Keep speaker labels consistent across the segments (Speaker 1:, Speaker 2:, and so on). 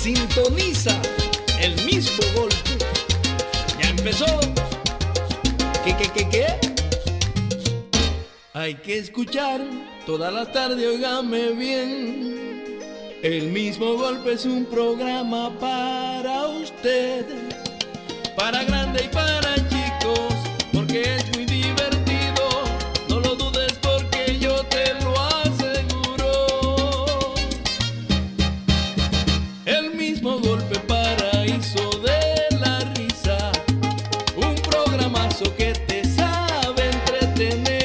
Speaker 1: Sintoniza el mismo golpe. Ya empezó. ¿Qué, qué, qué, qué? Hay que escuchar todas las tardes, oígame bien. El mismo golpe es un programa para usted, para grande y para chicos, porque es muy divertido. No lo dudes porque yo te lo aseguro. El mismo golpe paraíso de la risa, un programazo que te sabe entretener.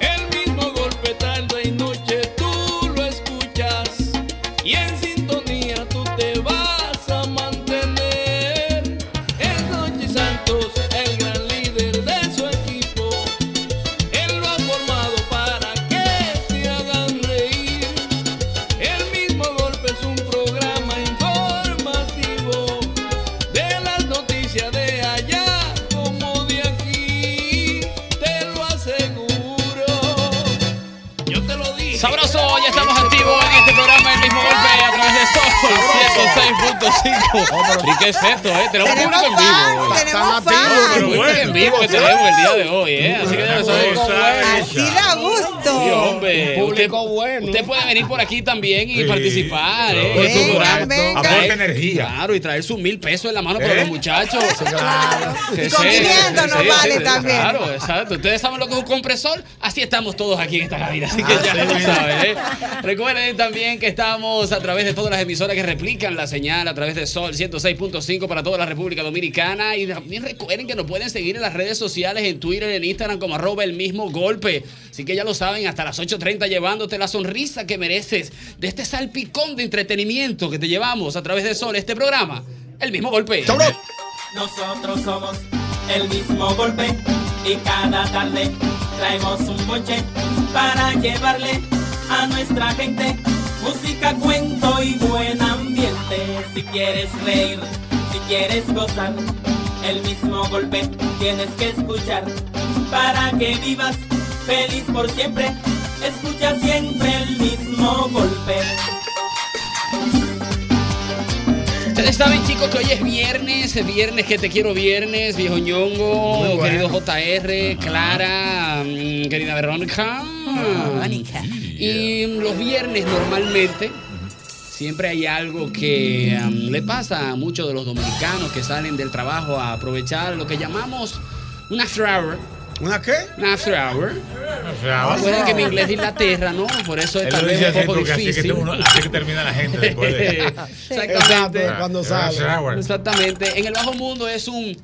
Speaker 1: El mismo golpe tarde y noche tú lo escuchas y en sintonía tú te vas a mantener. Es Noche Santos, el gran líder de su equipo. Él lo ha formado para que te hagan reír. El mismo golpe es un programa informativo de las noticias de allá como de aquí. Te lo aseguro. Yo te lo dije.
Speaker 2: Sabroso, ya estamos activos en este programa El mismo golpe a través de Sol 106.5. ¿Y qué es esto? Eh? Tenemos
Speaker 3: Tenemos
Speaker 2: público en vivo.
Speaker 3: fans,
Speaker 4: Ah,
Speaker 2: Tenemos
Speaker 3: tenemos fans.
Speaker 2: público en vivo que tenemos el día de hoy, ¿eh? Así que ya lo saben.
Speaker 3: Así da gusto.
Speaker 2: Sí, hombre, público bueno. Usted puede venir por aquí también y participar, ¿eh?
Speaker 3: Por
Speaker 2: En su
Speaker 3: supuesto.
Speaker 2: programa.
Speaker 3: Venga.
Speaker 2: Traer-
Speaker 5: Aporte energía.
Speaker 2: Claro, y traer sus mil pesos en la mano para
Speaker 5: ¿Eh?
Speaker 2: los muchachos.
Speaker 5: Claro.
Speaker 2: Sí,
Speaker 3: Y con
Speaker 2: sí,
Speaker 3: 500 nos vale también.
Speaker 2: Claro, exacto. Ustedes saben lo que es un compresor. Así estamos todos aquí en esta cabina. Ah, Así que ya lo saben. ¿eh? Recuerden también que estamos a través de todas las emisoras que replican la señal a través de Sol 106.5 para toda la República Dominicana. Y también recuerden que nos pueden seguir en las redes sociales, en Twitter, en Instagram, como arroba el mismo golpe. Así que ya lo saben, hasta las 8.30 llevándote la sonrisa que mereces de este salpicón de entretenimiento que te llevamos a través de Sol, este programa. El mismo golpe.
Speaker 6: Nosotros somos el mismo golpe y cada tarde traemos un boche para llevarle a nuestra gente música, cuento y buen ambiente. Si quieres reír, si quieres gozar, el mismo golpe tienes que escuchar para que vivas feliz por siempre. Escucha siempre el mismo golpe.
Speaker 2: Ustedes saben, chicos, que hoy es viernes, viernes que te quiero viernes, viejo ñongo,
Speaker 5: Muy bueno.
Speaker 2: querido JR, Clara, mm, querida Verónica. Y mm, los viernes normalmente siempre hay algo que mm, le pasa a muchos de los dominicanos que salen del trabajo a aprovechar lo que llamamos un after hour.
Speaker 5: ¿Una qué?
Speaker 2: Un after hour. Recuerden que mi
Speaker 5: Él
Speaker 2: inglés es Inglaterra, ¿no? Por eso es
Speaker 5: lo
Speaker 2: tal
Speaker 5: dice
Speaker 2: vez un
Speaker 5: así
Speaker 2: poco
Speaker 5: porque así que,
Speaker 2: difícil.
Speaker 5: uno- así que termina la gente después de...
Speaker 2: Exactamente.
Speaker 4: cuando
Speaker 5: Ah,
Speaker 4: sale.
Speaker 5: shower.
Speaker 2: Exactamente. En el bajo mundo es un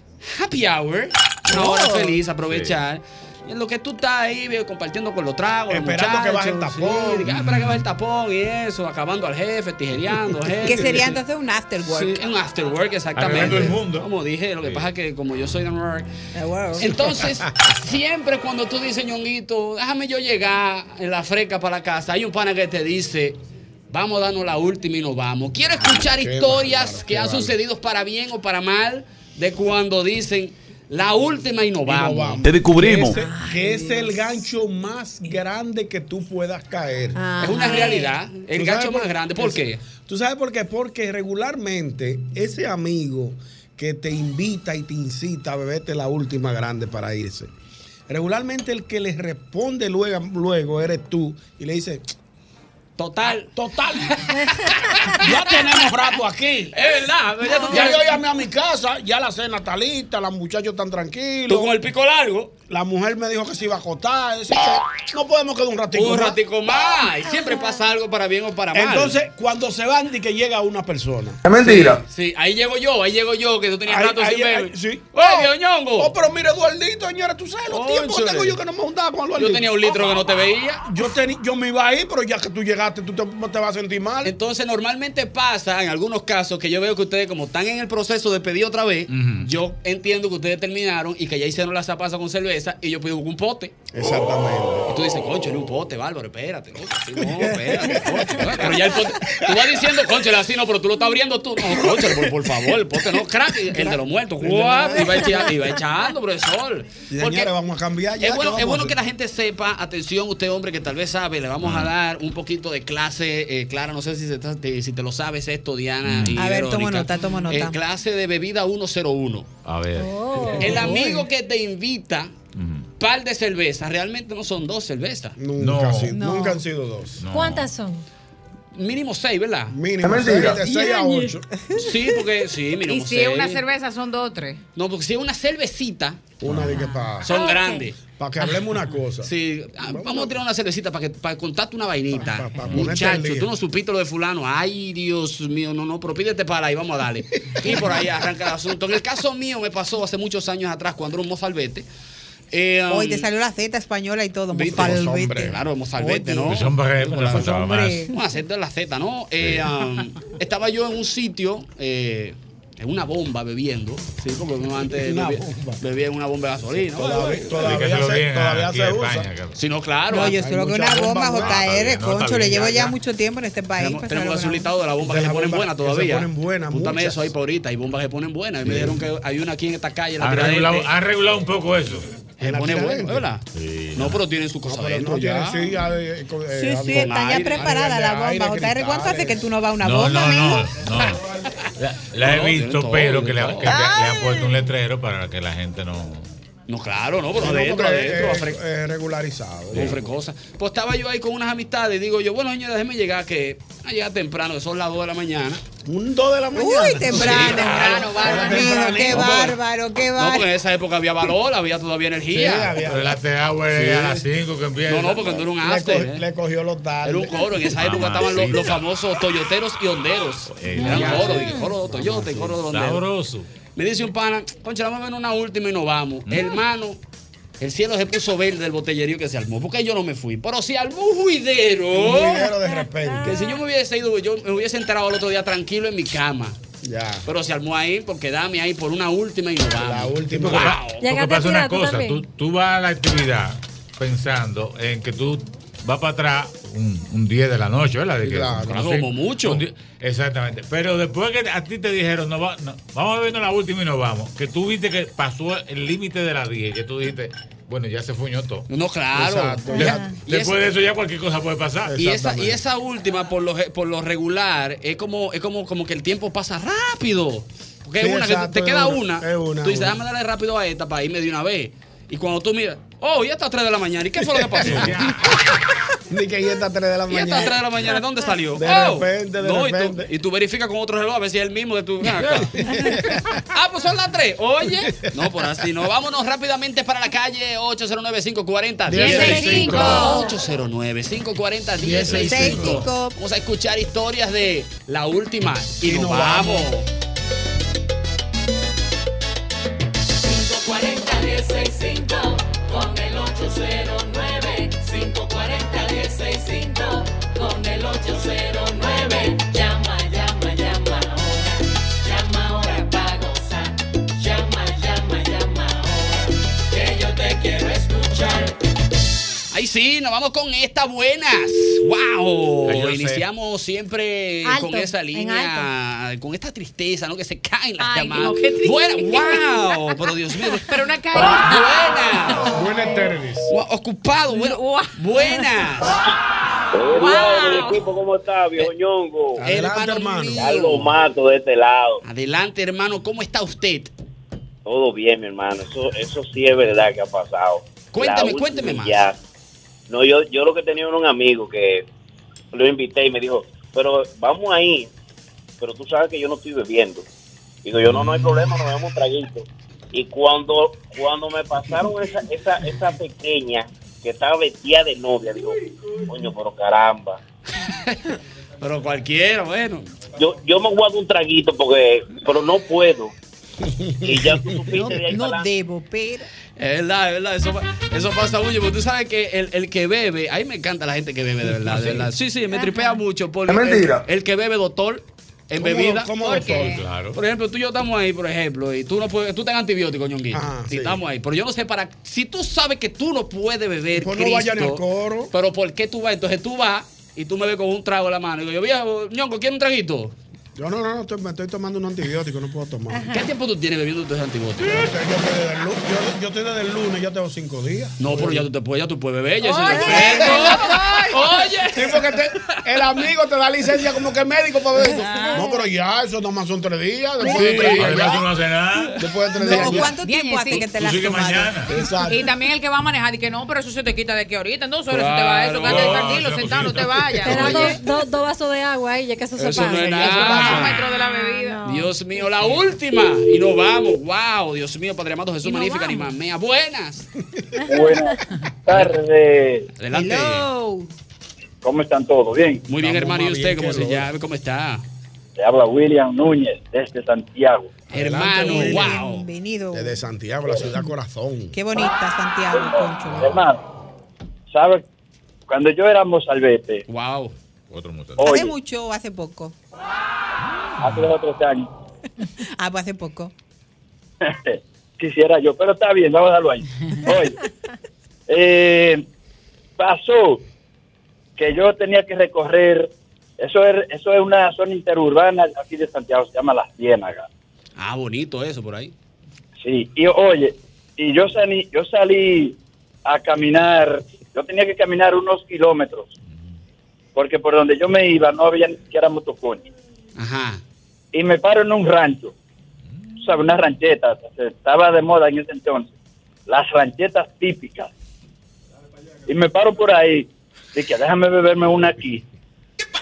Speaker 2: happy hour. Una hora feliz, aprovechar. Y En lo que tú estás ahí ve, compartiendo con los tragos, los
Speaker 4: Esperando que baje el
Speaker 2: muchachos,
Speaker 4: tapón.
Speaker 2: sí, que, ah, para que baje el tapón y eso, acabando al jefe, tijereando, jefe.
Speaker 3: Que sería entonces un after work.
Speaker 2: Sí, un after work, exactamente.
Speaker 5: Arreglando el mundo.
Speaker 2: Como dije, lo que pasa es que como yo soy de Nueva York,
Speaker 3: Ah, wow.
Speaker 2: entonces, siempre cuando tú dices, ñonguito, déjame yo llegar en la fresca para la casa, hay un pana que te dice, vamos a darnos la última y nos vamos. Quiero escuchar historias
Speaker 4: bárbaro,
Speaker 2: que
Speaker 4: Ah, qué
Speaker 2: han
Speaker 4: bárbaro.
Speaker 2: sucedido para bien o para mal de cuando dicen, la última y nos vamos.
Speaker 4: vamos.
Speaker 7: Te descubrimos.
Speaker 4: Que es, que es el gancho más grande que tú puedas caer.
Speaker 2: Es una realidad. El
Speaker 4: ¿Tú
Speaker 2: gancho
Speaker 4: sabes por-
Speaker 2: más grande. ¿Por qué?
Speaker 4: ¿Tú sabes por qué? Porque regularmente ese amigo que te invita y te incita a beberte la última grande para irse, regularmente el que le responde luego, luego eres tú y le dice, "Ah,
Speaker 2: Total.
Speaker 4: total, ya tenemos rato aquí.
Speaker 2: Es verdad. pero ya tú
Speaker 4: Ya
Speaker 2: tienes-
Speaker 4: yo llamé a mi casa, ya la cena está lista, los muchachos están
Speaker 2: tú
Speaker 4: tranquilos.
Speaker 2: con el pico largo,
Speaker 4: La mujer me dijo que se iba a acostar, es decir, que no podemos quedar un ratito.
Speaker 2: un ratico más. Y siempre pasa algo para bien o para mal.
Speaker 4: Entonces, cuando se van, di que llega una persona.
Speaker 2: Sí, ahí llego yo, ahí llego yo, que tú tenías
Speaker 4: Ahí-
Speaker 2: rato
Speaker 4: ahí-
Speaker 2: sin beber.
Speaker 4: ahí- sí.
Speaker 2: ¡Oye, viejo ñongo!
Speaker 4: Oh, pero mire, Eduardito, señora, tú sabes los tiempos que
Speaker 2: Cónchale.
Speaker 4: tengo yo que no me juntaba con Eduardito.
Speaker 2: Yo tenía un litro que no te veía.
Speaker 4: Yo, teni- yo me iba a ir, pero ya que tú llegaste, pagaste, tú te, te vas a sentir mal.
Speaker 2: Entonces, normalmente pasa en algunos casos que yo veo que ustedes, como están en el proceso de pedir otra vez, yo entiendo que ustedes terminaron y que ya hicieron la zapaza con cerveza y yo pido un pote.
Speaker 4: Exactamente.
Speaker 2: Y tú dices, concho, un pote, bárbaro, espérate, loco, así no, espérate, concho, no, Pero ya el pote, tú vas diciendo, concho, así no, pero tú lo estás abriendo tú. No, concho, por, por favor, el pote no, crack, el de los muertos, guap, y va echa- y va echando, profesor. Porque
Speaker 4: Señores, vamos a cambiar ya.
Speaker 2: es bueno,
Speaker 4: ¿qué
Speaker 2: es
Speaker 4: vamos
Speaker 2: bueno
Speaker 4: a
Speaker 2: que la gente sepa, atención, usted hombre que tal vez sabe, le vamos a dar un poquito de clase eh, clara, no sé si, se está- te, si te lo sabes esto,
Speaker 4: Mm.
Speaker 2: Diana. y
Speaker 3: A ver,
Speaker 2: Verónica.
Speaker 3: tomo nota, tomo nota.
Speaker 2: Eh, clase de bebida 101.
Speaker 7: A ver.
Speaker 4: Oh.
Speaker 2: El amigo que te invita, par de cervezas, realmente no son dos cervezas.
Speaker 4: hacer? Nunca,
Speaker 7: No.
Speaker 4: sí,
Speaker 8: No.
Speaker 4: nunca han sido dos.
Speaker 7: No.
Speaker 8: ¿Cuántas son?
Speaker 2: Mínimo seis, ¿verdad?
Speaker 4: Mínimo,
Speaker 9: Es
Speaker 4: seis,
Speaker 9: mentira.
Speaker 4: de 6 a 8.
Speaker 2: Sí, porque sí,
Speaker 10: Y
Speaker 2: mínimo
Speaker 10: si
Speaker 2: seis.
Speaker 10: es una cerveza, son dos o tres.
Speaker 2: No, porque si es una cervecita,
Speaker 4: Una de que para
Speaker 2: son
Speaker 10: Ah, ok.
Speaker 2: grandes.
Speaker 4: pa que hablemos una cosa.
Speaker 2: Sí, ah, vamos a tirar una cervecita para que para contarte una vainita.
Speaker 4: Pa- pa- pa- ponerte al
Speaker 2: Muchacho,
Speaker 4: día.
Speaker 2: tú no supiste lo de fulano. Ay, Dios mío, no, no, pero pídete para ahí, vamos a darle. Y por ahí arranca el asunto. En el caso mío me pasó hace muchos años atrás cuando era un mozalbete. Eh,
Speaker 3: Hoy te
Speaker 2: um,
Speaker 3: salió la Z española y todo.
Speaker 2: ¿viste?
Speaker 3: Mofalbete.
Speaker 2: Claro, mozalbete,
Speaker 3: Oye.
Speaker 2: ¿no?
Speaker 7: Pues, hombre, no le faltaba más.
Speaker 3: Hombre.
Speaker 2: Vamos a hacer de la Z, ¿no? Eh, um, estaba yo en un sitio, eh, en una bomba bebiendo, ¿sí? Porque uno antes
Speaker 4: Una
Speaker 2: bebía,
Speaker 4: bomba.
Speaker 2: bebía en una bomba de gasolina.
Speaker 4: Todavía, todavía
Speaker 7: Explícaselo
Speaker 4: se,
Speaker 7: bien a-
Speaker 4: todavía
Speaker 7: aquí
Speaker 4: se
Speaker 7: en
Speaker 4: usa.
Speaker 7: España, cabrón.
Speaker 2: Si no, claro.
Speaker 3: No, yo
Speaker 4: Hay
Speaker 3: creo que
Speaker 4: mucha
Speaker 3: una
Speaker 4: bomba
Speaker 3: bomba
Speaker 4: buena.
Speaker 7: Ah,
Speaker 3: JR,
Speaker 7: está bien, no,
Speaker 3: concho, le
Speaker 7: está bien,
Speaker 3: llevo
Speaker 7: ya,
Speaker 3: ya
Speaker 7: ya.
Speaker 3: mucho tiempo en este país.
Speaker 2: Tenemos, tenemos
Speaker 3: pues, claro
Speaker 2: el
Speaker 3: que no.
Speaker 2: solicitado de la bomba
Speaker 4: De
Speaker 2: que se
Speaker 4: la
Speaker 2: ponen
Speaker 4: bomba
Speaker 2: buena
Speaker 4: que se
Speaker 2: todavía.
Speaker 4: ponen buenas,
Speaker 2: Apúntame
Speaker 4: muchas.
Speaker 2: eso ahí por ahorita. Hay bombas que se ponen buenas. Y me dijeron que hay una aquí en esta calle, la
Speaker 7: Ha regulado,
Speaker 2: Tiradentes,
Speaker 7: ha regulado un poco eso.
Speaker 2: Se
Speaker 4: ¿En la
Speaker 2: pone buena,
Speaker 4: Tiradentes?
Speaker 2: ¿verdad?
Speaker 7: Sí,
Speaker 2: no, pero tienen su cosa
Speaker 4: No, pero
Speaker 2: dentro
Speaker 4: no tiene,
Speaker 2: ya.
Speaker 4: sí, ya de- con- eh,
Speaker 3: Sí,
Speaker 4: algo.
Speaker 3: sí, está ya
Speaker 2: aire,
Speaker 3: preparada
Speaker 4: aire,
Speaker 3: la bomba.
Speaker 4: aire,
Speaker 3: JR, ¿cuánto hace
Speaker 4: cristales.
Speaker 3: que tú no vas a una
Speaker 7: No,
Speaker 3: bomba,
Speaker 7: no, no,
Speaker 3: mijo?
Speaker 7: no. La, la
Speaker 2: No,
Speaker 7: he
Speaker 2: tienen
Speaker 7: visto,
Speaker 2: todo,
Speaker 7: pero que, le,
Speaker 2: tienen
Speaker 7: ha-
Speaker 2: todo.
Speaker 7: que le ha- le han puesto un letrero para que la gente no.
Speaker 2: No, claro, Ah, no, pero
Speaker 4: No,
Speaker 2: adentro,
Speaker 4: pero, eh,
Speaker 2: adentro.
Speaker 4: eh,
Speaker 2: a fre-
Speaker 4: eh, regularizado.
Speaker 2: Con frecosa. Pues estaba yo ahí con unas amistades. Digo yo, bueno, señores, déjenme llegar que a llegar temprano, que son las 2 de la mañana.
Speaker 4: Un 2 de la mañana.
Speaker 3: Uy, temprano.
Speaker 2: Sí, claro,
Speaker 4: bárbaro.
Speaker 3: Mijo, qué
Speaker 4: No,
Speaker 3: bárbaro,
Speaker 2: No, porque
Speaker 3: qué
Speaker 2: en
Speaker 3: bárbaro.
Speaker 2: esa época había valor, había todavía
Speaker 4: Sí,
Speaker 2: energía.
Speaker 4: había-
Speaker 7: Pero la agua es a las 5 que empieza.
Speaker 2: no, no, porque no era un
Speaker 4: le, co-
Speaker 2: after. ¿eh?
Speaker 4: le cogió los Ah, dardos.
Speaker 2: Era un coro, en esa época estaban los,
Speaker 7: Mamacita.
Speaker 2: los famosos toyoteros y honderos.
Speaker 7: Eh,
Speaker 2: Eran
Speaker 7: ya.
Speaker 2: coro, dije, coro de Toyota y coro de honderos.
Speaker 7: Sabroso.
Speaker 2: Me dice un pana, concha, vamos a ver una última y nos vamos. Hermano, el cielo se puso verde del botellerío que se armó, porque yo no me fui. Pero si armó un
Speaker 4: Un
Speaker 2: juidero,
Speaker 4: dinero de repente.
Speaker 2: que si yo me hubiese ido, yo me hubiese enterado el otro día tranquilo en mi cama.
Speaker 4: Ya.
Speaker 2: Pero se armó ahí porque dame ahí por una última y nos vamos.
Speaker 4: La última.
Speaker 7: Porque, porque
Speaker 8: Llegaste
Speaker 7: pasa una
Speaker 8: a tú
Speaker 7: cosa, tú,
Speaker 8: también.
Speaker 7: tú vas a la actividad pensando en que tú vas para atrás un, un 10 de la noche, ¿verdad? De que-
Speaker 4: Claro.
Speaker 7: no
Speaker 2: Como mucho.
Speaker 7: un die- exactamente. Pero después que a ti te dijeron, no va- no, vamos a vernos la última y nos vamos, que tú viste que pasó el límite de las 10, que tú dijiste, bueno, ya se fuñó todo.
Speaker 2: No, claro.
Speaker 4: Exacto.
Speaker 7: De-
Speaker 4: Ya.
Speaker 2: Y
Speaker 7: después
Speaker 2: es-
Speaker 7: de eso ya cualquier cosa puede pasar.
Speaker 2: Y esa,
Speaker 4: Exactamente.
Speaker 2: y esa última, por lo, ge- por lo regular, es como, es como, como que el tiempo pasa rápido. Porque es
Speaker 4: Sí,
Speaker 2: una
Speaker 4: exacto,
Speaker 2: que te
Speaker 4: es
Speaker 2: queda
Speaker 4: una,
Speaker 2: una,
Speaker 4: es una,
Speaker 2: Tú dices,
Speaker 4: una.
Speaker 2: déjame darle rápido a esta para irme de una vez. Y cuando tú miras, oh, ya está 3 de la mañana. ¿Y qué fue lo que pasó?
Speaker 4: Ni que ya está 3 de la
Speaker 2: y está
Speaker 4: mañana.
Speaker 2: 3 de la mañana. ¿Dónde salió?
Speaker 4: De
Speaker 2: Oh.
Speaker 4: repente, de
Speaker 2: No, y tú-
Speaker 4: repente.
Speaker 2: Y tú, verificas con otro reloj a ver si es el mismo de tu. Ven acá. ah, pues son las 3. Oye. No, por así no. Vámonos rápidamente para la calle 809 540
Speaker 10: 1065.
Speaker 2: 809-540-165. Vamos a escuchar historias de la última y, nos
Speaker 4: nos
Speaker 2: vamos.
Speaker 11: 540-165 con el 809. 540-165 con el 809. Llama, llama, llama ahora. Llama ahora para gozar. Llama, llama, llama ahora. Que yo te quiero escuchar.
Speaker 2: Ahí sí, nos vamos con estas buenas. ¡Wow!
Speaker 7: Ay, yo sé.
Speaker 2: Iniciamos siempre
Speaker 10: Alto,
Speaker 2: con esa
Speaker 10: en
Speaker 2: línea, con esta tristeza, ¿no? Que se caen las
Speaker 10: Ay,
Speaker 2: llamadas.
Speaker 10: no, qué triste.
Speaker 2: Buena, ¡Wow! Pero Dios mío.
Speaker 10: Pero una caída.
Speaker 2: ¡Buenas!
Speaker 9: Buenas tardes.
Speaker 2: Gua- Ocupado, bueno,
Speaker 10: Gua-
Speaker 2: buenas.
Speaker 10: Wow.
Speaker 12: ¿Cómo está, viejo
Speaker 2: Eh,
Speaker 12: ñongo?
Speaker 4: Adelante, hermano.
Speaker 2: mío.
Speaker 12: Algo mato de este lado.
Speaker 2: Adelante, hermano, ¿cómo está usted?
Speaker 12: Todo bien, mi hermano. Eso, eso sí es verdad que ha pasado.
Speaker 2: Cuéntame,
Speaker 12: La
Speaker 2: cuéntame
Speaker 12: última
Speaker 2: más.
Speaker 12: ya. No, yo, yo lo que tenía era un amigo que lo invité y me dijo, pero vamos ahí, pero tú sabes que yo no estoy bebiendo. Digo, yo no, no hay problema, nos vemos un traguito. Y cuando, cuando me pasaron esa, esa, esa pequeña que estaba vestida de novia, digo, coño, pero caramba.
Speaker 2: Pero cualquiera, bueno.
Speaker 12: Yo, yo me guardo un traguito porque, pero no puedo.
Speaker 13: Y ya tú supiste
Speaker 3: No,
Speaker 13: de ahí
Speaker 3: no
Speaker 13: para adelante.
Speaker 3: debo, pero.
Speaker 2: Es verdad, es verdad, eso, pa- eso pasa mucho. Porque tú sabes que el, el que bebe, ahí me encanta la gente que bebe, de verdad, de verdad. Sí, sí, me tripea mucho. Porque
Speaker 12: Es mentira.
Speaker 2: El, el que bebe doctor en
Speaker 12: ¿Cómo-
Speaker 2: bebida.
Speaker 12: cómo
Speaker 2: ¿Por
Speaker 12: doctor?
Speaker 2: qué?
Speaker 12: Claro.
Speaker 2: Por ejemplo, tú y yo estamos ahí, por ejemplo, y tú no puedes, tú estás en antibiótico, ñonguito. y estamos ahí. Pero yo no sé para. Si tú sabes que tú no puedes beber.
Speaker 4: Pues no vaya ni al
Speaker 2: Cristo,
Speaker 4: coro.
Speaker 2: Pero ¿por qué tú vas? Entonces tú vas y tú me ves con un trago en la mano. Y digo, yo, viejo, ñongo, ¿quieres un traguito?
Speaker 4: Yo no, no, no, estoy- me estoy tomando un antibiótico, no puedo tomar.
Speaker 2: ¿Qué tiempo tú tienes bebiendo tus antibióticos?
Speaker 4: Yo, yo estoy desde el lunes, ya tengo cinco días.
Speaker 2: No, pero ya tú te puedes, ya tú puedes beber. Ya eso es
Speaker 4: Oye,
Speaker 2: enfermo. Oye.
Speaker 4: Sí, porque te- el amigo te da licencia como que médico para ver. No, pero ya, eso nomás son tres días. Después de
Speaker 11: Sí,
Speaker 4: tres días.
Speaker 11: además
Speaker 4: ya.
Speaker 11: tú no haces nada.
Speaker 4: Después de tres
Speaker 11: No,
Speaker 4: días. ya.
Speaker 10: ¿cuánto tiempo Bien, hace sí. que te
Speaker 11: Tú
Speaker 10: la has
Speaker 11: sigue
Speaker 10: tomado?
Speaker 11: mañana.
Speaker 7: Eh,
Speaker 4: Exacto.
Speaker 10: Y también el que va a manejar, y que no, pero eso se te quita de aquí ahorita, en dos horas, eso te va a eso,
Speaker 2: Claro.
Speaker 10: quédate
Speaker 2: No,
Speaker 10: tranquilo,
Speaker 2: esa
Speaker 10: sentado, no te vayas.
Speaker 8: Te da
Speaker 10: Oye,
Speaker 8: dos, dos- dos vasos de agua ahí, ya que eso, se
Speaker 2: Eso
Speaker 8: pasa.
Speaker 2: no es
Speaker 10: pasa
Speaker 2: nada.
Speaker 10: metro de la bebida.
Speaker 2: Dios mío, la última. Y nos vamos. Wow, Dios mío, Padre Amado Jesús, magnífica ni mamea. Buenas.
Speaker 14: Buenas tardes.
Speaker 2: Adelante.
Speaker 14: ¿Cómo están todos? ¿Bien?
Speaker 2: Muy bien, hermano. ¿Y usted cómo se llama? ¿Cómo está?
Speaker 14: Le habla William Núñez desde Santiago.
Speaker 2: Hermano, wow.
Speaker 3: Bienvenido.
Speaker 4: Desde Santiago, la ciudad corazón.
Speaker 3: Qué bonita Santiago, Concho.
Speaker 14: Hermano, ¿sabes? Cuando yo era mozalbete.
Speaker 2: Wow.
Speaker 3: ¿Hace
Speaker 14: Oye,
Speaker 3: mucho o hace poco?
Speaker 14: hace dos o tres años.
Speaker 3: Ah, pues hace poco.
Speaker 14: Quisiera yo, pero está bien, vamos a dejarlo ahí. Oye, eh, pasó que yo tenía que recorrer, eso es, eso es una zona interurbana aquí de Santiago, se llama La Ciénaga.
Speaker 2: Ah, bonito eso por ahí.
Speaker 14: Sí, y oye, y yo salí, yo salí a caminar, yo tenía que caminar unos kilómetros, porque por donde yo me iba no había ni siquiera motoconcho.
Speaker 2: Ajá.
Speaker 14: Y me paro en un rancho, tú sabes, una rancheta, estaba de moda en ese entonces, las ranchetas típicas. Y me paro por ahí, dije, déjame beberme una aquí,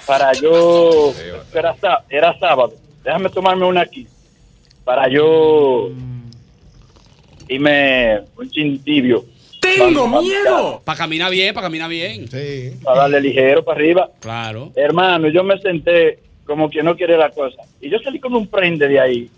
Speaker 14: para yo, era, sá- era sábado, déjame tomarme una aquí, para yo y me un chin tibio.
Speaker 2: ¡Tengo
Speaker 14: Para-
Speaker 2: Para caminar bien, para caminar bien.
Speaker 4: Sí.
Speaker 14: Para darle ligero para arriba.
Speaker 2: Claro.
Speaker 14: Hermano, yo me senté como que no quería la cosa. Y yo salí con un prende de ahí.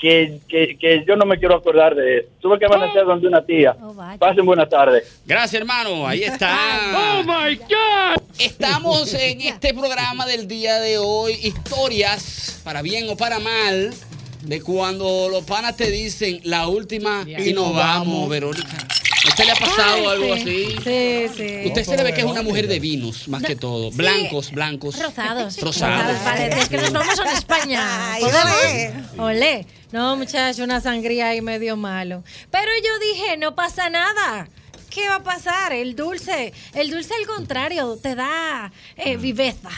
Speaker 14: Que, que, que yo no me quiero acordar de eso. Tuve que amanecer donde una tía. Pasen buena tarde.
Speaker 2: Gracias, hermano. Ahí está.
Speaker 14: Oh,
Speaker 2: my God. Estamos en este programa del día de hoy. Historias, para bien o para mal, de cuando los panas te dicen la última y, nos vamos, Verónica. ¿A ¿Usted le ha pasado
Speaker 8: Ay,
Speaker 2: algo
Speaker 8: sí.
Speaker 2: así?
Speaker 8: Sí, sí.
Speaker 2: Usted se le ve que es una mujer de vinos, más
Speaker 8: No,
Speaker 2: que todo.
Speaker 8: sí.
Speaker 2: Blancos, blancos.
Speaker 8: Rosados.
Speaker 2: Rosados.
Speaker 8: Vale, es que nos vamos a España.
Speaker 3: Ay,
Speaker 8: ¿Podemos? Olé. No, muchacho, una sangría ahí medio malo. Pero yo dije, no pasa nada. ¿Qué va a pasar? El dulce. El dulce, al contrario, te da
Speaker 2: Ah.
Speaker 8: eh, viveza.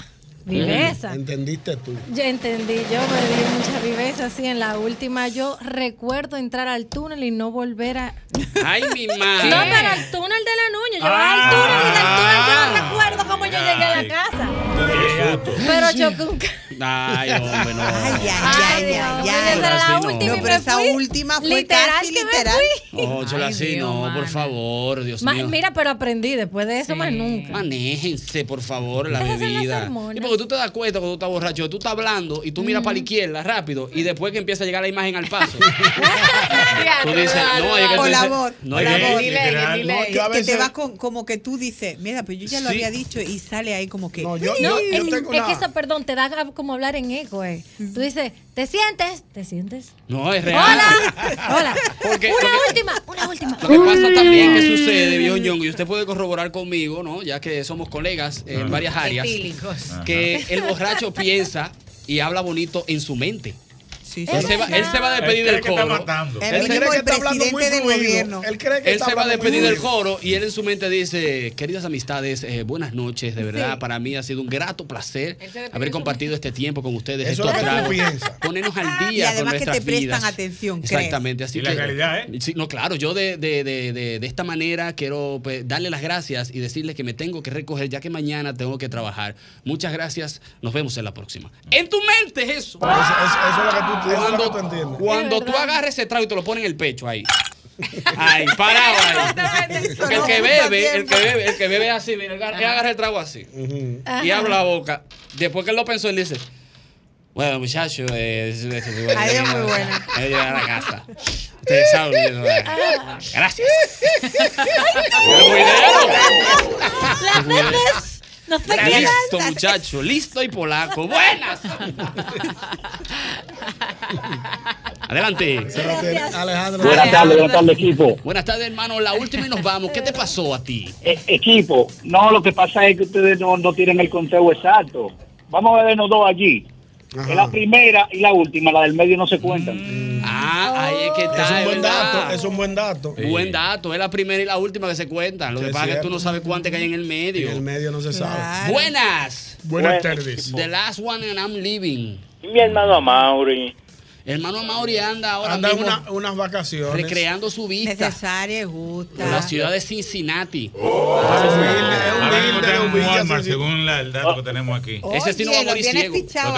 Speaker 8: Viveza.
Speaker 4: Entendiste tú.
Speaker 8: Ya entendí, yo me di mucha viveza así en la última. Yo recuerdo entrar al túnel y no volver a.
Speaker 2: Ay, mi
Speaker 8: No,
Speaker 2: madre.
Speaker 8: pero al túnel de la Nuño. Yo
Speaker 2: Ah.
Speaker 8: al túnel y del túnel yo no recuerdo cómo yo llegué a la casa. Pero choqué un ca-
Speaker 2: Ay, hombre, no.
Speaker 3: Ay, ay, ay, ay.
Speaker 8: Esa era la
Speaker 2: Ahora sí, no.
Speaker 8: última.
Speaker 3: No,
Speaker 8: y
Speaker 3: pero
Speaker 8: me
Speaker 3: esa
Speaker 8: fui.
Speaker 3: última fue
Speaker 8: literal
Speaker 3: casi
Speaker 8: que me
Speaker 3: literal.
Speaker 8: fui.
Speaker 2: Oh, chola, sí, no, por favor, Dios
Speaker 8: Ma-
Speaker 2: mío.
Speaker 8: mira, pero aprendí después de eso más nunca.
Speaker 2: Manéjense, por favor, la
Speaker 8: Esas son las
Speaker 2: bebida.
Speaker 8: hormonas.
Speaker 2: Y porque tú te das cuenta cuando tú estás borracho, tú estás hablando y tú miras
Speaker 8: Mm.
Speaker 2: para la izquierda rápido y después que empieza a llegar la imagen al paso. tú dices, no, es que tú
Speaker 3: Por
Speaker 2: dices,
Speaker 3: amor,
Speaker 2: no,
Speaker 3: por
Speaker 2: es que-
Speaker 3: amor.
Speaker 2: literal.
Speaker 3: No,
Speaker 4: yo
Speaker 3: que-
Speaker 4: a
Speaker 3: que te
Speaker 4: veces-
Speaker 3: vas con, como que tú dices, mira, pues yo ya lo
Speaker 4: Sí.
Speaker 3: había dicho y sale ahí como que. No,
Speaker 4: yo-
Speaker 8: No,
Speaker 4: yo-
Speaker 8: es,
Speaker 4: tengo
Speaker 8: es
Speaker 4: una-
Speaker 8: que eso, perdón, te da como hablar en eco, eh. Tú dices, ¿te sientes? ¿Te sientes?
Speaker 2: No, es real.
Speaker 8: Hola.
Speaker 2: Porque-
Speaker 8: una
Speaker 2: porque-
Speaker 8: última, una última.
Speaker 2: Lo que pasa también que sucede, viejo Ñongo, y usted puede corroborar conmigo, ¿no? Ya que somos colegas en varias áreas,
Speaker 10: Etílicos.
Speaker 2: que el borracho piensa y habla bonito en su mente.
Speaker 10: sí,
Speaker 2: él,
Speaker 10: sí.
Speaker 2: se va, él se va a
Speaker 11: Él
Speaker 2: despedir
Speaker 11: cree
Speaker 2: del
Speaker 11: que está
Speaker 2: coro.
Speaker 11: matando.
Speaker 2: Él
Speaker 11: Él
Speaker 2: se-
Speaker 11: cree que está hablando muy fluido.
Speaker 4: Él cree que
Speaker 2: Él
Speaker 4: está
Speaker 2: se va a
Speaker 4: hablando muy
Speaker 2: despedir del
Speaker 4: fluido.
Speaker 2: coro y él en su mente dice, queridas amistades, eh, buenas noches, de verdad,
Speaker 4: Sí.
Speaker 2: para mí ha sido un grato placer
Speaker 3: Él se despide
Speaker 2: haber
Speaker 3: de su
Speaker 2: compartido este tiempo con ustedes,
Speaker 4: Eso
Speaker 2: estos
Speaker 4: es lo que tú
Speaker 2: tragos,
Speaker 4: piensas.
Speaker 2: ponernos al
Speaker 3: Ah, Y
Speaker 2: día con
Speaker 3: además que
Speaker 2: nuestras
Speaker 3: te prestan
Speaker 2: vidas.
Speaker 3: atención, ¿crees?
Speaker 2: Exactamente, así
Speaker 11: Y la
Speaker 2: que-
Speaker 11: realidad, ¿eh?
Speaker 2: Sí, no, claro, yo de, de- de- de- de esta manera quiero pues, darle las gracias y decirles que me tengo que recoger ya que mañana tengo que trabajar. Muchas gracias, nos vemos en la próxima. En tu mente es eso.
Speaker 4: Eso, eso- eso es lo que Ah, tú, eso es lo que
Speaker 2: Ah, Cuando,
Speaker 4: tú entiendes.
Speaker 2: cuando tú agarres ese trago y te lo pones en el pecho ahí. Ahí, parado ahí. Porque el que bebe, el que bebe, el que bebe así, mira, él agarra el trago así. Y abre la boca. Después que él lo pensó, él dice, Bueno, muchachos, eh, es, es muy
Speaker 3: Ha ido muy buena.
Speaker 2: Voy a llegar a la casa. Ustedes saben. lo que yo hago. Gracias.
Speaker 8: Ah, Las veces no se quedan.
Speaker 2: Listo, muchacho. Listo y polaco. Buenas. Adelante.
Speaker 4: Alejandro.
Speaker 15: Buenas tardes, buenas tardes, equipo.
Speaker 2: Buenas tardes, hermano. La última y nos vamos. ¿Qué te pasó a ti?
Speaker 15: E- equipo, no, lo que pasa es que ustedes no, no tienen el consejo exacto. Vamos a vernos dos allí.
Speaker 2: Ajá.
Speaker 15: Es La primera y la última, la del medio no se cuentan.
Speaker 2: Ah, ahí es que está.
Speaker 4: Es un buen
Speaker 2: ¿verdad?
Speaker 4: dato, es un buen dato.
Speaker 2: Buen dato, es la primera y la última que se cuentan. Lo
Speaker 4: Sí,
Speaker 2: que
Speaker 4: es
Speaker 2: pasa es que tú
Speaker 4: cierto.
Speaker 2: no sabes cuántas que hay en el medio.
Speaker 4: En el medio no se sabe.
Speaker 2: Buenas.
Speaker 4: Buenas tardes.
Speaker 2: The last one and I'm leaving.
Speaker 16: Mi hermano Mauri.
Speaker 2: Hermano Mauri anda ahora
Speaker 4: Anda en
Speaker 2: mismo
Speaker 4: una- unas vacaciones.
Speaker 2: recreando su vista. Necesaria justa. En la ciudad de Cincinnati.
Speaker 4: Oh,
Speaker 7: Ahora mismo está en un Walmart, según la- el dato que tenemos aquí.
Speaker 2: Ese sí no va a morir ciego.
Speaker 7: Lo tenemos ubicado,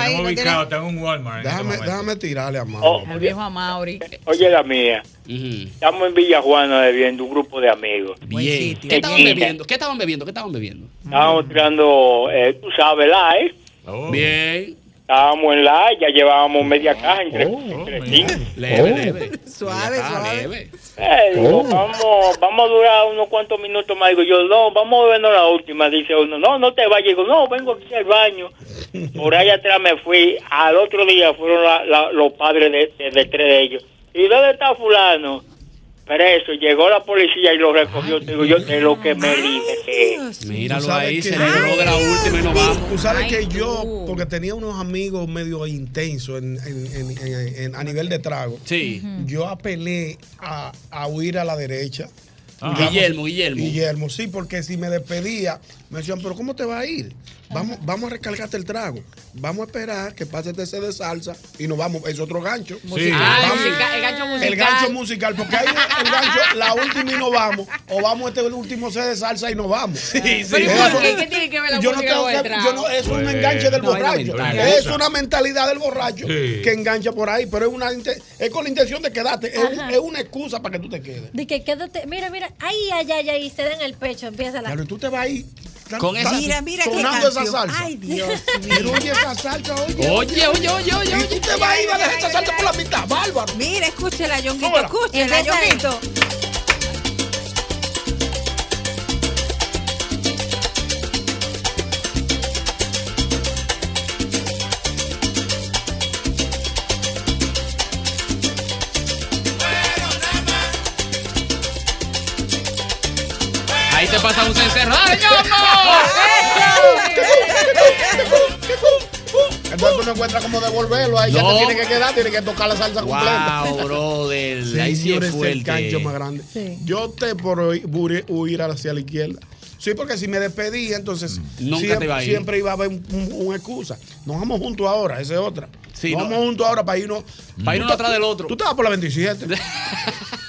Speaker 7: está en este un Walmart.
Speaker 4: Déjame, déjame tirarle a mano.
Speaker 11: Oh, El viejo Amauri.
Speaker 12: Oye, la mía. Estamos en Villajuana bebiendo un grupo de amigos.
Speaker 2: Bien. ¿Qué estaban bebiendo? ¿Qué estaban bebiendo? ¿Qué estaban bebiendo? Mm.
Speaker 12: Estábamos tirando, eh, tú sabes, la, ¿eh?
Speaker 2: Oh. Bien.
Speaker 12: Estábamos en la, ya llevábamos media caja entre, entre cinco.
Speaker 2: Oh, Leve, leve.
Speaker 3: Suave, suave.
Speaker 12: Eh, digo,
Speaker 3: Oh.
Speaker 12: vamos, vamos a durar unos cuantos minutos más. Digo yo, no, vamos a vernos la última. Dice uno, no, no te vayas. Digo, no, vengo aquí al baño. Por allá atrás me fui. Al otro día fueron la- la- los padres de, de- de tres de ellos. ¿Y dónde está fulano? Preso. Llegó la policía y lo recogió. Digo yo, de lo que me liberé.
Speaker 2: Míralo
Speaker 4: sabes
Speaker 2: ahí,
Speaker 4: que-
Speaker 2: se libró de la última y nos vamos.
Speaker 4: Tú sabes que yo, porque tenía unos amigos medio intensos en- en- en- en- en- a nivel de trago,
Speaker 2: Sí.
Speaker 4: yo apelé a, a huir a la derecha.
Speaker 2: Ah.
Speaker 4: Digamos-
Speaker 2: Guillermo, Guillermo.
Speaker 4: Guillermo, sí, porque si me despedía, me decían, pero ¿cómo te va a ir? Vamos, vamos a recargarte el trago. Vamos a esperar que pase este set de salsa y nos vamos. Es otro gancho.
Speaker 7: Sí. Ah, el
Speaker 4: Vamos.
Speaker 7: musica- el gancho musical.
Speaker 4: El gancho musical, porque hay un- el gancho, la última y nos vamos. O vamos a este último set de salsa y nos vamos. Eh,
Speaker 11: Pero ¿y
Speaker 4: Es
Speaker 11: por
Speaker 4: otro-
Speaker 11: qué? ¿Qué tiene que ver la
Speaker 4: yo no
Speaker 11: música
Speaker 4: tengo
Speaker 11: con el
Speaker 4: que-
Speaker 11: trago?
Speaker 4: yo no- es un
Speaker 2: Pues,
Speaker 11: Bueno,
Speaker 4: enganche del
Speaker 11: no, hay
Speaker 4: borracho.
Speaker 11: lamentable.
Speaker 4: Es una mentalidad del borracho
Speaker 7: Sí.
Speaker 4: que engancha por ahí, pero es una inte- es con la intención de quedarte. Es, un-
Speaker 8: Ajá.
Speaker 4: es una excusa para que tú te quedes.
Speaker 8: De que quédate. Mira, mira. Ay, ay, ay, ay. Se dan el pecho. Empieza la.
Speaker 4: Claro, y tú te vas ahí. tan-
Speaker 8: Con esa-
Speaker 4: tan-
Speaker 8: Mira, mira qué
Speaker 4: sonando esa
Speaker 8: canción.
Speaker 4: salsa.
Speaker 8: Ay, Dios
Speaker 4: Pero oye esa salsa, oh. oye.
Speaker 2: Oye, oye, oye, oye.
Speaker 4: Y tú te vas ahí y vas a dejar esa salsa por la mitad, bárbaro.
Speaker 3: Mira, escúchela, Yonguito,
Speaker 4: Súbela.
Speaker 3: escúchela,
Speaker 8: Empieza ahí.
Speaker 3: Yonguito.
Speaker 2: Ahí te pasa un cencerro. ¡Ay,
Speaker 4: Entonces tú no encuentras cómo devolverlo. Ahí ya
Speaker 2: No.
Speaker 4: te tiene que quedar, tiene que tocar la salsa completa.
Speaker 2: Wow, brother. ahí sí
Speaker 4: Señores, es el
Speaker 2: es fuerte.
Speaker 4: gancho más grande. Yo te por hoy huir, huir hacia la izquierda. Sí, porque si me despedía, entonces
Speaker 2: Mm. Nunca
Speaker 4: siempre,
Speaker 2: te iba a ir.
Speaker 4: siempre iba a haber un- un- una excusa. Nos vamos juntos ahora, esa es otra.
Speaker 2: Sí,
Speaker 4: Nos
Speaker 2: no. Mm.
Speaker 4: vamos juntos ahora para irnos.
Speaker 2: Para
Speaker 4: Tú
Speaker 2: irnos
Speaker 4: te-
Speaker 2: atrás del otro.
Speaker 4: Tú te vas por la 27.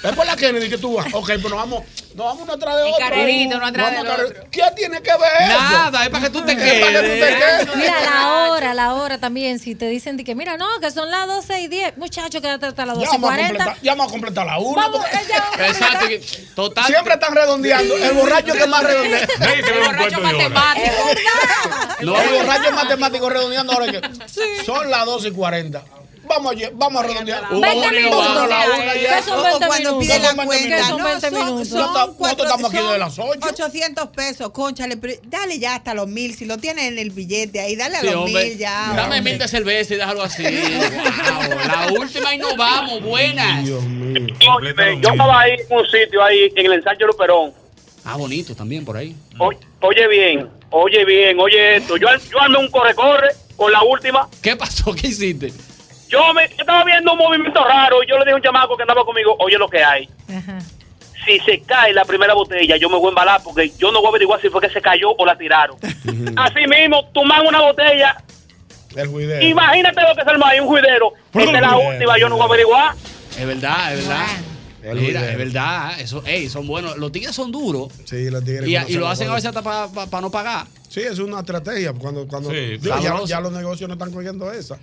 Speaker 4: es por la Kennedy que tú vas. Ok, pero nos vamos, nos vamos uno atrás de otro.
Speaker 11: carrerita, uno atrás
Speaker 4: Vamos
Speaker 11: del
Speaker 4: a carrer- ¿Qué tiene que ver?
Speaker 2: Nada, es para que tú te
Speaker 4: quedes. Es para que tú te quedes.
Speaker 8: Mira, la hora, la hora también. Si te dicen de que, mira, no, que son las 12 y 10. Muchacho, quédate hasta las
Speaker 4: Ya vamos, a
Speaker 8: 12 y 40.
Speaker 4: completar, ya vamos a completar la una.
Speaker 8: Vamos,
Speaker 4: porque-
Speaker 2: Exacto. que- Total.
Speaker 4: Siempre están redondeando. El borracho que más redondea.
Speaker 7: Nadie se ve un cuarto de hora.
Speaker 4: No, el borracho matemático redondeando ahora que son las 12 y 40. Vamos a, lle- vamos a redondear.
Speaker 2: Hubo Veinte uno y no
Speaker 4: Vamos a la
Speaker 2: vamos.
Speaker 4: una ya.
Speaker 3: Que son veinte
Speaker 4: Cuando
Speaker 3: minutos.
Speaker 4: pide la
Speaker 3: Que son
Speaker 4: cuenta,
Speaker 3: veinte
Speaker 4: no,
Speaker 3: minutos.
Speaker 4: son-
Speaker 3: Nosotros
Speaker 4: son cuatro- estamos aquí
Speaker 3: son
Speaker 4: de las ocho.
Speaker 3: 800 pesos, conchale. pero Dale ya hasta los mil. Si lo tienes en el billete ahí, dale a
Speaker 2: Sí,
Speaker 3: los
Speaker 2: hombre.
Speaker 3: mil ya.
Speaker 2: Dame
Speaker 3: hombre.
Speaker 2: mil de cerveza y déjalo así. Wow, la última y nos vamos. Buenas.
Speaker 12: Yo estaba ahí en un sitio ahí, en el ensanche Luperón.
Speaker 2: Ah, bonito también por ahí.
Speaker 12: Oye, oye bien, oye bien, oye esto. Yo, al- yo armé un corre-corre con la última.
Speaker 2: ¿Qué pasó? ¿Qué hiciste?
Speaker 12: Yo, me, yo estaba viendo un movimiento raro. y Yo le dije a un chamaco que andaba conmigo, oye lo que hay. Si se cae la primera botella, yo me voy a embalar porque yo no voy a averiguar si fue que se cayó o la tiraron. Así mismo, toman una botella.
Speaker 4: El juidero.
Speaker 12: Imagínate lo que es el maíz, un juidero. Esta es la
Speaker 2: juidero,
Speaker 12: última, yo no voy a averiguar.
Speaker 2: Es verdad, es verdad. Mira, es verdad. Eso, ey, son buenos. Los tigres son duros.
Speaker 4: Sí, los tigres
Speaker 2: Y,
Speaker 4: conocen
Speaker 2: y lo
Speaker 4: los
Speaker 2: hacen a
Speaker 4: juegos.
Speaker 2: veces hasta para no pagar.
Speaker 4: Sí, es una estrategia. Cuando, cuando
Speaker 2: Sí,
Speaker 4: ya,
Speaker 2: sabroso.
Speaker 4: ya los negocios no están cogiendo esa.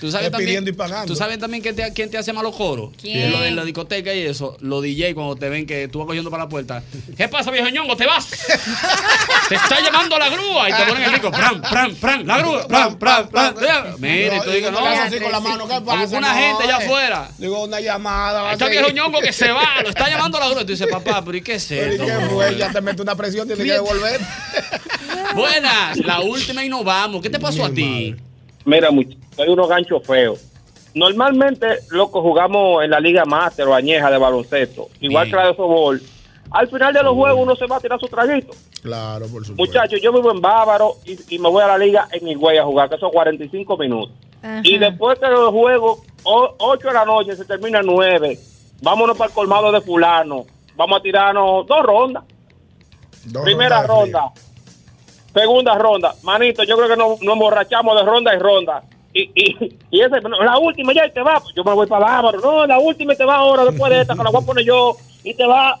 Speaker 2: ¿Tú sabes, también,
Speaker 4: Eh, pidiendo y pagando.
Speaker 2: ¿Tú sabes también quién te, quién te hace malos coros?
Speaker 4: ¿Quién?
Speaker 2: Lo de la discoteca y eso. Los DJ cuando te ven que tú vas cogiendo para la puerta. ¿Qué pasa, viejo ñongo? ¿Te vas? te está llamando la grúa. Y te ponen el rico. Pram, pram, pram. La grúa. Pram, pram, pram. Mire,
Speaker 4: No,
Speaker 2: tú
Speaker 4: y
Speaker 2: digas,
Speaker 4: no
Speaker 2: no.
Speaker 4: te hagas así con la mano, ¿qué
Speaker 2: Como
Speaker 4: pasa?
Speaker 2: que una
Speaker 4: No,
Speaker 2: gente allá
Speaker 4: eh.
Speaker 2: afuera.
Speaker 4: Digo, una llamada. va a
Speaker 2: Está
Speaker 4: ser-
Speaker 2: viejo ñongo que se va. Lo está llamando la grúa. Y tú dices, papá, pero ¿y qué es
Speaker 4: Pero ¿y
Speaker 2: esto?
Speaker 4: qué fue? Ya te mete una presión, tienes que
Speaker 2: Fíjate.
Speaker 4: devolver.
Speaker 2: Buenas. La última y nos vamos. ¿Qué te pasó a ti?
Speaker 14: Mira, muchachos, hay unos ganchos feos. Normalmente, loco, jugamos en la Liga Master o Añeja de baloncesto. Igual
Speaker 4: Sí.
Speaker 14: que la de softball. Al final de los juegos uno se va a tirar su traguito.
Speaker 4: Claro, por supuesto.
Speaker 14: Muchachos, yo vivo en Bávaro y, y me voy a la liga en Higüey a jugar, que son 45 minutos.
Speaker 3: Ah,
Speaker 14: Y
Speaker 2: Ah.
Speaker 14: después que los juegos, 8 de la noche, se termina 9. Vámonos para el colmado de fulano. Vamos a tirarnos dos rondas. Primera
Speaker 12: rondas de
Speaker 14: ronda. Segunda ronda. Manito, yo creo que nos, nos emborrachamos de ronda en ronda. Y, y, y ese, no, la última ya y te va. pues, Yo me voy para Bávaro. No, la última y te va ahora después de esta, que la voy a poner yo. Y te va.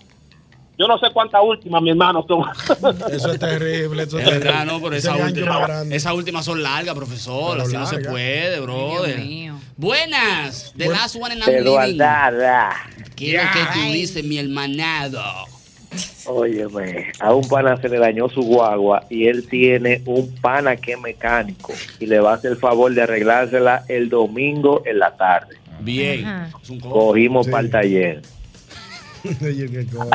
Speaker 14: Yo no sé cuántas últimas, mi hermano, son.
Speaker 4: Eso es terrible. Eso
Speaker 2: Es
Speaker 4: es
Speaker 2: verdad,
Speaker 4: terrible.
Speaker 2: no, pero
Speaker 4: Ese
Speaker 2: esas
Speaker 4: gancho más
Speaker 2: últimas
Speaker 4: grande.
Speaker 2: esa última son largas, profesor.
Speaker 4: Pero
Speaker 2: así no se
Speaker 4: larga.
Speaker 2: puede, brother. Buenas. The last one and I'm leaving.
Speaker 12: Eduardada.
Speaker 2: Quiero que tú dices, mi hermanado.
Speaker 12: Óyeme, pues, a un pana se le dañó su guagua y él tiene un pana que es mecánico y le va a hacer el favor de arreglársela el domingo en la tarde.
Speaker 2: Bien.
Speaker 4: Oh,
Speaker 12: Cogimos para el taller.
Speaker 4: Oye, qué cosa.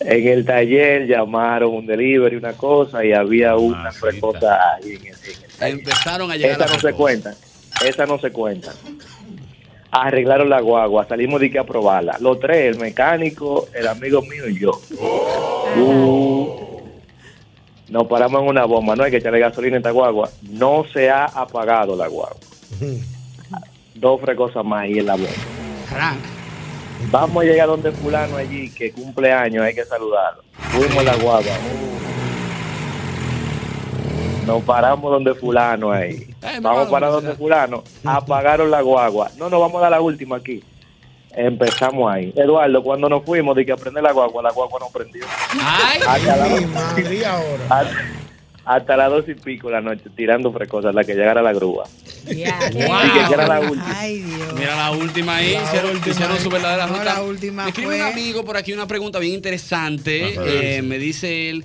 Speaker 12: En el taller llamaron un delivery, una cosa, y había una cosa ahí en el
Speaker 2: Ah, Empezaron a llegar
Speaker 12: Esa
Speaker 2: las
Speaker 12: no se
Speaker 2: cosas.
Speaker 12: cuenta. Esa no se cuenta. Arreglaron la guagua, salimos de que a probarla. Los tres, el mecánico, el amigo mío y yo. Uh. nos paramos en una bomba, no hay que echarle gasolina a esta guagua. No se ha apagado la guagua. Dos frecosas más ahí en la bomba. Vamos a llegar donde fulano allí, que cumpleaños, hay que saludarlo. Fuimos a la guagua. uh. Nos paramos donde fulano ahí. Vamos para donde fulano. Apagaron la guagua. No, no, vamos a dar la última aquí. Empezamos ahí. Eduardo, cuando nos fuimos, de que aprender la guagua, la guagua no prendió. hasta, la- hasta- hasta las dos y pico de la noche, tirando frecosas, la que llegara a la grúa.
Speaker 2: Wow.
Speaker 12: Y que era la última.
Speaker 2: Mira la última ahí,
Speaker 12: La
Speaker 2: hicieron, hicieron su verdadera
Speaker 3: No,
Speaker 2: ruta.
Speaker 3: la última
Speaker 2: Me escribe
Speaker 3: fue-
Speaker 2: un amigo por aquí una pregunta bien interesante.
Speaker 3: Ajá.
Speaker 2: Eh, me dice él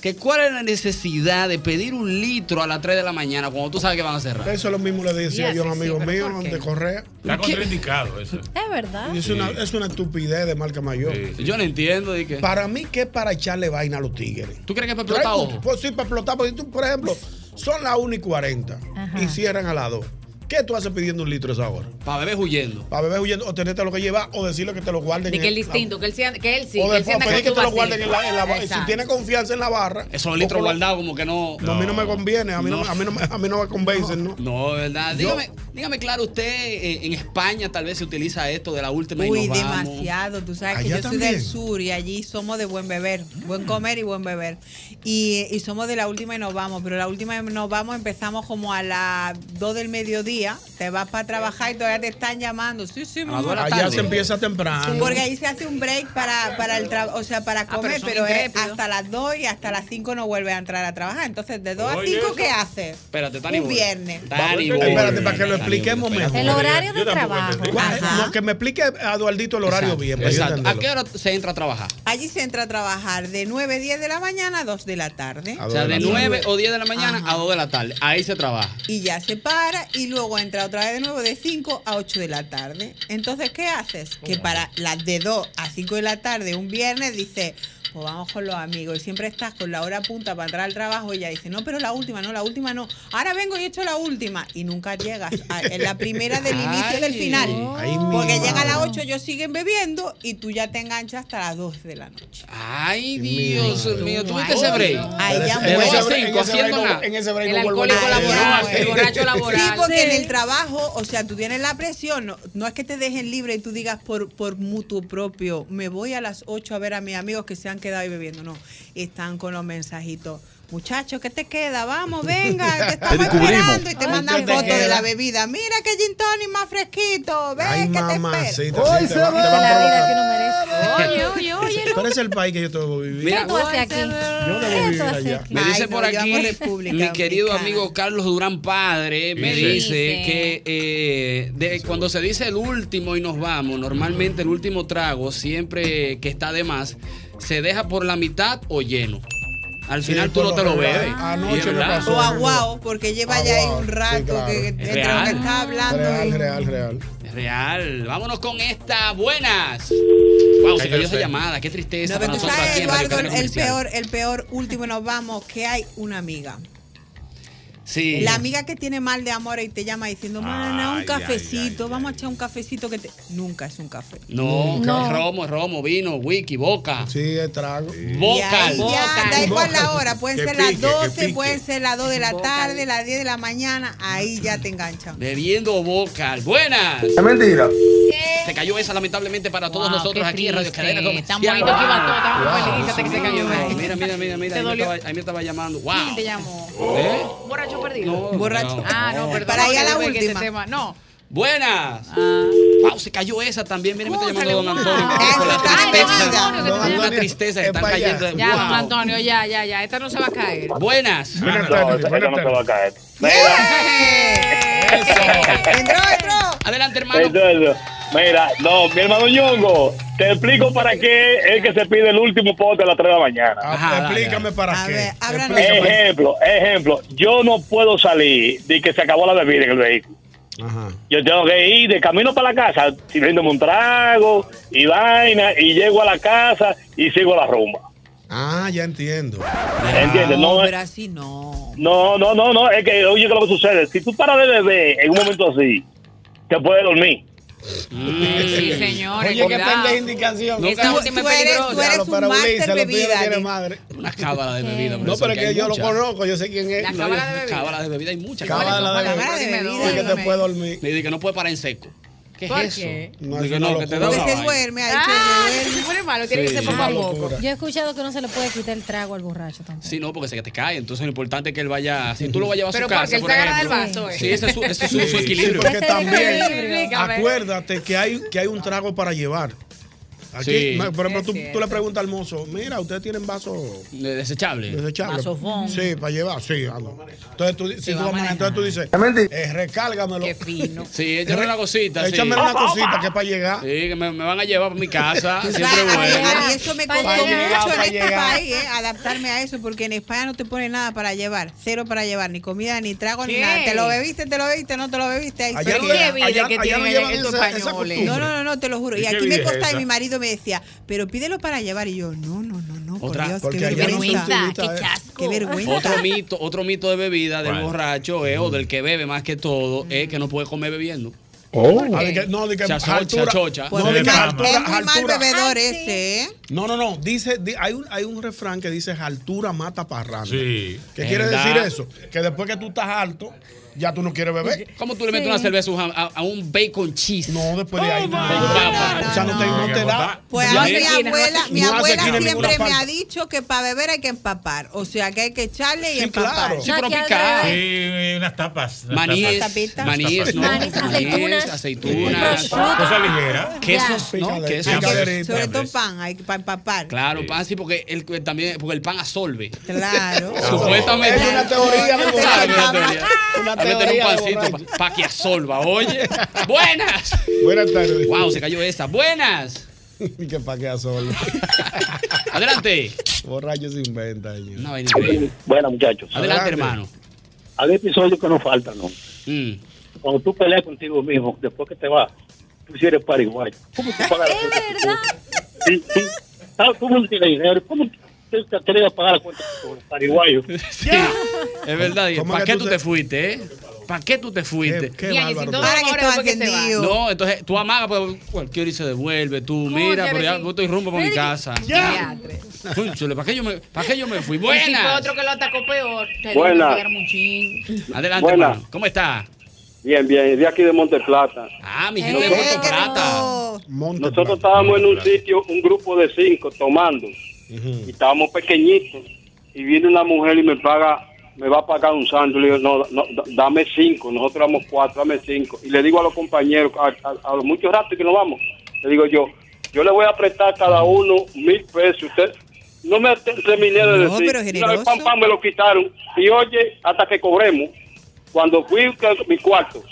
Speaker 2: que cuál es la necesidad de pedir un litro a las 3 de la mañana cuando tú sabes que van a cerrar.
Speaker 4: Eso es lo mismo le decía
Speaker 2: Ya,
Speaker 4: yo a un
Speaker 2: sí,
Speaker 4: amigo
Speaker 2: sí, pero
Speaker 4: mío
Speaker 2: ¿por qué?
Speaker 4: de Correa.
Speaker 17: Está contraindicado eso.
Speaker 18: Es verdad.
Speaker 4: Y Es, una, es una estupidez de marca mayor.
Speaker 2: Yo no entiendo. de que-
Speaker 4: Para mí, que es para echarle vaina a los tigres.
Speaker 2: ¿Tú crees que es para
Speaker 4: Trae
Speaker 2: explotar
Speaker 4: un-
Speaker 2: ojo?
Speaker 4: pues sí, para explotar. Porque tú, por ejemplo, son las 1 y 40 y cierran a las 2. ¿Qué tú haces pidiendo un litro a esa hora?
Speaker 2: Para beber huyendo.
Speaker 4: Para beber huyendo, o tenerte lo que llevar, o decirle que te lo guarden.
Speaker 10: De que
Speaker 4: en-
Speaker 10: el distinto, que él, sea- que él sí.
Speaker 4: o
Speaker 10: que
Speaker 4: después
Speaker 10: él sienta
Speaker 4: pedir que
Speaker 10: tú
Speaker 4: te lo
Speaker 10: vas
Speaker 4: guarden
Speaker 10: así.
Speaker 4: en la, en la barra. Si
Speaker 10: Exacto.
Speaker 4: tienes confianza en la barra.
Speaker 2: Esos
Speaker 4: o
Speaker 2: litros
Speaker 4: con-
Speaker 2: guardados como que no... Ah,
Speaker 4: No, a mí no me conviene, a mí no, me- a mí no, me- a mí no me convencen, ¿no?
Speaker 2: No, de verdad.
Speaker 4: Yo-
Speaker 2: Dígame, dígame claro, usted eh, en España tal vez se utiliza esto de la última y
Speaker 3: Uy,
Speaker 2: nos vamos.
Speaker 3: demasiado. Tú sabes que
Speaker 2: Allá
Speaker 3: yo soy
Speaker 2: también. Mm.
Speaker 3: del sur y allí somos de buen beber, buen comer y buen beber. Y, y somos de la última y nos vamos, pero la última y nos vamos empezamos como a las 2 del mediodía. Te vas para trabajar y todavía te están llamando. Sí, sí, mi amor.
Speaker 4: Allá se empieza temprano.
Speaker 3: Porque ahí se hace un break para, para el trabajo, o sea, para comer,
Speaker 10: son
Speaker 3: pero, es
Speaker 10: intrépidos.
Speaker 3: hasta las 2 y hasta las 5 no vuelve a entrar a trabajar. Entonces, de 2 a
Speaker 2: Oye,
Speaker 3: 5,
Speaker 2: eso.
Speaker 3: ¿qué hace?
Speaker 2: Espérate, Tani
Speaker 3: Un
Speaker 2: Boy.
Speaker 3: viernes.
Speaker 2: Tani Boy.
Speaker 4: Espérate, para que lo expliquemos mejor.
Speaker 2: El horario
Speaker 18: de Yo tampoco trabajo. entendí.
Speaker 4: ¿Cuál es? No, que me explique a Eduardito el horario bien. para yo
Speaker 2: Exacto. ¿A
Speaker 4: entenderlo.
Speaker 2: qué hora se entra a trabajar?
Speaker 3: Allí se entra a trabajar de 9, 10 de la mañana a 2 de la tarde.
Speaker 2: O sea, de 9 o 10 de la mañana a 2 de la tarde. Ahí se trabaja.
Speaker 3: Y ya se para y luego entra otra vez de nuevo de 5 a 8 de la tarde. Entonces, ¿qué haces? Que para las de 2 a 5 de la tarde, un viernes, dice, pues vamos con los amigos. Y siempre estás con la hora punta para entrar al trabajo y ya dice, no, pero la última, no, la última no. Ahora vengo y echo la última. Y nunca llegas. a- en la primera del inicio
Speaker 4: Ay.
Speaker 3: del final.
Speaker 4: Ay, mi
Speaker 3: Porque llega a las
Speaker 4: madre.
Speaker 3: 8, ellos siguen bebiendo y tú ya te enganchas hasta las 2 de la noche.
Speaker 2: Ay, Dios mío. ¿Tuviste ese
Speaker 3: Ay,
Speaker 2: break?
Speaker 3: Ay, ya
Speaker 2: De
Speaker 3: muero.
Speaker 2: dos a cinco, haciendo nada.
Speaker 3: El
Speaker 10: alcohólico laboral, el borracho laboral.
Speaker 3: Sí, porque
Speaker 10: Sí.
Speaker 3: en el trabajo, o sea, tú tienes la presión, no, no es que te dejen libre y tú digas por, por mutuo propio, me voy a las 8 a ver a mis amigos que se han quedado ahí bebiendo, no, están con los mensajitos. Muchacho, ¿qué te queda? Vamos, venga, te
Speaker 19: Te
Speaker 3: estamos
Speaker 19: descubrimos.
Speaker 3: esperando y te
Speaker 19: Ay,
Speaker 3: mandan
Speaker 19: ¿qué te
Speaker 3: fotos de
Speaker 19: queda?
Speaker 3: la bebida. Mira que gin tonic más fresquito. Ven,
Speaker 4: Ay,
Speaker 3: que te
Speaker 4: mamacita.
Speaker 3: espero.
Speaker 4: sí, te va- te va a probar.
Speaker 3: oye.
Speaker 4: ¿Cuál es el país que yo tengo que vivir?
Speaker 2: Mira,
Speaker 8: aquí?
Speaker 4: Yo debo vivir allá.
Speaker 2: Me dice por aquí mi querido amigo Carlos Durán Padre, me
Speaker 4: Sí.
Speaker 2: dice
Speaker 4: Dice.
Speaker 2: que eh, de- cuando se dice el último y nos vamos, normalmente el último trago, siempre que está de más, se deja por la mitad o lleno. Al final tú
Speaker 4: por
Speaker 2: no
Speaker 4: lo
Speaker 2: te lo
Speaker 4: general,
Speaker 2: bebes.
Speaker 4: anoche
Speaker 2: Y es
Speaker 4: me
Speaker 2: verdad.
Speaker 4: pasó.
Speaker 3: O aguao, porque lleva ya ahí un rato que
Speaker 2: Es
Speaker 3: entre lo
Speaker 2: real.
Speaker 3: que está hablando. y-
Speaker 4: real, real.
Speaker 2: Real. Vámonos con esta. Buenas. Wow,
Speaker 4: Cayó
Speaker 2: se cayó
Speaker 4: el
Speaker 2: esa
Speaker 4: cel.
Speaker 2: llamada. Qué tristeza
Speaker 3: No,
Speaker 2: para
Speaker 3: pero tú
Speaker 2: nosotros
Speaker 3: sabes,
Speaker 2: aquí en Radio
Speaker 3: Eduardo,
Speaker 2: Cadena
Speaker 3: el
Speaker 2: Comercial.
Speaker 3: peor, el peor, último nos vamos, que hay una amiga.
Speaker 2: Sí.
Speaker 3: La amiga que tiene mal de amor y te llama diciendo, mana, un cafecito, vamos a echar un cafecito que te... Nunca es un café.
Speaker 2: No,
Speaker 3: No.
Speaker 2: es romo, es romo, vino, wiki, boca.
Speaker 4: Sí, es trago.
Speaker 2: Vocal.
Speaker 3: Y ahí ya, da igual la hora, pueden
Speaker 2: Que
Speaker 3: ser
Speaker 2: pique,
Speaker 3: las
Speaker 2: que
Speaker 3: 12,
Speaker 2: pique.
Speaker 3: pueden ser las 2 de la tarde, las 10 de la mañana, ahí ya te enganchan.
Speaker 2: Bebiendo vocal. Buenas.
Speaker 4: Es mentira.
Speaker 2: Se cayó esa lamentablemente para todos
Speaker 10: Wow,
Speaker 2: nosotros
Speaker 10: qué
Speaker 2: aquí en Radio
Speaker 10: triste.
Speaker 2: Cadena Comercial.
Speaker 10: Tan bonito que iba todo, tan
Speaker 2: Wow.
Speaker 10: feliz hasta que se cayó.
Speaker 2: No, Mira, mira, mira, mira.
Speaker 10: Te
Speaker 2: Ahí me,
Speaker 10: dolió.
Speaker 2: estaba, ahí me estaba llamando. Wow.
Speaker 10: ¿Quién te llamó?
Speaker 2: ¿Eh?
Speaker 10: Borracho perdido.
Speaker 2: No, Borracho. no.
Speaker 10: Ah, no, perdón.
Speaker 3: Para ir a la
Speaker 10: no sé qué
Speaker 3: última.
Speaker 10: este tema- No.
Speaker 2: Buenas. Wow, se cayó esa también. Mira, me está llamando Don Antonio. Con la tristeza. Con la tristeza que están cayendo.
Speaker 10: Ya,
Speaker 2: Wow.
Speaker 10: don Antonio, ya, ya, ya. Esta no se va a caer.
Speaker 2: Buenas.
Speaker 14: Buenas tardes. No, esa no se va a caer.
Speaker 2: Adelante,
Speaker 14: Entonces, mira, no, mi hermano Ñongo, te explico para qué es que se pide el último pote a las 3 de la mañana.
Speaker 4: Explícame para qué. Explícame.
Speaker 14: Ejemplo, ejemplo, yo no puedo salir de que se acabó la bebida en el vehículo. Yo tengo que ir de camino para la casa, sirviéndome un trago y vaina, y llego a la casa y sigo la rumba.
Speaker 4: Ah, ya entiendo.
Speaker 14: ¿Entiendes? No,
Speaker 3: pero así no.
Speaker 14: No, no, no, no, es que, oye, que lo que sucede, si tú paras de beber en un momento así, te puedes dormir.
Speaker 10: Sí, señores.
Speaker 4: Oye, qué
Speaker 10: cuidado.
Speaker 4: pendeja indicación.
Speaker 10: Esa
Speaker 4: Nunca-
Speaker 10: última es peligrosa.
Speaker 4: Claro, pero Ulises, lo tuyo no tiene
Speaker 2: Dani.
Speaker 4: madre.
Speaker 2: Una cábala de bebida.
Speaker 4: No, pero es que yo lo conozco, yo sé quién es.
Speaker 2: La cábala de bebida. Cábala de bebida hay muchas.
Speaker 4: Cábala de bebida.
Speaker 2: Cábala
Speaker 4: Cábala de bebida.
Speaker 2: Dime
Speaker 4: Que te
Speaker 2: dos.
Speaker 4: puede dormir.
Speaker 2: Le dije que no puede parar en seco. ¿Qué
Speaker 10: ¿Por
Speaker 2: es eso?
Speaker 10: qué?
Speaker 2: No,
Speaker 4: es
Speaker 2: Digo,
Speaker 4: una
Speaker 2: no, que te da
Speaker 4: locura.
Speaker 2: una
Speaker 4: Porque
Speaker 2: vaina.
Speaker 3: duerme,
Speaker 8: Ah,
Speaker 10: ha dicho Se pone malo, tiene
Speaker 2: Sí.
Speaker 10: que ser poco a poco.
Speaker 8: Yo he escuchado que no se le puede quitar el trago al borracho tampoco.
Speaker 2: Sí, no, porque se te cae. Entonces lo importante es que él vaya. Si tú lo vas a llevar a su
Speaker 8: Pero
Speaker 2: casa.
Speaker 8: porque él
Speaker 2: por
Speaker 8: se agarra
Speaker 2: ejemplo.
Speaker 8: del vaso, ¿eh?
Speaker 2: Sí, ese es su, ese es su- su
Speaker 4: Sí,
Speaker 2: equilibrio.
Speaker 4: porque también,
Speaker 2: Explícame.
Speaker 4: acuérdate que hay, que hay un trago para llevar. Aquí,
Speaker 2: Sí.
Speaker 4: no, por ejemplo,
Speaker 2: Es
Speaker 4: tú,
Speaker 2: cierto.
Speaker 4: tú le preguntas al mozo, mira, ¿ustedes tienen vaso
Speaker 2: De- Desechable.
Speaker 4: desechable?
Speaker 2: Vasofón.
Speaker 4: Sí, para llevar, sí. ah, no. Entonces tú, di- si
Speaker 2: va
Speaker 4: tú vas a manejar, entonces tú dices, eh, recárgamelo. Qué
Speaker 10: fino.
Speaker 2: Sí, échame una cosita. sí.
Speaker 4: Eh, Échame una cosita que es para llegar.
Speaker 2: Sí, que me, me van a llevar para mi casa.
Speaker 3: Tú
Speaker 2: Siempre
Speaker 3: sabes,
Speaker 2: bueno.
Speaker 3: A mí eso me
Speaker 4: Para
Speaker 3: costó mucho
Speaker 4: llegar, para
Speaker 3: en este
Speaker 4: llegar.
Speaker 3: país, eh, adaptarme a eso, porque en España no te pone nada para llevar, cero para llevar, ni comida, ni trago, ni
Speaker 10: ¿Qué?
Speaker 3: nada. Te lo bebiste, te lo bebiste, no te lo bebiste. Ahí
Speaker 10: Allá
Speaker 3: se
Speaker 10: no
Speaker 3: queda.
Speaker 10: le- Qué vida allá- que allá tienen no allá llevan estos esa- esa españoles.
Speaker 3: No,
Speaker 10: costumbre.
Speaker 3: no, no, no, te lo juro.
Speaker 10: ¿Y
Speaker 3: Y
Speaker 10: qué
Speaker 3: aquí me
Speaker 10: vida es
Speaker 3: costaba, y
Speaker 10: esa?
Speaker 3: mi marido me decía, pero pídelo para llevar. Y yo, no, no, no, no, por
Speaker 2: Otra-
Speaker 3: Dios,
Speaker 2: porque
Speaker 3: qué
Speaker 2: allá no
Speaker 3: vergüenza.
Speaker 2: se utiliza
Speaker 3: Qué chasco. Qué vergüenza.
Speaker 2: Otro mito, otro mito de bebida del borracho eh, o
Speaker 4: Mm.
Speaker 2: del que bebe más que todo es que no puede comer bebiendo.
Speaker 4: Oh. Ah, de que- no, de que
Speaker 2: Chachocha,
Speaker 4: altura-
Speaker 2: chocha.
Speaker 4: No, de que
Speaker 2: Pues,
Speaker 4: altura-
Speaker 3: Es muy mal
Speaker 4: altura- Ah,
Speaker 3: bebedor ese, ¿eh?
Speaker 4: No, no, no. Dice, di- hay, un, hay un refrán que dice altura mata parranda. Sí. ¿Qué
Speaker 2: Es
Speaker 4: quiere decir
Speaker 2: verdad.
Speaker 4: eso? Que después que tú estás alto, ya tú no quieres beber.
Speaker 2: ¿Cómo tú le metes una cerveza a, un- a- a un bacon cheese? No,
Speaker 4: después de ahí no. Oh, O sea, no te- no te da.
Speaker 3: Pues
Speaker 4: No
Speaker 3: a
Speaker 4: hace
Speaker 3: mi
Speaker 4: esquina, no
Speaker 3: abuela,
Speaker 4: hace-
Speaker 3: mi
Speaker 4: no hace
Speaker 3: abuela
Speaker 4: esquina en ninguna
Speaker 3: siempre me
Speaker 4: parte.
Speaker 3: ha dicho que para beber hay que empapar. O sea, que hay que echarle y
Speaker 7: Sí,
Speaker 3: empapar.
Speaker 7: claro.
Speaker 3: Aquí al revés.
Speaker 7: Sí, unas tapas. unas
Speaker 2: Maníes,
Speaker 7: tapas.
Speaker 2: tapitas.
Speaker 7: Unas
Speaker 2: maníes,
Speaker 7: tapas.
Speaker 2: ¿no? Maníes, Aceitunas. aceitunas.
Speaker 3: Pues,
Speaker 7: Sí. Cosa ligera.
Speaker 2: Quesos, ¿no?
Speaker 7: Picadera.
Speaker 2: Quesos.
Speaker 7: Picaderita.
Speaker 3: Sobre todo pan, hay que para empapar.
Speaker 2: Claro, pan sí, porque el, también, porque el pan absorbe.
Speaker 3: Claro.
Speaker 2: Supuestamente.
Speaker 3: Es una teoría de borracho.
Speaker 2: Claro, una teoría.
Speaker 4: Una
Speaker 2: Hay que Ah, meter
Speaker 4: teoría de
Speaker 2: un pancito para que absorba, oye. Buenas.
Speaker 4: Buenas tardes.
Speaker 2: Wow, se cayó esa. Buenas.
Speaker 4: que pa' qué solo.
Speaker 2: Adelante.
Speaker 4: Borracho se inventa.
Speaker 12: Bueno, muchachos.
Speaker 4: Adelante, hermano.
Speaker 12: Hay episodios que no faltan, ¿no?
Speaker 2: Mm.
Speaker 12: Cuando tú peleas contigo mismo, después que te vas, tú si eres pariguayo. ¿Cómo tú pagas la cuenta? de tu culo? Sí, sí. Ah, Tú no tienes dinero. ¿Cómo tú te atreves a pagar la cuenta de tu culo, pariguayo?
Speaker 2: Es verdad, Diego.
Speaker 12: ¿Cómo
Speaker 2: ¿Para
Speaker 12: que
Speaker 2: qué
Speaker 12: tú
Speaker 2: tú te fuiste, eh? ¿Para qué tú te fuiste?
Speaker 4: Qué,
Speaker 10: Bien, y si bárbaro. todo Para que ahora estaba después que se va. encendido.
Speaker 2: No, entonces tú amagas, pero cualquier y se devuelve. Tú, mira, pero ya yo estoy rumbo para mi casa.
Speaker 10: Ya.
Speaker 2: Cónchale, ¿Para qué yo me, para qué yo me fui?
Speaker 10: Y si fue
Speaker 2: Buenas.
Speaker 10: otro que lo atacó peor. te
Speaker 11: Buenas.
Speaker 10: debe pegar un chin.
Speaker 2: Adelante,
Speaker 11: Buenas.
Speaker 2: hermano. ¿Cómo está?
Speaker 11: Bien, bien, de aquí de Monteplata.
Speaker 2: Ah, mi gente de Puerto Plata.
Speaker 11: Nosotros estábamos en un sitio, un grupo de cinco tomando, y estábamos pequeñitos.
Speaker 14: y viene una mujer y me paga, me va a pagar un sándwich. Le digo, no, no, da- dame cinco, nosotros damos cuatro, dame cinco. Y le digo a los compañeros, a, a- a los muchos ratos que nos vamos, le digo yo, yo le voy a prestar a cada uno mil pesos. Usted no me te- terminé de
Speaker 3: No,
Speaker 14: decir.
Speaker 3: pero
Speaker 14: Una vez,
Speaker 3: generoso.
Speaker 14: pam, pam, me lo quitaron. Y oye, hasta que cobremos, cuando fui a mi cuarto,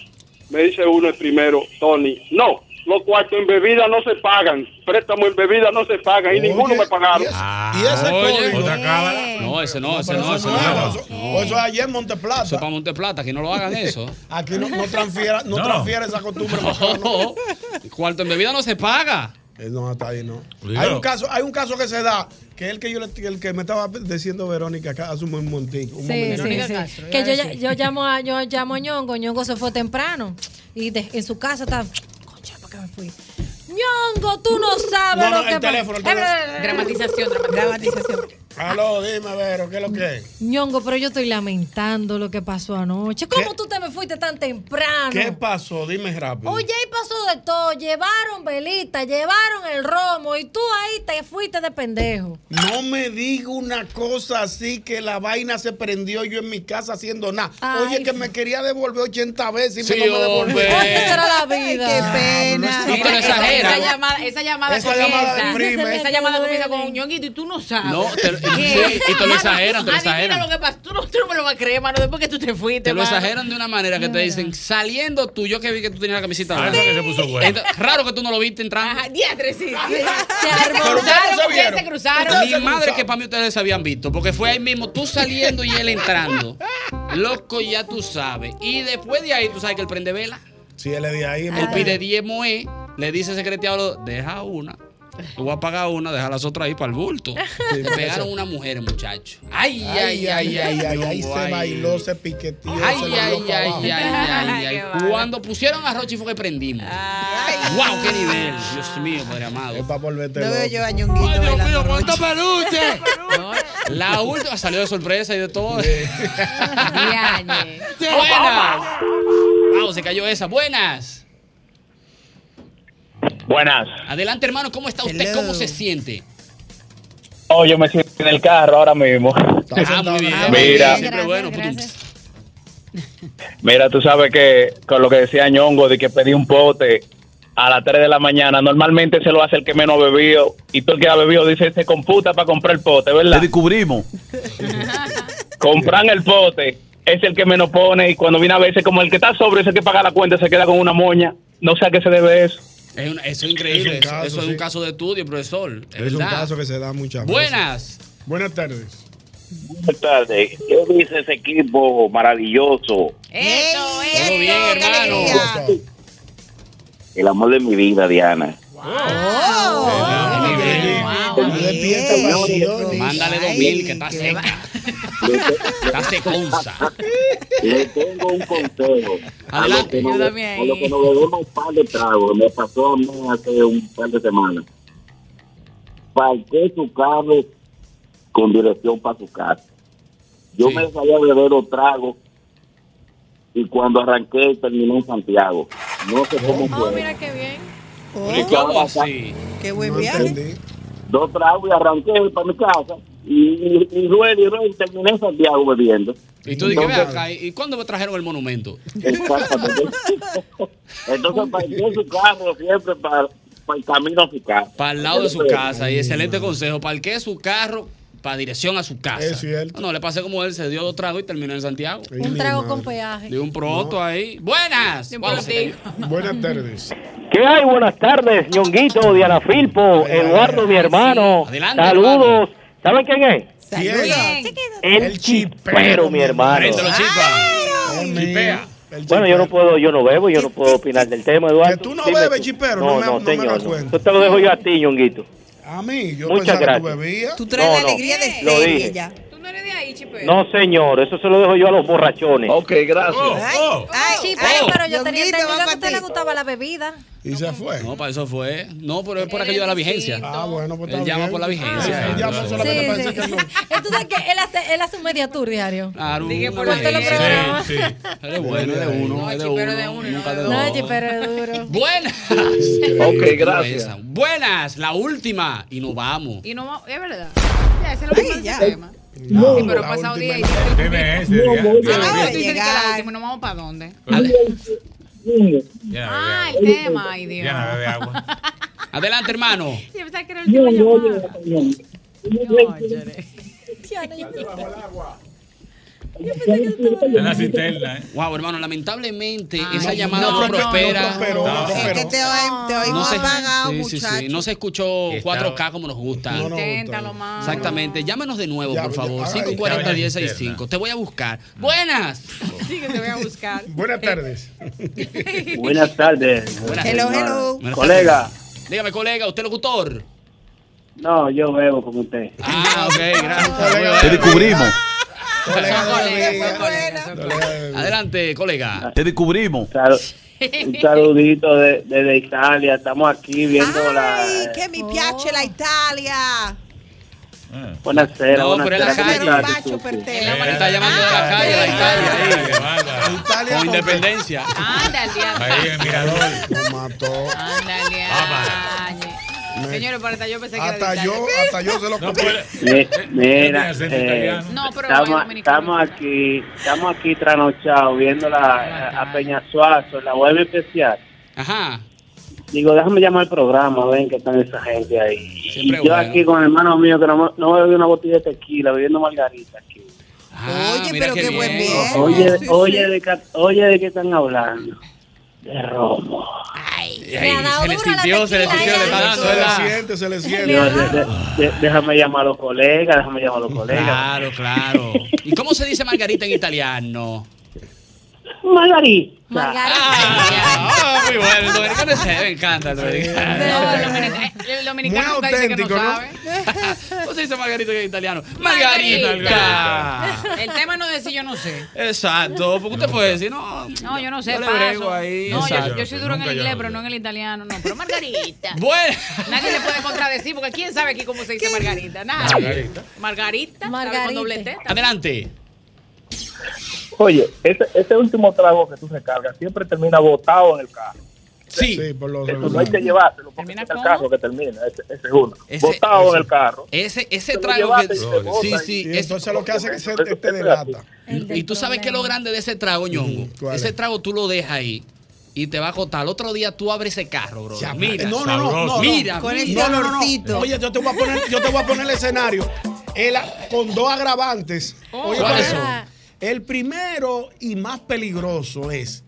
Speaker 14: me dice uno el primero, Tony, no. Los cuartos en bebida no se pagan, préstamos en bebida no se pagan y ninguno me pagaron.
Speaker 2: Ah.
Speaker 4: Y ese
Speaker 2: Oye.
Speaker 4: código.
Speaker 2: No, ese no, ese no, ese no.
Speaker 4: O eso es ayer en Monteplata.
Speaker 2: Eso es para Monteplata, que no lo hagan eso.
Speaker 4: Aquí no, no transfiera, no,
Speaker 2: No.
Speaker 4: transfiera esa costumbre.
Speaker 2: No. Cuarto en bebida no se paga.
Speaker 4: Eh, No, está ahí, no. Hay un caso, hay un caso que se da, que es el que yo le- el que me estaba diciendo Verónica acá hace un momentico. un
Speaker 8: Sí,
Speaker 4: momentico.
Speaker 8: sí, sí. Que yo, ya- yo llamo a, yo llamo a Ñongo, Ñongo se fue temprano y de- en su casa está. Concha, ¿para qué me fui? Ñongo, tú no sabes
Speaker 4: No, no,
Speaker 8: lo que
Speaker 4: el teléfono, el
Speaker 8: Eh,
Speaker 4: teléfono.
Speaker 8: Dramatización,
Speaker 3: dramatización.
Speaker 4: Aló, dime, Vero, ¿qué es lo que es?
Speaker 8: Ñongo, pero yo estoy lamentando lo que pasó anoche. ¿Cómo tú te me fuiste tan temprano?
Speaker 4: ¿Qué pasó? Dime rápido.
Speaker 8: Ah, Oye, y pasó de todo. Llevaron velita, llevaron el romo y tú ahí te fuiste de pendejo.
Speaker 4: No me diga una cosa así que la vaina se prendió yo en mi casa haciendo nada.
Speaker 8: Ay.
Speaker 4: Oye, que me quería devolver 80 veces y
Speaker 2: Sí,
Speaker 4: me no me
Speaker 2: hombre.
Speaker 4: devolvió.
Speaker 2: ¿Cuánto será
Speaker 8: la vida?
Speaker 3: Qué pena.
Speaker 2: No, pero exagera.
Speaker 10: Esa llamada, esa llamada
Speaker 3: Esa llamada
Speaker 10: comienza-
Speaker 3: deprime.
Speaker 10: Esa llamada comienza con un ñonguito y tú no sabes.
Speaker 2: No, te lo-
Speaker 10: ¿Qué?
Speaker 2: sí, y te lo
Speaker 10: Mano,
Speaker 2: exageran, te lo
Speaker 10: adivina
Speaker 2: exageran.
Speaker 10: lo que pasó. Tú no, tú no me lo vas a creer, mano, después que tú te fuiste.
Speaker 2: Te lo
Speaker 10: mano.
Speaker 2: exageran de una manera que te dicen, saliendo tú, yo que vi que tú tenías la camiseta
Speaker 20: Ah,
Speaker 2: blanca.
Speaker 20: eso que se puso bueno.
Speaker 2: Entonces, Raro que tú no lo viste entrando.
Speaker 10: Ajá, diantre, sí.
Speaker 8: Se
Speaker 10: se
Speaker 2: Pero ustedes
Speaker 10: cruzaron,
Speaker 2: no se
Speaker 10: ustedes se
Speaker 2: vieron.
Speaker 10: cruzaron.
Speaker 2: Mi madre que para mí ustedes se habían visto, porque fue ahí mismo tú saliendo y él entrando. Loco, ya tú sabes. Y después de ahí, tú sabes que él prende vela.
Speaker 4: Sí, él es de ahí.
Speaker 2: Él pide 10 moe, le dice al secretariado, deja una. Tú vas a pagar una, deja las otras ahí para el bulto.
Speaker 4: Sí,
Speaker 2: Le
Speaker 4: por
Speaker 2: pegaron
Speaker 4: eso.
Speaker 2: una mujer, muchacho. Ay, ay, ay, ay,
Speaker 4: ay, ahí
Speaker 2: no,
Speaker 4: se
Speaker 2: ay.
Speaker 4: bailó, se piqueteó.
Speaker 2: Ay,
Speaker 4: se
Speaker 2: ay,
Speaker 4: bailó
Speaker 2: ay,
Speaker 4: pa'
Speaker 2: ay,
Speaker 4: abajo.
Speaker 2: ay, ay, ay.
Speaker 4: Qué bárbaro.
Speaker 2: Cuando pusieron a Rochi fue que prendimos. ¡Wow! ¡Qué nivel! Dios mío, padre amado. Es
Speaker 4: para volverte
Speaker 3: No veo yo a Ñonguito.
Speaker 2: ¡Ay, Dios mío,
Speaker 3: bailando
Speaker 2: cuánto
Speaker 3: Rochi.
Speaker 2: peluche! La última salió de sorpresa y de todo. ¡Buenas! ¡Wow! Se cayó esa. ¡Buenas!
Speaker 7: Buenas.
Speaker 2: Adelante, hermano. ¿Cómo está usted? ¿Cómo se siente?
Speaker 7: Oh, yo me siento en el carro ahora mismo.
Speaker 2: Ah, muy bien.
Speaker 7: Mira,
Speaker 2: Siempre bueno.
Speaker 7: mira, tú sabes que con lo que decía Ñongo de que pedí un pote a las 3 de la mañana, normalmente se lo hace el que menos bebió y todo el que ha bebido dice, se computa para comprar el pote, ¿verdad? Te descubrimos. Compran el pote, es el que menos pone y cuando viene a veces como el que está sobre, ese que paga la cuenta, se queda con una moña. No sé a qué se debe eso.
Speaker 2: Es una- eso es increíble.
Speaker 4: Es un caso,
Speaker 2: eso es
Speaker 4: sí.
Speaker 2: un caso de estudio, profesor. Es,
Speaker 4: Es un
Speaker 2: verdad.
Speaker 4: caso que se da muchas veces.
Speaker 2: Buenas.
Speaker 4: Buenas tardes.
Speaker 12: Buenas tardes. Yo hice ese equipo maravilloso.
Speaker 10: Eso,
Speaker 2: Todo bien, hermano.
Speaker 12: El amor de mi vida, Diana.
Speaker 2: Mándale dos mil, que está seca. Está seconza.
Speaker 12: Le tengo un consejo. A lo que nos
Speaker 10: Ayúdame ahí.
Speaker 12: a lo que nos bebemos un par de tragos. Me pasó a mí hace un par de semanas. Parqué su carro con dirección para su casa. Yo me salí a beber los tragos y cuando arranqué terminé en Santiago. No sé
Speaker 10: Oh,
Speaker 12: cómo fue.
Speaker 8: Ah, qué bien. Oh.
Speaker 2: Oh,
Speaker 12: Estaba
Speaker 3: Qué buen viaje.
Speaker 12: Dos tragos y arranqué para mi casa. Y, y, y ruedo y ruedo y terminé en Santiago bebiendo.
Speaker 2: Y tú dices, ve
Speaker 12: Entonces,
Speaker 2: acá, ¿y cuándo me trajeron el monumento?
Speaker 12: Exactamente. Entonces partió su carro siempre para, para el camino a su casa.
Speaker 2: Para al lado de su casa. Y excelente consejo. Parqué su carro para dirección a su casa. Es cierto. No, no, le pasé como él, se dio dos tragos y terminó en Santiago.
Speaker 8: Un trago con peaje.
Speaker 2: De un proto ahí. Buenas. Wow, se cayó.
Speaker 4: Buenas tardes.
Speaker 11: ¿Qué hay? Buenas tardes, Ñonguito, Diana Filpo, Eduardo, mi hermano.
Speaker 2: Adelante,
Speaker 11: Saludos. ¿Saben quién es? El, chipero, mi hermano.
Speaker 2: Préndelo, chipa.
Speaker 4: Chipea.
Speaker 11: Bueno, yo no puedo, yo no bebo, yo no puedo opinar del tema, Eduardo.
Speaker 4: tú no
Speaker 11: Dime
Speaker 4: bebes, chipero, no me- no me la
Speaker 11: señor.
Speaker 4: cuentes.
Speaker 11: Yo te lo dejo yo a ti, Ñonguito.
Speaker 4: A mí, yo
Speaker 11: Muchas
Speaker 4: pensaba que tú
Speaker 11: gracias.
Speaker 4: bebías.
Speaker 3: Tú
Speaker 11: traes No, la no. alegría de Lo serie dije.
Speaker 3: ya.
Speaker 10: Tú no eres de ahí, chipeo.
Speaker 11: No, señor, eso se lo dejo yo a los borrachones.
Speaker 7: Ok, gracias.
Speaker 11: Oh.
Speaker 8: Sí,
Speaker 10: Oh.
Speaker 8: pero,
Speaker 3: ay,
Speaker 8: pero yo tenía
Speaker 3: Ñonguito,
Speaker 8: entendido
Speaker 3: va
Speaker 8: que a
Speaker 3: pa'
Speaker 8: usted
Speaker 3: ti.
Speaker 8: le gustaba la bebida.
Speaker 4: Y se fue.
Speaker 2: No, para eso fue. No, pero es por aquello de la vigencia.
Speaker 4: Ah, bueno, pues
Speaker 2: Él
Speaker 4: está
Speaker 2: llama
Speaker 4: bien.
Speaker 2: por la
Speaker 4: Ah,
Speaker 2: vigencia.
Speaker 4: él llama
Speaker 8: Sí,
Speaker 4: solamente para decir
Speaker 8: sí.
Speaker 4: que no.
Speaker 8: Entonces, que él hace, él hace un media tour diario.
Speaker 2: Claro.
Speaker 8: Dije, por
Speaker 2: Sí,
Speaker 8: la
Speaker 2: sí.
Speaker 8: programa.
Speaker 2: Sí. Él es bueno, es de uno. Es de uno. Nunca de
Speaker 8: No,
Speaker 2: dos.
Speaker 8: chipero es duro.
Speaker 2: Buenas.
Speaker 7: Ok,
Speaker 2: Esa.
Speaker 7: gracias.
Speaker 2: Buenas, la última. Y nos vamos.
Speaker 10: Y no, es verdad. Ya, ese es lo que pasa. No, pero ha pasado 10 días.
Speaker 7: Dime ese.
Speaker 10: No,
Speaker 7: ya.
Speaker 10: voy
Speaker 7: Ya,
Speaker 10: a
Speaker 7: ya.
Speaker 10: llegar. la última, ¿nos vamos para dónde?
Speaker 7: Ya,
Speaker 10: Ah, el tema, ay Dios.
Speaker 7: Diana, bebe agua.
Speaker 2: Adelante, hermano.
Speaker 10: Yo pensaba que era el último llamada.
Speaker 8: Diana, yo
Speaker 7: En la cisterna, ¿eh?
Speaker 2: Wow, hermano, lamentablemente
Speaker 3: Ay,
Speaker 2: esa llamada
Speaker 3: no,
Speaker 2: no,
Speaker 3: no,
Speaker 2: prospera.
Speaker 3: no prosperó, no Es prosperó. que te oí- te oí muy apagado,
Speaker 2: sí, sí, sí,
Speaker 3: muchacho.
Speaker 2: no se escuchó
Speaker 7: Estaba-
Speaker 2: 4K como nos gusta.
Speaker 10: Inténtalo, mano.
Speaker 2: Exactamente. Llámanos de nuevo,
Speaker 10: Ya,
Speaker 2: por
Speaker 10: ya,
Speaker 2: favor.
Speaker 10: ahora ya.
Speaker 2: 540-1065. Te voy a buscar. Buenas.
Speaker 10: Sí, que te voy a buscar.
Speaker 2: Mm. Buenas tardes.
Speaker 12: Buenas tardes.
Speaker 2: Buenas
Speaker 12: Hello,
Speaker 2: tardes.
Speaker 12: hello.
Speaker 2: Buenas
Speaker 12: Colega.
Speaker 2: tardes. Dígame, colega, ¿usted locutor?
Speaker 12: No, yo bebo como usted.
Speaker 2: Ah, ok, gracias.
Speaker 21: Te descubrimos.
Speaker 2: Adelante, colega.
Speaker 21: Te descubrimos.
Speaker 12: Un saludito de- desde Italia. Estamos aquí viendo
Speaker 3: Ay,
Speaker 12: la.
Speaker 3: que mi piace la Italia.
Speaker 12: Buenas tardes.
Speaker 2: No,
Speaker 12: buenas
Speaker 2: pero es la
Speaker 12: tardes.
Speaker 2: calle.
Speaker 12: ¿Cómo estás,
Speaker 3: Bacho,
Speaker 12: Tutu?
Speaker 2: Está llamando de la calle, la Italia. ahí. Con independencia.
Speaker 10: Ándale,
Speaker 2: Ahí,
Speaker 10: ándale.
Speaker 2: el mirador.
Speaker 4: Lo mató.
Speaker 10: Ándale, ándale. Señores, para hasta yo pensé que era de
Speaker 4: Hasta
Speaker 10: Italia.
Speaker 4: yo, hasta yo se lo compré.
Speaker 12: Mi- Mira,
Speaker 4: acento
Speaker 12: eh,
Speaker 4: italiano.
Speaker 10: No, pero no
Speaker 12: estamos,
Speaker 10: hay
Speaker 12: estamos aquí, estamos aquí tranochados viendo
Speaker 10: Ah,
Speaker 12: la, a Peñasuazo, la web especial.
Speaker 2: Ajá.
Speaker 12: Digo, déjame llamar al programa, ven que están esa gente ahí.
Speaker 2: Siempre
Speaker 12: y yo
Speaker 2: bueno.
Speaker 12: aquí con el hermano mío que no, no bebe una botella de tequila, bebiendo margarita aquí.
Speaker 2: Oye, pero Ah, qué buen
Speaker 12: Oye, oye, De, ca- oye, ¿de qué están hablando? De romo.
Speaker 2: Se le sintió, se le sintió, le está dando,
Speaker 4: Se le
Speaker 2: ¿verdad?
Speaker 4: siente, se le siente.
Speaker 12: Yo, de- de- de- déjame llamar a los colegas, déjame llamar a los colegas.
Speaker 2: Mm, Claro, claro. ¿Y cómo se dice margarita en italiano?
Speaker 12: Margarita.
Speaker 2: Ah, muy bueno. El dominicano es- me encanta el
Speaker 10: No, el
Speaker 2: dominicano.
Speaker 10: dominicano, el dominicano nunca dice que no sabe.
Speaker 2: ¿Cómo se dice margarita en italiano?
Speaker 10: Margarita.
Speaker 2: Margarita.
Speaker 10: El tema no es si yo no sé.
Speaker 2: Exacto, porque usted puede decir, no.
Speaker 10: No, yo no sé,
Speaker 2: le brego
Speaker 10: paso.
Speaker 2: ahí.
Speaker 10: No, yo,
Speaker 2: Exacto.
Speaker 10: yo soy duro en
Speaker 2: Nunca
Speaker 10: el
Speaker 2: yo
Speaker 10: inglés,
Speaker 2: no
Speaker 10: pero no en el italiano, no. Pero Margarita.
Speaker 2: Bueno.
Speaker 10: Nadie le puede contradecir, porque quién sabe aquí cómo se dice Margarita. Nadie.
Speaker 2: Margarita.
Speaker 10: Margarita. Margarita. Con
Speaker 8: Margarita.
Speaker 10: doble T.
Speaker 2: Adelante.
Speaker 22: Oye, ese, ese último trago que tú recargas siempre termina botado en el carro.
Speaker 2: Sí.
Speaker 4: por lo
Speaker 22: Eso no hay que llevárselo porque es el carro que termina. Ese, ese es uno. botado en el carro.
Speaker 2: Ese, ese
Speaker 22: Te lo
Speaker 2: trago
Speaker 22: llevaste
Speaker 2: que.
Speaker 22: y se bota
Speaker 2: Sí,
Speaker 22: y-
Speaker 2: sí.
Speaker 22: y
Speaker 2: es-
Speaker 4: Entonces lo que hace es que se te, te delata. Mm,
Speaker 2: Y tú sabes qué es lo grande de ese trago, ñongo. Ese trago tú lo dejas ahí y te va a costar. Al otro día tú abres ese carro, bro.
Speaker 4: Ya,
Speaker 2: mira,
Speaker 4: no, no, no, no, no.
Speaker 2: mira,
Speaker 4: Con
Speaker 2: mira.
Speaker 4: ese olorcito. Oye, yo te voy a poner, yo te voy a poner el escenario. El a- con dos agravantes. Oye,
Speaker 2: Oh. ¿Cuáles
Speaker 4: ¿cuál es?
Speaker 2: son?
Speaker 4: El primero y más peligroso es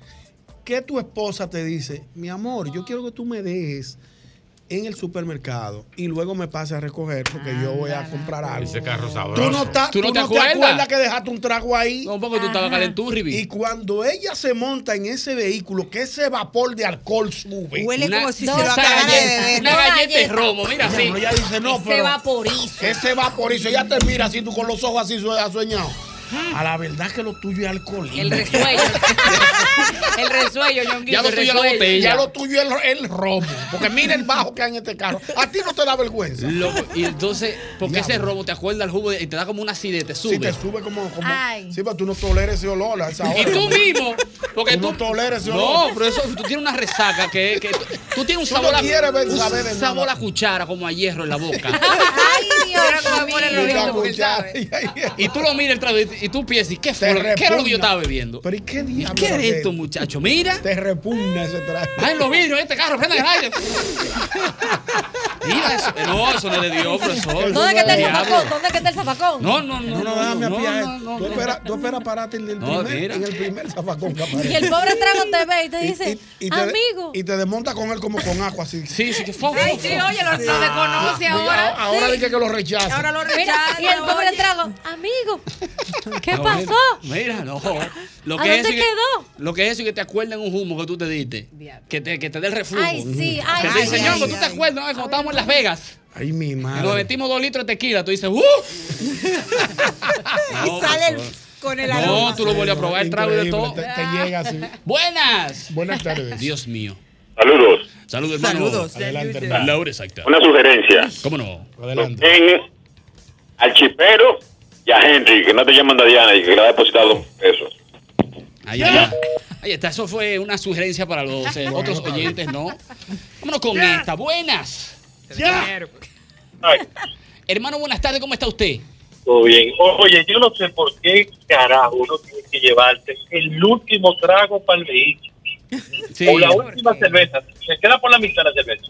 Speaker 4: que tu esposa te dice, mi amor, yo quiero que tú me dejes en el supermercado y luego me pases a recoger porque yo voy a comprar algo.
Speaker 7: Ese carro sabroso.
Speaker 4: Tú no, ta-
Speaker 2: ¿Tú no
Speaker 4: tú
Speaker 2: te
Speaker 4: no te
Speaker 2: acuerdas?
Speaker 4: acuerdas que dejaste un trago ahí.
Speaker 2: No, porque tú estabas Ajá. calenturribi.
Speaker 4: Y cuando ella se monta en ese vehículo, que ese vapor de alcohol sube.
Speaker 3: Huele
Speaker 2: Una- como si se lo dos acabara de galletas. beber. Una galleta de romo, mira,
Speaker 4: Ya,
Speaker 2: sí.
Speaker 4: pero Ella dice, no,
Speaker 8: Ese
Speaker 4: pero.
Speaker 8: vaporizo.
Speaker 4: Ese vaporizo. Ella te mira así, tú con los ojos así sue- sueñado. A la verdad que lo tuyo es alcoholismo.
Speaker 10: El resuello. el resuello, Ñonguito.
Speaker 4: Ya lo tuyo
Speaker 10: el
Speaker 4: es la
Speaker 10: resuello.
Speaker 4: botella. Ya lo tuyo es el, el romo. Porque mira el bajo que hay en este carro. A ti no te da vergüenza.
Speaker 2: Loco, y entonces, porque ese robo te acuerda el jugo de- y te da como una acidez, te sube.
Speaker 4: Sí, te sube como. como sí, pero tú no toleras ese olor a esa hora.
Speaker 2: Y tú mismo, porque
Speaker 4: Tú
Speaker 2: tú.
Speaker 4: no toleras ese
Speaker 2: No,
Speaker 4: olor.
Speaker 2: pero eso, tú tienes una resaca que. que tú- tú tienes
Speaker 4: Tú
Speaker 2: un
Speaker 4: no
Speaker 2: sabor,
Speaker 4: quieres ver-
Speaker 2: un
Speaker 4: saber de
Speaker 2: sabor a cuchara, como a hierro en la boca.
Speaker 8: Ay,
Speaker 10: Pero no
Speaker 8: Dios
Speaker 10: me pone
Speaker 8: mío.
Speaker 10: rojizo porque él
Speaker 4: cuchara.
Speaker 10: sabe.
Speaker 2: Y tú lo miras el trago y, y tú piensas, ¿y ¿qué fue?
Speaker 4: Te
Speaker 2: lo que- ¿Qué era lo que yo
Speaker 4: repugna.
Speaker 2: estaba bebiendo?
Speaker 4: Pero ¿y qué diablos?
Speaker 2: ¿Qué era
Speaker 4: es
Speaker 2: esto, muchacho? Mira.
Speaker 4: Te repugna ese traje.
Speaker 2: Ay, los vidrios, este carro, prende el aire. Mira eso. No, eso no es de Dios, profesor.
Speaker 8: ¿Dónde que está el
Speaker 2: Diablo.
Speaker 8: zapacón? ¿Dónde que está el zapacón?
Speaker 2: No, no, no.
Speaker 4: No, no, déjame apiar. eh. tú esperas tú espera pararte en el,
Speaker 2: No,
Speaker 4: primer,
Speaker 2: mira.
Speaker 4: en el primer zafacón que aparece.
Speaker 8: Y el pobre trago te ve y te
Speaker 4: Y-
Speaker 8: dice,
Speaker 4: y- y te-
Speaker 8: amigo.
Speaker 4: Y te desmonta con él como con agua así.
Speaker 2: Sí, sí, que fue.
Speaker 10: Ay, sí, oye, lo, lo desconoce
Speaker 4: Ah,
Speaker 10: ahora.
Speaker 4: diga, Ahora
Speaker 8: Sí.
Speaker 4: dije que lo rechaza.
Speaker 10: Ahora lo
Speaker 8: Mira,
Speaker 10: rechaza.
Speaker 8: y el pobre
Speaker 10: oye.
Speaker 8: trago, amigo, ¿qué
Speaker 2: No,
Speaker 8: pasó?
Speaker 2: Mira, mira, no. Lo
Speaker 8: ¿A
Speaker 2: que es
Speaker 8: dónde
Speaker 2: eso que-
Speaker 8: quedó?
Speaker 2: Lo que es eso que te acuerdan un humo que tú te diste. Que te, que te dé el reflujo.
Speaker 8: Ay, sí, ay,
Speaker 2: que te
Speaker 8: ay,
Speaker 2: dicen,
Speaker 8: ay,
Speaker 2: "Ñongo,
Speaker 8: ay,
Speaker 2: ¿tú te acuerdas? una vez Cuando estábamos en Las Vegas.
Speaker 4: Ay, mi
Speaker 2: Y nos
Speaker 4: madre.
Speaker 2: metimos dos litros de tequila. Tú dices, ¡uh! No,
Speaker 3: y sale el-
Speaker 2: pastor.
Speaker 3: con el aroma.
Speaker 2: No, tú lo vuelves a probar el trago y de todo.
Speaker 4: Te, te llega así.
Speaker 2: Buenas.
Speaker 4: Buenas tardes.
Speaker 2: Dios mío.
Speaker 23: Saludos.
Speaker 2: Saludos, hermano.
Speaker 23: Saludos.
Speaker 4: Adelante,
Speaker 2: hermano. La hora exacta.
Speaker 23: Una sugerencia.
Speaker 2: ¿Cómo no?
Speaker 23: Ven al chipero y a Henry, que no te llaman a Diana y que le ha depositado un peso.
Speaker 2: Ahí está. Ahí está. Eso fue una sugerencia para los eh, otros oyentes, ¿no? Vámonos con esta. Buenas. Hermano, buenas tardes. ¿Cómo está usted?
Speaker 12: Todo bien. O- Oye, yo no sé por qué carajo uno tiene que llevarte el último trago para el vehículo. o la última cerveza. Se queda por la mitad la cerveza.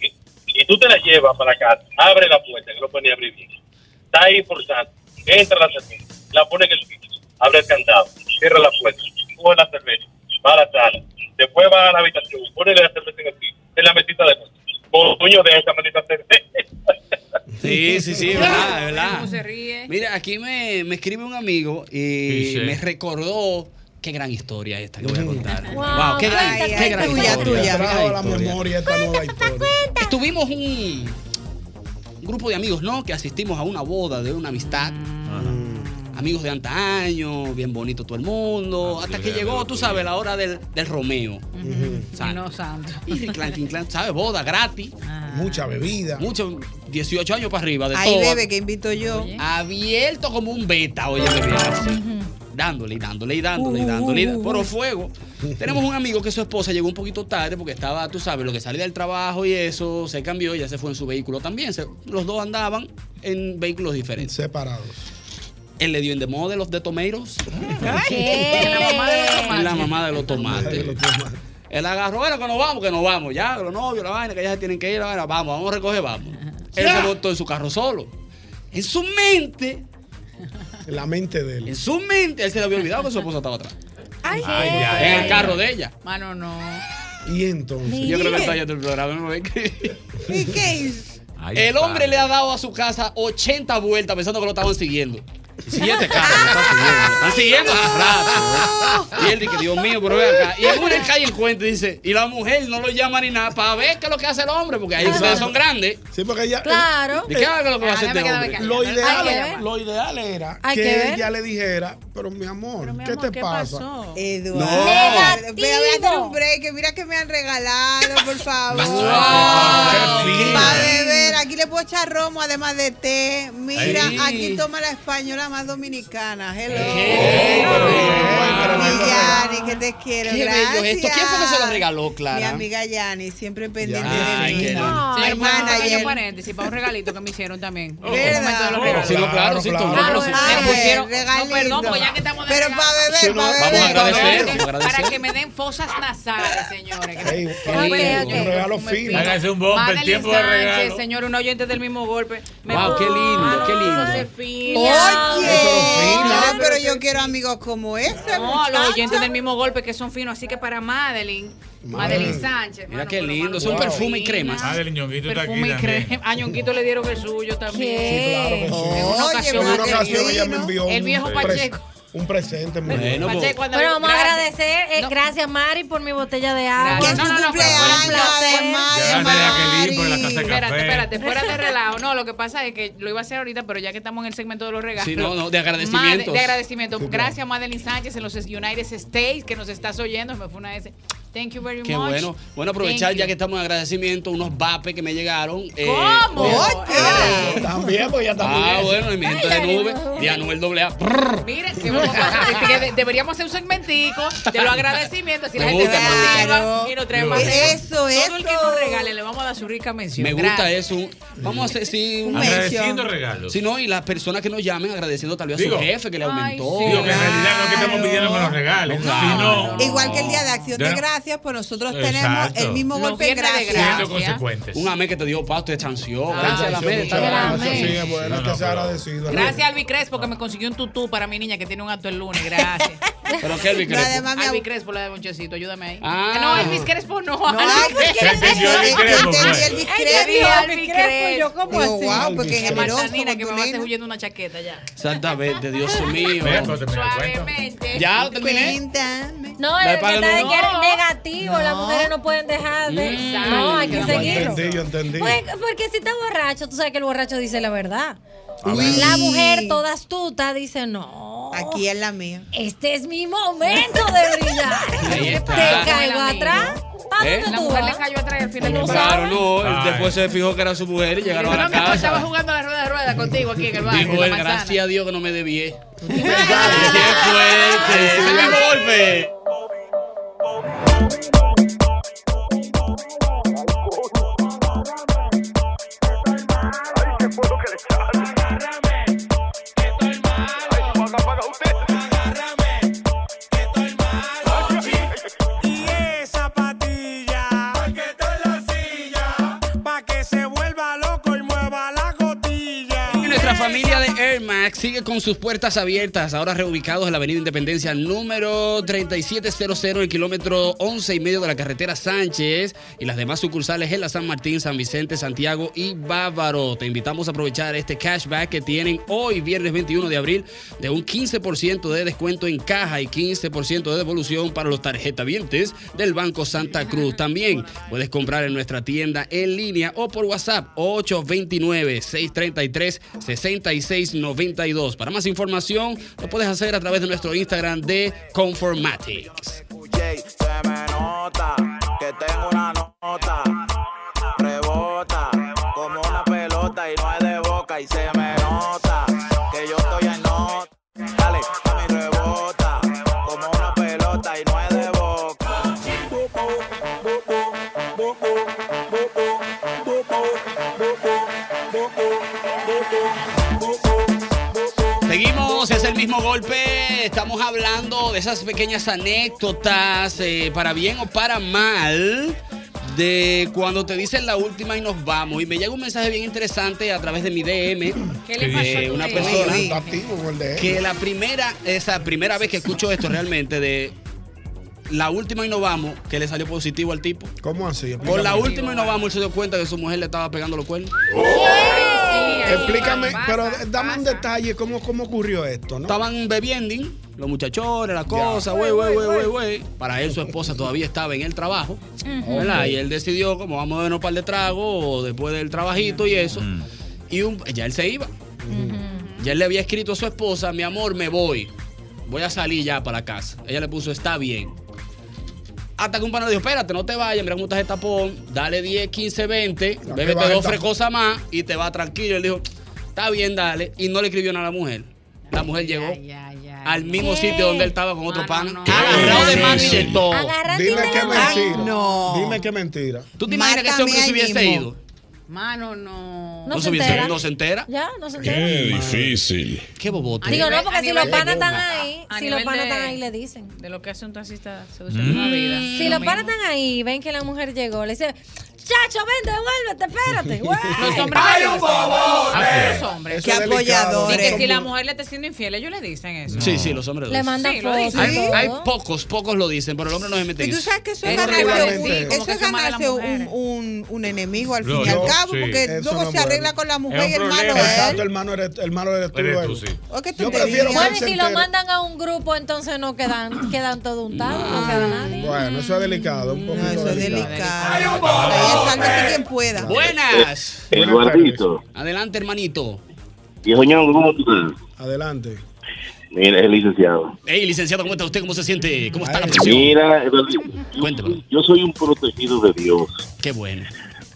Speaker 12: Y, y tú te la llevas para la casa. Abre la puerta, que no puede ni abrir bien. Está ahí forzando. Entra la cerveza. La pone en el piso. Abre el candado. Cierra la puerta. Coge la cerveza. Va a la sala. Después va a la habitación. Pone la cerveza en el piso. En la mesita de Coño de esa maldita cerveza.
Speaker 2: Sí, sí, sí, es verdad, es verdad.
Speaker 10: ¿Cómo se ríe?
Speaker 2: Mira, aquí me, me escribe un amigo y
Speaker 7: Sí, sí.
Speaker 2: me recordó qué gran historia esta que voy a contar.
Speaker 7: Wow,
Speaker 2: Wow, qué gran,
Speaker 7: cuenta,
Speaker 2: qué gran
Speaker 7: cuenta.
Speaker 2: historia.
Speaker 7: Tuya, tuya.
Speaker 2: Qué gran
Speaker 7: Trajo a la
Speaker 2: historia.
Speaker 4: memoria esta nueva historia.
Speaker 2: Estuvimos un, un grupo de amigos, ¿no? Que asistimos a una boda de una amistad.
Speaker 4: Mm.
Speaker 2: Amigos de antaño, bien bonito todo el mundo.
Speaker 7: Ah,
Speaker 2: hasta que llegó, tú sabes, la hora del, del Romeo.
Speaker 10: Y no santo.
Speaker 2: Y clan, clan, clan, ¿sabes? Boda gratis.
Speaker 4: Mucha bebida.
Speaker 2: Mucho, 18 años para arriba, de
Speaker 3: Ah. Ahí
Speaker 2: todo.
Speaker 3: bebe que invito yo.
Speaker 2: Abierto como un beta, oye, me viene así. Dándole y dándole y dándole y dándole. y da- Pero fuego. Tenemos un amigo que su esposa llegó un poquito tarde porque estaba, tú sabes, lo que salía del trabajo y eso, se cambió, ya se fue en su vehículo también. Se- los dos andaban en vehículos diferentes.
Speaker 4: Separados.
Speaker 2: Él le dio en de moda de los de tomatoes.
Speaker 8: ¿Qué? La mamá de los tomates.
Speaker 2: La mamá de los tomates. Él agarró, bueno, que nos vamos, que nos vamos. Ya, los novios, la vaina, que ya se tienen que ir, la vaina, vamos, vamos a recoger, vamos. Él se montó en su carro solo. En su mente.
Speaker 4: La mente de él.
Speaker 2: En su mente, él se le había olvidado que su esposa estaba atrás.
Speaker 10: Ay,
Speaker 2: Ay, ay, En el ay. carro de ella.
Speaker 10: Mano, no.
Speaker 4: Y entonces.
Speaker 2: Yo creo que está yendo el programa. no me escribe.
Speaker 3: ¿Y qué hizo?
Speaker 2: El hombre le ha dado a su casa 80 vueltas pensando que lo estaban siguiendo. Siete carros lo están siguiendo. Lo Están siguiendo hace rato. ¿eh? Y él dice, Dios mío, pero ve acá. Y en una calle encuentra y dice, y la mujer no lo llama ni nada para ver qué es lo que hace el hombre, porque
Speaker 10: Ah,
Speaker 2: ahí ustedes son grandes.
Speaker 4: Sí, porque ella.
Speaker 8: Claro.
Speaker 2: ¿De qué haga lo que va a hacer este hombre?
Speaker 4: Lo
Speaker 8: Hay que ver.
Speaker 4: ideal, lo ideal era
Speaker 8: Hay
Speaker 4: que,
Speaker 8: que ver.
Speaker 4: ella le dijera, pero mi amor, ¿qué te pasa?
Speaker 3: Eduardo.
Speaker 4: No.
Speaker 3: Voy a hacer un break. que Mira que me han regalado, por favor.
Speaker 4: Wow, qué fina.
Speaker 3: Para beber. Aquí le puedo echar romo, además de té. Mira,
Speaker 4: Ay.
Speaker 3: aquí toma la española más dominicana. Hello.
Speaker 2: bello.
Speaker 3: Mi Yani, que te quiero.
Speaker 2: Qué
Speaker 3: gracias.
Speaker 2: bello esto. ¿Quién fue que se lo regaló, Clara?
Speaker 3: Mi amiga Yani, siempre pendiente
Speaker 2: Ay,
Speaker 3: de mí.
Speaker 2: qué
Speaker 10: Sí,
Speaker 3: Mi
Speaker 10: yo puedo hacer un
Speaker 3: hermana
Speaker 10: pequeño
Speaker 3: ayer.
Speaker 10: paréntesis para un regalito que me hicieron también.
Speaker 3: Oh.
Speaker 10: En el momento de los regalos.
Speaker 2: Sí, no, claro, sí, todo.
Speaker 10: Claro,
Speaker 2: sí.
Speaker 10: me
Speaker 2: Pero pusieron-
Speaker 10: pusieron. No, perdón, porque ya que estamos de
Speaker 3: Pero
Speaker 10: regalo,
Speaker 3: para beber,
Speaker 2: Sí, no,
Speaker 3: para beber.
Speaker 2: vamos a agradecer,
Speaker 10: para
Speaker 2: vamos a agradecer.
Speaker 10: que me den fosas nasales, señores. Que
Speaker 4: Ey,
Speaker 10: me-
Speaker 4: qué
Speaker 10: Ay,
Speaker 4: lindo,
Speaker 10: bello.
Speaker 4: un regalo fino. Hágase un bumper,
Speaker 10: Madeleine
Speaker 4: tiempo de regalo.
Speaker 10: Sánchez, señor, un oyente del mismo golpe.
Speaker 2: Wow, qué lindo, qué lindo.
Speaker 3: Oye, no, pero yo quiero amigos como ese.
Speaker 10: No, los oyentes del mismo golpe que son finos, así que para Madeline, Madeline Sánchez.
Speaker 2: Mira qué lindo, son perfume y cremas.
Speaker 7: Madre, Ah, ñonguito está aquí.
Speaker 10: Perfume y crema. A Ñonguito le dieron el suyo también.
Speaker 7: Sí, claro que sí.
Speaker 10: En una
Speaker 7: Oye,
Speaker 10: ocasión,
Speaker 4: En una
Speaker 10: aquel
Speaker 4: ocasión
Speaker 10: día.
Speaker 4: ella me envió
Speaker 10: El
Speaker 4: un
Speaker 10: viejo
Speaker 4: pres-
Speaker 10: Pacheco.
Speaker 4: Un presente muy
Speaker 2: Bueno,
Speaker 4: pues.
Speaker 10: Pacheco, cuando-
Speaker 8: Bueno, pues, vamos a
Speaker 10: Gracias.
Speaker 8: agradecer. eh, Gracias, Mari, por mi botella de agua.
Speaker 10: Gracias. No, no, no,
Speaker 8: Un placer.
Speaker 10: Espérate, espérate, fuera de relajo. No, lo que pasa es que lo iba a hacer ahorita, pero ya que estamos en el segmento de los regalos.
Speaker 2: Sí, no, no, de
Speaker 10: Made-
Speaker 2: agradecimientos.
Speaker 10: de agradecimiento.
Speaker 2: Sí, claro.
Speaker 10: Gracias, Madeline Sánchez, en los United States, que nos estás oyendo. Me fue una S. Thank you very
Speaker 2: Qué
Speaker 10: much.
Speaker 2: bueno. Bueno, aprovechar
Speaker 10: Thank
Speaker 2: ya que estamos en agradecimiento, unos vapes que me llegaron. eh,
Speaker 10: ¿Cómo?
Speaker 2: de-
Speaker 10: Oye.
Speaker 4: También, porque ya está muy
Speaker 2: Ah,
Speaker 4: bien.
Speaker 2: bueno, y mi gente de nube, de Anuel AA.
Speaker 10: you. Mira, qué bueno, pues, que de- deberíamos hacer un segmentico de los agradecimientos. Si la
Speaker 2: Me
Speaker 10: gente
Speaker 2: gusta,
Speaker 10: se
Speaker 2: me gusta.
Speaker 10: activa y nos trae más.
Speaker 3: Eso,
Speaker 10: Todo el que nos regale le vamos a dar su rica mención.
Speaker 2: Me gusta
Speaker 10: Gracias.
Speaker 2: eso. Vamos a hacer, sí, un
Speaker 7: Agradeciendo mención. regalos.
Speaker 2: Sí, no, y las personas que nos llamen agradeciendo tal vez a
Speaker 7: Digo,
Speaker 2: su jefe que le
Speaker 7: ay,
Speaker 2: aumentó.
Speaker 7: sí. Digo que en realidad no es que estamos pidiendo que nos regalen, sino-
Speaker 3: Igual que el día de acción de
Speaker 2: Ya.
Speaker 3: gracias, pues nosotros
Speaker 2: Exacto.
Speaker 3: tenemos el mismo
Speaker 2: Los
Speaker 3: golpe de
Speaker 2: viernes de
Speaker 3: gracias.
Speaker 2: Un amén que te dio pasto te chanció.
Speaker 10: Ah,
Speaker 2: Gracias a la
Speaker 10: sí,
Speaker 2: amén.
Speaker 10: muchas gracias. Sí, es bueno
Speaker 4: que sea agradecido.
Speaker 10: Gracias, Albi Crespo, que me consiguió un tutú para mi niña que tiene un acto el lunes. Gracias.
Speaker 2: Pero qué Elvis Crespo?
Speaker 10: Además, Albi Crespo, la de Bonchecito, ayúdame ahí.
Speaker 2: Ah.
Speaker 10: No, Elvis Crespo no.
Speaker 3: No, porque
Speaker 10: Crespo.
Speaker 3: Yo entendí Elvis Crespo, Yo entendí Elvis pues. Crespo,
Speaker 10: Ella dijo
Speaker 3: yo,
Speaker 10: Elvis
Speaker 3: Elvis Crespo, y
Speaker 10: Crespo.
Speaker 3: yo, ¿cómo Digo, así? wow,
Speaker 10: Elvis
Speaker 3: porque
Speaker 10: Crespo.
Speaker 3: generoso,
Speaker 10: Martanina, que me va a hacer huyendo una chaqueta ya.
Speaker 2: Exactamente, Dios mío.
Speaker 7: pues,
Speaker 10: Suavemente.
Speaker 2: Ya, terminé.
Speaker 8: No,
Speaker 2: Dale,
Speaker 8: el que
Speaker 2: págalo,
Speaker 8: está de
Speaker 2: no.
Speaker 8: que eres negativo, las mujeres no pueden dejar de.
Speaker 2: Mm.
Speaker 8: No, hay que
Speaker 2: Yo
Speaker 8: seguirlo.
Speaker 4: entendí, yo entendí.
Speaker 8: Pues, porque si está borracho, tú sabes que el borracho dice la verdad.
Speaker 4: A ver.
Speaker 8: La mujer toda astuta dice no.
Speaker 3: Aquí es la mía.
Speaker 8: Este es mi momento de brillar.
Speaker 2: Ahí está.
Speaker 8: Te caigo atrás. ¿Para
Speaker 2: ¿Eh?
Speaker 8: dónde
Speaker 10: La
Speaker 8: tú
Speaker 10: mujer
Speaker 8: vas?
Speaker 10: le cayó atrás y al final no
Speaker 2: Claro,
Speaker 10: sabe.
Speaker 2: no. él Después se fijó que era su mujer y llegaron a
Speaker 10: Pero
Speaker 2: la
Speaker 10: mi amor, estaba
Speaker 2: casa.
Speaker 10: jugando a la rueda de rueda contigo aquí en el barrio. en
Speaker 2: Dijo
Speaker 10: la
Speaker 2: él,
Speaker 10: manzana.
Speaker 2: gracias a Dios que no me debié. ¡Qué fuerte! ¡Ese mismo golpe! familia de Air Max sigue con sus puertas abiertas, ahora reubicados en la Avenida Independencia número 3700, el kilómetro 11 y medio de la carretera Sánchez, y las demás sucursales en la San Martín, San Vicente, Santiago y Bávaro. Te invitamos a aprovechar este cashback que tienen hoy, viernes 21 de abril, de un 15% de descuento en caja y 15% de devolución para los tarjetavientes del Banco Santa Cruz. También puedes comprar en nuestra tienda en línea o por WhatsApp 829-633-6692. Para más información, lo puedes hacer a través de nuestro Instagram de Conformatic.
Speaker 24: se me nota que tengo una nota. Rebota como una pelota y no es de boca y se me nota que yo estoy en nota. Dale, a mi rebota como una pelota y no es de boca.
Speaker 2: Seguimos, es el mismo golpe. Estamos hablando de esas pequeñas anécdotas, eh, para bien o para mal, de cuando te dicen la última y nos vamos. Y me llega un mensaje bien interesante a través de mi DM
Speaker 4: ¿Qué le
Speaker 2: de
Speaker 4: pasó a tu
Speaker 2: una
Speaker 4: DM?
Speaker 2: persona
Speaker 4: Está activo con el DM.
Speaker 2: que la primera, esa primera vez que escucho esto realmente de la última y nos vamos, que le salió positivo al tipo.
Speaker 4: ¿Cómo así?
Speaker 2: Con la última y nos vamos, él se dio cuenta que su mujer le estaba pegando los cuernos.
Speaker 4: Explícame, pero dame un detalle, ¿cómo, cómo ocurrió esto? ¿no?
Speaker 2: Estaban bebiendo, los muchachones, las cosas, güey, güey, güey, güey, güey. Para él, su esposa todavía estaba en el trabajo,
Speaker 4: Ujú.
Speaker 2: ¿verdad?
Speaker 4: Ok.
Speaker 2: Y él decidió, como vamos a beber un par de tragos después del trabajito y eso. Y un- ya él se iba. Ya él le había escrito a su esposa, mi amor, me voy. Voy a salir ya para la casa. Ella le puso, está bien. Hasta que un pana le dijo, espérate, no te vayas, mira cómo está ese tapón, dale 10, 15, 20, bébete
Speaker 4: baja el
Speaker 2: dos
Speaker 4: tapón.
Speaker 2: frecosas más y te va tranquilo. Él dijo, está bien, dale. Y no le escribió nada a la mujer. La mujer llegó al mismo sitio donde él estaba con
Speaker 4: Ah,
Speaker 2: otro pana. Agarrado de mano y de todo.
Speaker 4: Dime qué mentira.
Speaker 2: no.
Speaker 4: Dime qué mentira.
Speaker 2: ¿Tú te imaginas que ese hombre se hubiese ido?
Speaker 10: Mano, no.
Speaker 2: No se hubiese ido, no se entera.
Speaker 8: Ya, no se entera.
Speaker 21: Qué difícil.
Speaker 2: Qué bobote.
Speaker 8: Digo, no,
Speaker 10: A
Speaker 8: porque si
Speaker 10: nivel
Speaker 8: los panas
Speaker 10: de-
Speaker 8: están ahí,
Speaker 10: a
Speaker 8: si los
Speaker 10: nivel
Speaker 8: panas
Speaker 10: de-
Speaker 8: están ahí, le dicen.
Speaker 10: De lo que hace un taxista seduciendo
Speaker 2: Mm.
Speaker 10: una vida.
Speaker 8: Mm. Si los panas están ahí, ven que la mujer llegó, le dice, chacho, ven, devuélvete, espérate, güey.
Speaker 10: Los hombres. Ah,
Speaker 8: Ay,
Speaker 10: valiosos.
Speaker 8: un bobote.
Speaker 10: Así los hombres.
Speaker 8: Qué Eso es delicado, apoyadores.
Speaker 10: Y que
Speaker 8: son
Speaker 10: si la
Speaker 8: muy-
Speaker 10: mujer le está siendo infiel, ellos le dicen eso.
Speaker 2: Sí, sí, los hombres lo
Speaker 10: Le
Speaker 2: dicen.
Speaker 10: mandan Sí, lo fotos, dicen.
Speaker 2: hay,
Speaker 10: todo.
Speaker 2: hay pocos, pocos lo dicen, pero el hombre no se mete
Speaker 3: Y
Speaker 2: en
Speaker 3: tú
Speaker 2: eso.
Speaker 3: sabes que eso es
Speaker 2: Él
Speaker 3: ganarse, un,
Speaker 2: regularmente-
Speaker 3: eso es ganarse un, un, un enemigo al fin
Speaker 2: No,
Speaker 3: y al
Speaker 2: yo-
Speaker 3: cabo,
Speaker 2: sí.
Speaker 3: porque
Speaker 4: Eso
Speaker 3: luego
Speaker 4: no
Speaker 3: se
Speaker 4: es
Speaker 3: arregla
Speaker 4: bueno.
Speaker 3: con la mujer
Speaker 4: Es un
Speaker 3: y el malo
Speaker 4: problema.
Speaker 3: es él.
Speaker 4: Exacto, el malo eres, el malo eres tú.
Speaker 7: Eres
Speaker 4: luego.
Speaker 7: tú, sí.
Speaker 3: ¿O qué tú
Speaker 4: Yo
Speaker 3: te
Speaker 4: prefiero
Speaker 3: digo?
Speaker 4: que él
Speaker 8: Bueno, y
Speaker 4: se
Speaker 8: si lo
Speaker 4: entere.
Speaker 8: mandan a un grupo, entonces no quedan, quedan todo un tal, no
Speaker 10: Ah.
Speaker 8: queda nadie.
Speaker 4: Bueno, eso es delicado, un poco. No, eso es delicado.
Speaker 3: quien pueda.
Speaker 2: Buenas.
Speaker 14: Eduardito,
Speaker 2: Adelante, hermanito.
Speaker 14: viejo Ñongo, ¿cómo tú estás?
Speaker 4: Adelante.
Speaker 14: Mira, es licenciado.
Speaker 2: Hey, licenciado, ¿cómo está usted? ¿Cómo se siente? ¿Cómo está la presión?
Speaker 14: Mira, Eduardito, yo- yo soy un protegido de Dios.
Speaker 2: Qué bueno.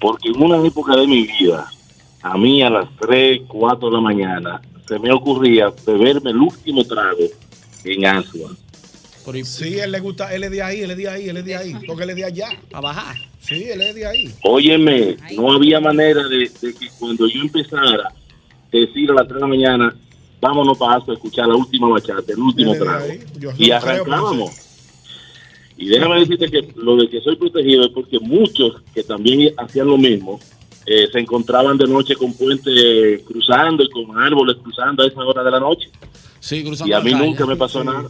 Speaker 14: Porque en una época de mi vida, a mí a las 3, 4 de la mañana, se me ocurría beberme el último trago en Asua.
Speaker 4: Sí, él le gusta, él es de ahí, él es de ahí, él es de ahí. Porque él es de allá.
Speaker 2: A bajar.
Speaker 4: Sí, él es de ahí.
Speaker 14: Óyeme, no había manera de, de que cuando yo empezara, decir a las 3 de la mañana, vámonos para Asua a escuchar la última bachata, el último trago.
Speaker 4: Yo
Speaker 14: y
Speaker 4: no creo, pero
Speaker 14: arrancábamos. Y déjame decirte que lo de que soy protegido es porque muchos que también hacían lo mismo eh, se encontraban de noche con puentes cruzando y con árboles cruzando a esa hora de la noche.
Speaker 2: Sí, cruzando
Speaker 14: Y a mí
Speaker 2: la calle.
Speaker 14: nunca me pasó nada.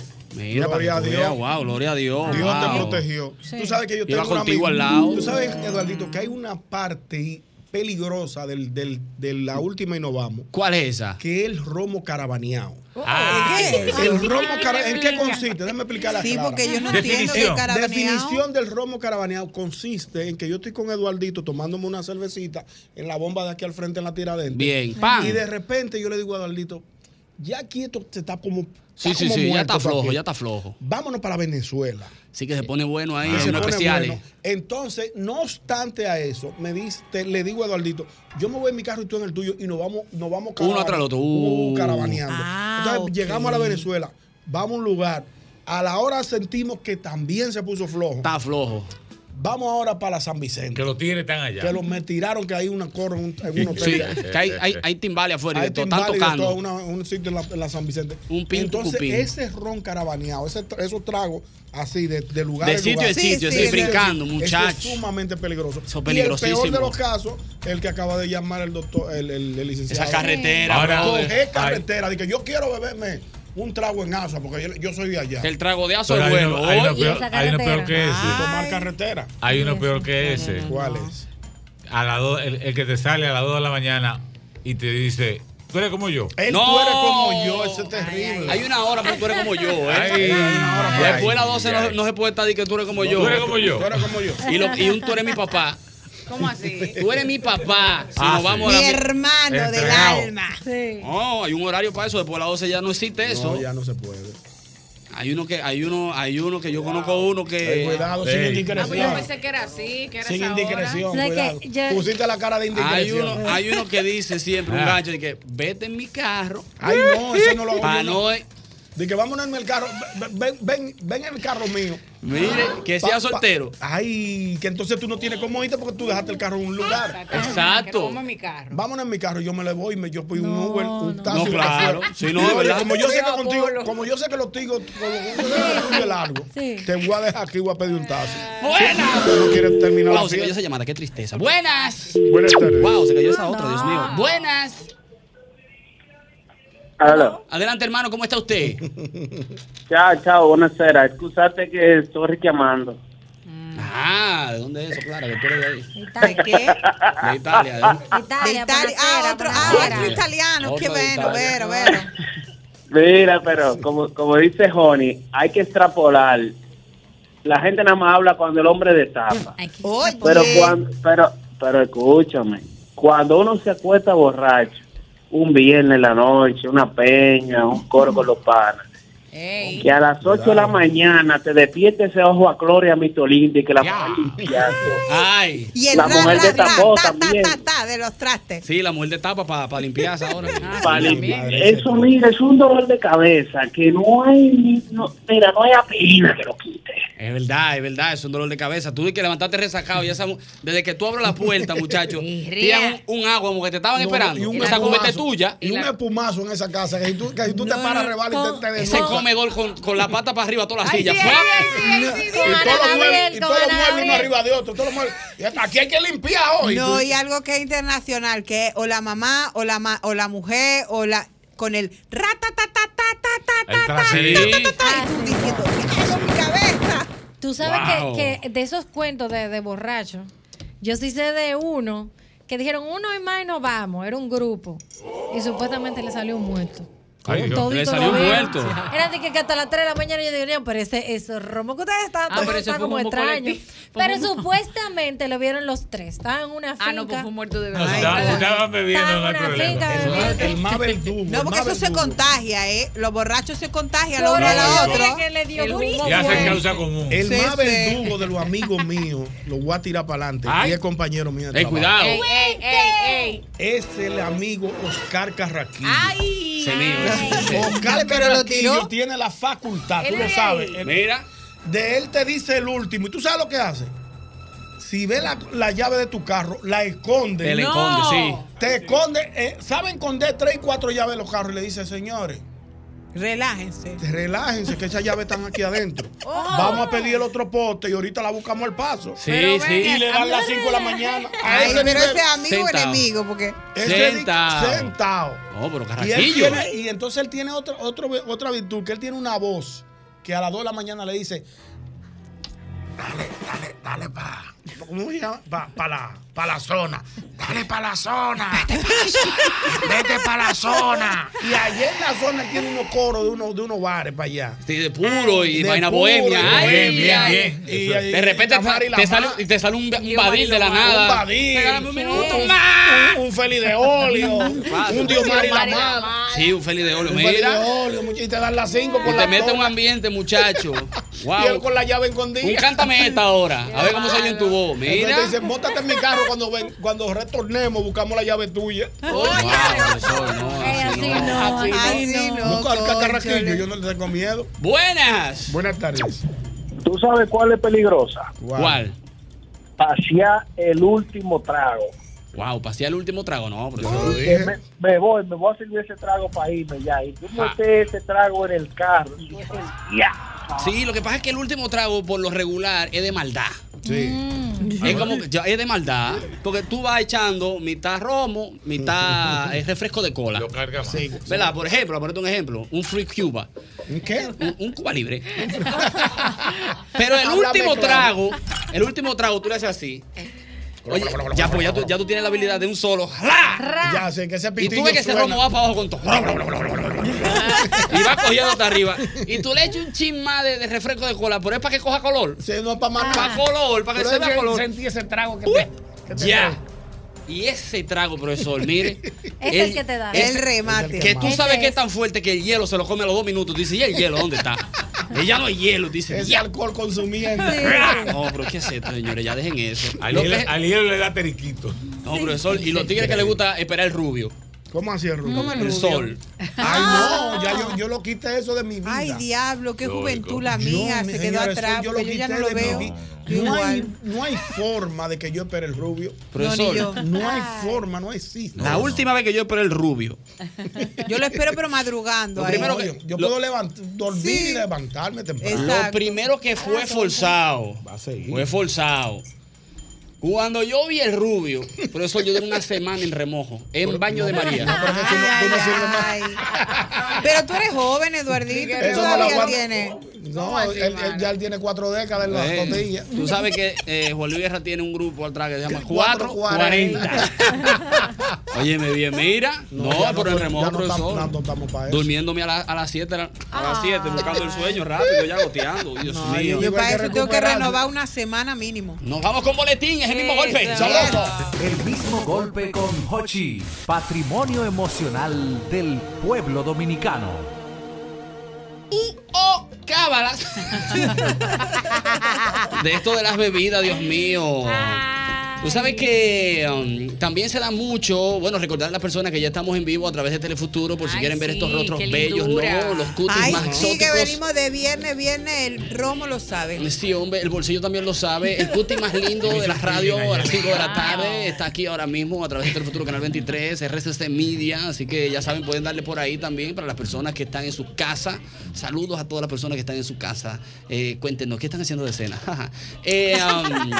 Speaker 4: Gloria
Speaker 2: Mira, para que
Speaker 4: a
Speaker 2: tú
Speaker 4: Dios.
Speaker 2: veas, Wow, Oh, gloria a Dios.
Speaker 4: Dios te
Speaker 2: wow.
Speaker 4: protegió. Tú sabes que yo
Speaker 2: Iba
Speaker 4: tengo un amigo-
Speaker 2: contigo al lado.
Speaker 4: Tú sabes, Eduardito, que hay una parte peligrosa del, del- de la última y no vamos.
Speaker 2: ¿Cuál es esa?
Speaker 4: Que es el romo carabaneado.
Speaker 2: Ah.
Speaker 3: Oh, ¿Qué es?
Speaker 4: El romo cara- ¿En qué consiste? Déjame explicar la
Speaker 3: Sí,
Speaker 4: Clara.
Speaker 3: porque yo no entiendo qué Definición. carabaneado.
Speaker 4: Definición del romo carabaneado consiste en que yo estoy con Eduardito tomándome una cervecita en la bomba de aquí al frente en la tiradente.
Speaker 2: Bien. Pan.
Speaker 4: Y de repente yo le digo a Eduardito, ya aquí esto se está como.
Speaker 2: Sí,
Speaker 4: está
Speaker 2: sí,
Speaker 4: como
Speaker 2: sí, ya
Speaker 4: muerto,
Speaker 2: está flojo,
Speaker 4: papi.
Speaker 2: ya está flojo.
Speaker 4: Vámonos para Venezuela.
Speaker 2: Sí que se pone bueno ahí,
Speaker 4: Y Ah, se
Speaker 2: en los
Speaker 4: pone
Speaker 2: especiales.
Speaker 4: bueno. Entonces, no obstante a eso, me diste, le digo a Eduardito, yo me voy en mi carro y tú en el tuyo y nos vamos, nos vamos
Speaker 2: Uno atrás del otro.
Speaker 4: Uh,
Speaker 2: Uh.
Speaker 4: caravaneando.
Speaker 2: Ah,
Speaker 4: Entonces,
Speaker 2: ok.
Speaker 4: llegamos a la Venezuela, vamos a un lugar. A la hora sentimos que también se puso flojo.
Speaker 2: Está flojo.
Speaker 4: Vamos ahora para San Vicente.
Speaker 7: Que los tigres están allá.
Speaker 4: Que los me tiraron que hay una corra en un, en un
Speaker 2: Sí,
Speaker 4: hotel.
Speaker 2: que hay, hay, hay timbales afuera y
Speaker 4: Hay
Speaker 2: de todo, están
Speaker 4: timbales y de
Speaker 2: tocando.
Speaker 4: todo, una- un sitio en la, en la San Vicente.
Speaker 2: Un pin
Speaker 4: Entonces,
Speaker 2: cucupín.
Speaker 4: ese ron carabaneado, ese tra- esos tragos así de, de lugar
Speaker 2: De
Speaker 4: en
Speaker 2: sitio
Speaker 4: lugar.
Speaker 2: en sitio, así, brincando,
Speaker 4: Eso
Speaker 2: muchacho.
Speaker 4: Es sumamente peligroso.
Speaker 2: Eso es
Speaker 4: Y el
Speaker 2: peligrosísimo.
Speaker 4: peor de los casos, el que acaba de llamar el doctor, el, el- el licenciado.
Speaker 2: Esa carretera,
Speaker 4: Ahora,
Speaker 2: brother.
Speaker 4: coge carretera, de que yo quiero beberme un trago en asa, porque yo, yo soy de allá.
Speaker 2: El trago de aso es
Speaker 7: Pero hay
Speaker 2: bueno.
Speaker 7: uno- hay uno
Speaker 2: Oye.
Speaker 7: peor- hay uno peor que ese.
Speaker 4: Tomar carretera.
Speaker 7: Hay uno peor que ese.
Speaker 4: ¿Cuál es?
Speaker 7: A las dos- el, el que te sale a las 2 de la mañana y te dice, tú eres como yo.
Speaker 4: Él,
Speaker 2: No.
Speaker 4: Tú eres como yo, eso es terrible.
Speaker 2: Hay una hora, pero tú eres como yo, ¿eh?
Speaker 7: Ay,
Speaker 2: Después de las
Speaker 7: ay,
Speaker 2: 12 no, no se puede estar diciendo que tú eres como
Speaker 7: No,
Speaker 2: yo.
Speaker 7: tú eres como yo.
Speaker 4: Tú eres como yo.
Speaker 2: Y, lo- y un tú eres mi papá.
Speaker 10: ¿Cómo así?
Speaker 2: Tú eres mi papá. Si
Speaker 3: Ah,
Speaker 2: nos
Speaker 3: sí.
Speaker 2: vamos a
Speaker 3: Mi
Speaker 2: la-
Speaker 3: hermano del
Speaker 2: Entregado.
Speaker 3: alma.
Speaker 2: No, hay un horario para eso. Después de las 12 ya no existe eso.
Speaker 4: ya no se puede.
Speaker 2: Hay uno que, hay uno, hay uno que yo conozco uno que.
Speaker 4: Ten cuidado,
Speaker 2: Sí.
Speaker 4: sin
Speaker 10: Ah, pues yo
Speaker 4: indiscreción.
Speaker 10: pensé que era así, que era
Speaker 4: Sin
Speaker 10: esa hora.
Speaker 4: indiscreción, cuidado. Pusiste la cara de
Speaker 2: Hay
Speaker 4: indiscreción.
Speaker 2: uno, hay uno que dice siempre, un
Speaker 4: Ah.
Speaker 2: gancho, de que vete en mi carro.
Speaker 4: Ay, no, eso no lo hago.
Speaker 2: Pa'
Speaker 4: yo,
Speaker 2: no- eh.
Speaker 4: De que vámonos en el carro. ve- Ven, ven, ven en el carro mío.
Speaker 2: Mire, que sea soltero.
Speaker 4: Ay, que entonces tú no tienes cómo irte porque tú dejaste el carro en un lugar.
Speaker 2: Ah, Exacto.
Speaker 10: Toma mi carro.
Speaker 4: Vámonos en mi carro, yo me le voy, me, yo voy un Uber, un taxi.
Speaker 2: No,
Speaker 4: un
Speaker 2: claro.
Speaker 4: taxi.
Speaker 2: Sí, no,
Speaker 4: Y
Speaker 2: es
Speaker 4: oye,
Speaker 2: verdad.
Speaker 4: Como yo sé que
Speaker 2: Apolo.
Speaker 4: contigo, como yo sé que los tigos, como yo sé que tú eres largo, te voy a dejar aquí, voy a pedir un taxi.
Speaker 2: ¡Buena!
Speaker 4: No quieres terminar la
Speaker 2: Wow, se cayó
Speaker 4: fiesta.
Speaker 2: esa llamada, qué tristeza. Buenas.
Speaker 4: Buenas tardes.
Speaker 2: Wow, se cayó esa otra, Dios mío. Buenas. Adelante, hermano, ¿cómo está usted?
Speaker 25: Chao, chao, buonasera. Excusate que estoy reclamando.
Speaker 2: Ah, ¿de dónde es eso, Clara? Que tú eres de ahí.
Speaker 3: ¿De qué?
Speaker 2: De Italia. ¿eh?
Speaker 3: De Italia. Ah, otro, ah, otro italiano. Qué
Speaker 25: Otro de
Speaker 3: bueno, bueno,
Speaker 25: Italia.
Speaker 3: bueno.
Speaker 25: Mira, pero como, como dice Johnny, hay que extrapolar. La gente nada más habla cuando el hombre destapa.
Speaker 3: Oye.
Speaker 25: Pero cuando, pero, pero escúchame, cuando uno se acuesta borracho, un viernes en la noche, una peña, un coro con los panas, que a las 8 de la mañana te despierte ese ojo a Gloria Mitolindi, que la mujer limpiando.
Speaker 2: Ay.
Speaker 3: Y el
Speaker 25: La
Speaker 3: ra,
Speaker 25: mujer
Speaker 3: ra,
Speaker 25: de
Speaker 3: ra,
Speaker 25: tapó
Speaker 3: ta, ta,
Speaker 25: también.
Speaker 3: ta, ta, de los trastes.
Speaker 2: Sí, la mujer de tapa para limpiarse ahora.
Speaker 25: Pa' limpiar. Eso, mira, Ah, es un dolor de cabeza que no hay, ni- no, mira, no hay apellido que lo quite.
Speaker 2: Es verdad, es verdad, es un dolor de cabeza. Tú tienes que levantarte resacado. Ya sabes, desde que tú abres la puerta, muchachos, tiran un, un agua como que te estaban
Speaker 4: No,
Speaker 2: esperando.
Speaker 4: y un
Speaker 2: Esa cubeta es
Speaker 4: espumazo,
Speaker 2: tuya.
Speaker 4: Y un espumazo en esa casa, que si tú, que si tú te paras, rebala y te, te
Speaker 2: Ese
Speaker 4: desnuda.
Speaker 2: comedor con, con la pata para arriba, todas las
Speaker 4: Ay,
Speaker 2: sillas.
Speaker 4: sí,
Speaker 2: ¡Fua!
Speaker 4: ay, sí, ay, sí, sí. Con Ana Gabriel, con Ana Gabriel. Y hasta aquí hay que limpiar hoy.
Speaker 3: No, y algo que es internacional, que es o la mamá, o la, ma- o la mujer, o la. con el rata,
Speaker 7: El traserito.
Speaker 8: Tú sabes
Speaker 7: Wow.
Speaker 8: que, que de esos cuentos de, de borracho, yo sí sé de uno que dijeron uno y más y nos vamos, era un grupo. Y supuestamente le salió un muerto.
Speaker 2: Ay, Dios,
Speaker 8: Todito
Speaker 2: le
Speaker 8: lo
Speaker 2: salió un
Speaker 8: vieron.
Speaker 2: muerto.
Speaker 8: Era de que, que hasta las 3 de la mañana yo diría, pero ese, ese romo que ustedes estaban
Speaker 10: Ah,
Speaker 8: tomando
Speaker 10: pero ese
Speaker 8: está
Speaker 10: fue un
Speaker 8: como
Speaker 10: humo
Speaker 8: extraño.
Speaker 10: colectivo. Fue
Speaker 8: Pero
Speaker 10: un humo.
Speaker 8: supuestamente lo vieron los tres. Estaban en una finca.
Speaker 10: Ah, no, pues fue muerto de
Speaker 7: No,
Speaker 10: verdad.
Speaker 7: se estaban, se estaban bebiendo, no hay problema.
Speaker 8: finca,
Speaker 4: El, más verdugo.
Speaker 3: No,
Speaker 4: el
Speaker 3: porque
Speaker 4: más
Speaker 3: eso se
Speaker 4: verdugo.
Speaker 3: contagia, ¿eh? Los borrachos se contagian,
Speaker 4: Por
Speaker 3: lo uno a la
Speaker 4: ahí,
Speaker 3: otro.
Speaker 8: que le dio
Speaker 3: El
Speaker 8: durísimo.
Speaker 7: Ya se causa común.
Speaker 4: El
Speaker 3: Sí,
Speaker 4: más
Speaker 3: sí.
Speaker 4: verdugo de los amigos míos, lo voy a tirar para adelante.
Speaker 7: Ay.
Speaker 4: Y es compañero mío. de
Speaker 7: Ey,
Speaker 4: trabajo.
Speaker 7: cuidado.
Speaker 10: Ey, ey, ey, ey.
Speaker 4: Es el amigo Oscar Carraquillo.
Speaker 10: Ay.
Speaker 2: ¿eh?
Speaker 4: Oscar
Speaker 3: Pero lo
Speaker 4: Carraquillo
Speaker 3: tiró.
Speaker 4: tiene la facultad, tú
Speaker 3: Él
Speaker 4: lo
Speaker 3: es
Speaker 4: sabes.
Speaker 3: ahí.
Speaker 4: El-
Speaker 2: Mira.
Speaker 4: De él te dice el último. ¿Y tú sabes lo que hace? Si ve la, la llave de tu carro, la esconde.
Speaker 2: Te la No. esconde, sí.
Speaker 4: Te esconde. eh, sabe esconder tres y cuatro llaves de los carros y le dice, señores.
Speaker 3: Relájense.
Speaker 4: Relájense, que esas llaves están aquí adentro.
Speaker 3: Oh.
Speaker 4: Vamos a pedir el otro poste y ahorita la buscamos al paso.
Speaker 2: Sí, Pero sí. venga,
Speaker 4: Y le dan las 5 de la mañana. A
Speaker 3: Ay,
Speaker 4: ese
Speaker 3: pero
Speaker 4: nivel.
Speaker 3: ese amigo o
Speaker 2: Sentado.
Speaker 3: enemigo, porque.
Speaker 4: Ese di-
Speaker 2: Sentado.
Speaker 4: Sentado.
Speaker 2: No, pero
Speaker 4: Y, él
Speaker 2: carraquillo.
Speaker 4: tiene- y entonces él tiene otra, otro- otra virtud, que él tiene una voz que a las 2 de la mañana le dice, dale, dale, dale pa, ¿cómo se llama? Pa, pa la, pa la zona. Dale pa la zona. Vete pa la zona. Y allí en la zona él tiene unos coros de unos, de unos bares para allá.
Speaker 2: Sí, de puro y
Speaker 4: De
Speaker 2: vaina
Speaker 4: puro,
Speaker 2: bohemia.
Speaker 4: y
Speaker 2: Ay,
Speaker 4: bohemia,
Speaker 2: bien,
Speaker 4: y-
Speaker 2: bien.
Speaker 4: y-
Speaker 2: Eso.
Speaker 4: y-
Speaker 2: de repente
Speaker 4: la
Speaker 2: te,
Speaker 4: mar y la
Speaker 2: te
Speaker 4: mar.
Speaker 2: sale, y te sale un, un
Speaker 4: Y un
Speaker 2: badil de la
Speaker 4: badil,
Speaker 2: nada.
Speaker 4: un badil.
Speaker 2: Regálame un minuto
Speaker 4: Sí.
Speaker 2: más.
Speaker 4: Un, un Feli de óleo, un Diomar y la mala.
Speaker 2: Sí, un feliz de óleo.
Speaker 4: Un Feli de
Speaker 2: Mira.
Speaker 4: óleo, much- y te dan las 5
Speaker 2: Y
Speaker 4: por la
Speaker 2: te mete un
Speaker 4: zona.
Speaker 2: ambiente, muchacho.
Speaker 4: Y él
Speaker 2: Wow.
Speaker 4: con la llave escondida.
Speaker 2: Un cántame esta ahora. A ver cómo sale en tu voz.
Speaker 4: Entonces
Speaker 2: Mira.
Speaker 4: te dicen, mótate en mi carro cuando, ven- cuando retornemos, buscamos la llave tuya.
Speaker 2: Wow, profesor, no, así no.
Speaker 4: Busca al cacarraquillo, yo no le tengo miedo.
Speaker 2: Buenas.
Speaker 4: Buenas tardes.
Speaker 21: ¿Tú sabes cuál es peligrosa?
Speaker 4: ¿Cuál?
Speaker 1: pasear el último trago.
Speaker 2: Wow, pasé el último trago, no, pero eso-
Speaker 1: Que me, me voy, me voy a servir ese trago para irme ya. Y tú
Speaker 2: Ja.
Speaker 1: metes ese trago en el carro. y yo,
Speaker 2: Sí, lo que pasa es que el último trago, por lo regular, es de maldad.
Speaker 4: Sí.
Speaker 2: Es como que ya es de maldad, porque tú vas echando mitad romo, mitad eh, refresco de cola. Lo
Speaker 7: cargas
Speaker 2: ¿Verdad? Por ejemplo, para ponerte un ejemplo, un free Cuba.
Speaker 4: ¿Qué?
Speaker 2: Un, un Cuba libre. Pero el
Speaker 4: Háblame
Speaker 2: último
Speaker 4: claro.
Speaker 2: trago, el último trago tú le haces así. Oye, ya, pues, ya, tú, ya tú tienes la habilidad de un solo. ¡Jalá!
Speaker 4: Ya sé que ese
Speaker 2: Y
Speaker 4: pitillo
Speaker 2: tú ves que ese
Speaker 4: suena.
Speaker 2: romo va para abajo con todo. Y va cogiendo hasta arriba. Y tú le echas un chin más de, de refresco de cola, pero es para que coja color.
Speaker 4: no es para
Speaker 2: más. Para color, para que se vea color. Uh,
Speaker 21: Sentí ese trago que te- que te
Speaker 2: Ya. Y ese trago, profesor, mire.
Speaker 21: Es el que te da.
Speaker 2: es-
Speaker 21: El remate.
Speaker 2: Que tú
Speaker 21: Ese
Speaker 2: sabes que
Speaker 21: es.
Speaker 2: es tan fuerte que el hielo se lo come a los dos minutos. Dice, ¿y el hielo dónde está? Ella no hay hielo, dice.
Speaker 4: Ese
Speaker 2: "Ya".
Speaker 4: alcohol consumiendo.
Speaker 2: No, pero ¿qué es esto, señores? Ya dejen eso.
Speaker 7: Al
Speaker 2: Lo
Speaker 7: hielo-
Speaker 2: que-
Speaker 7: al hielo le da teriquito.
Speaker 2: No, profesor, y los tigres que les gusta esperar el rubio.
Speaker 4: ¿Cómo así el rubio?
Speaker 2: ¿Cómo el rubio? sol.
Speaker 4: Ay, no, ya yo, yo lo quité eso de mi vida.
Speaker 3: Ah. Ay, diablo, qué
Speaker 4: Lógico.
Speaker 3: juventud la mía,
Speaker 4: mi
Speaker 3: se quedó
Speaker 4: señora, eso
Speaker 3: atrás,
Speaker 4: yo lo
Speaker 3: porque yo ya no
Speaker 4: quité
Speaker 3: lo
Speaker 4: de mi
Speaker 3: veo.
Speaker 4: vida.
Speaker 3: Yo
Speaker 4: No hay,
Speaker 3: igual.
Speaker 4: no hay forma de que yo espere el rubio.
Speaker 2: Profesor. No, ni yo.
Speaker 4: No hay forma, no existe.
Speaker 2: La última vez que yo esperé el rubio.
Speaker 3: Yo lo espero, pero madrugando.
Speaker 4: Lo
Speaker 3: ahí.
Speaker 4: primero que- yo puedo levant- dormir y levantarme temprano.
Speaker 2: Lo primero que
Speaker 3: Ah,
Speaker 2: fue forzado. Fue forzado. Cuando yo vi el rubio, por eso yo duré una semana en remojo, en baño de María.
Speaker 3: Pero tú eres joven, Eduardito, ¿qué
Speaker 4: Eso no lo
Speaker 3: todavía
Speaker 4: aguanta.
Speaker 3: tienes?
Speaker 4: No, él, él- ya él tiene cuatro décadas en las
Speaker 2: Eh,
Speaker 4: tortillas.
Speaker 2: Tú sabes que eh, Juan Luis Guerra tiene un grupo atrás que se llama
Speaker 4: Cuatro
Speaker 2: 440. Óyeme bien, mira. No,
Speaker 4: ya
Speaker 2: pero en
Speaker 4: ya
Speaker 2: remojo,
Speaker 4: no estamos-
Speaker 2: profesor.
Speaker 4: no estamos para eso.
Speaker 2: Durmiéndome a, la- a las 7, a las 7, buscando el sueño rápido, ya goteando. Dios mío.
Speaker 3: Yo Ah. para eso tengo que renovar una semana mínimo.
Speaker 2: Nos vamos con boletín, es el mismo golpe.
Speaker 3: Eso.
Speaker 2: Saludos.
Speaker 26: El mismo golpe con Hochi, patrimonio emocional del pueblo dominicano.
Speaker 2: Y
Speaker 3: Oh.
Speaker 2: o cábalas. De esto de las bebidas, Dios mío. Tú sabes que um, también se da mucho, bueno, recordar a las personas que ya estamos en vivo a través de Telefuturo por si
Speaker 3: Ay,
Speaker 2: quieren ver estos
Speaker 3: sí,
Speaker 2: rostros
Speaker 3: qué
Speaker 2: bellos,
Speaker 3: lindura.
Speaker 2: no, los cutis
Speaker 3: Ay,
Speaker 2: más
Speaker 3: sí, que
Speaker 2: exóticos.
Speaker 3: venimos de viernes, viernes, el romo lo sabe.
Speaker 2: Sí, hombre, el bolsillo también lo sabe. El cuti más lindo de la radio a las 5 de la tarde está aquí ahora mismo a través de Telefuturo Canal 23, RCC Media. Así que ya saben, pueden darle por ahí también para las personas que están en su casa. Saludos a todas las personas que están en su casa. Eh, cuéntenos, ¿qué están haciendo de cena? Eh, um,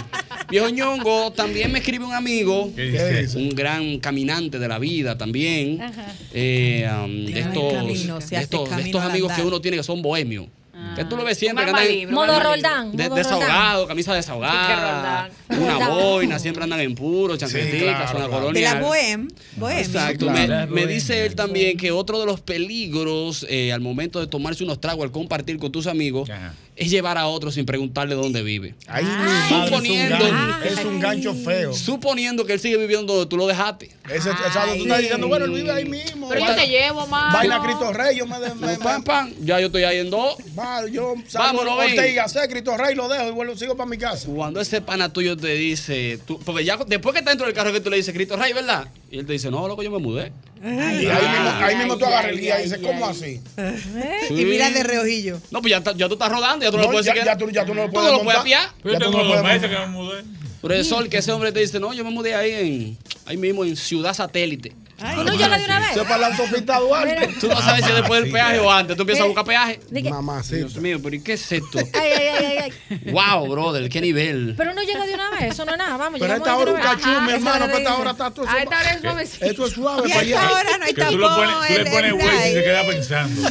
Speaker 2: viejo ñongo, también me escribe un amigo,
Speaker 4: dice?
Speaker 2: un gran caminante de la vida también.
Speaker 3: Ajá.
Speaker 2: Eh, um, de,
Speaker 3: Te va el
Speaker 2: estos,
Speaker 3: camino, se
Speaker 2: de,
Speaker 3: hace
Speaker 2: estos, de
Speaker 3: camino
Speaker 2: estos
Speaker 3: al
Speaker 2: amigos que
Speaker 3: andar.
Speaker 2: uno tiene que son bohemios. Que tú lo ves siempre
Speaker 8: Un
Speaker 2: que
Speaker 8: alma
Speaker 2: andan
Speaker 8: libre, un Modo alma libre. Roldán,
Speaker 2: de-
Speaker 8: modo
Speaker 2: desahogado, camisa desahogada,
Speaker 8: Qué Roldán.
Speaker 2: una
Speaker 8: Roldán.
Speaker 2: boina, siempre andan en puro, chancletica, zona
Speaker 3: De
Speaker 2: colonial.
Speaker 3: la bohem, bohem.
Speaker 2: Exacto. Me- Me, dice él también que otro de los peligros eh, al momento de tomarse unos tragos, al compartir con tus amigos, es llevar a otro sin preguntarle dónde vive.
Speaker 4: Ay, mi madre,
Speaker 2: suponiendo,
Speaker 4: es un gancho, es un gancho feo.
Speaker 2: suponiendo que él sigue viviendo donde tú lo dejaste.
Speaker 4: Ese, exacto, tú estás diciendo, bueno, él vive ahí mismo.
Speaker 10: Pero yo te llevo, mano.
Speaker 4: Vaina Cristo Rey, yo me, de- me- me-
Speaker 2: Pam, pam, ya yo estoy ahí en dos.
Speaker 4: va, yo salgo
Speaker 2: Vámonos,
Speaker 4: Ortega
Speaker 2: ven.
Speaker 4: y Gasset, Cristo Rey, lo dejo y vuelvo, sigo para mi casa.
Speaker 2: Cuando ese pana tuyo te dice, tú- porque ya después que está dentro del carro que tú le dices, Cristo Rey, ¿verdad? Y él te dice, no, loco, yo me mudé.
Speaker 4: Y ahí, mismo, ahí mismo tú agarras el guía y dices, ¿cómo así?
Speaker 2: Sí.
Speaker 8: Eh,
Speaker 3: Y mira de reojillo.
Speaker 2: No, pues ya, está- ya tú estás rodando, ya tú no,
Speaker 4: No,
Speaker 2: lo puedes
Speaker 4: ya-
Speaker 2: decir
Speaker 4: ya tú- ya tú no lo
Speaker 2: tú
Speaker 4: puedes
Speaker 2: no lo
Speaker 4: montar.
Speaker 2: puedes apiar.
Speaker 4: Pero yo Ya tú tengo no lo dos puedes meses montar.
Speaker 7: me mudé.
Speaker 2: Profesor, que ese hombre te dice, no, yo me mudé ahí en, ahí mismo, en Ciudad Satélite.
Speaker 8: ¿Tú no yo la de una vez?
Speaker 4: Se para la autopista Duarte.
Speaker 2: Tú no sabes si es después del peaje o antes, tú
Speaker 3: Eh,
Speaker 2: empiezas a
Speaker 8: Mira,
Speaker 2: buscar peaje.
Speaker 4: Mamacita.
Speaker 2: Dios mío, pero ¿y qué es esto?
Speaker 8: Ay, ay, ay, ay, ay.
Speaker 2: wow, brother, qué nivel.
Speaker 8: Pero uno llega de una vez, eso no es nada. Vamos,
Speaker 4: Pero a
Speaker 8: llegamos
Speaker 4: esta hora
Speaker 8: de
Speaker 4: un
Speaker 8: una vez.
Speaker 4: cachú,
Speaker 8: Ajá,
Speaker 4: mi
Speaker 8: esa
Speaker 4: hermano,
Speaker 8: hora
Speaker 4: para esta
Speaker 8: dice.
Speaker 4: hora está todo
Speaker 8: A esta hora es
Speaker 4: suave. Eh,
Speaker 8: suavecito.
Speaker 4: Esto es suave
Speaker 8: Y a
Speaker 4: para
Speaker 8: esta
Speaker 4: allá.
Speaker 8: hora no hay
Speaker 7: Que tú, lo pones, tú le pones huevo y se queda pensando.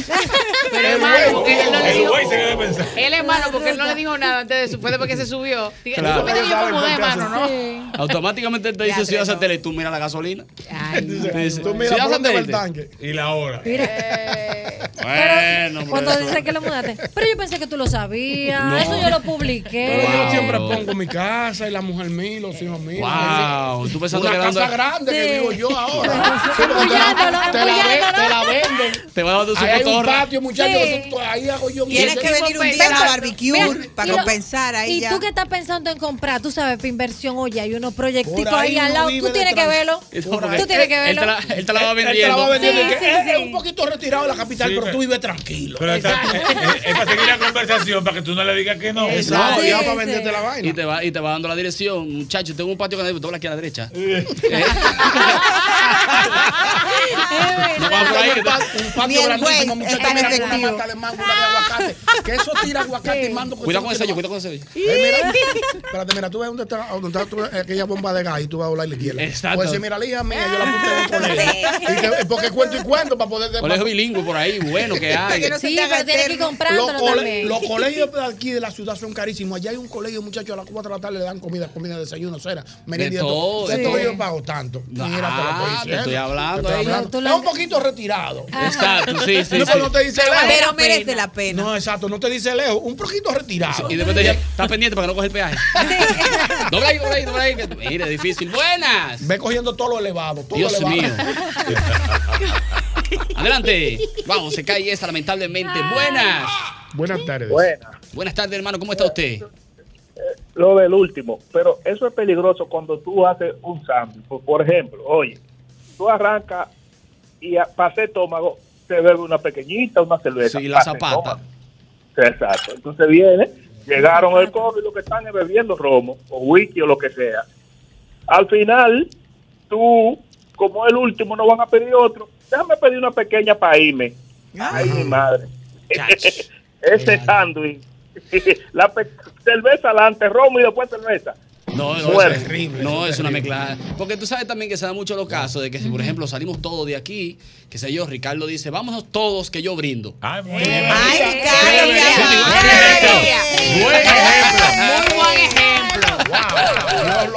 Speaker 10: Pero es
Speaker 7: El
Speaker 10: malo, porque él no le dijo.
Speaker 7: güey se queda pensando.
Speaker 10: Él es malo porque él no le dijo nada antes de su. Fue después que se subió. Dije,
Speaker 2: Claro.
Speaker 10: "Tú me dijiste que yo me mudé, mano, ¿no?
Speaker 2: Automáticamente él te dice Ciudad Satélite, tú mira la gasolina. Te dice,
Speaker 4: Tú mira,
Speaker 2: "Ciudad
Speaker 4: ¿por dónde va el
Speaker 2: Satélite".
Speaker 4: tanque?
Speaker 7: Y la hora.
Speaker 2: Bueno,
Speaker 8: Cuando
Speaker 2: profesor.
Speaker 8: dice que lo mudaste. Pero yo pensé que tú lo sabías.
Speaker 4: No.
Speaker 8: Eso yo lo
Speaker 4: Pero
Speaker 8: publiqué.
Speaker 4: yo siempre pongo mi casa y la mujer mía y los hijos míos.
Speaker 2: Wow, tú pensando
Speaker 4: Una
Speaker 2: que dando-
Speaker 4: casa grande
Speaker 8: Sí.
Speaker 4: que vivo yo ahora.
Speaker 8: Sí.
Speaker 4: Sí, porque te la-
Speaker 8: Empullándolo,
Speaker 4: te, la, ve-
Speaker 8: empullándolo.
Speaker 4: te la venden.
Speaker 2: Te va dando su
Speaker 4: Ahí hay un
Speaker 2: cotorra.
Speaker 4: patio, muchachos.
Speaker 8: Sí.
Speaker 4: eso- Ahí hago yo mi-
Speaker 3: Tienes que venir un día a la barbecue
Speaker 8: Mira,
Speaker 3: para
Speaker 8: y lo-
Speaker 3: compensar ahí
Speaker 8: Y
Speaker 3: ya.
Speaker 8: tú que estás pensando en comprar, tú sabes, para inversión, oye, hay unos proyecticos
Speaker 3: Por ahí
Speaker 8: ahí, al
Speaker 3: uno
Speaker 8: lado.
Speaker 3: vive
Speaker 8: Tú
Speaker 3: de
Speaker 8: tienes que
Speaker 3: trans-
Speaker 8: verlo.
Speaker 3: Por
Speaker 8: Tú
Speaker 3: ahí
Speaker 8: tienes tiene que ver?
Speaker 2: Él te la- él te la va
Speaker 4: Él- él
Speaker 2: vendiendo.
Speaker 4: la va vendiendo y
Speaker 2: Sí,
Speaker 4: que,
Speaker 2: sí,
Speaker 4: "Eh,
Speaker 2: sí.
Speaker 4: es un poquito retirado de la capital,
Speaker 7: Sí,
Speaker 4: pero
Speaker 7: pero-
Speaker 4: tú vives tranquilo.
Speaker 7: Pero está- es, es- es para seguir la conversación, para que tú no le digas que no.
Speaker 2: Exacto.
Speaker 7: No, ya
Speaker 2: Sí,
Speaker 7: para
Speaker 2: sí.
Speaker 7: venderte la vaina.
Speaker 2: Y te va, y te va dando la dirección. Muchacho, tengo un patio que dobla aquí a la derecha. No va por ahí, que está-
Speaker 4: un patio
Speaker 2: pues,
Speaker 3: Ni el
Speaker 8: pues,
Speaker 4: grandísimo,
Speaker 3: juez
Speaker 4: muchachos,
Speaker 3: está
Speaker 4: mira, con una
Speaker 3: efectivo.
Speaker 4: mata de mango, una de aguacate. Que eso tira aguacate y pues, mando
Speaker 2: Cuidado con ese sello, cuidado con ese sello.
Speaker 4: Eh, mira, espérate, mira, tú ves dónde está, dónde está tú, aquella bomba de gas y tú vas a doblar a la izquierda.
Speaker 2: Exacto.
Speaker 4: Pues si mira, la hija mía, yo la apunté con él. Y que- Porque cuento y cuento para poder...
Speaker 2: Colegio bilingüe por ahí, bueno que hay.
Speaker 8: Sí, pero tienes que ir comprándolo
Speaker 4: los, cole-
Speaker 8: también.
Speaker 4: los colegios de aquí de la ciudad son carísimos. Allá hay un colegio, muchachos, a las 4 de la tarde le dan comida, comida, desayuno, cena, merienda. y
Speaker 2: todo,
Speaker 4: Entonces,
Speaker 2: de
Speaker 4: todo
Speaker 2: todo.
Speaker 4: yo pago tanto.
Speaker 2: No,
Speaker 4: Mira, te lo estoy
Speaker 2: te
Speaker 4: diciendo.
Speaker 2: estoy hablando,
Speaker 4: Te estoy
Speaker 2: ahí.
Speaker 4: hablando.
Speaker 2: Tú
Speaker 4: Es un poquito retirado.
Speaker 2: Exacto, sí, sí,
Speaker 4: No,
Speaker 2: sí.
Speaker 4: pero no te dice
Speaker 2: Pero
Speaker 4: lejos.
Speaker 2: vale la Pero merece pena.
Speaker 4: la pena. No, exacto, no te dice lejos. Un poquito retirado.
Speaker 2: Ah, Y después te dice, estás pendiente para que no coges el peaje. Dobla ahí, dobla ahí, dobla ahí. que- Mira, es difícil. Buenas.
Speaker 4: Ve cogiendo todo lo elevado. Todo
Speaker 2: Dios
Speaker 4: lo
Speaker 2: mío.
Speaker 4: elevado.
Speaker 2: Adelante. Vamos, se cae esa, lamentablemente. Buenas.
Speaker 4: Buenas tardes.
Speaker 5: Buenas.
Speaker 2: Buenas tardes, hermano. ¿Cómo está usted? Eh,
Speaker 5: Lo del último. Pero eso es peligroso cuando tú haces un sándwich. Por, por ejemplo, oye, tú arrancas y a- pasé estómago, te bebe una pequeñita, una cerveza.
Speaker 2: Sí, la
Speaker 5: pase
Speaker 2: zapata.
Speaker 5: estómago. Exacto. Entonces viene, llegaron el COVID, lo que están es bebiendo romo o whisky o lo que sea. Al final, tú, como el último, no van a pedir otro. Déjame pedir una pequeña para irme. Ay, mi madre. Ese sándwich. La pe- cerveza adelante, romo y después cerveza.
Speaker 2: No, no,
Speaker 5: Muere.
Speaker 2: es
Speaker 5: Terrible,
Speaker 2: No,
Speaker 5: es
Speaker 2: es una mezcla. Porque tú sabes también que se da mucho los casos de que, si, por ejemplo, salimos todos de aquí, que sé yo, Ricardo dice, vámonos todos que yo brindo. Ay, muy bien.
Speaker 3: Ay,
Speaker 2: Qué bien.
Speaker 3: Ricardo.
Speaker 2: Buen ejemplo.
Speaker 10: Muy buen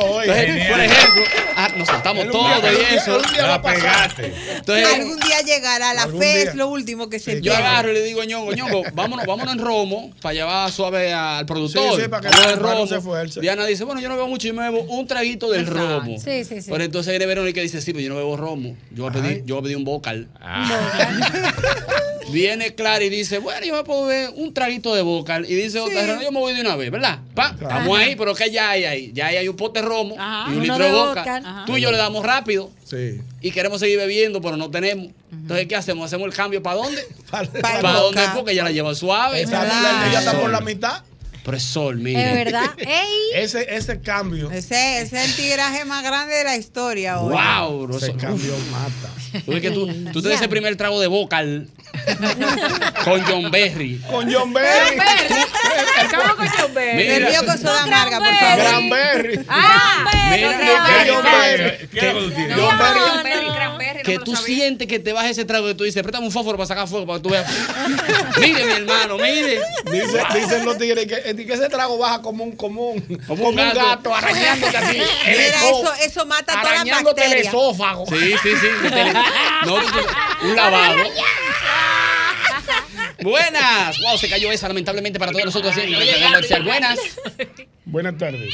Speaker 10: ejemplo.
Speaker 2: Entonces, por ejemplo, ah, nos saltamos todos y eso.
Speaker 4: La
Speaker 2: pegaste. Entonces,
Speaker 3: Algún día llegará la
Speaker 2: Algún
Speaker 3: fe,
Speaker 2: día.
Speaker 3: es lo último que se
Speaker 2: yo
Speaker 3: pierde.
Speaker 2: agarro y le digo a Ñongo, Ñongo, vámonos, vámonos en romo para llevar suave al productor.
Speaker 4: Sí, sí, para que
Speaker 2: Vámonos
Speaker 4: la-
Speaker 2: en
Speaker 4: para no
Speaker 2: romo.
Speaker 4: se esfuerce.
Speaker 2: Diana dice, bueno, yo no bebo mucho, yo me bebo un traguito del romo.
Speaker 8: Sí, sí, sí.
Speaker 2: Pero entonces viene Verónica y dice, sí, pero yo no bebo romo. Yo voy a pedir, yo voy a pedir un vocal.
Speaker 4: Ah.
Speaker 2: viene Clara y dice, bueno, yo me puedo beber un traguito de vocal. Y dice otra, "No, yo me voy de una vez, ¿verdad? Pa, estamos ahí, pero que ya hay ahí. Ya hay, hay un pote de romo y un
Speaker 8: Uno
Speaker 2: litro de
Speaker 8: de
Speaker 2: vocal.
Speaker 8: Bocal. Ajá.
Speaker 2: Tú y yo le damos rápido
Speaker 4: Sí.
Speaker 2: y queremos seguir bebiendo, pero no tenemos. Entonces, ¿qué hacemos? ¿Hacemos el cambio para dónde?
Speaker 4: Para,
Speaker 8: Bocal.
Speaker 2: dónde? Porque ya la lleva suave.
Speaker 4: Exacto, la- ella está por la
Speaker 2: mitad. Pero es sol, mira.
Speaker 3: Es verdad.
Speaker 4: Ese, ese cambio.
Speaker 3: Ese, ese es el tigraje más grande de la historia hoy.
Speaker 2: Wow, bro,
Speaker 4: Ese
Speaker 2: eso-
Speaker 4: cambio
Speaker 2: uf.
Speaker 4: mata.
Speaker 2: Tú ves que tú, tú te
Speaker 3: Ya.
Speaker 2: des el primer trago de vocal con John Berry.
Speaker 4: Con John Berry.
Speaker 10: Acabo con John Berry.
Speaker 2: Mira.
Speaker 3: El río con soda amarga, por favor.
Speaker 4: Granberry.
Speaker 10: Ah,
Speaker 2: Mira,
Speaker 10: Cranberry,
Speaker 2: John
Speaker 10: Cranberry.
Speaker 2: Berry.
Speaker 10: No,
Speaker 2: John Berry.
Speaker 10: Cranberry, Cranberry,
Speaker 2: Que
Speaker 10: no me
Speaker 2: tú
Speaker 10: lo sabía.
Speaker 2: sientes que te vas ese trago y tú dices, préstame un fósforo para sacar fuego para que tú veas. mire, mi hermano, mire.
Speaker 4: Dice, dicen los tigres que, que ese trago baja como un, como un, como un
Speaker 2: gato.
Speaker 4: gato, arañándote así. el
Speaker 3: Mira, eso,
Speaker 4: esófago,
Speaker 3: eso mata todas las
Speaker 4: arañándote el
Speaker 3: bacterias.
Speaker 4: esófago.
Speaker 2: Sí, sí, sí. que te le- No, porque- un lavado. Buenas. Wow, se cayó esa, lamentablemente, para todos nosotros. sí, comercial. Buenas.
Speaker 4: Buenas tardes.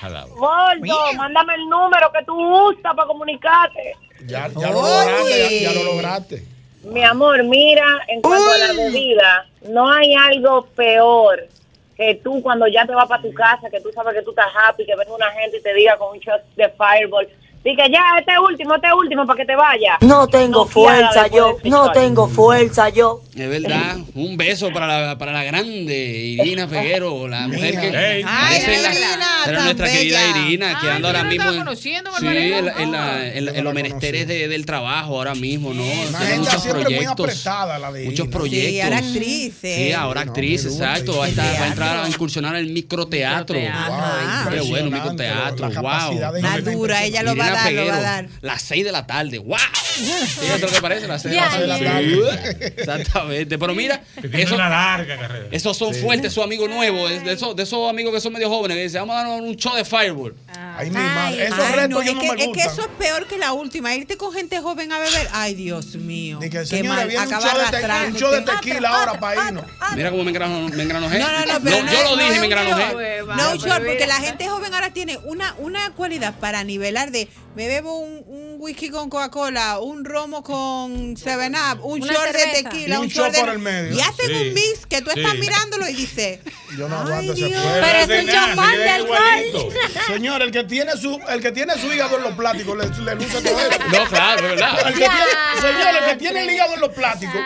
Speaker 6: Gordo, mándame el número que tú usas para comunicarte.
Speaker 4: Ya, ya lo lograste, ya, ya lo lograste.
Speaker 6: Mi amor, mira, en cuanto a la bebida, no hay algo peor que tú cuando ya te vas para tu casa, que tú sabes que tú estás happy, que venga una gente y te diga con un shot de fireball, diga ya, este último, este último, para que te vaya.
Speaker 27: No tengo
Speaker 6: No quiera
Speaker 27: fuerza
Speaker 6: después
Speaker 27: yo,
Speaker 6: de
Speaker 27: no
Speaker 6: sexual.
Speaker 27: tengo fuerza yo.
Speaker 2: Es verdad. Un beso para la, para la grande Irina Feguero, la mujer que.
Speaker 27: Ey.
Speaker 2: Ay,
Speaker 27: Ay,
Speaker 2: la-
Speaker 27: Irina,
Speaker 2: era
Speaker 27: tan
Speaker 2: nuestra querida
Speaker 27: bella.
Speaker 2: Irina, que
Speaker 27: Ay,
Speaker 2: anda
Speaker 27: yo
Speaker 2: ahora
Speaker 27: la
Speaker 2: mismo.
Speaker 27: estaba
Speaker 2: en-
Speaker 27: conociendo,
Speaker 2: sí,
Speaker 27: Barbarella.
Speaker 2: en, la- en la- en la- en los menesteres de- del trabajo ahora mismo, ¿no?
Speaker 4: Una
Speaker 2: Tiene
Speaker 4: agenda
Speaker 2: muchos
Speaker 4: siempre muy
Speaker 2: proyectos.
Speaker 4: apretada la de
Speaker 2: Muchos
Speaker 4: Irina.
Speaker 2: proyectos.
Speaker 3: Sí, ahora actriz,
Speaker 2: Sí,
Speaker 3: eh.
Speaker 2: ahora actriz, exacto. Va a, estar- va a entrar a incursionar al microteatro.
Speaker 3: Ajá.
Speaker 2: Wow, qué bueno, microteatro.
Speaker 3: capacidad de
Speaker 2: Wow.
Speaker 3: Más dura, ella lo va a
Speaker 2: Irina
Speaker 3: dar, lo va a
Speaker 2: Peguero,
Speaker 3: dar.
Speaker 2: Las 6 de la tarde. Wow. ¿Sí, eso es lo que parece? Las 6
Speaker 3: Ya,
Speaker 2: de la
Speaker 3: ya.
Speaker 2: tarde. Exactamente. Pero mira, eso,
Speaker 7: Una larga carrera.
Speaker 2: esos son
Speaker 7: Sí.
Speaker 2: fuertes, esos amigos nuevos, de esos, de esos amigos que son medio jóvenes, que dicen, vamos a darnos un show de fireball.
Speaker 4: Ay, mi
Speaker 3: Ay, ay, no, es, que, es que eso es peor que la última. Irte con gente joven a beber. Ay, Dios mío. Qué
Speaker 4: señora,
Speaker 3: mal. Ah,
Speaker 4: viene un
Speaker 3: Acaba
Speaker 4: show de te-
Speaker 3: arrastrándote.
Speaker 4: un show de tequila ahora para irnos.
Speaker 2: Mira cómo me engranojé. Me engranojé.
Speaker 3: Ah. No, no, no, pero no
Speaker 2: yo
Speaker 3: es-
Speaker 2: lo
Speaker 3: no
Speaker 2: dije, me
Speaker 3: es un
Speaker 2: engranojé.
Speaker 3: show. No, un show, porque la gente joven ahora tiene una, una cualidad para nivelar de me bebo un, un whisky con Coca-Cola, un romo con 7-Up, un
Speaker 4: Una
Speaker 3: short de
Speaker 4: cerveza. Y
Speaker 3: tequila,
Speaker 4: un
Speaker 3: un short
Speaker 4: shot
Speaker 3: de...
Speaker 4: por el medio.
Speaker 3: Y hacen
Speaker 4: Sí,
Speaker 3: un mix que tú estás
Speaker 4: sí.
Speaker 3: mirándolo y dices,
Speaker 4: Yo no aguanto ese
Speaker 3: Dios.
Speaker 4: fuego.
Speaker 3: Pero es un
Speaker 4: Nada,
Speaker 3: champán
Speaker 4: se queda
Speaker 3: de
Speaker 4: igualito.
Speaker 3: alcohol.
Speaker 4: Señor, el que tiene su, el que tiene su hígado en los plásticos le, le luce todo eso.
Speaker 2: No, claro, es verdad.
Speaker 4: El que tiene,
Speaker 2: Ay.
Speaker 4: señor, el que tiene el hígado en los plásticos,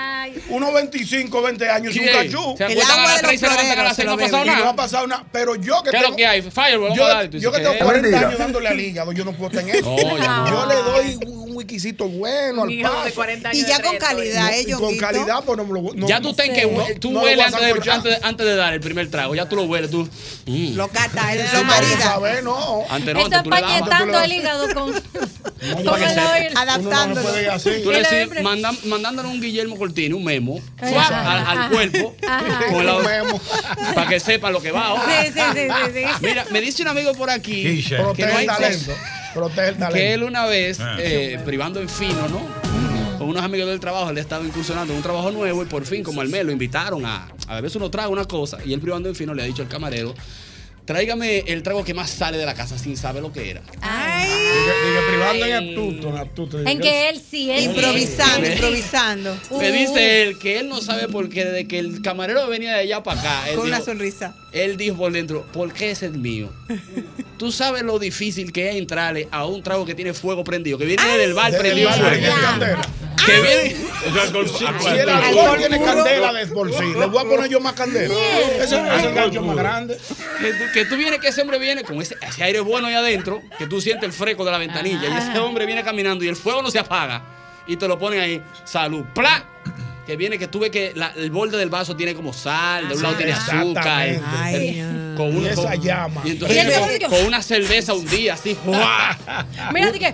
Speaker 4: unos 25, 20 años, es un
Speaker 2: Sí.
Speaker 4: cachú.
Speaker 2: Se El acuestan agua a las de los tres y se levantan a las seis, no ha
Speaker 4: floreros se lo
Speaker 2: pasado
Speaker 4: beben. Y
Speaker 2: nada.
Speaker 4: no ha pasado nada. Pero yo que
Speaker 2: ¿Qué es lo
Speaker 4: tengo-
Speaker 2: que hay?
Speaker 4: yo,
Speaker 2: Fireball, vamos a dar, tú
Speaker 4: yo que
Speaker 2: dices,
Speaker 4: tengo
Speaker 2: ¿qué?
Speaker 4: 40 años
Speaker 2: Mentira.
Speaker 4: dándole al hígado, yo no puedo tener eso.
Speaker 2: No, ya no.
Speaker 4: Yo le doy un whiskycito bueno al
Speaker 3: Un hígado de
Speaker 4: paso.
Speaker 3: 40 años Y ya de con reto, ¿eh? calidad, ¿eh,
Speaker 4: Y Con
Speaker 3: Yonguito?
Speaker 4: calidad, pues no me lo no-
Speaker 2: ya tú ten que
Speaker 4: no-
Speaker 2: hue- tú
Speaker 4: no lo voy a
Speaker 2: hueles antes de,
Speaker 4: sancochar.
Speaker 2: antes, de- antes de dar el primer trago. Ya tú lo hueles, tú. mm.
Speaker 3: Lo cata, él
Speaker 2: lo marida.
Speaker 4: ¿Sabes? No.
Speaker 2: Antes no,
Speaker 8: Está
Speaker 2: antes tú le dabas.
Speaker 8: empañetando el hígado con.
Speaker 2: Para que
Speaker 8: Póngalo
Speaker 2: sepa.
Speaker 8: ahí. Adaptándolo.
Speaker 4: Uno no puede ir así.
Speaker 2: Tú le
Speaker 8: Y lo
Speaker 2: decís,
Speaker 8: de pre-
Speaker 2: manda- mandándole un Guillermo Cortini, un memo,
Speaker 8: Ajá.
Speaker 2: suave, al, al
Speaker 8: Ajá.
Speaker 2: cuerpo,
Speaker 8: Ajá.
Speaker 2: con el
Speaker 8: Un
Speaker 2: lado- para que sepa lo que va. ahora.
Speaker 8: Sí, sí, sí, sí, sí.
Speaker 2: Mira, me dice un amigo por aquí
Speaker 4: Protege
Speaker 2: que no
Speaker 4: el
Speaker 2: hay
Speaker 4: talento. Protege el talento.
Speaker 2: que él una vez,
Speaker 4: Ah.
Speaker 2: eh, privando en fino, ¿no? Con unos amigos del trabajo, él estaba incursionando en un trabajo nuevo y por fin, como al mes, lo invitaron a, a beberse unos tragos, una cosa. Y él privando en fino le ha dicho al camarero, tráigame el trago que más sale de la casa sin saber lo que era.
Speaker 4: Dije, privando en astuto, en astuto.
Speaker 8: En que él sí, él sí.
Speaker 3: improvisando,
Speaker 2: Sí.
Speaker 3: improvisando.
Speaker 2: Me dice él que él no sabe por qué desde que el camarero venía de allá para acá. Él
Speaker 3: Con una
Speaker 2: dijo-
Speaker 3: sonrisa.
Speaker 2: Él dijo por dentro, ¿por qué ese es mío? Tú sabes lo difícil que es entrarle a un trago que tiene fuego prendido, que viene del bar
Speaker 4: Desde el
Speaker 2: prendido.
Speaker 4: bar,
Speaker 2: fuego.
Speaker 4: desde el candela.
Speaker 2: Que viene.
Speaker 4: Si
Speaker 2: Ah,
Speaker 4: el
Speaker 2: bueno.
Speaker 4: alcohol tiene candela de por sí, le voy a poner yo más candela.
Speaker 2: Yeah.
Speaker 4: Ese es el
Speaker 2: Alcohol
Speaker 4: gancho más
Speaker 2: puro.
Speaker 4: grande.
Speaker 2: Que tú, que tú vienes, que ese hombre viene con ese, ese aire bueno ahí adentro, que tú sientes el fresco de la ventanilla. Y
Speaker 4: Ah.
Speaker 2: ese hombre viene caminando y el fuego no se apaga. Y te lo ponen ahí, salud, ¡plá! Que viene, que tú ves que la- el borde del vaso tiene como sal, de un lado tiene azúcar.
Speaker 4: Exactamente.
Speaker 2: el- el- con un-
Speaker 4: Y esa
Speaker 2: con-
Speaker 4: llama.
Speaker 2: y entonces
Speaker 4: Y el
Speaker 2: con-
Speaker 4: brillo.
Speaker 2: con, una cerveza un día, así, ¡guau!
Speaker 8: Mira, dije,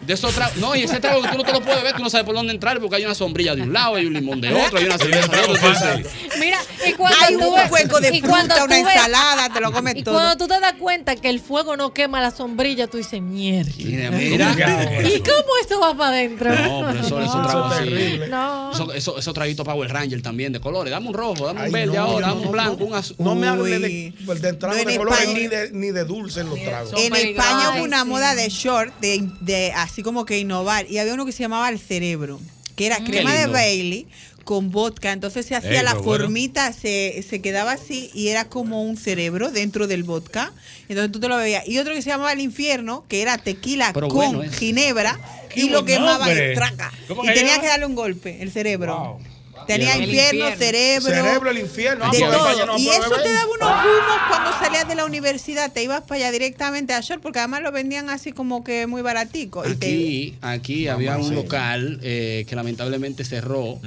Speaker 2: De esos tragos. No, y ese trago que tú no te lo puedes ver, tú no sabes por dónde entrar, porque hay una sombrilla de un lado, hay un limón de otro, hay una cerveza de otro. entonces-
Speaker 8: mira, y cuando
Speaker 3: Hay
Speaker 8: tú
Speaker 3: un
Speaker 8: ves-
Speaker 3: hueco de
Speaker 8: y cuando
Speaker 3: fruta,
Speaker 8: tú
Speaker 3: una
Speaker 8: ves-
Speaker 3: ensalada, te lo comes
Speaker 8: Y
Speaker 3: todo.
Speaker 8: cuando tú te das cuenta que el fuego no quema la sombrilla, tú dices, mierda.
Speaker 2: Mira, mira.
Speaker 8: ¿Y cómo eso va para adentro?
Speaker 2: No, pero eso, eso
Speaker 8: No.
Speaker 2: trago así.
Speaker 8: No.
Speaker 2: Eso, eso, eso traguito Power Ranger también de colores. Dame un rojo, dame un
Speaker 4: Ay,
Speaker 2: verde
Speaker 4: no,
Speaker 2: ahora,
Speaker 4: yo
Speaker 2: dame
Speaker 4: no,
Speaker 2: un blanco, un azul.
Speaker 4: No me hable
Speaker 2: Uy.
Speaker 4: de, de trago
Speaker 3: No, en
Speaker 4: de colores
Speaker 3: España-
Speaker 4: ni de, ni de dulce en los tragos.
Speaker 3: En España hubo una
Speaker 8: Oh Ay, sí.
Speaker 3: moda de short, de, de así como que innovar, y había uno que se llamaba el cerebro, que era
Speaker 8: Mm. Qué
Speaker 3: crema de
Speaker 8: lindo.
Speaker 3: Bailey con vodka, entonces se hacía
Speaker 8: Ey,
Speaker 3: la
Speaker 8: pero bueno.
Speaker 3: formita, se, se quedaba así y era como un cerebro dentro del vodka, entonces tú te lo bebías. Y otro que se llamaba el infierno, que era tequila
Speaker 2: Pero
Speaker 3: con
Speaker 2: bueno, ese.
Speaker 3: ginebra
Speaker 2: Qué
Speaker 3: y lo
Speaker 2: buen
Speaker 3: quemaba
Speaker 2: nombre.
Speaker 3: y traca.
Speaker 2: ¿Cómo
Speaker 3: Y
Speaker 2: que
Speaker 3: tenía
Speaker 2: llama?
Speaker 3: que darle un golpe, el cerebro. Tenía
Speaker 4: El
Speaker 3: infierno,
Speaker 4: infierno.
Speaker 3: cerebro.
Speaker 4: Cerebro, el infierno. Ah,
Speaker 3: de
Speaker 4: pero en España
Speaker 3: todo.
Speaker 4: no
Speaker 3: y
Speaker 4: puede
Speaker 3: eso
Speaker 4: beber.
Speaker 3: te daba unos humos cuando salías de la universidad. Te ibas para allá directamente a short, porque además lo vendían así como que muy baratico. Y te,
Speaker 2: Aquí, aquí había un local eh, que lamentablemente cerró,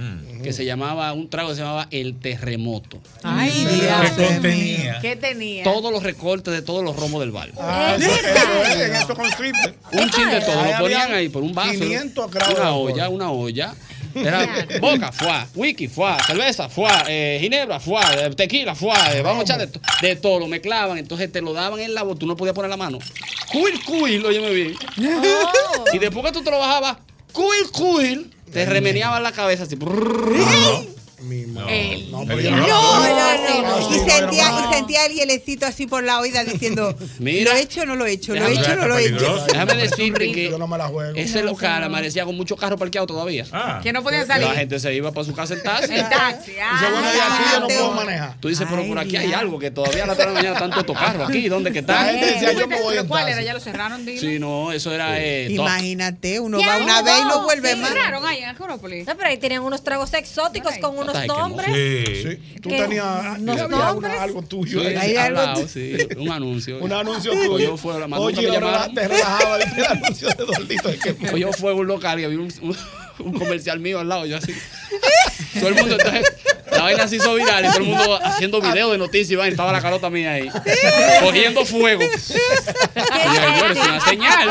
Speaker 2: que se llamaba, un trago que se llamaba El Terremoto.
Speaker 3: Ay,
Speaker 2: Dios
Speaker 7: ¿Qué contenía?
Speaker 10: ¿Qué tenía?
Speaker 2: Todos los recortes de todos los romos del bar.
Speaker 4: Ah, eso, eso es, en eso consiste.
Speaker 2: Un chin de todo, lo
Speaker 4: Ahí
Speaker 2: ponían
Speaker 4: habían
Speaker 2: ahí por un vaso.
Speaker 4: 500 grados de
Speaker 2: una
Speaker 4: alcohol.
Speaker 2: olla, una olla. Era boca, fuá, whisky, fuá, cerveza, fuá, eh, ginebra, fuá, eh, tequila, fuá, eh, vamos a echar de, to- de todo, lo mezclaban, entonces te lo daban en la boca, tú no podías poner la mano. Cuil, cuil, lo me bien.
Speaker 4: Oh.
Speaker 2: Y después que tú te lo bajabas, cuil, cuil, te remeneaban la cabeza así.
Speaker 4: No,
Speaker 2: pero yo no-
Speaker 3: no, no, no.
Speaker 2: No,
Speaker 3: Y
Speaker 2: no,
Speaker 3: sentía,
Speaker 2: no.
Speaker 3: y sentía el hielecito así por la oída diciendo:
Speaker 2: Mira.
Speaker 3: Lo he hecho o no lo he hecho, lo he
Speaker 2: Déjame-
Speaker 3: hecho o no lo he hecho.
Speaker 2: Déjame decirte que
Speaker 4: Yo no me la juego.
Speaker 2: ese local amanecía con muchos carros parqueados todavía.
Speaker 10: Que no podían salir.
Speaker 2: La gente se iba para su casa en taxi.
Speaker 10: En taxi. Ah,
Speaker 2: Tú dices, pero por aquí hay algo que todavía a las 3 de la mañana tanto tocarlo aquí. ¿Dónde que está?
Speaker 10: ¿Pero cuál era? Ya lo cerraron, dile.
Speaker 2: Sí, no, eso era. Eh, top.
Speaker 3: Imagínate, uno
Speaker 8: Ya
Speaker 3: va una vez y no
Speaker 8: no,
Speaker 3: vuelve
Speaker 8: sí.
Speaker 3: más.
Speaker 10: Cerraron ahí en Acrópolis.
Speaker 8: No, pero ahí tenían unos tragos exóticos con unos
Speaker 2: Ay, qué
Speaker 8: nombres.
Speaker 4: Sí. Tú
Speaker 8: ¿Qué?
Speaker 4: tenías
Speaker 8: ¿Nos
Speaker 4: había
Speaker 8: nombres?
Speaker 4: una- algo
Speaker 2: Sí,
Speaker 4: tuyo. ahí.
Speaker 2: ahí al lado, sí, un anuncio.
Speaker 4: Un anuncio
Speaker 2: Pues
Speaker 4: tuyo.
Speaker 2: Yo fue la
Speaker 4: Oye,
Speaker 2: me
Speaker 4: lo
Speaker 2: llamaba.
Speaker 4: rela- te relajaba, viste el anuncio de Doldito. de que-
Speaker 2: Pues yo fue a un local y había un, un- un comercial mío al lado, yo así. Todo el mundo, entonces, la vaina se hizo viral y todo el mundo haciendo videos de noticias y vaina, estaba la carota mía ahí, cogiendo fuego. Y yo, bueno, es una señal.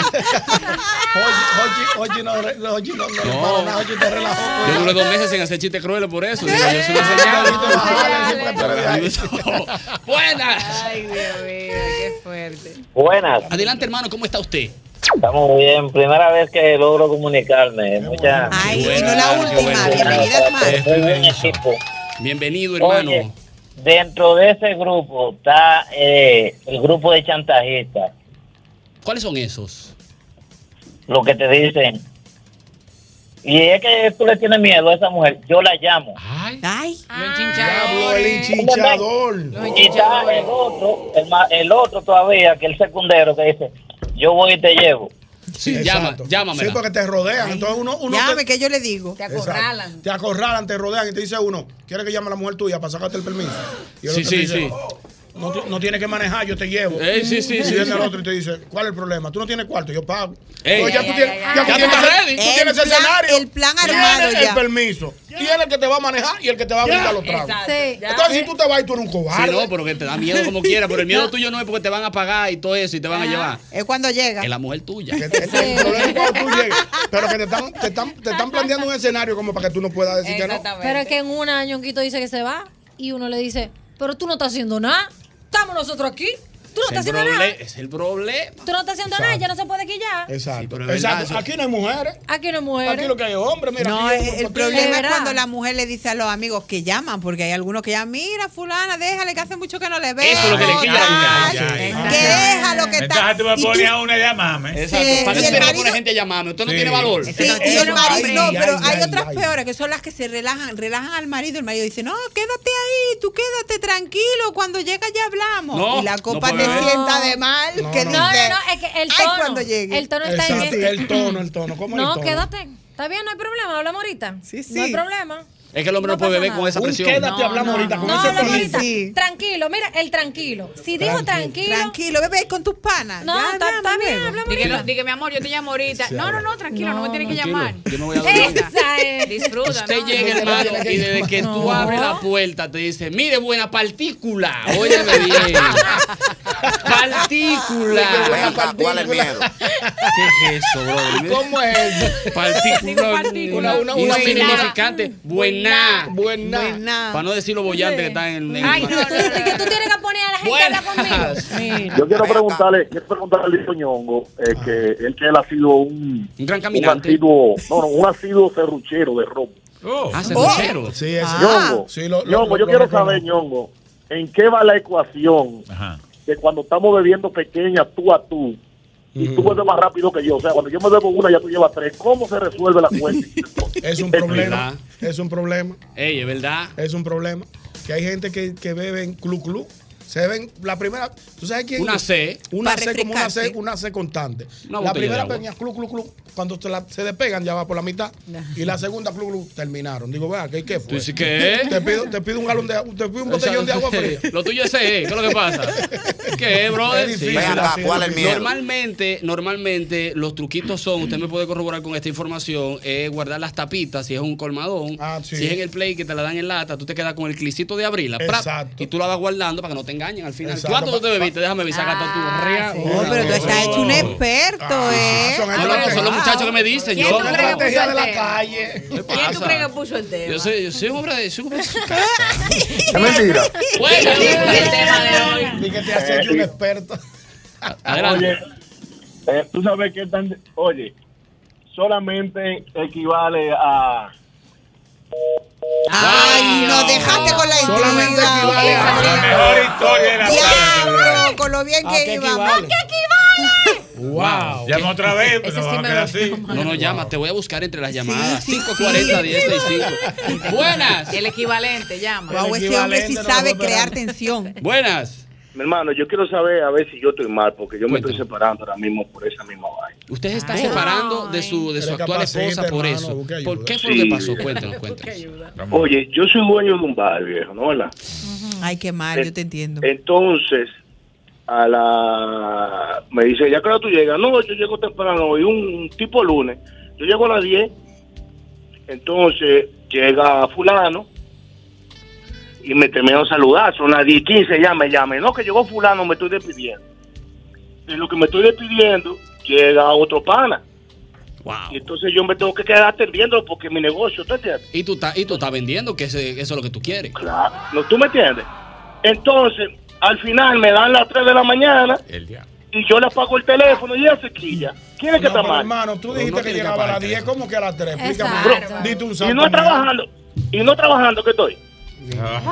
Speaker 4: Oye, oye, oye, no, re- oye, no, no,
Speaker 2: No.
Speaker 4: para nada, oye, te pues. relajó.
Speaker 2: Yo duré dos meses sin hacer chistes crueles por eso. Digo, yo soy una señal. Buenas.
Speaker 10: Ay, Dios mío, qué fuerte.
Speaker 28: Buenas.
Speaker 2: Adelante, hermano, ¿cómo está usted?
Speaker 28: Estamos muy bien. Primera vez que logro
Speaker 12: eh,
Speaker 28: comunicarme. Muchas
Speaker 3: Ay,
Speaker 2: y no la última.
Speaker 3: Bienvenida, hermano.
Speaker 28: Muy buen equipo.
Speaker 2: Bienvenido, hermano.
Speaker 28: Oye, dentro de ese grupo está eh, el grupo de chantajistas.
Speaker 2: ¿Cuáles son esos?
Speaker 12: lo que te dicen. Y es que tú le tienes miedo a esa mujer. Yo la llamo.
Speaker 3: Ay,
Speaker 2: Ah.
Speaker 4: Diablo,
Speaker 10: Eh,
Speaker 4: el hinchador.
Speaker 12: Y está el otro, el, ma- el otro todavía, que el secundero que dice, yo voy y te llevo.
Speaker 2: Sí, llama, llámame.
Speaker 4: Sí, porque te rodean. Entonces uno, uno
Speaker 3: Llame,
Speaker 4: te-
Speaker 3: que yo le digo.
Speaker 4: Exacto. Te acorralan, te rodean y te dice uno, ¿quiere que llame a la mujer tuya para sacarte el permiso? Y el
Speaker 2: Sí,
Speaker 4: otro
Speaker 2: sí,
Speaker 4: te dice,
Speaker 2: sí.
Speaker 4: "Oh, no, ti- no tienes que manejar, yo te llevo.
Speaker 2: Ey, sí, sí,
Speaker 4: y
Speaker 2: sí,
Speaker 4: viene
Speaker 2: sí.
Speaker 4: el otro y te dice, ¿cuál es el problema? Tú no tienes cuarto, yo pago.
Speaker 2: Ey.
Speaker 4: Entonces ya
Speaker 2: Ay,
Speaker 4: tú
Speaker 2: ay,
Speaker 4: tienes,
Speaker 2: ay,
Speaker 4: ya
Speaker 2: ay,
Speaker 4: tú
Speaker 2: ay.
Speaker 4: tienes
Speaker 2: Ya tú estás
Speaker 4: el-
Speaker 2: ready.
Speaker 4: Tú tienes
Speaker 2: El plan-
Speaker 4: escenario.
Speaker 2: el plan
Speaker 4: tienes
Speaker 2: armado ya.
Speaker 4: el permiso. Tienes el que te va a manejar y el que te va a brindar los tragos.
Speaker 2: Exacto, ya.
Speaker 4: Entonces si tú te vas y tú eres un
Speaker 2: Sí,
Speaker 4: cobarde.
Speaker 2: no, pero que te da miedo como quiera. Pero el miedo tuyo no es porque te van a pagar y todo eso y te van a llevar.
Speaker 3: Es cuando llega.
Speaker 2: Es la mujer tuya.
Speaker 4: El problema es cuando tú llegues. Pero que te están, te, están, te están planteando un escenario como para que tú no puedas decir que no.
Speaker 8: Pero es que en un año Ñonguito dice que se va y uno le dice, pero tú no estás haciendo nada. Estamos nosotros aquí. Tú no estás
Speaker 2: Es el,
Speaker 8: haciendo nada.
Speaker 2: proble- es el problema.
Speaker 8: Tú no estás haciendo nada, ya no se puede quillar.
Speaker 4: Exacto.
Speaker 2: pero es verdad,
Speaker 4: Exacto.
Speaker 2: eso-
Speaker 4: Aquí no hay mujeres.
Speaker 8: Aquí no hay mujeres.
Speaker 4: Aquí lo que hay es hombres. Mira, aquí
Speaker 3: No,
Speaker 4: hay
Speaker 3: el,
Speaker 4: un
Speaker 3: el
Speaker 4: grupo de
Speaker 3: problema es
Speaker 4: tigres.
Speaker 3: cuando la mujer le dice a los amigos que llaman, porque hay algunos que llaman, mira, fulana, déjale, que hace mucho que no le veo.
Speaker 7: Eso es lo que le quilla la
Speaker 2: Ay, ay, ay.
Speaker 3: Que déjalo, que está...
Speaker 7: Entonces tú me
Speaker 3: y tú-
Speaker 7: pones a una de amame.
Speaker 2: Exacto.
Speaker 3: Sí,
Speaker 2: Para
Speaker 3: y
Speaker 2: eso
Speaker 3: el
Speaker 2: te
Speaker 3: marido-
Speaker 2: poner gente a llamarme. Usted no
Speaker 7: Sí.
Speaker 2: tiene valor.
Speaker 7: Sí,
Speaker 3: Sí, y el marido, no,
Speaker 2: ay,
Speaker 3: pero
Speaker 2: ay,
Speaker 3: hay
Speaker 2: ay,
Speaker 3: otras
Speaker 2: ay.
Speaker 3: peores, que son las que se relajan, relajan al marido. El marido dice, no, quédate ahí, tú quédate tranquilo, cuando llega ya hablamos.
Speaker 8: No,
Speaker 3: y la
Speaker 8: no
Speaker 3: copa te
Speaker 8: puede haber.
Speaker 3: sienta de mal,
Speaker 8: No,
Speaker 3: que
Speaker 8: no.
Speaker 3: dice,
Speaker 8: No, no, no, es que
Speaker 3: "Ay,
Speaker 8: el tono,
Speaker 3: cuando llegue".
Speaker 8: el tono está en
Speaker 4: Exacto,
Speaker 8: este.
Speaker 4: El tono, el tono. ¿Cómo es el
Speaker 8: No,
Speaker 4: tono?
Speaker 8: quédate. Está bien, no hay problema. Hablamos ahorita.
Speaker 4: sí.
Speaker 8: No hay problema.
Speaker 2: Es que el hombre no, puede beber con esa
Speaker 4: Un
Speaker 2: presión.
Speaker 4: quédate, No, hablamos no, ahorita
Speaker 8: No, hablamos ahorita. Tranquilo, mira, el tranquilo. Si dijo tranquilo.
Speaker 3: Tranquilo, bebé, con tus panas.
Speaker 8: No,
Speaker 3: Ya
Speaker 8: está está
Speaker 3: hablamos
Speaker 8: bien,
Speaker 3: luego.
Speaker 8: hablamos
Speaker 10: Dígalo,
Speaker 8: ahorita.
Speaker 10: dígame, amor, yo te llamo ahorita.
Speaker 2: Sí,
Speaker 10: No, no, no, tranquilo, no, me tienes que llamar.
Speaker 2: Yo me voy a dormir.
Speaker 10: Esa es. Disfruta.
Speaker 2: Usted
Speaker 10: ¿no?
Speaker 2: llega, hermano, y desde que tú
Speaker 10: No.
Speaker 2: abres la puerta te dice, mire, buena partícula. Óyeme bien. Partícula.
Speaker 11: Venga, ¿cuál es el miedo?
Speaker 2: ¿Qué es eso, bro?
Speaker 11: ¿Cómo
Speaker 2: es Partícula. Una, una, una
Speaker 11: Buena.
Speaker 2: significante. Buena.
Speaker 4: Buena.
Speaker 2: Para no decir los bollantes que están en el.
Speaker 8: Ay, no, no, no, no. que tú tienes que poner a la gente a hablar conmigo.
Speaker 14: Yo quiero preguntarle, quiero preguntarle al hijo Ñongo, eh,
Speaker 4: Ah.
Speaker 14: que él que él ha sido un,
Speaker 2: gran
Speaker 14: caminante. Un asiduo, no, no, un asiduo serruchero de ropa.
Speaker 2: Ah,
Speaker 14: Oh.
Speaker 2: cerruchero.
Speaker 4: Sí, eso.
Speaker 14: Ñongo, Ñongo, yo quiero saber, Ñongo, ¿en qué va la ecuación de cuando estamos bebiendo pequeña tú a tú y tú bebes más rápido que yo? O sea, cuando yo me bebo una, ya tú llevas tres. ¿Cómo se resuelve la cuenta?
Speaker 4: Es un
Speaker 2: ¿Verdad?
Speaker 4: problema. Es un problema.
Speaker 2: Ey, es verdad.
Speaker 4: Es un problema. Que hay gente que, que beben clu clu. Se ven la primera. ¿Tú sabes quién?
Speaker 2: Una C.
Speaker 4: Una
Speaker 2: Para
Speaker 4: C como una C,
Speaker 2: refrescarse.
Speaker 4: una C constante.
Speaker 2: Una botella
Speaker 4: la
Speaker 2: de
Speaker 4: primera
Speaker 2: agua.
Speaker 4: peña, clu clu clu. Cuando te la- se despegan, ya va por la mitad. Y la segunda, clu clu, terminaron. Digo, vea, ¿qué, qué
Speaker 2: ¿Tú
Speaker 4: fue?
Speaker 2: dices qué?
Speaker 4: Te pido, te pido un galón de agua, te pido un botellón de agua fría.
Speaker 2: Lo tuyo es ese, ¿eh? ¿qué es lo que pasa? ¿Qué,
Speaker 4: Es
Speaker 2: brother?
Speaker 4: difícil, Ven acá, así, ¿cuál es el miedo?
Speaker 2: Normalmente, normalmente, los truquitos son, usted me puede corroborar con esta información, es guardar las tapitas, si es un colmadón,
Speaker 4: Ah,
Speaker 2: si es en el play que te la dan en lata, tú te quedas con el clicito de abrirla, prap,
Speaker 4: Exacto.
Speaker 2: y tú la vas guardando para que no te engañen al final.
Speaker 4: Exacto. Ah.
Speaker 2: ¿Cuánto tú te bebiste? Déjame avisar acá tu
Speaker 3: Oh, pero tú estás hecho un experto,
Speaker 4: Ah,
Speaker 3: ¿eh?
Speaker 2: Ah, Son, son los muchachos que me dicen, yo.
Speaker 4: estrategia de la calle.
Speaker 10: ¿Quién tú
Speaker 2: pasa?
Speaker 10: crees que puso el tema?
Speaker 2: Yo soy, yo soy un hombre de... Soy un hombre de-
Speaker 14: Es mentira.
Speaker 2: Bueno,
Speaker 10: el tema de hoy.
Speaker 4: Y que te hace yo un experto.
Speaker 14: Oye, eh, tú sabes que tan. Oye, solamente equivale a.
Speaker 3: Ay, nos dejaste con la
Speaker 14: Solamente
Speaker 3: intriga.
Speaker 14: equivale a-
Speaker 3: Esa-
Speaker 14: La mejor historia
Speaker 7: de la
Speaker 3: Diablo, con lo bien
Speaker 7: ¿A
Speaker 3: que Ah,
Speaker 7: qué
Speaker 3: íbamos.
Speaker 7: equivale?
Speaker 2: Wow.
Speaker 7: Llama otra vez, pues, Ese nos sí vamos a me quedar dolió. así.
Speaker 2: No, no, llama, te voy a buscar entre las llamadas.
Speaker 10: sí,
Speaker 2: 540
Speaker 10: sí.
Speaker 2: 1065. Buenas.
Speaker 10: El equivalente, llama.
Speaker 3: Guau, ese hombre sí sabe crear tensión.
Speaker 2: Buenas.
Speaker 14: Mi hermano, yo quiero saber a ver si yo estoy mal, porque yo me estoy separando ahora mismo por esa misma vaina.
Speaker 2: Usted se está
Speaker 14: Ay.
Speaker 2: separando de su, de su
Speaker 14: Pero
Speaker 2: actual
Speaker 14: capacita,
Speaker 2: esposa por
Speaker 14: hermano,
Speaker 2: eso.
Speaker 14: busque ayuda.
Speaker 2: ¿Por qué fue lo que
Speaker 14: Sí.
Speaker 2: pasó? Cuéntanos, cuéntanos.
Speaker 14: Oye, yo soy dueño de un bar, viejo, ¿no? ¿Verdad?
Speaker 3: Ay, qué mal,
Speaker 14: Eh,
Speaker 3: yo te entiendo.
Speaker 14: Entonces, a la me dice, ¿ya claro tú llegas? No, yo llego temprano hoy, un tipo lunes. Yo llego a las 10. Entonces, llega fulano y me terminó de saludar. Son las 10 y 15, ya me llame. No, que llegó fulano, me estoy despidiendo. De lo que me estoy despidiendo, llega otro pana. Y entonces yo me tengo que quedar atendiendo porque mi negocio, ¿tú entiendes?
Speaker 2: Y tú estás y tú estás vendiendo, que ese- eso es lo que tú quieres.
Speaker 14: Claro. No, ¿Tú me entiendes? Entonces, al final me dan las 3 de la mañana y yo le apago el teléfono y ella se quilla. ¿Quién es
Speaker 4: No,
Speaker 14: que está
Speaker 4: pero
Speaker 14: mal?
Speaker 4: hermano, tú dijiste que llegaba a las 10, ¿cómo que a las 3? Explícame.
Speaker 14: Bro,
Speaker 4: Dite un
Speaker 14: y
Speaker 4: santo
Speaker 14: no
Speaker 4: mal.
Speaker 14: trabajando. Y no trabajando que estoy.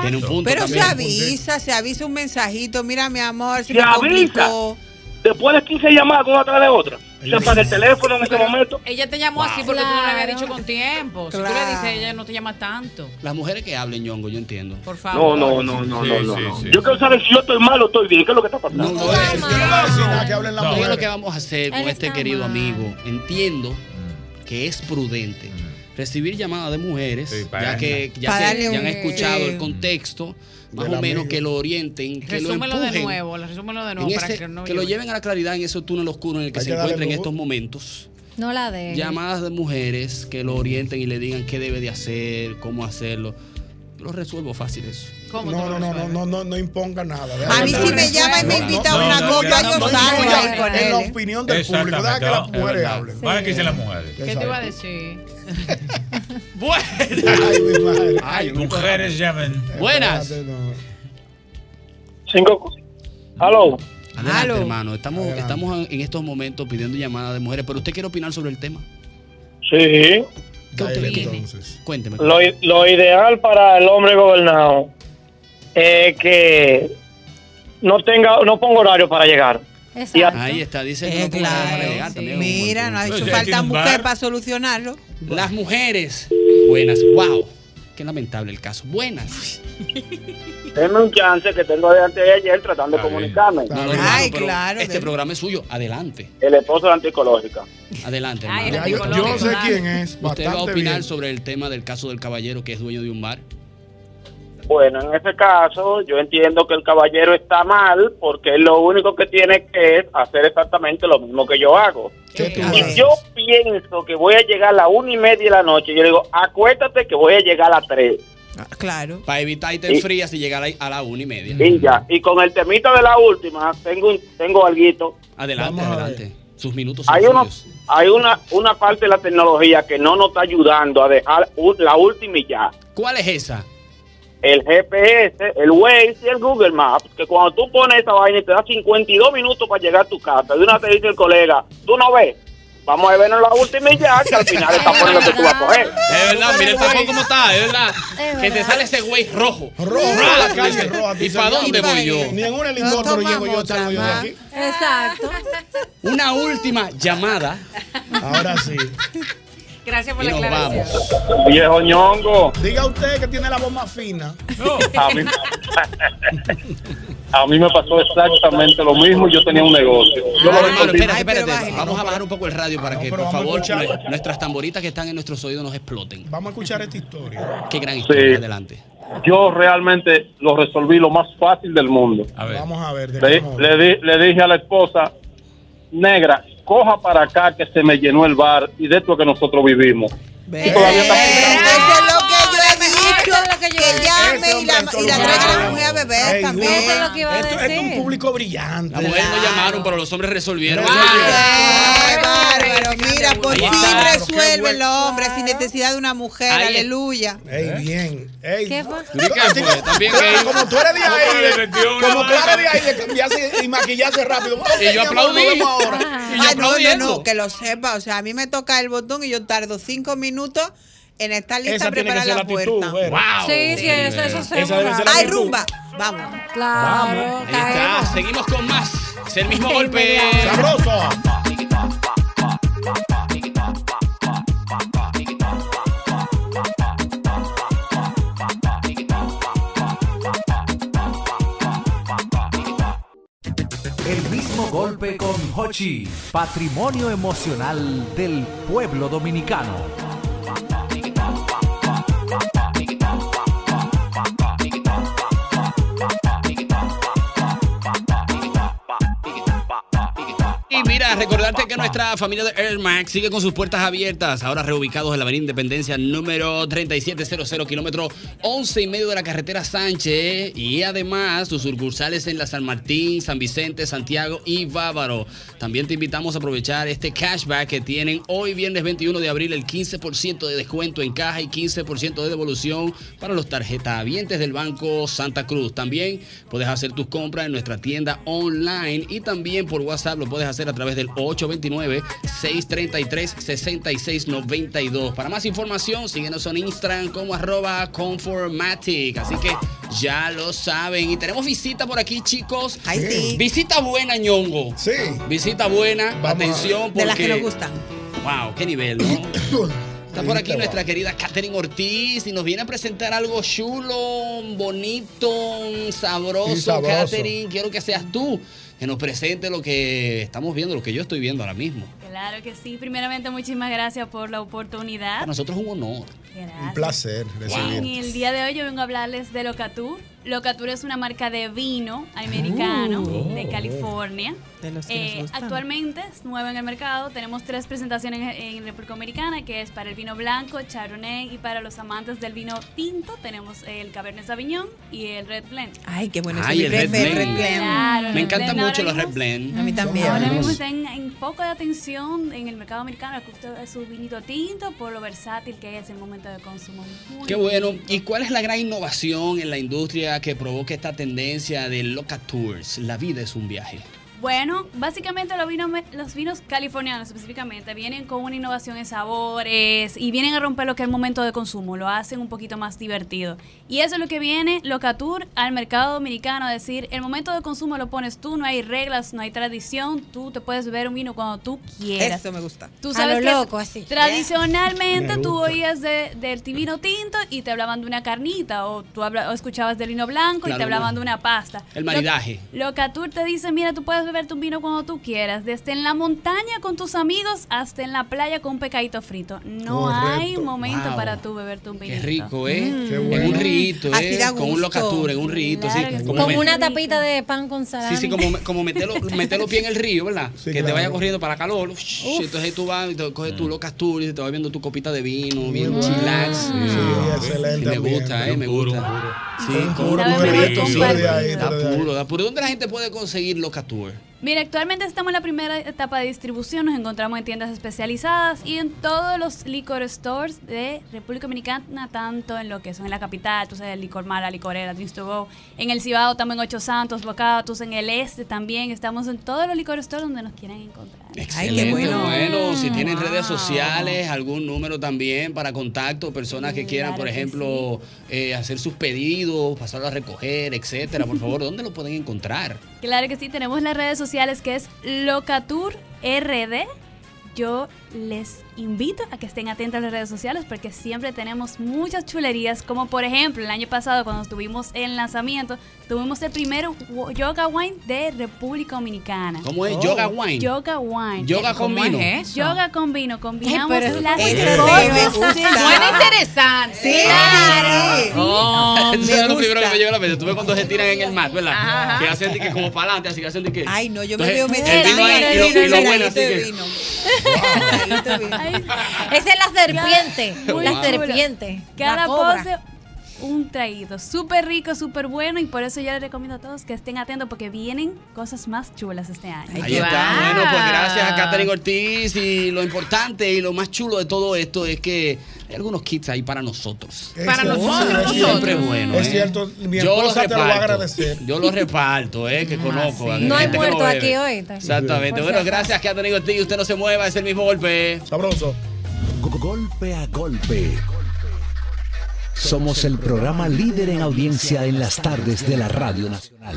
Speaker 2: Tiene un punto
Speaker 3: Pero se
Speaker 2: también.
Speaker 3: avisa, se avisa un mensajito. Mira, mi amor, se
Speaker 14: Se
Speaker 3: me
Speaker 14: avisa.
Speaker 3: complicó. Eh,
Speaker 12: Después de 15 llamadas, una atrás de otra. Se apaga el teléfono en ese momento.
Speaker 10: Ella te llamó así porque tú no le habías dicho con tiempo. Si tú le
Speaker 2: Claro.
Speaker 10: dices, ella no te llama tanto.
Speaker 2: Las mujeres que hablen, Ñongo, yo entiendo.
Speaker 10: Por
Speaker 12: No,
Speaker 10: favor.
Speaker 12: no, no, no, no, no. no.
Speaker 2: sí.
Speaker 12: Yo quiero saber si yo estoy mal o estoy bien. ¿Qué es lo que está pasando?
Speaker 2: No, yo lo que vamos a hacer con este querido amigo, entiendo que es prudente recibir llamadas de mujeres, ya que ya,
Speaker 10: Para
Speaker 2: se-
Speaker 10: darle
Speaker 2: ya han
Speaker 10: un- eh,
Speaker 2: escuchado el contexto, más
Speaker 10: Del
Speaker 2: o menos
Speaker 10: amigo.
Speaker 2: que lo orienten, que lo
Speaker 10: Resúmelo de
Speaker 2: empujen.
Speaker 10: nuevo, resúmelo de
Speaker 2: en
Speaker 10: nuevo para
Speaker 2: ese-
Speaker 10: que no
Speaker 2: que lo
Speaker 10: llore.
Speaker 2: lleven a la claridad en ese túnel oscuro en el que
Speaker 8: Hay
Speaker 2: se
Speaker 8: que darle
Speaker 2: encuentran en
Speaker 8: luz.
Speaker 2: estos momentos.
Speaker 8: No la de.
Speaker 2: Llamadas de mujeres que lo orienten y le digan qué debe de hacer, cómo hacerlo. Lo resuelvo fácil eso.
Speaker 4: No, no, no, no, no, no, no imponga nada.
Speaker 2: A mí sí me llama y me invita a una copa, yo salgo ahí con
Speaker 4: En la
Speaker 2: él.
Speaker 4: opinión del público, deja que las
Speaker 7: Exactamente, es
Speaker 4: mujeres
Speaker 7: verdad.
Speaker 4: hablen.
Speaker 7: Ahora que dicen las mujeres.
Speaker 10: ¿Qué te iba a decir?
Speaker 7: Ay, mujeres llamen.
Speaker 2: Buenas.
Speaker 12: Cinco. Aló.
Speaker 2: Adelante,
Speaker 12: Aló.
Speaker 2: hermano. Estamos, estamos en estos momentos pidiendo llamadas de mujeres, pero usted quiere opinar sobre el tema.
Speaker 12: Sí.
Speaker 2: ¿Qué usted opina? Cuénteme.
Speaker 12: Lo, i- lo ideal para el hombre gobernado es que no tenga, no ponga horario para llegar. Y a-
Speaker 2: Ahí está, dice que no ponga nada para llegar también.
Speaker 3: Mira, no ha hecho
Speaker 2: Entonces,
Speaker 3: falta
Speaker 2: hay que
Speaker 3: mujer
Speaker 2: bar-
Speaker 3: para solucionarlo.
Speaker 2: Las mujeres. Pues, Buenas. Wow. Qué lamentable el caso. Buenas.
Speaker 12: Eh, Denme un chance que tengo de antes de ayer tratando
Speaker 2: Está
Speaker 12: de comunicarme.
Speaker 2: No, hermano, pero Este programa es suyo. Adelante.
Speaker 12: El esposo de anticológica.
Speaker 2: Adelante.
Speaker 12: Ay,
Speaker 2: hermano.
Speaker 12: el Yo- yo psicológico, sé ¿verdad? quién es,
Speaker 2: Usted va a
Speaker 12: bastante
Speaker 2: opinar
Speaker 12: bien.
Speaker 2: sobre el tema del caso del caballero que es dueño de un bar.
Speaker 12: Bueno, en ese caso, yo entiendo que el caballero está mal porque él lo único que tiene que es hacer exactamente lo mismo que yo hago. Y yo pienso que voy a llegar a la una y media de la noche. Yo le digo, acuérdate que voy a llegar a las tres.
Speaker 3: Claro.
Speaker 2: Para evitar irte
Speaker 12: Sí.
Speaker 2: frías y llegar ahí a la una y media.
Speaker 12: Y ya. Y con el temita de la última, tengo un- tengo algo.
Speaker 2: Adelante, adelante. Sus minutos son
Speaker 12: Hay uno-
Speaker 2: suyos.
Speaker 12: hay una una parte de la tecnología que no nos está ayudando a dejar u- la última y ya.
Speaker 2: ¿Cuál es esa?
Speaker 12: El GPS, el Waze y el Google Maps, que cuando tú pones esa vaina y te da 52 minutos para llegar a tu casa, de una te dice el colega, tú no ves, vamos a vernos la última y ya, que al final está poniendo que tú vas a coger.
Speaker 2: Es verdad, mira el tapón cómo está, es verdad. Que te sale ese güey rojo. Rojo.
Speaker 4: la calle roja, tú
Speaker 2: ¿Y
Speaker 4: dices,
Speaker 2: para dónde
Speaker 4: "Ya,
Speaker 2: voy yo?
Speaker 4: Ni en una helicóptero llego yo, salgo yo de aquí.
Speaker 8: Exacto.
Speaker 2: Una última llamada.
Speaker 4: Ahora sí.
Speaker 10: Gracias
Speaker 2: por Y la nos aclaración.
Speaker 12: Viejo ñongo.
Speaker 4: Diga usted que tiene la voz más fina.
Speaker 12: A mí,
Speaker 29: A mí me pasó exactamente lo mismo. Yo tenía un negocio. Yo lo
Speaker 2: Hermano,
Speaker 29: vendí.
Speaker 2: Ah, espérate, espérate. Vamos a bajar un poco el radio para que, por favor, nue- nuestras tamboritas que están en nuestros oídos nos exploten.
Speaker 4: Vamos a escuchar esta historia.
Speaker 2: Qué gran
Speaker 29: Sí.
Speaker 2: historia. Adelante.
Speaker 29: Yo realmente lo resolví lo más fácil del mundo.
Speaker 4: Vamos a ver. ¿de
Speaker 29: Le,
Speaker 4: qué modo?
Speaker 29: le di- le dije a la esposa, negra, coja para acá que se me llenó el bar y de esto que nosotros vivimos.
Speaker 3: Eh, Eso es lo que yo he dicho. Que llame y la, y la traiga la mujer a beber
Speaker 4: Ey,
Speaker 3: también.
Speaker 4: Guga,
Speaker 3: iba a
Speaker 4: esto, esto es un público brillante.
Speaker 2: Las mujeres no llamaron, pero los hombres resolvieron.
Speaker 3: Bárbaro, mira, por
Speaker 2: Ahí
Speaker 3: fin
Speaker 2: está.
Speaker 3: resuelve el hombre sin necesidad de una mujer,
Speaker 2: Ahí es.
Speaker 3: aleluya.
Speaker 22: ¿Eh?
Speaker 4: Ey, bien. Ey.
Speaker 3: ¿Qué fue?
Speaker 4: Tú- a ti-
Speaker 2: También
Speaker 4: tú-
Speaker 2: gay.
Speaker 4: Como tú eres de
Speaker 2: No, pero le
Speaker 4: ahí,
Speaker 2: metió una
Speaker 4: como tú
Speaker 2: vaina.
Speaker 4: eres de ahí, de cambiarse y maquillarse rápido. Ok,
Speaker 2: Y
Speaker 4: mi
Speaker 2: yo
Speaker 4: amor, nos
Speaker 2: aplaudí.
Speaker 4: vemos ahora.
Speaker 2: Y yo
Speaker 3: Ah, no, no,
Speaker 2: aplaudiendo.
Speaker 3: no, que lo sepa. O sea, a mí me toca el botón y yo tardo cinco minutos en esta lista
Speaker 4: Esa
Speaker 3: a
Speaker 4: tiene que
Speaker 3: preparar
Speaker 4: ser
Speaker 3: la,
Speaker 4: la actitud,
Speaker 3: puerta.
Speaker 4: Vera. Wow.
Speaker 8: Sí, sí, eso, eso se
Speaker 4: Esa debe ser la
Speaker 3: ¡Ay,
Speaker 4: actitud.
Speaker 3: rumba! Vamos.
Speaker 8: Claro.
Speaker 2: Ahí está, seguimos con más. Es el mismo
Speaker 8: Qué
Speaker 2: golpe.
Speaker 8: inmediato.
Speaker 4: Sabroso.
Speaker 26: El mismo golpe con Hochi, patrimonio emocional del pueblo dominicano.
Speaker 2: Y mira, recordarte que nuestra familia de Air Max sigue con sus puertas abiertas, ahora reubicados en la Avenida Independencia número 3700, kilómetro 11 y medio de la carretera Sánchez. Y además sus sucursales en la San Martín, San Vicente, Santiago y Bávaro. También te invitamos a aprovechar este cashback que tienen hoy viernes 21 de abril, el 15% de descuento en caja y 15% de devolución para los tarjetavientes del Banco Santa Cruz. También puedes hacer tus compras en nuestra tienda online y también por WhatsApp lo puedes hacer a través del 829-633-6692. Para más información, síguenos en Instagram como arroba Conformatic. Así que ya lo saben. Y tenemos visita por aquí, chicos. Visita buena, ñongo. Sí. Visita buena. Atención, porque.
Speaker 3: De las que nos gustan.
Speaker 2: Wow, qué nivel, ¿no? Está por aquí nuestra querida Katherine Ortiz y nos viene a presentar algo chulo, bonito, sabroso.
Speaker 4: Sí, sabroso.
Speaker 2: Katherine, quiero que seas tú que nos presente lo que estamos viendo, lo que yo estoy viendo ahora mismo.
Speaker 19: Claro que sí. Primeramente, muchísimas gracias por la oportunidad.
Speaker 3: Ah.
Speaker 2: Para nosotros es un honor.
Speaker 4: Un placer
Speaker 19: En
Speaker 4: recibir.
Speaker 19: el día de hoy yo vengo a hablarles de Locatur. Locatur es una marca de vino americano
Speaker 3: Oh.
Speaker 19: de California. Eh,
Speaker 3: De los que nos gustan.
Speaker 19: actualmente es nuevo en el mercado. Tenemos tres presentaciones en, en República Dominicana, que es para el vino blanco, Chardonnay, y para los amantes del vino tinto tenemos el Cabernet Sauvignon y el Red Blend.
Speaker 3: Ay, qué bueno.
Speaker 2: Ay,
Speaker 3: ese
Speaker 2: el
Speaker 3: Red
Speaker 2: Red
Speaker 3: Blend,
Speaker 2: Blend.
Speaker 3: Red Blend.
Speaker 19: Claro, el
Speaker 2: Me
Speaker 19: Red
Speaker 2: encantan
Speaker 19: Blend
Speaker 2: mucho
Speaker 19: ahora
Speaker 2: los Red Blend.
Speaker 3: A mí también.
Speaker 19: Ahora mismo está en, en poco de atención en el mercado americano, le gusta su vinito tinto por lo versátil que es el momento de consumo. Muy
Speaker 2: Qué bueno. ¿Y cuál es la gran innovación en la industria que provoca esta tendencia de Locatours? La vida es un viaje.
Speaker 19: Bueno, básicamente los vinos, los vinos californianos específicamente vienen con una innovación en sabores y vienen a romper lo que es el momento de consumo, lo hacen un poquito más divertido. Y eso es lo que viene Locatur al mercado dominicano, es decir, el momento de consumo lo pones tú, no hay reglas, no hay tradición, tú te puedes beber un vino cuando tú quieras.
Speaker 3: Eso me gusta.
Speaker 19: Tú
Speaker 8: A
Speaker 19: sabes
Speaker 8: lo
Speaker 19: que
Speaker 8: loco, así. ¿eh?
Speaker 19: Tradicionalmente
Speaker 8: Me
Speaker 19: tú
Speaker 8: gusta.
Speaker 19: oías de- del vino tinto y te hablaban de una carnita o tú habla- o escuchabas del vino blanco y
Speaker 2: Claro,
Speaker 19: te hablaban
Speaker 2: no.
Speaker 19: de una pasta.
Speaker 2: El
Speaker 19: Lo-
Speaker 2: maridaje.
Speaker 19: Locatur te dice, mira, tú puedes beber tu vino cuando tú quieras, desde en la montaña con tus amigos hasta en la playa con un pecadito frito. No hay
Speaker 2: Correcto.
Speaker 19: momento
Speaker 2: Wow.
Speaker 19: para tú beber tu vino.
Speaker 2: Qué rico, ¿eh?
Speaker 19: Mm.
Speaker 2: En un rito,
Speaker 19: Así
Speaker 2: ¿eh?
Speaker 19: da
Speaker 2: Con un
Speaker 19: gusto.
Speaker 2: Locatur, en un rito,
Speaker 19: Claro
Speaker 2: sí.
Speaker 19: que
Speaker 2: Como
Speaker 8: Con
Speaker 2: me-
Speaker 8: una tapita de pan con salami.
Speaker 2: Sí, sí, como, como meterlo, meterlo pie en el río, ¿verdad? que te
Speaker 4: claro.
Speaker 2: vaya corriendo para calor. Ush,
Speaker 4: Uf.
Speaker 2: entonces tú vas, y te coges
Speaker 4: Mm.
Speaker 2: tu Locatur y te vas viendo tu copita de vino, bien chilax.
Speaker 4: Sí, excelente.
Speaker 2: me gusta, ¿eh? Me gusta. Sí,
Speaker 4: Un
Speaker 2: con-
Speaker 4: puro,
Speaker 2: con-
Speaker 4: un purito,
Speaker 2: sí,
Speaker 4: sí, de ahí,
Speaker 2: Da
Speaker 4: de ahí.
Speaker 2: puro, da puro. ¿Dónde la gente puede conseguir Locatur?
Speaker 19: Mira, actualmente estamos en la primera etapa de distribución, nos encontramos en tiendas especializadas y en todos los liquor stores de República Dominicana, tanto en lo que son en la capital, tú sabes, Licor Mala, Licorera, Drinks to Go, en el Cibao, estamos en Ocho Santos, Bocatus, en el Este también, estamos en todos los liquor stores donde nos quieran encontrar.
Speaker 2: Excelente, bueno. Si tienen redes sociales, algún número también para contacto, personas que quieran, por ejemplo, eh, hacer sus pedidos, pasarlo a recoger, etcétera. Por favor, ¿dónde lo pueden encontrar?
Speaker 19: Claro que sí, tenemos las redes sociales que es Locatur RD. Yo les invito a que estén atentos a las redes sociales porque siempre tenemos muchas chulerías, como por ejemplo el año pasado cuando estuvimos en lanzamiento, tuvimos el primer wo- yoga wine de República Dominicana.
Speaker 2: ¿Cómo es? Oh. ¿Yoga wine?
Speaker 19: Yoga wine.
Speaker 2: ¿Yoga con
Speaker 19: ¿Cómo es
Speaker 2: vino?
Speaker 19: eso? Yoga con vino. Combinamos Ay, pero- las Ese tres me cosas. gusta.
Speaker 10: Suena interesante.
Speaker 19: Sí.
Speaker 2: Oh, Eso
Speaker 19: me
Speaker 2: es lo
Speaker 19: gusta.
Speaker 2: primero que me llegó a la mente. Tú ves cuando se tiran en el mar, ¿verdad?
Speaker 3: Ajá, ajá.
Speaker 2: Que hacen de que como para adelante, así que hacen de que.
Speaker 3: Ay, no, yo me
Speaker 2: Entonces,
Speaker 3: veo
Speaker 2: el vino ahí y lo- y lo huele, así que-
Speaker 8: Esa es la serpiente.
Speaker 19: Muy
Speaker 8: la
Speaker 19: chulo.
Speaker 8: serpiente.
Speaker 19: Cada
Speaker 8: la cobra.
Speaker 19: pose un traído. Súper rico, súper bueno. Y por eso yo les recomiendo a todos que estén atentos porque vienen cosas más chulas este año.
Speaker 2: Ahí está. Bueno, pues gracias a Katherine Ortiz. Y lo importante y lo más chulo de todo esto es que hay algunos kits ahí para nosotros.
Speaker 4: Para Excelente. nosotros,
Speaker 2: Siempre Siempre es
Speaker 4: nosotros.
Speaker 2: bueno.
Speaker 4: Es
Speaker 2: ¿eh?
Speaker 4: cierto, mi esposa te lo va a agradecer.
Speaker 2: Yo los reparto, ¿eh? Que conozco. a
Speaker 8: Ah, No hay
Speaker 2: gente que lo
Speaker 8: muerto aquí
Speaker 2: bebe.
Speaker 8: hoy.
Speaker 2: Exactamente. Bueno,
Speaker 8: Por si acaso.
Speaker 2: gracias Katherine Ortiz. Usted no se mueva, es el mismo golpe.
Speaker 4: Sabroso.
Speaker 26: Golpe a golpe. Somos el programa líder en audiencia en las tardes de la Radio Nacional.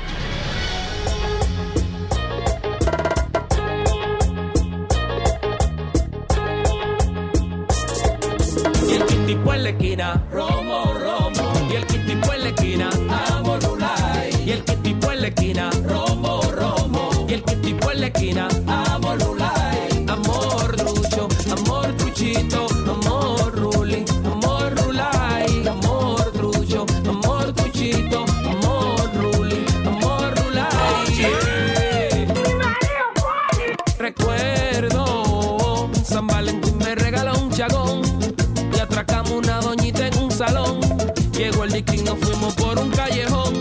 Speaker 11: Y el tipo en la esquina, romo, romo. Y el tipo en la esquina, amor rulay. Y el tipo en la esquina, romo, romo. Y el tipo en la esquina, amor rulay. Amor rucho, amor truchito, amor ruling, amor rulay. Amor trucho, amor truchito, amor ruling, amor rulay. Recuerdo, San Valentín me regaló un chagón y atracamos Liquín nos fuimos por un callejón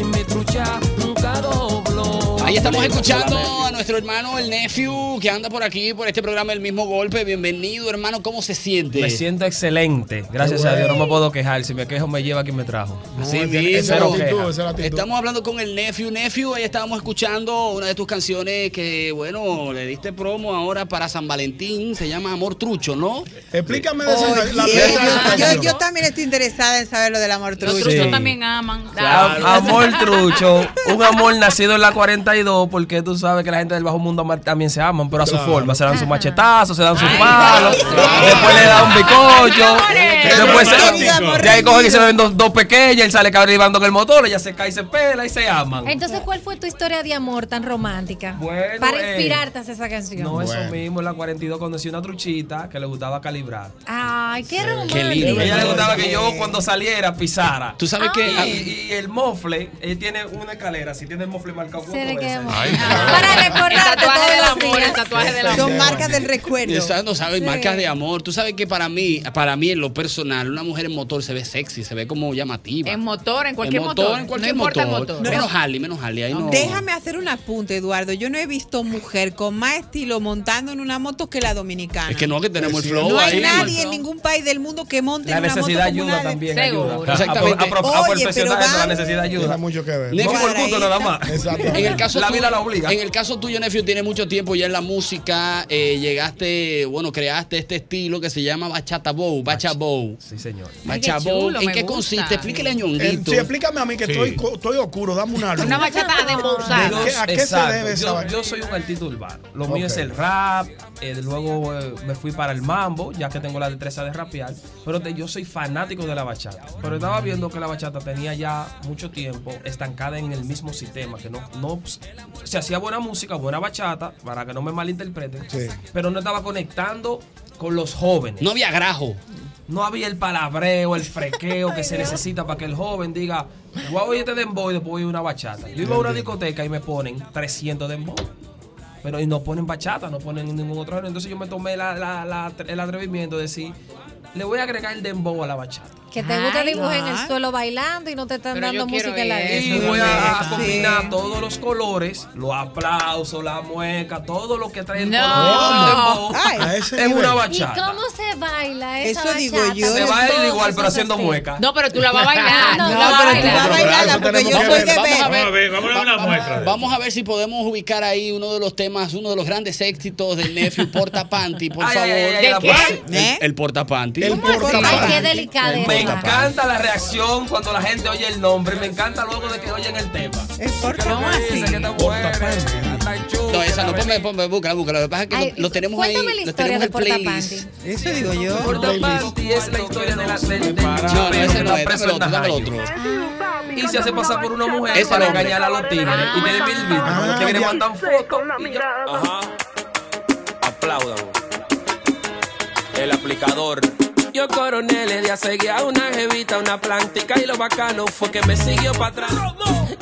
Speaker 11: y mi trucha nunca dobló.
Speaker 2: Ahí estamos escuchando a nuestro hermano, el nephew, que anda por aquí, por este programa, el mismo golpe. Bienvenido, hermano. ¿Cómo se siente?
Speaker 22: Me siento excelente, gracias a Dios, no me puedo quejar. Si me quejo, me lleva quien me trajo.
Speaker 2: Así mismo.
Speaker 22: Cero queja.
Speaker 2: Estamos hablando con el nephew. Nephew, ahí estábamos escuchando una de tus canciones que, bueno, le diste promo ahora para San Valentín. Se llama Amor Trucho, ¿no? Oh,
Speaker 4: Explícame
Speaker 2: de
Speaker 3: Oye, yo, yo también estoy interesada en saber lo del amor
Speaker 19: Los
Speaker 3: trucho.
Speaker 19: truchos también aman.
Speaker 22: Am- Amor trucho, un amor nacido en la 42, porque tú sabes que la gente del bajo mundo ama- también se aman, pero a su forma. Se dan sus machetazos, se dan sus palos, después le dan un bicocho, después se,
Speaker 8: amores.
Speaker 22: de ahí cogen y se ven dos, dos pequeñas, él sale cabrivando con el motor, ella se cae y se pela y se aman.
Speaker 8: Entonces, ¿cuál fue tu historia de amor tan romántica?
Speaker 22: Bueno,
Speaker 8: para
Speaker 22: eh,
Speaker 8: inspirarte a hacer esa canción.
Speaker 22: No, eso mismo, en la 42 conocí una truchita que le gustaba calibrar.
Speaker 8: Ay, qué romántico.
Speaker 22: Ella le gustaba que yo cuando saliera pisara.
Speaker 2: Tú
Speaker 8: Ah.
Speaker 2: sabes que-
Speaker 22: Y, y el mofle, él tiene una escalera, si tiene el mofle marcado con
Speaker 8: Se le quedó.
Speaker 22: Para
Speaker 8: recordarte
Speaker 10: tatuaje
Speaker 8: todos
Speaker 10: del
Speaker 8: los
Speaker 10: amor, el
Speaker 8: días.
Speaker 10: tatuaje del amor.
Speaker 3: Son marcas del recuerdo.
Speaker 2: Esas no sabes,
Speaker 3: Sí.
Speaker 2: marcas de amor. Tú sabes que para mí, para mí en lo personal, una mujer en motor se ve sexy, se ve como llamativa.
Speaker 10: En motor, en cualquier
Speaker 2: En
Speaker 10: motor.
Speaker 2: en cualquier
Speaker 10: no importa
Speaker 2: motor.
Speaker 10: el motor.
Speaker 2: Menos Harley, menos Harley. Ahí no.
Speaker 3: Déjame hacer un apunte, Eduardo. Yo no he visto mujer con más estilo montando en una moto que la dominicana.
Speaker 2: Es que no, que tenemos el flow
Speaker 3: no hay
Speaker 2: ahí. pues.
Speaker 3: nadie en ningún país del mundo que monte
Speaker 22: La
Speaker 3: en una moto
Speaker 22: necesidad
Speaker 3: como
Speaker 22: ayuda
Speaker 3: una de-
Speaker 22: también,
Speaker 3: Seguro.
Speaker 22: ayuda.
Speaker 2: Exactamente.
Speaker 22: A, pro- a pro- a perfeccionar eso, la necesidad ayuda.
Speaker 2: Tiene
Speaker 22: mucho que
Speaker 2: ver.
Speaker 22: No por gusto nada más.
Speaker 2: En el caso
Speaker 22: la
Speaker 2: tuyo-
Speaker 22: vida la obliga.
Speaker 2: En el caso tuyo, Nefio, tiene mucho tiempo ya en la música. eh, llegaste, bueno, creaste este estilo que se llama Bachata Bow. Bacha Bow.
Speaker 22: Sí, señor.
Speaker 2: Bacha
Speaker 22: Ay, qué
Speaker 2: Bow.
Speaker 22: chulo,
Speaker 2: ¿En
Speaker 22: me
Speaker 2: qué
Speaker 22: gusta.
Speaker 2: consiste? Explíquele a
Speaker 4: Eh,
Speaker 2: Ñonguito.
Speaker 4: sí, explícame a mí que estoy, co- estoy oscuro, dame una luz.
Speaker 10: Una bachata de Mozart.
Speaker 4: ¿De qué- ¿A qué se
Speaker 22: Exacto.
Speaker 4: debe esa
Speaker 22: yo,
Speaker 4: vaina?
Speaker 22: yo soy un artista urbano. Lo
Speaker 4: Ok.
Speaker 22: mío es el rap. eh, luego eh, me fui para el mambo, ya que tengo la destreza de rapear. Pero te- yo soy fanático de la bachata. Pero estaba viendo que la bachata tenía ya mucho tiempo estancada en el mismo sistema. Que no, no pues, se hacía buena música, buena bachata, para que no me malinterpreten.
Speaker 4: Sí.
Speaker 22: Pero no estaba conectando con los jóvenes.
Speaker 2: No había grajo.
Speaker 22: No había el palabreo, el frequeo que se necesita para que el joven diga, voy a oír este dembow y después voy a oír una bachata. Yo iba a una discoteca y me ponen 300 dembow. Pero y no ponen bachata, no ponen ningún otro género. Entonces yo me tomé la- la- la- el atrevimiento de decir, le voy a agregar el dembow a la bachata.
Speaker 8: Que te gusta
Speaker 22: Ay,
Speaker 8: dibujar en el
Speaker 22: ay.
Speaker 8: suelo bailando y no te están
Speaker 22: Pero yo
Speaker 8: dando
Speaker 22: quiero
Speaker 8: música en la
Speaker 22: Y voy a, a combinar todos los colores, los aplausos, la mueca, todo lo que trae el
Speaker 8: No.
Speaker 22: color del dembow
Speaker 8: Ay.
Speaker 22: en una
Speaker 8: ¿Y
Speaker 22: bachata.
Speaker 8: cómo se baila esa
Speaker 3: Eso digo
Speaker 8: bachata?
Speaker 22: Se baila igual, pero haciendo mueca.
Speaker 10: No, pero tú la vas a
Speaker 2: Ah,
Speaker 10: bailar.
Speaker 8: No,
Speaker 10: tú la vas a
Speaker 8: pero
Speaker 10: bailar.
Speaker 8: tú vas a bailarla, porque yo soy de ver.
Speaker 7: Vamos a ver, vamos a ver una muestra. de-
Speaker 2: Vamos a ver si podemos ubicar ahí uno de los temas, uno de los grandes éxitos del Nephew Porta Panty, por
Speaker 22: Ay,
Speaker 2: favor.
Speaker 22: ay, ay, ay, ¿De la qué? puse.
Speaker 2: El,
Speaker 8: ¿Eh?
Speaker 2: el Porta Panty.
Speaker 22: El portapanty.
Speaker 8: Ay, qué delicadeza.
Speaker 22: Me encanta la reacción cuando la gente oye el nombre. Me encanta luego de que oyen el tema. Es
Speaker 2: No, esa no, ponme, ponme, búscala, búscala. Lo que pasa es que lo- lo, tenemos ahí,
Speaker 8: cuéntame la
Speaker 2: lo
Speaker 8: historia
Speaker 2: tenemos en
Speaker 8: de
Speaker 2: el playlist.
Speaker 3: Eso digo yo.
Speaker 22: es la historia de la del- del
Speaker 2: No, no, ese
Speaker 22: chipero,
Speaker 2: no
Speaker 22: la
Speaker 2: es, dame
Speaker 22: presa
Speaker 2: el otro,
Speaker 22: en
Speaker 2: dame el
Speaker 22: Najayo.
Speaker 2: otro.
Speaker 22: Y se hace pasar por una mujer
Speaker 2: Ese
Speaker 22: para
Speaker 2: no. Ah,
Speaker 22: engañar a los tigres. Y tiene mil vídeos. Los tigres mandan fotos. y ya.
Speaker 11: Ajá. Aplaudan. El aplicador. Yo coroné, le di a seguir a una jevita, una plántica y lo bacano fue que me siguió para atrás.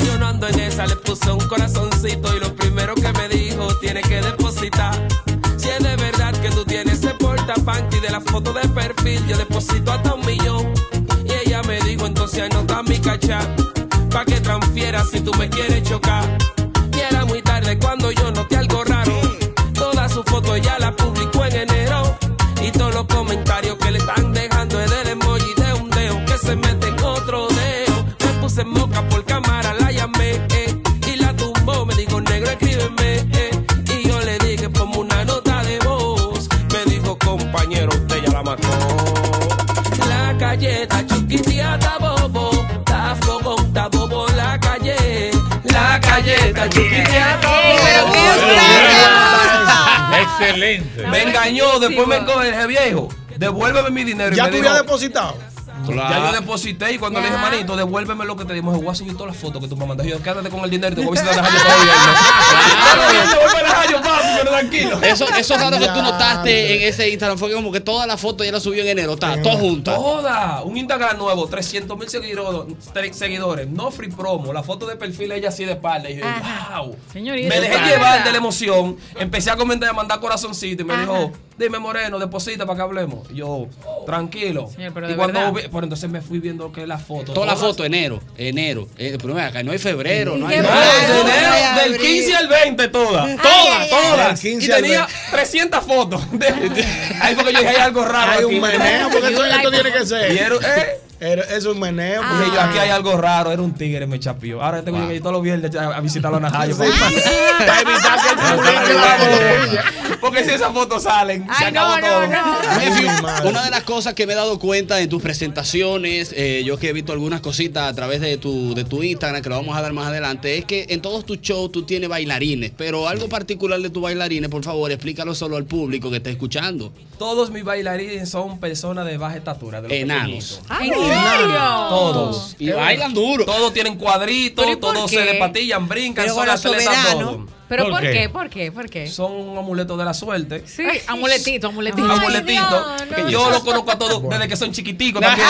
Speaker 11: Yo no ando en esa, le puse un corazoncito y lo primero que me dijo, tiene que depositar. Si es de verdad que tú tienes ese porta panty de la foto de perfil, yo deposito hasta un millón. Y ella me dijo, entonces anota mi cachá, pa' que transfiera si tú me quieres chocar. Y era muy tarde cuando yo noté algo raro. Toda su foto ya la publicó en enero. Y todos los comentarios que le están dejando es del emoji de un dedo que se mete en otro dedo. Me puse en moca por cámara, la llamé eh, y la tumbó. Me dijo, negro, escríbeme. eh". Y yo le dije, ponme una nota de voz. Me dijo, compañero, usted ya la mató. La calle está chiquitía, está bobo. Está fogón, está bobo la calle. La calle está chiquitía, está bobo.
Speaker 7: Excelente.
Speaker 22: Me engañó, después me coge el viejo. Devuélveme mi dinero.
Speaker 4: ¿Ya
Speaker 22: y me
Speaker 4: tú habías
Speaker 22: dijo,
Speaker 4: depositado?
Speaker 22: Ya yo deposité y cuando le dije, manito, devuélveme lo que te dimos, voy a subir todas las fotos que tú me mandas. Y yo, quédate con el dinero y te voy a visitar a la Jayo todo el viernes. Yo, "Devuélveme la Jayo, papi, pero tranquilo.
Speaker 2: Eso, eso es raro que tú notaste en ese Instagram. Fue que como que toda la foto ya la subió en enero. Está, todas juntas.
Speaker 22: Toda, un Instagram nuevo, 300 mil seguidores, tre- seguidores, no free promo, la foto de perfil ella así de espalda. Y yo,
Speaker 8: Ajá.
Speaker 22: wow.
Speaker 8: Señorita.
Speaker 22: Me dejé llevar de la emoción, empecé a comentar, a mandar corazoncito y me dijo, dime Moreno, deposita para que hablemos. Y Yo, tranquilo.
Speaker 10: Señor, pero
Speaker 22: y
Speaker 10: de
Speaker 22: cuando
Speaker 10: verdad.
Speaker 22: vi- pero entonces me fui viendo que la foto.
Speaker 2: Toda la
Speaker 22: todas-
Speaker 2: foto, enero, enero. Eh, pero mira, acá no hay febrero, no hay
Speaker 22: No, de enero, del 15 al 20
Speaker 2: Ay,
Speaker 22: todas,
Speaker 2: ay,
Speaker 22: todas,
Speaker 2: ay.
Speaker 22: todas.
Speaker 2: Del
Speaker 22: Y
Speaker 2: 15 al
Speaker 22: tenía 300 fotos. Ahí porque yo dije, hay algo raro
Speaker 4: Hay un
Speaker 22: aquí.
Speaker 4: meneo, porque eso es lo que tiene que ser.
Speaker 22: Y era- eh,
Speaker 4: Era- Es un meneo.
Speaker 2: Ah.
Speaker 22: Dije
Speaker 10: Ah.
Speaker 22: yo, aquí hay algo raro, era un tigre, me chapió. Ahora tengo que ir todos los viernes a, a visitar los Najayo. para- para evitar que él publique la foto. Porque si esas fotos salen, se acabó todo.
Speaker 2: Mefi, Una de las cosas que me he dado cuenta en tus presentaciones, eh, yo que he visto algunas cositas a través de tu, de tu Instagram, que lo vamos a dar más adelante, es que en todos tus shows tú tienes bailarines, pero algo particular de tus bailarines, por favor, explícalo solo al público que está escuchando.
Speaker 22: Todos mis bailarines son personas de baja estatura. De
Speaker 10: Eh,
Speaker 22: los
Speaker 2: Enanos.
Speaker 22: pequeñitos.
Speaker 10: Ay, ¿en serio?
Speaker 22: Todos.
Speaker 2: Y bailan duro.
Speaker 22: Todos tienen cuadritos, todos se
Speaker 10: qué?
Speaker 22: despatillan, brincan,
Speaker 10: Pero
Speaker 22: son
Speaker 10: bueno,
Speaker 22: atletas
Speaker 10: soberano.
Speaker 22: todos.
Speaker 10: ¿Pero por qué? ¿Por qué? ¿Por qué?
Speaker 22: Son un amuleto de la suerte.
Speaker 10: Sí, amuletito, amuletito.
Speaker 22: Un amuletito.
Speaker 10: no.
Speaker 22: Yo lo conozco a todos desde que son chiquiticos también.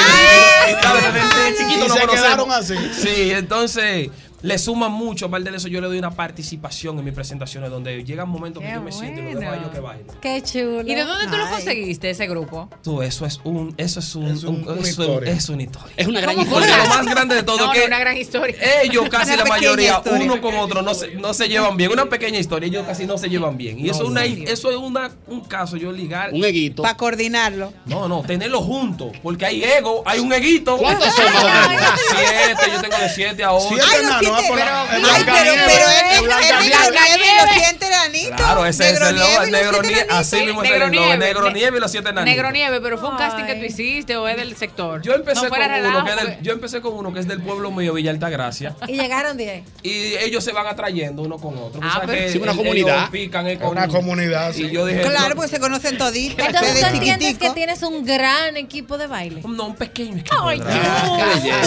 Speaker 22: ¿Sabes? Desde, desde chiquito
Speaker 4: Y
Speaker 22: nos
Speaker 4: se
Speaker 22: conocemos.
Speaker 4: quedaron así.
Speaker 22: Sí, entonces le suma mucho. Aparte de eso, yo le doy una participación en mis presentaciones donde llegan momentos que yo me siento y lo dejo a ellos que bailen.
Speaker 8: Qué chulo.
Speaker 10: ¿Y de dónde tú lo
Speaker 8: Ay.
Speaker 10: conseguiste, ese grupo?
Speaker 22: Tú, eso es un, eso es un, un-
Speaker 4: una
Speaker 22: eso
Speaker 4: historia.
Speaker 22: es una historia.
Speaker 2: Es una
Speaker 10: gran Ah, ¿Cómo
Speaker 22: Porque
Speaker 10: historia.
Speaker 22: lo más grande de todo
Speaker 10: No,
Speaker 22: es que
Speaker 10: no, una gran historia.
Speaker 22: ellos casi la
Speaker 10: Una pequeña
Speaker 22: mayoría,
Speaker 10: historia.
Speaker 22: uno con otro, no se, no se llevan bien. Una pequeña historia, ellos casi no se llevan bien. Y
Speaker 3: No,
Speaker 22: eso, es una,
Speaker 3: no.
Speaker 22: eso es una, un caso, yo ligar.
Speaker 2: Un eguito.
Speaker 3: Para coordinarlo.
Speaker 22: No, no, tenerlo juntos. Porque hay ego, hay un eguito.
Speaker 3: ¿Cuántos son más o menos?
Speaker 22: Siete, yo tengo de siete a ocho.
Speaker 3: Siete Ay, los enanos, siete, ah, por la- pero- es ay, Blanca pero- Nieves, pero es- es Blanca es Nieves. Blanca Nieves, los siete enanitos.
Speaker 22: Claro, ese es
Speaker 3: Negro
Speaker 22: el logo,
Speaker 3: Nieves
Speaker 22: el
Speaker 3: y los
Speaker 22: negro
Speaker 3: siete
Speaker 22: nieve. Así mismo es el
Speaker 10: Negro
Speaker 22: logo,
Speaker 10: Nieve.
Speaker 22: negro
Speaker 10: Ne-
Speaker 22: nieve y los siete enanitos.
Speaker 10: Negro Nieve, pero fue un casting que tú hiciste o es del sector.
Speaker 22: Yo empecé,
Speaker 10: No
Speaker 22: con
Speaker 10: fuera
Speaker 22: uno,
Speaker 10: relajo, pues.
Speaker 22: que es del,
Speaker 10: porque-
Speaker 22: yo empecé con uno que es del pueblo mío, Villa Altagracia.
Speaker 8: Y llegaron 10.
Speaker 22: Y ellos se van atrayendo uno con otro. Tú
Speaker 8: Ah,
Speaker 22: sabes
Speaker 8: pero-
Speaker 22: que
Speaker 8: Sí, una
Speaker 22: ellos
Speaker 8: comunidad.
Speaker 22: pican el
Speaker 4: Una
Speaker 22: con-
Speaker 4: comunidad,
Speaker 22: Y yo dije,
Speaker 3: claro,
Speaker 22: no,
Speaker 2: pues,
Speaker 3: porque se conocen toditos.
Speaker 8: Entonces tú
Speaker 3: Desde
Speaker 8: entiendes
Speaker 3: chiquitico.
Speaker 8: que tienes un gran equipo de baile.
Speaker 22: No, un pequeño equipo.
Speaker 8: Ay,
Speaker 3: Un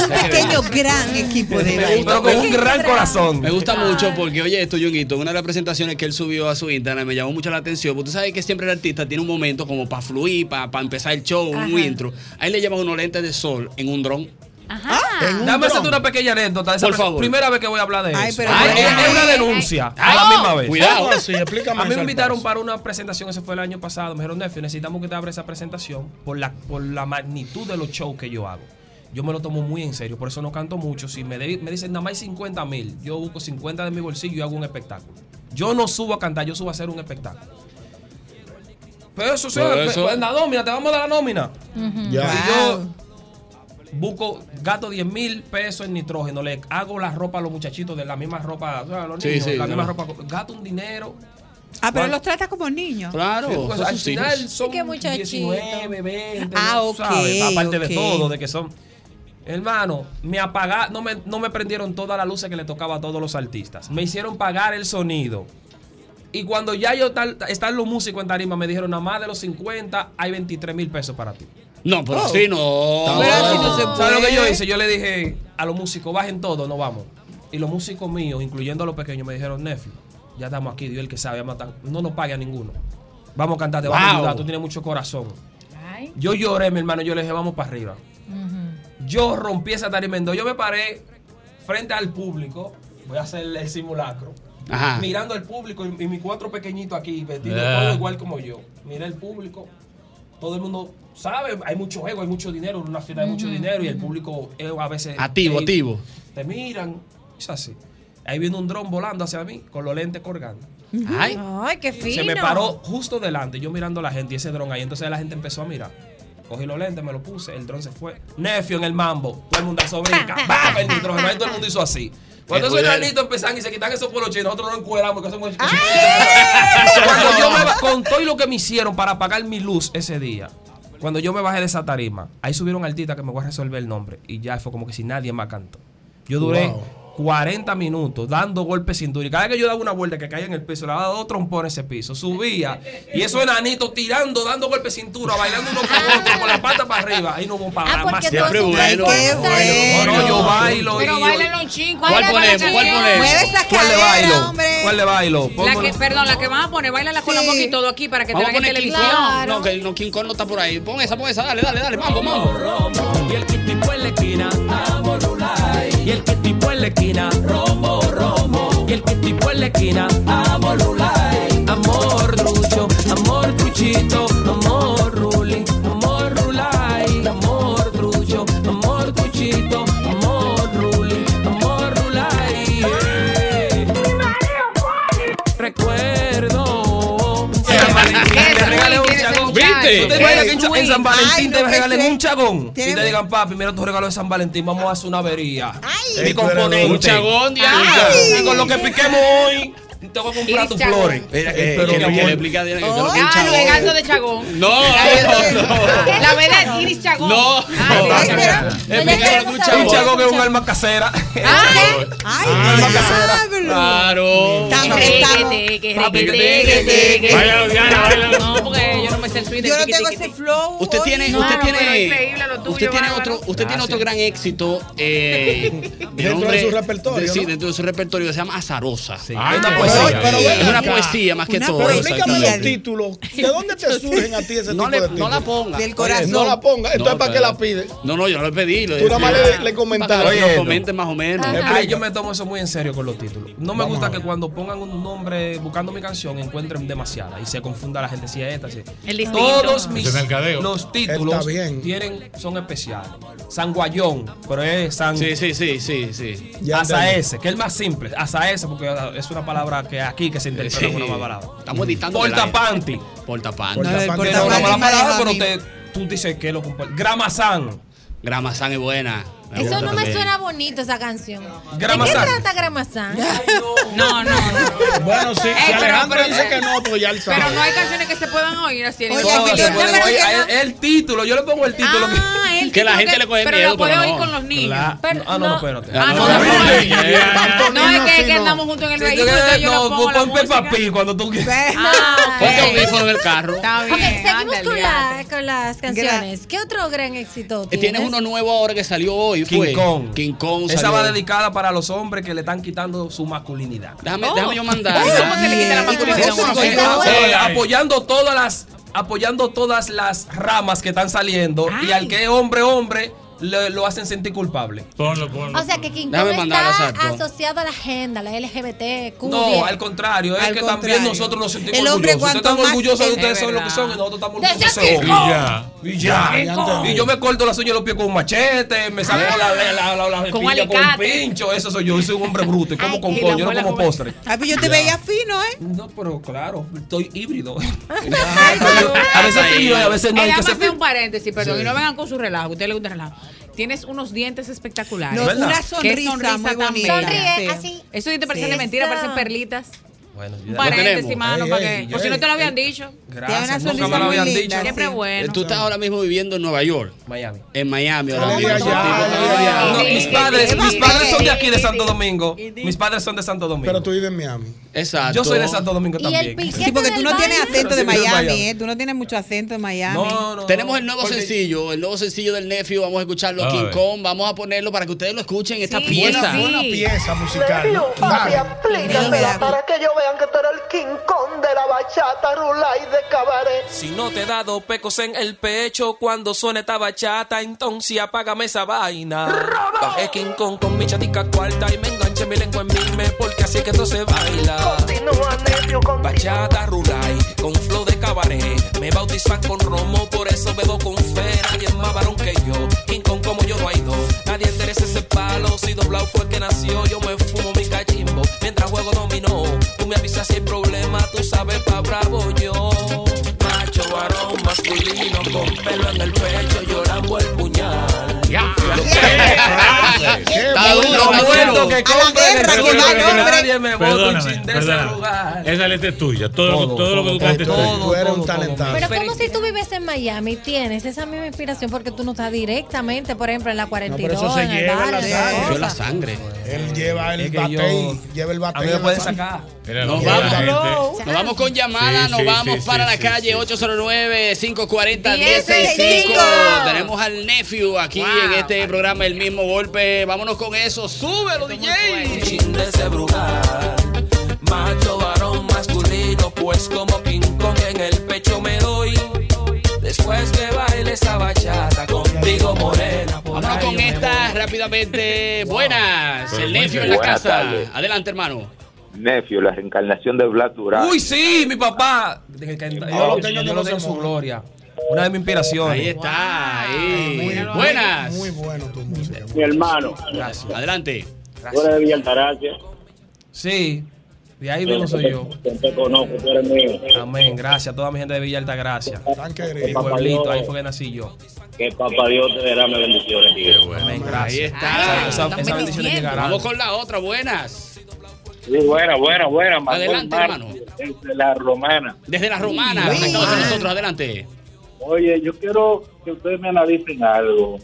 Speaker 3: pequeño gran equipo
Speaker 2: pues,
Speaker 3: de baile.
Speaker 22: corazón.
Speaker 2: Me gusta mucho porque, oye, esto, Junguito, una de las presentaciones que él subió a su Instagram me llamó mucho la atención. Porque tú sabes que siempre el artista tiene un momento como para fluir, para empezar el show,
Speaker 22: Ajá.
Speaker 2: un intro. A él le llaman unos lentes de sol en un dron.
Speaker 22: Ah, Dame hacerte una pequeña anécdota. de esa
Speaker 2: Por
Speaker 22: pre-
Speaker 2: favor.
Speaker 22: Primera vez que voy a hablar de eso.
Speaker 2: Ay, pero-
Speaker 22: Ay, es,
Speaker 2: Ay,
Speaker 22: es una
Speaker 2: ay,
Speaker 22: denuncia.
Speaker 2: ay.
Speaker 22: a la
Speaker 2: Ay,
Speaker 22: misma vez.
Speaker 2: cuidado. ¿Cómo así?
Speaker 4: Explícame
Speaker 22: A mí
Speaker 4: eso,
Speaker 22: me invitaron para una presentación, ese fue el año pasado. Me dijeron, Nefi, necesitamos que te abra esa presentación por la, por la magnitud de los shows que yo hago. Yo me lo tomo muy en serio, por eso no canto mucho. Si me, de- me dicen nada más hay 50 mil, yo busco 50 de mi bolsillo y hago un espectáculo. Yo no subo a cantar, yo subo a hacer un espectáculo. Pero eso,
Speaker 4: Pero
Speaker 22: sí,
Speaker 4: eso-
Speaker 22: en la nómina, te vamos a dar la nómina.
Speaker 3: Mm,
Speaker 4: Ya.
Speaker 22: Y yo busco, gasto 10 mil pesos en nitrógeno, le hago la ropa a los muchachitos de la misma ropa, o sea, a los
Speaker 2: Sí,
Speaker 22: niños,
Speaker 2: sí,
Speaker 22: la misma
Speaker 2: claro.
Speaker 22: ropa, gasto un dinero.
Speaker 3: Ah, pero
Speaker 22: ¿Cuál?
Speaker 3: los trata como niños.
Speaker 22: Sí, porque al final son 19, 20,
Speaker 3: Ah, ok.
Speaker 22: ¿sabes? Aparte
Speaker 3: ok.
Speaker 22: de todo, de que son. Hermano, me apaga, no me, no me prendieron todas las luces que le tocaba a todos los artistas. Me hicieron pagar el sonido. Y cuando ya yo tal- están los músicos en tarima, me dijeron, nada más de los 50 hay 23 mil pesos para ti.
Speaker 2: No, pero
Speaker 22: Oh.
Speaker 2: si no.
Speaker 22: ¿Sabes lo que yo hice? Yo le dije a los músicos, bajen todo, no vamos. Y los músicos míos, incluyendo a los pequeños, me dijeron, Nefi, ya estamos aquí, Dios el que sabe, vamos a estar- no nos pague a ninguno. Vamos a cantar, te vamos a
Speaker 2: Wow.
Speaker 22: ayudar, tú tienes mucho corazón. Yo lloré, mi hermano, yo le dije, vamos para arriba. Yo rompí esa tarima en dos. Yo me paré frente al público, voy a hacer el simulacro,
Speaker 2: Ajá.
Speaker 22: mirando al público y, y mis cuatro pequeñitos aquí, vestidos
Speaker 2: Yeah.
Speaker 22: todo igual como yo. Miré el público, todo el mundo sabe, hay mucho ego, hay mucho dinero, en una fiesta hay mucho
Speaker 2: Ujú,
Speaker 22: dinero y el público eh, a veces...
Speaker 2: Activo,
Speaker 22: eh,
Speaker 2: activo.
Speaker 22: Te miran, es así. Ahí viene un dron volando hacia mí con los lentes colgando.
Speaker 8: Ay, qué fino.
Speaker 22: Se me paró justo delante, yo mirando a la gente y ese dron ahí. Entonces la gente empezó a mirar. Cogí los lentes, me los puse, el dron se fue. Nefio en el mambo, todo el mundo hizo brinca, ¡Bah! el nitrógeno, ahí todo el mundo hizo así.
Speaker 11: Eh,
Speaker 22: Cuando esos
Speaker 2: cuidado.
Speaker 22: granitos empezaron y se quitan esos polos chinos, nosotros no encueramos. porque somos- Cuando yo me ba- con todo y lo que me hicieron para apagar mi luz ese día, cuando yo me bajé de esa tarima, ahí subieron artista que me voy a resolver el nombre. Y ya fue como que si nadie más cantó. Yo duré
Speaker 4: Wow.
Speaker 22: 40 minutos dando golpes sin duro. Y cada vez que yo daba una vuelta que caía en el piso, le daba dos trompones a ese piso, subía. Y esos enanitos tirando, dando golpes de cintura, bailando uno con otro, con la pata para arriba. Ahí no hubo para
Speaker 8: porque
Speaker 22: más.
Speaker 8: tú Siempre haces bueno.
Speaker 22: Qué
Speaker 8: bueno.
Speaker 22: No, yo bailo. y
Speaker 10: Pero
Speaker 22: yo-
Speaker 10: bailen un chingo.
Speaker 22: ¿Cuál ponemos? ¿Cuál ponemos? Mueve esa ¿Cuál le cadera, bailo? hombre. ¿Cuál le bailo?
Speaker 10: La que,
Speaker 22: Pónganlo.
Speaker 10: perdón, la que vas a poner, bailala con la boca y todo aquí para que
Speaker 2: Vamos
Speaker 10: te
Speaker 2: a
Speaker 10: vean en
Speaker 2: poner King Kong.
Speaker 10: televisión.
Speaker 2: No, que no, King Kong no está por ahí. Pon esa, pon esa. Dale, dale, dale. Mambo, mambo.
Speaker 11: Y el kitipo en la esquina, amo Lulay. Y el kitipo en la esquina, romo, romo. Y el kitipo en la esquina, amo Lulay. Amor trucho, amor truchito,
Speaker 2: fuerte.
Speaker 22: ¿Tú te imaginas que en, Cha- en San
Speaker 3: Ay,
Speaker 22: Valentín
Speaker 3: no,
Speaker 22: te
Speaker 3: que
Speaker 22: regalen
Speaker 3: se-
Speaker 22: un chagón? Y
Speaker 3: Tiene-
Speaker 22: te digan, papi, mira tu regalo de San Valentín, vamos a hacer una avería.
Speaker 3: Ey,
Speaker 22: Mi
Speaker 3: tú eres
Speaker 22: componente.
Speaker 2: loco. Un chagón, Diana.
Speaker 22: Un chagón. Y con lo que piquemos hoy, te voy a comprar
Speaker 10: Y
Speaker 22: tus
Speaker 10: chagón.
Speaker 22: flores.
Speaker 2: Mira, que, que, le- que le explica a Diana que
Speaker 8: Oh,
Speaker 2: yo lo que es un
Speaker 10: Ah, lo que
Speaker 2: chabón.
Speaker 10: gasto de chagón.
Speaker 2: No, no,
Speaker 10: La verdad, Iris Chagón. Ah,
Speaker 2: no.
Speaker 22: Explícale
Speaker 10: un
Speaker 22: un
Speaker 10: chagón.
Speaker 22: chagón es un alma casera.
Speaker 2: Claro. Báilalo, Diana, báilalo.
Speaker 10: No, porque yo no me sé el swing de
Speaker 3: Yo no
Speaker 10: tiqui,
Speaker 3: tengo
Speaker 10: tiqui,
Speaker 3: ese
Speaker 10: tiqui.
Speaker 3: flow.
Speaker 2: Usted
Speaker 3: hoy.
Speaker 2: tiene, usted
Speaker 10: Bárbaro, pero
Speaker 2: tiene,
Speaker 10: increíble lo tuyo,
Speaker 2: usted tiene
Speaker 10: bárbaro.
Speaker 2: otro, usted tiene otro gran éxito eh, de
Speaker 4: Dentro
Speaker 2: nombre-
Speaker 4: de su repertorio,
Speaker 2: de- sí,
Speaker 4: ¿no?
Speaker 2: dentro de su repertorio que se llama Azarosa.
Speaker 4: Ay,
Speaker 2: Una
Speaker 4: pero-
Speaker 2: poesía.
Speaker 4: pero ven
Speaker 2: es una
Speaker 4: acá.
Speaker 2: poesía más que
Speaker 4: Una
Speaker 2: todo.
Speaker 4: poesía. Explícame los
Speaker 2: exactamente.
Speaker 4: títulos. ¿De dónde te surgen a ti ese
Speaker 2: No
Speaker 4: tipo
Speaker 2: le-
Speaker 4: de
Speaker 2: no
Speaker 4: títulos?
Speaker 2: la ponga. Del
Speaker 4: Oye, No
Speaker 2: corazón.
Speaker 4: la ponga. Esto
Speaker 2: No,
Speaker 4: es para que la
Speaker 2: espérate.
Speaker 4: pide.
Speaker 2: No, no, yo no lo pedí. Lo
Speaker 4: Tú nada más
Speaker 2: decía.
Speaker 4: le- le comentaste.
Speaker 2: Para que nos
Speaker 4: Oyendo.
Speaker 2: comenten más o menos.
Speaker 22: Ay, yo me tomo eso muy en serio con los títulos. No me gusta que cuando pongan un nombre buscando mi canción encuentren demasiada y se confunda la gente si es esta, si es-
Speaker 10: El distinto.
Speaker 22: Todos mis
Speaker 7: Es el mercadeo.
Speaker 22: los
Speaker 4: Está
Speaker 22: títulos
Speaker 4: bien.
Speaker 22: tienen son especiales. San Guayón, pero es San
Speaker 2: Sí, sí, sí, sí, sí.
Speaker 4: Ya
Speaker 22: Azaese, que es el más simple. Azaese, porque es una palabra que aquí que se interpreta
Speaker 2: Sí.
Speaker 22: como una mala palabra.
Speaker 2: Estamos editando.
Speaker 22: Portapanti.
Speaker 2: Portapanti.
Speaker 22: No, es
Speaker 2: Portapanti.
Speaker 22: una mala palabra, pero
Speaker 2: Portapanti.
Speaker 22: te, tú dices que lo compartes. Gramazán.
Speaker 2: Gramazán es buena. Me
Speaker 8: Eso
Speaker 2: gusta
Speaker 8: no me
Speaker 2: también.
Speaker 8: suena bonito esa canción. ¿De qué
Speaker 2: Gramazán.
Speaker 8: trata Gramazán?
Speaker 10: No, no, no.
Speaker 4: Bueno, sí, si
Speaker 10: Ey, pero-
Speaker 4: Alejandro
Speaker 10: pero-
Speaker 4: dice que no, pues ya él sabe.
Speaker 10: Pero no hay canciones que se puedan oír así.
Speaker 22: Oye,
Speaker 10: Digo,
Speaker 22: Filipe,
Speaker 10: no, pero
Speaker 22: oye,
Speaker 10: que no.
Speaker 22: el, el título, yo le pongo el título.
Speaker 10: Ah, el título pero lo puede oír con los niños.
Speaker 22: Claro.
Speaker 10: Pero
Speaker 22: ah, no, no, espérate.
Speaker 10: Ah, no, no, no, es que, que andamos juntos en el
Speaker 22: Sí,
Speaker 10: vehículo.
Speaker 22: tú
Speaker 10: entonces
Speaker 22: quieres-
Speaker 10: yo no,
Speaker 22: No,
Speaker 10: pongo
Speaker 22: pon
Speaker 10: la
Speaker 22: pon Peppa
Speaker 10: música.
Speaker 22: Pig cuando tú quieras.
Speaker 10: Ah,
Speaker 2: Ponte audífono en el carro.
Speaker 10: Está bien.
Speaker 8: Ok, seguimos
Speaker 10: ándale,
Speaker 8: con, la,
Speaker 10: ándale.
Speaker 8: con las canciones. ¿Qué otro gran éxito
Speaker 2: Eh,
Speaker 8: tienes?
Speaker 2: Tienes uno nuevo ahora que salió hoy.
Speaker 22: King
Speaker 2: fue.
Speaker 22: Kong.
Speaker 2: Pues, King Kong.
Speaker 22: Esa
Speaker 2: salió.
Speaker 22: va dedicada para los hombres que le están quitando su masculinidad.
Speaker 2: Déjame,
Speaker 8: Oh.
Speaker 2: déjame yo mandar. ¿Cómo se le quita la masculinidad a una
Speaker 22: Eh,
Speaker 2: mujer?
Speaker 22: eh, apoyando todas las apoyando todas las ramas que están saliendo y al que es hombre hombre le- lo hacen sentir culpable.
Speaker 7: Ponlo, ponlo.
Speaker 8: O sea, que King
Speaker 22: Déjame
Speaker 8: Kong
Speaker 22: mandar,
Speaker 8: está
Speaker 22: exacto.
Speaker 8: asociado a la agenda, la LGBT, Q.
Speaker 22: No, al contrario, es
Speaker 8: Al
Speaker 22: que
Speaker 8: contrario.
Speaker 22: también nosotros nos sentimos
Speaker 8: El hombre
Speaker 22: orgullosos. Ustedes
Speaker 8: cuanto
Speaker 22: están
Speaker 8: más-
Speaker 22: orgullosos de
Speaker 8: Es
Speaker 22: ustedes son lo
Speaker 4: Ah.
Speaker 22: que
Speaker 8: verdad.
Speaker 22: son y nosotros estamos
Speaker 8: Desde
Speaker 22: orgullosos.
Speaker 8: que-
Speaker 22: Y ya. Y ya.
Speaker 8: Oh, Ya entendí.
Speaker 22: Y yo me corto las uñas de los pies con un machete, me saco
Speaker 3: Ah.
Speaker 22: la, la, la, la, la
Speaker 3: Con
Speaker 22: espinilla con un
Speaker 3: alicate.
Speaker 22: pincho. Eso soy yo, yo soy un hombre bruto. Y como con
Speaker 3: y la
Speaker 22: coño, Ah, yo
Speaker 3: abuela
Speaker 22: no como
Speaker 3: come-
Speaker 22: postre.
Speaker 3: Ay, pues yo te
Speaker 22: Ya.
Speaker 3: veía fino, ¿eh?
Speaker 22: No, pero claro, estoy híbrido. a veces sí, a veces no.
Speaker 10: Eh,
Speaker 22: hay que
Speaker 10: vamos a
Speaker 22: ser
Speaker 10: hacer un paréntesis, perdón,
Speaker 22: Sí.
Speaker 10: y no vengan con su relajo. A usted le gusta el relajo. Tienes unos dientes espectaculares.
Speaker 3: No, ¿Verdad? una
Speaker 10: Qué
Speaker 3: sonrisa muy
Speaker 10: tan
Speaker 3: bonita.
Speaker 10: bella.
Speaker 3: Sonríe,
Speaker 10: Sí.
Speaker 3: así.
Speaker 10: Esos dientes parecen
Speaker 3: Sí.
Speaker 10: de mentira,
Speaker 3: Eso.
Speaker 10: parecen perlitas.
Speaker 22: Bueno,
Speaker 10: Un
Speaker 22: ya.
Speaker 10: paréntesis,
Speaker 2: tenemos.
Speaker 10: mano,
Speaker 2: Ey,
Speaker 10: para
Speaker 2: ey,
Speaker 10: que. Por si no te lo habían dicho.
Speaker 22: Gracias, nunca me lo habían dicho.
Speaker 10: Siempre bueno.
Speaker 2: Tú estás ahora mismo viviendo en Nueva York.
Speaker 22: Miami.
Speaker 2: En Miami. ahora
Speaker 22: Ay,
Speaker 2: mismo.
Speaker 22: ay,
Speaker 2: Contigo,
Speaker 22: ay.
Speaker 2: contigo, Diana.
Speaker 22: No, mis padres, mis padres son de aquí, de Santo
Speaker 4: Sí.
Speaker 22: Domingo. Mis padres son de Santo Domingo. Pero tú vives en Miami.
Speaker 2: Exacto.
Speaker 22: Yo soy de Santo Domingo también.
Speaker 3: Sí, porque tú no tienes
Speaker 22: Pero
Speaker 3: acento de
Speaker 22: sí, pero
Speaker 3: Miami,
Speaker 22: Miami.
Speaker 3: ¿eh? Tú no tienes mucho acento de Miami.
Speaker 2: No, no, Tenemos el nuevo sencillo, el nuevo sencillo del Nefio, vamos a escucharlo
Speaker 7: A
Speaker 2: King
Speaker 7: ver.
Speaker 2: Kong, vamos a ponerlo para que ustedes lo escuchen, esta
Speaker 4: Buena-
Speaker 2: pieza.
Speaker 4: Buena pieza musical.
Speaker 14: Tío, papi,
Speaker 4: Dale.
Speaker 14: aplícatela para que yo vean que tú eres el King Kong de la bachata, rula y de cabaret.
Speaker 11: Si no te he dado pecos en el pecho cuando suene esta bachata, entonces apágame esa vaina. Bajé King Kong con mi chatica cuarta y me enganché mi lengua en mime porque así es que esto se baila. Bachata rulay con flow de cabaret. Me bautizan con romo, por eso bebo con fe. Nadie es más varón que yo. King Kong como yo no hay dos. Nadie endereza ese palo. Si doblado fue el que nació, yo me fumo mi cachimbo. Mientras juego dominó, tú me avisas si hay problema. Tú sabes pa' bravo yo. Macho varón masculino con pelo en el pecho, llorando el puñal.
Speaker 22: Está duro, muerto que compren el
Speaker 7: Perdóname,
Speaker 22: celular, que
Speaker 7: perdóname,
Speaker 22: nadie me bote un
Speaker 7: perdóname,
Speaker 22: chin de ese
Speaker 7: perdóname.
Speaker 22: lugar.
Speaker 7: Esa letra es tuya. Todo, todo, lo que tú cantes es tuyo.
Speaker 4: Tú eres un talentazo.
Speaker 8: Pero como si tú vives en Miami, tienes esa misma inspiración porque tú no estás directamente, por ejemplo, en la 42, en el bar, en la cosa.
Speaker 2: Yo la sangre.
Speaker 4: Él lleva el
Speaker 22: que
Speaker 4: batey.
Speaker 22: yo-
Speaker 4: Lleva el batey.
Speaker 22: a mí me
Speaker 4: en la
Speaker 22: pueden
Speaker 4: sangre.
Speaker 22: sacar.
Speaker 2: Nos
Speaker 4: Mira,
Speaker 2: vamos,
Speaker 4: gente.
Speaker 2: nos vamos con llamada,
Speaker 4: Sí,
Speaker 2: nos
Speaker 4: sí,
Speaker 2: vamos
Speaker 4: sí,
Speaker 2: para
Speaker 4: sí,
Speaker 2: la
Speaker 4: sí,
Speaker 2: calle
Speaker 4: sí.
Speaker 2: 809-540-165. Tenemos al nephew aquí en este programa, el mismo golpe. Vámonos con eso, súbelo, DJ.
Speaker 11: chin de ese brugal. Macho varón masculino, pues como King Kong en el pecho me doy. Después que baile esa bachata contigo morena. pues
Speaker 2: Vámonos con esta rápidamente. Buenas,
Speaker 4: Pues
Speaker 2: el nephew en la
Speaker 30: Buenas
Speaker 2: casa.
Speaker 30: tardes.
Speaker 2: Adelante, hermano.
Speaker 30: Nefio, la reencarnación de Black Duran.
Speaker 22: Uy, sí, mi papá. De- que- Yo lo tengo, yo lo tengo en su gloria. Una de mis inspiraciones.
Speaker 2: Ahí está, ahí. Buenas.
Speaker 4: Muy bueno tu música.
Speaker 14: Mi hermano.
Speaker 22: Gracias.
Speaker 2: Adelante.
Speaker 14: Tú eres de Villa Altagracia.
Speaker 22: Sí. De ahí mismo soy yo.
Speaker 12: Te conozco, tú eres mío.
Speaker 22: Amén. Gracias a toda mi gente de Villa Altagracia. Mi
Speaker 12: Papá
Speaker 22: pueblito,
Speaker 12: Dios.
Speaker 22: ahí fue que nací
Speaker 2: Ah,
Speaker 22: yo.
Speaker 12: Que papá Dios te derrame bendiciones, tío.
Speaker 2: Ahí
Speaker 22: Amén. Gracias.
Speaker 2: está.
Speaker 22: Esa- esa- esa bendición
Speaker 2: Bien,
Speaker 22: llegará.
Speaker 2: Vamos con la otra, buenas.
Speaker 12: Sí, buena, buena, buena. Manuel
Speaker 2: Adelante,
Speaker 12: Marte,
Speaker 2: hermano.
Speaker 12: Desde la romana.
Speaker 2: Desde la romana,
Speaker 12: Sí.
Speaker 2: conectados a nosotros, adelante.
Speaker 12: Oye, yo quiero que ustedes me analicen algo.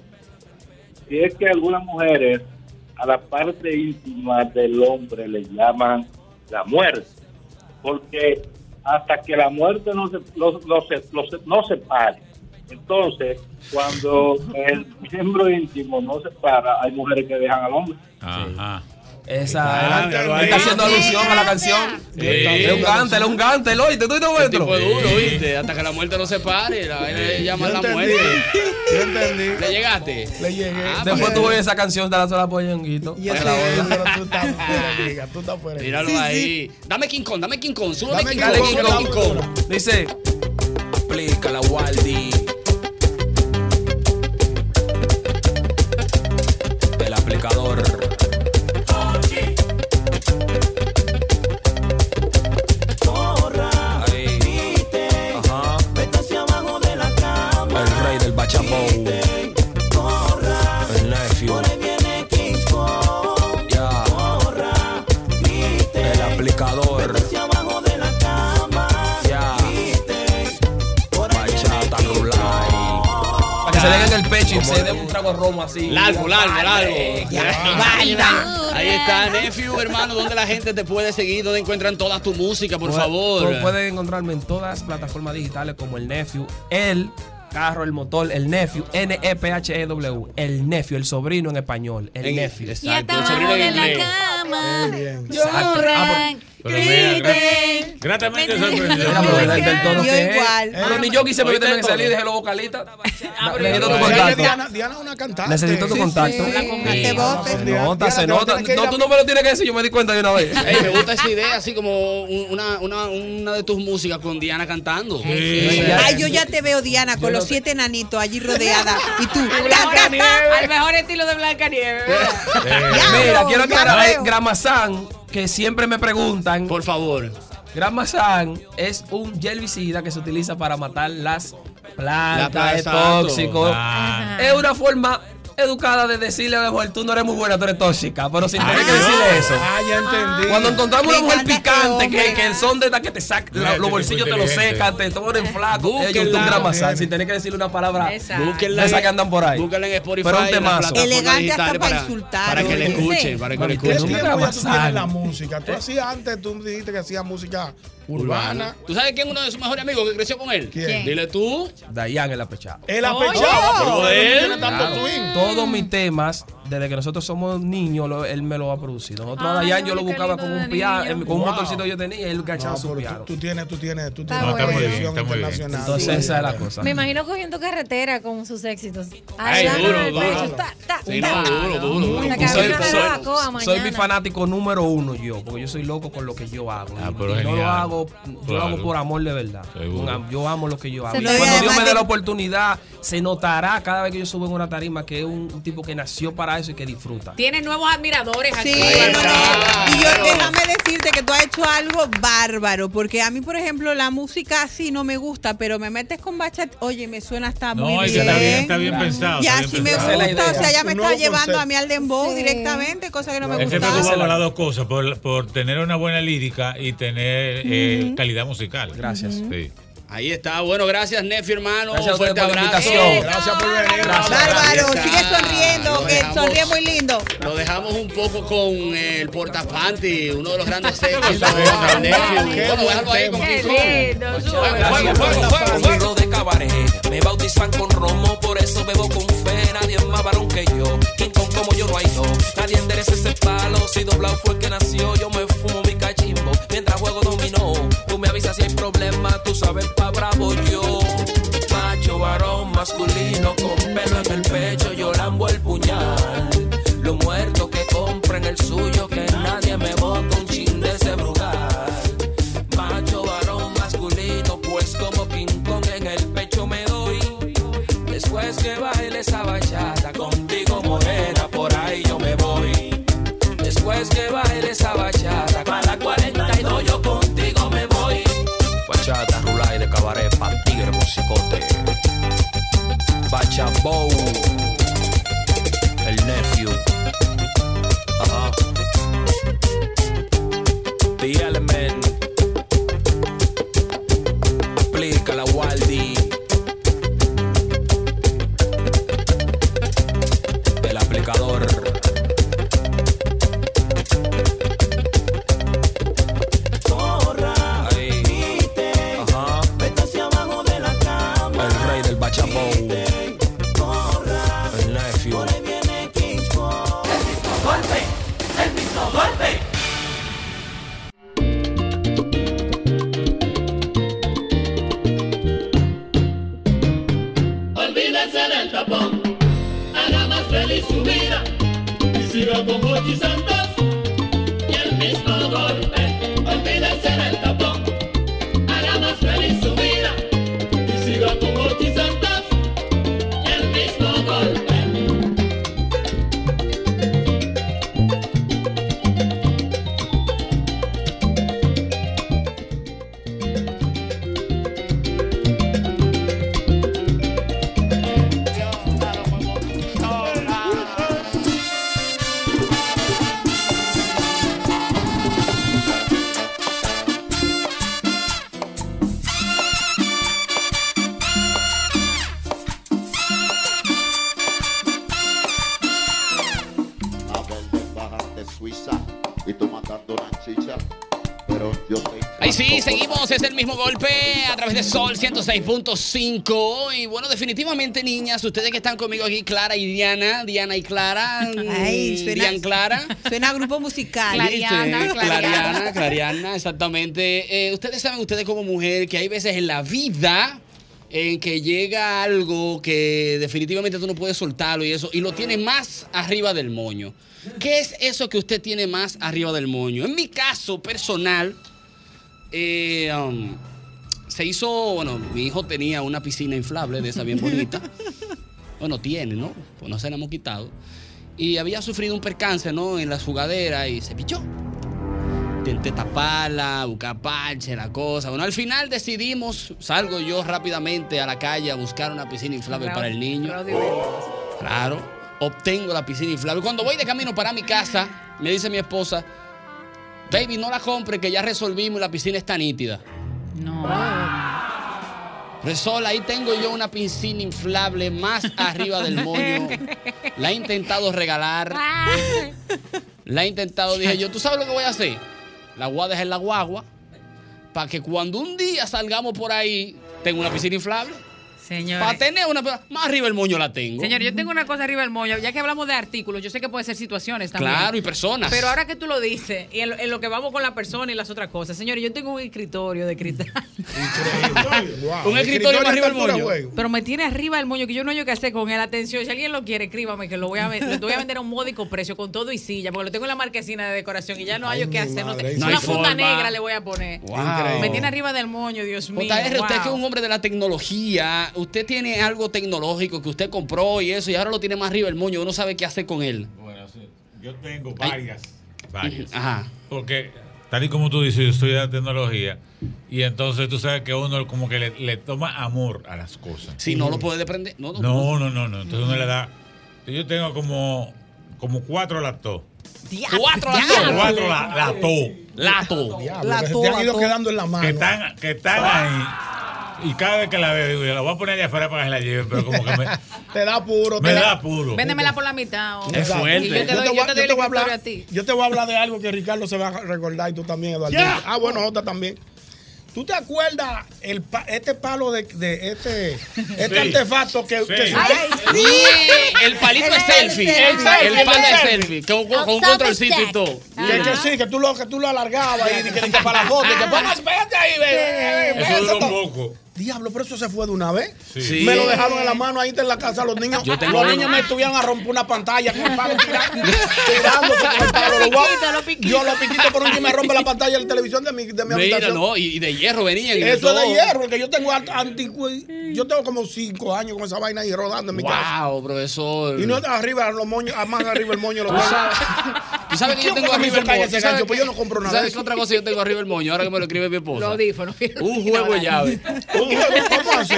Speaker 12: Si es que algunas mujeres a la parte íntima del hombre le llaman la muerte, porque hasta que la muerte no se, no, no se, no se, no se pare. Entonces, cuando el miembro íntimo no se para, hay mujeres que dejan al hombre.
Speaker 7: Ajá.
Speaker 22: Esa
Speaker 7: míralo ahí.
Speaker 22: está haciendo alusión a la canción.
Speaker 7: Sí.
Speaker 22: Es un gantel, es un gantel, oíste, tú y no
Speaker 2: Tipo duro, ¿viste? Hasta que la muerte no se pare, la vaina le llaman la muerte.
Speaker 4: Yo entendí.
Speaker 2: ¿Le llegaste? Ah,
Speaker 4: Le llegué.
Speaker 2: pues.
Speaker 22: Después tú oyes esa canción de la sola pollonguito.
Speaker 4: Yo
Speaker 22: Para
Speaker 4: sé,
Speaker 22: la olla.
Speaker 4: pero tú estás fuera, amiga, tú estás fuera.
Speaker 2: Míralo ahí. ah. Dame King Kong, dame King Kong, súbeme
Speaker 22: Dame
Speaker 2: King
Speaker 22: King
Speaker 2: Kong,
Speaker 22: Kong,
Speaker 2: súbeme King Kong.
Speaker 22: Dice.
Speaker 11: Explica la Waldi. El aplicador. Ajá. El rey del bachambo. El nephew. Ya. El aplicador. Ya. Bachata rulay.
Speaker 22: que se le den en el pecho y se den un trago de romo así.
Speaker 2: Largo, largo, largo.
Speaker 22: Baila.
Speaker 2: Ahí está, Nephew, hermano, donde la gente te puede seguir, donde encuentran toda tu música, por
Speaker 22: Pueden-
Speaker 2: favor.
Speaker 22: Pueden encontrarme en todas las plataformas digitales como el Nephew, el carro, el motor, el Nephew, E N-E-P-H-E-W, el Nephew, el sobrino en español, el
Speaker 2: En-
Speaker 22: Nephew.
Speaker 2: exacto, Y hasta el sobrino en abajo de la inglés.
Speaker 22: cama.
Speaker 11: Ah,
Speaker 22: Ah, pues,
Speaker 7: Pero mira, gra- gratamente sorprendido.
Speaker 22: Mira, pero el del tono
Speaker 7: Yo
Speaker 22: que es.
Speaker 7: igual.
Speaker 22: Pero ni yo quise
Speaker 7: Oíste
Speaker 22: meterme en
Speaker 7: el tono.
Speaker 22: salir, dejé los vocalistas.
Speaker 7: pero
Speaker 22: Necesito tu
Speaker 7: igual.
Speaker 22: contacto.
Speaker 4: Diana, Diana es una cantante.
Speaker 22: Necesito tu
Speaker 4: Sí,
Speaker 22: contacto.
Speaker 4: sí.
Speaker 22: Se
Speaker 4: Diana,
Speaker 22: nota, se
Speaker 4: te vas a
Speaker 22: nota.
Speaker 4: tener que ir
Speaker 22: No,
Speaker 4: a-
Speaker 22: tú no me lo tienes que decir, yo me di cuenta de una vez.
Speaker 2: Ey, me gusta esa idea, así como un- una, una, una de tus músicas con Diana cantando.
Speaker 3: Ay, yo ya te veo, Diana, con los siete nanitos allí rodeada. Y tú, ta, ta, ta.
Speaker 10: Al mejor estilo de Blanca Nieves.
Speaker 22: Mira, quiero
Speaker 10: ya
Speaker 22: aclarar
Speaker 10: veo.
Speaker 22: eh, Gramazán, que siempre me preguntan. Por
Speaker 2: favor.
Speaker 22: Gramazán es un herbicida que se utiliza para matar las plantas,
Speaker 2: La
Speaker 22: es
Speaker 2: planta,
Speaker 22: tóxico.
Speaker 2: ah.
Speaker 22: Es una forma educada de decirle a la mujer, tú no eres muy buena, tú eres tóxica, pero sin tener que decirle eso.
Speaker 4: Ah, ya entendí. este
Speaker 22: Cuando encontramos una mujer
Speaker 2: este
Speaker 22: picante, que,
Speaker 4: hombre.
Speaker 22: que el son de estas que te saca, la- los bolsillos te lo
Speaker 4: inteligente.
Speaker 22: secan, te ponen flaco. Es
Speaker 2: Búsquenla.
Speaker 22: un gramazán, sin tener que decirle una palabra.
Speaker 2: Exacto.
Speaker 22: de
Speaker 2: Búsquenla
Speaker 22: esas
Speaker 2: en-
Speaker 22: que andan por ahí.
Speaker 2: búsquenla en Spotify,
Speaker 22: Pero un
Speaker 2: en las
Speaker 22: temazo.
Speaker 2: plataformas Elegante hasta digitales para-
Speaker 4: para insultar,
Speaker 2: para que le oye. escuchen, para que le
Speaker 4: ¿Qué
Speaker 2: escuchen.
Speaker 4: tiempo ya tú tienes
Speaker 22: Ramazán.
Speaker 4: la música?
Speaker 22: Eh.
Speaker 4: Tú hacías antes, tú dijiste que hacías música urbana.
Speaker 2: ¿Tú sabes quién es uno de sus mejores amigos que creció con él?
Speaker 4: ¿Quién?
Speaker 2: Dile tú.
Speaker 22: Dayan el apechado.
Speaker 4: El apechado, pero
Speaker 22: Todo
Speaker 4: no
Speaker 22: él.
Speaker 4: tiene tanto
Speaker 22: Claro.
Speaker 4: swing.
Speaker 22: Todos mis temas, desde que nosotros somos niños, lo- él me lo ha producido. Nosotros a
Speaker 4: Ay,
Speaker 22: Dayan yo
Speaker 4: qué
Speaker 22: lo buscaba
Speaker 4: lindo
Speaker 22: con
Speaker 4: de
Speaker 22: un, pia-
Speaker 4: niño.
Speaker 22: eh, con un
Speaker 4: Wow.
Speaker 22: motorcito que yo tenía y él cachaba su piano.
Speaker 4: Tú tienes, tú tienes, tú tienes.
Speaker 22: No, está muy bien,
Speaker 4: proyección
Speaker 22: está muy bien.
Speaker 4: internacional.
Speaker 22: Entonces,
Speaker 4: Sí.
Speaker 22: esa es la cosa.
Speaker 8: Me imagino cogiendo carretera con sus éxitos.
Speaker 22: Ay,
Speaker 8: Allá
Speaker 22: duro,
Speaker 8: con el
Speaker 22: duro.
Speaker 8: pecho, ta, ta,
Speaker 22: Sí,
Speaker 8: ta.
Speaker 22: no, duro, duro, duro.
Speaker 8: La
Speaker 22: Soy-
Speaker 8: cabina
Speaker 22: soy-
Speaker 8: de Bacoa
Speaker 22: Soy
Speaker 8: mañana.
Speaker 22: mi fanático número uno yo, porque yo soy loco con lo que yo hago. Y-
Speaker 7: pero
Speaker 22: y no
Speaker 7: genial.
Speaker 22: lo hago, yo
Speaker 7: Claro.
Speaker 22: lo hago por amor de verdad.
Speaker 7: Seguro.
Speaker 22: Un am- Yo amo lo que yo hago.
Speaker 7: Se
Speaker 22: Y
Speaker 7: te ve
Speaker 22: cuando Dios
Speaker 7: además
Speaker 22: me dé
Speaker 7: de-
Speaker 22: la oportunidad, se notará cada vez que yo subo en una tarima que es un, un tipo que nació para eso y que disfruta.
Speaker 10: Tiene nuevos admiradores aquí.
Speaker 3: Y yo déjame decirte que tú has hecho algo bárbaro, porque a mí, por ejemplo, la música así no me gusta, pero me metes con bachata, oye, me suena hasta
Speaker 7: No,
Speaker 3: muy
Speaker 7: es que
Speaker 3: bien.
Speaker 7: está bien, está bien pensado,
Speaker 3: Ya,
Speaker 7: está
Speaker 3: si
Speaker 7: bien
Speaker 3: me
Speaker 7: pensado. Esa es la
Speaker 3: gusta, o
Speaker 7: idea.
Speaker 3: sea, ya me
Speaker 7: Un
Speaker 3: está
Speaker 7: nuevo
Speaker 3: llevando
Speaker 7: concepto.
Speaker 3: a mí al dembow directamente, cosa que no me
Speaker 7: Es que me
Speaker 3: gustaba.
Speaker 7: preocupaba las dos cosas, por, por tener una buena lírica y tener eh, calidad musical.
Speaker 22: Gracias.
Speaker 7: Sí.
Speaker 2: Ahí está. Bueno, gracias, Nefi, hermano.
Speaker 7: Gracias a
Speaker 2: Un fuerte
Speaker 7: ustedes por la
Speaker 2: abrazo.
Speaker 7: invitación.
Speaker 4: Gracias por venir.
Speaker 2: Ahí
Speaker 3: Bárbaro,
Speaker 2: está.
Speaker 3: sigue sonriendo,
Speaker 2: Lo
Speaker 3: que
Speaker 2: dejamos-
Speaker 3: sonríe muy lindo.
Speaker 2: Lo dejamos un poco con el portapanti, uno de los grandes éxitos de Nefi. Bueno, déjalo ahí con King Kong.
Speaker 11: Gracias, portapanti, lo de cabaret. Me bautizan con romo, por eso bebo con fe. Nadie es más varón que yo. Quien con como yo no hay dos. Nadie endereza ese palo. Si doblado fue el que nació, yo me fumo mi cachimbo. Mientras juego dominó, tú me avisas si hay problema. Tú sabes pa' bravo yo. Macho varón masculino con pelo en el pecho, llorando el puñal. Los muertos que compren el suyo, que nadie me bota un chin de ese brugal. Macho varón masculino, pues como King Kong en el pecho me doy. Después que baile esa bachata, contigo morena, por ahí yo me voy. Después que baile esa bachata, para la 42. golpe, el mismo golpe.
Speaker 25: Olvídese del tapón, haga más feliz su vida y siga con Mochi Santos y el mismo golpe. Olvídese del tapón, haga más feliz su vida y siga con Mochi Santos y el mismo golpe.
Speaker 1: Abel te bajas de Suiza y tú matando una chicha, pero yo te
Speaker 2: Ahí sí, seguimos, es el mismo golpe a través de Sol 106.5. Y bueno, definitivamente, niñas, ustedes que están conmigo aquí, Clara y Diana, Diana y Clara,
Speaker 3: Ay,
Speaker 2: mm,
Speaker 3: suena-
Speaker 2: Dian Clara.
Speaker 3: Suena a grupo musical.
Speaker 2: Sí, Clariana, Clariana, exactamente. Eh, ustedes saben, ustedes como mujer, que hay veces en la vida en que llega algo que definitivamente tú no puedes soltarlo y eso, y lo tienes más arriba del moño. ¿Qué es eso que usted tiene más arriba del moño? En mi caso personal, eh, um, se hizo, bueno, mi hijo tenía una piscina inflable de esa bien bonita. bueno, tiene, ¿no? Pues no se la hemos quitado. Y había sufrido un percance, ¿no? En la jugadera y se pichó. Intenté taparla, buscar parche, la cosa. Bueno, al final decidimos, salgo yo rápidamente a la calle a buscar una piscina inflable para el niño. Claro, obtengo la piscina inflable. Cuando voy de camino para mi casa, me dice mi esposa, baby, no la compre que ya resolvimos y la piscina está nítida. Resol, ahí tengo yo una piscina inflable más arriba del moño. La he intentado regalar.
Speaker 10: Ah.
Speaker 2: La he intentado, dije yo, ¿tú sabes lo que voy a hacer? La voy a dejar en la guagua para que cuando un día salgamos por ahí, tengo una piscina inflable.
Speaker 10: Señor.
Speaker 2: Para tener una... Más arriba el moño la tengo.
Speaker 10: Señor, yo tengo una cosa arriba del moño. Ya que hablamos de artículos, yo sé que puede ser situaciones también.
Speaker 2: Claro, y personas.
Speaker 10: Pero ahora que tú lo dices, y en lo, en lo que vamos con la persona y las otras cosas, señores, yo tengo un escritorio de cristal.
Speaker 2: Un escritorio más arriba el moño.
Speaker 10: Pero me tiene arriba el moño que yo no sé qué hacer con él. Atención, si alguien lo quiere, escríbame que lo voy a, ven- lo voy a vender a un módico precio con todo y silla, porque lo tengo en la marquesina de decoración y ya no hay qué hacer. No
Speaker 2: madre,
Speaker 10: te-
Speaker 2: no hay
Speaker 10: una punta
Speaker 2: forma.
Speaker 10: negra le voy a poner.
Speaker 2: Wow.
Speaker 10: Me tiene arriba del moño, Dios mío.
Speaker 2: JR, usted
Speaker 10: wow.
Speaker 2: que es un hombre de la tecnología, usted tiene algo tecnológico que usted compró y eso, y ahora lo tiene más arriba el moño, uno sabe qué hacer con él.
Speaker 7: Bueno, sí, yo tengo varias. Varias.
Speaker 2: Ajá.
Speaker 7: Porque, tal y como tú dices, yo estudié la tecnología. Y entonces tú sabes que uno como que le, le toma amor a las cosas.
Speaker 2: Si no lo puede desprender. No, no,
Speaker 7: No, no, no, no. Entonces uno le da. Yo tengo como, como cuatro laptops.
Speaker 2: Cuatro
Speaker 7: Diablo.
Speaker 2: latos.
Speaker 7: Cuatro la- latos.
Speaker 2: Lato.
Speaker 4: Diablo, que se te han ido quedando en la mano.
Speaker 7: Que están, que están ahí. Y cada vez que la veo, digo, yo la voy a poner allá afuera para que se la lleven, pero como que me,
Speaker 4: Te da puro.
Speaker 7: me da apuro.
Speaker 10: Véndemela por la mitad. o-
Speaker 7: Es fuerte.
Speaker 10: Y yo te doy, yo
Speaker 4: voy-
Speaker 10: te doy el
Speaker 4: voy a
Speaker 10: escritorio
Speaker 4: hablar,
Speaker 10: a ti.
Speaker 4: yo te voy a hablar de algo que Ricardo se va a recordar y tú también, Eduardo.
Speaker 10: Ya.
Speaker 4: Ah, bueno, Jota también. ¿Tú te acuerdas el pa- este palo de, de este, este
Speaker 2: Sí.
Speaker 4: artefacto que, que
Speaker 2: Sí.
Speaker 4: se-
Speaker 2: Ay, sí. El palito es selfie. El selfie, el palo de selfie, con- con- con un controlcito y todo.
Speaker 4: Que, que
Speaker 2: Ajá.
Speaker 4: sí, que tú lo, que tú lo alargabas y que, que, para la foto. Y que, bueno, espérate ahí, ve, ve, ve,
Speaker 7: Eso
Speaker 4: ve,
Speaker 7: duró
Speaker 4: eso
Speaker 7: un poco.
Speaker 4: Diablo, pero eso se fue de una vez.
Speaker 7: Sí.
Speaker 4: Me lo dejaron en la mano ahí en la casa los niños.
Speaker 7: Yo tengo
Speaker 4: los
Speaker 7: uno.
Speaker 4: niños me estuvieron a romper una pantalla con el palo tirando, tirándose con el palo. Lo voy a- Yo lo piquito por un día y me rompe la pantalla de la televisión de mi, de mi
Speaker 2: Mira,
Speaker 4: habitación.
Speaker 2: no, y y de hierro venían. y
Speaker 4: Eso es
Speaker 2: todo.
Speaker 4: de hierro, el que yo tengo alt- antiguo. Yo tengo como cinco años con esa vaina ahí rodando en mi casa.
Speaker 2: Wow, profesor.
Speaker 4: Y no arriba los moños, ah, más arriba el moño lo
Speaker 2: Tú sabes-
Speaker 4: ah,
Speaker 2: Tú sabes que yo tengo arriba el moño.
Speaker 4: Ese
Speaker 2: ¿Tú sabes
Speaker 4: gancho, pues
Speaker 2: qué-
Speaker 4: yo no compro
Speaker 2: tú
Speaker 4: nada. de
Speaker 2: ¿Sabes
Speaker 4: eso.
Speaker 2: qué otra cosa yo tengo arriba el moño? Ahora que me lo escribe mi
Speaker 10: Los
Speaker 2: esposa.
Speaker 10: audífonos.
Speaker 2: Un juego de llave.
Speaker 4: Un juego- ¿Cómo así?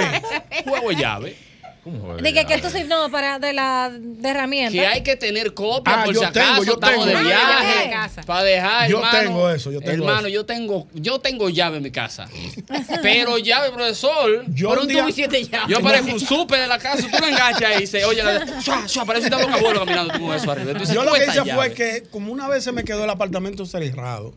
Speaker 2: Un juego de llave. ¿Cómo
Speaker 8: Dije que esto sí, no, para de la de herramienta.
Speaker 2: Que hay que tener copia
Speaker 4: Ah,
Speaker 2: por
Speaker 4: yo
Speaker 2: si acaso
Speaker 4: tengo, yo
Speaker 2: estamos
Speaker 4: tengo.
Speaker 2: de
Speaker 4: Ah,
Speaker 2: viaje. Para dejar,
Speaker 4: Yo
Speaker 2: Ah, hermano.
Speaker 4: tengo eso, yo tengo
Speaker 2: Hermano,
Speaker 4: eso.
Speaker 2: yo tengo, yo tengo llave en mi casa. Pero llave, profesor.
Speaker 4: Yo
Speaker 2: por
Speaker 4: un
Speaker 2: un
Speaker 4: día-
Speaker 2: tubo y siete llaves. Yo parezco un súper de la casa. Tú lo enganchas ahí y dices, oye, la, shua, shua, parece un tabón abuelo caminando tú con eso arriba. Entonces,
Speaker 4: yo lo que
Speaker 2: cuesta
Speaker 4: hice
Speaker 2: llave.
Speaker 4: fue que, como una vez se me quedó el apartamento cerrado,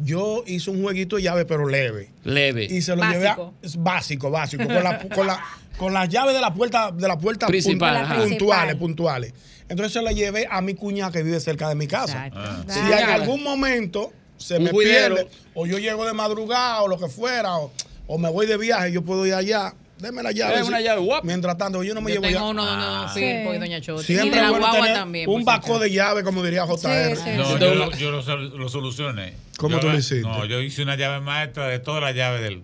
Speaker 4: yo hice un jueguito de llave, pero leve.
Speaker 2: Leve.
Speaker 4: Y se lo llevé a. es básico, básico. Con la, con la, con las llaves de la puerta, de la puerta
Speaker 2: Principal,
Speaker 4: pun-
Speaker 2: ajá.
Speaker 4: puntuales,
Speaker 2: Principal.
Speaker 4: puntuales. Entonces se la llevé a mi cuñada que vive cerca de mi casa.
Speaker 2: Ah.
Speaker 4: Si
Speaker 2: Cuñada.
Speaker 4: en algún momento se
Speaker 2: Un
Speaker 4: me
Speaker 2: juidero.
Speaker 4: pierde, o yo llego de madrugada, o lo que fuera, o, o me voy de viaje, yo puedo ir allá. Deme la llave.
Speaker 2: Deme una
Speaker 4: Sí.
Speaker 2: llave, Ah.
Speaker 4: Mientras tanto, yo no me
Speaker 10: Yo
Speaker 4: llevo
Speaker 10: tengo
Speaker 4: ya-
Speaker 10: uno donde Don Firpo y Doña Chota. y
Speaker 4: Siempre
Speaker 10: de la
Speaker 4: es bueno
Speaker 10: guagua
Speaker 4: tener
Speaker 10: también.
Speaker 4: Un bacó de llave, como diría JR.
Speaker 7: No, yo, lo- yo lo, sol- lo solucioné.
Speaker 4: ¿Cómo
Speaker 7: Yo
Speaker 4: tú lo
Speaker 7: la-
Speaker 4: hiciste?
Speaker 7: No, yo hice una llave maestra de todas las llaves del.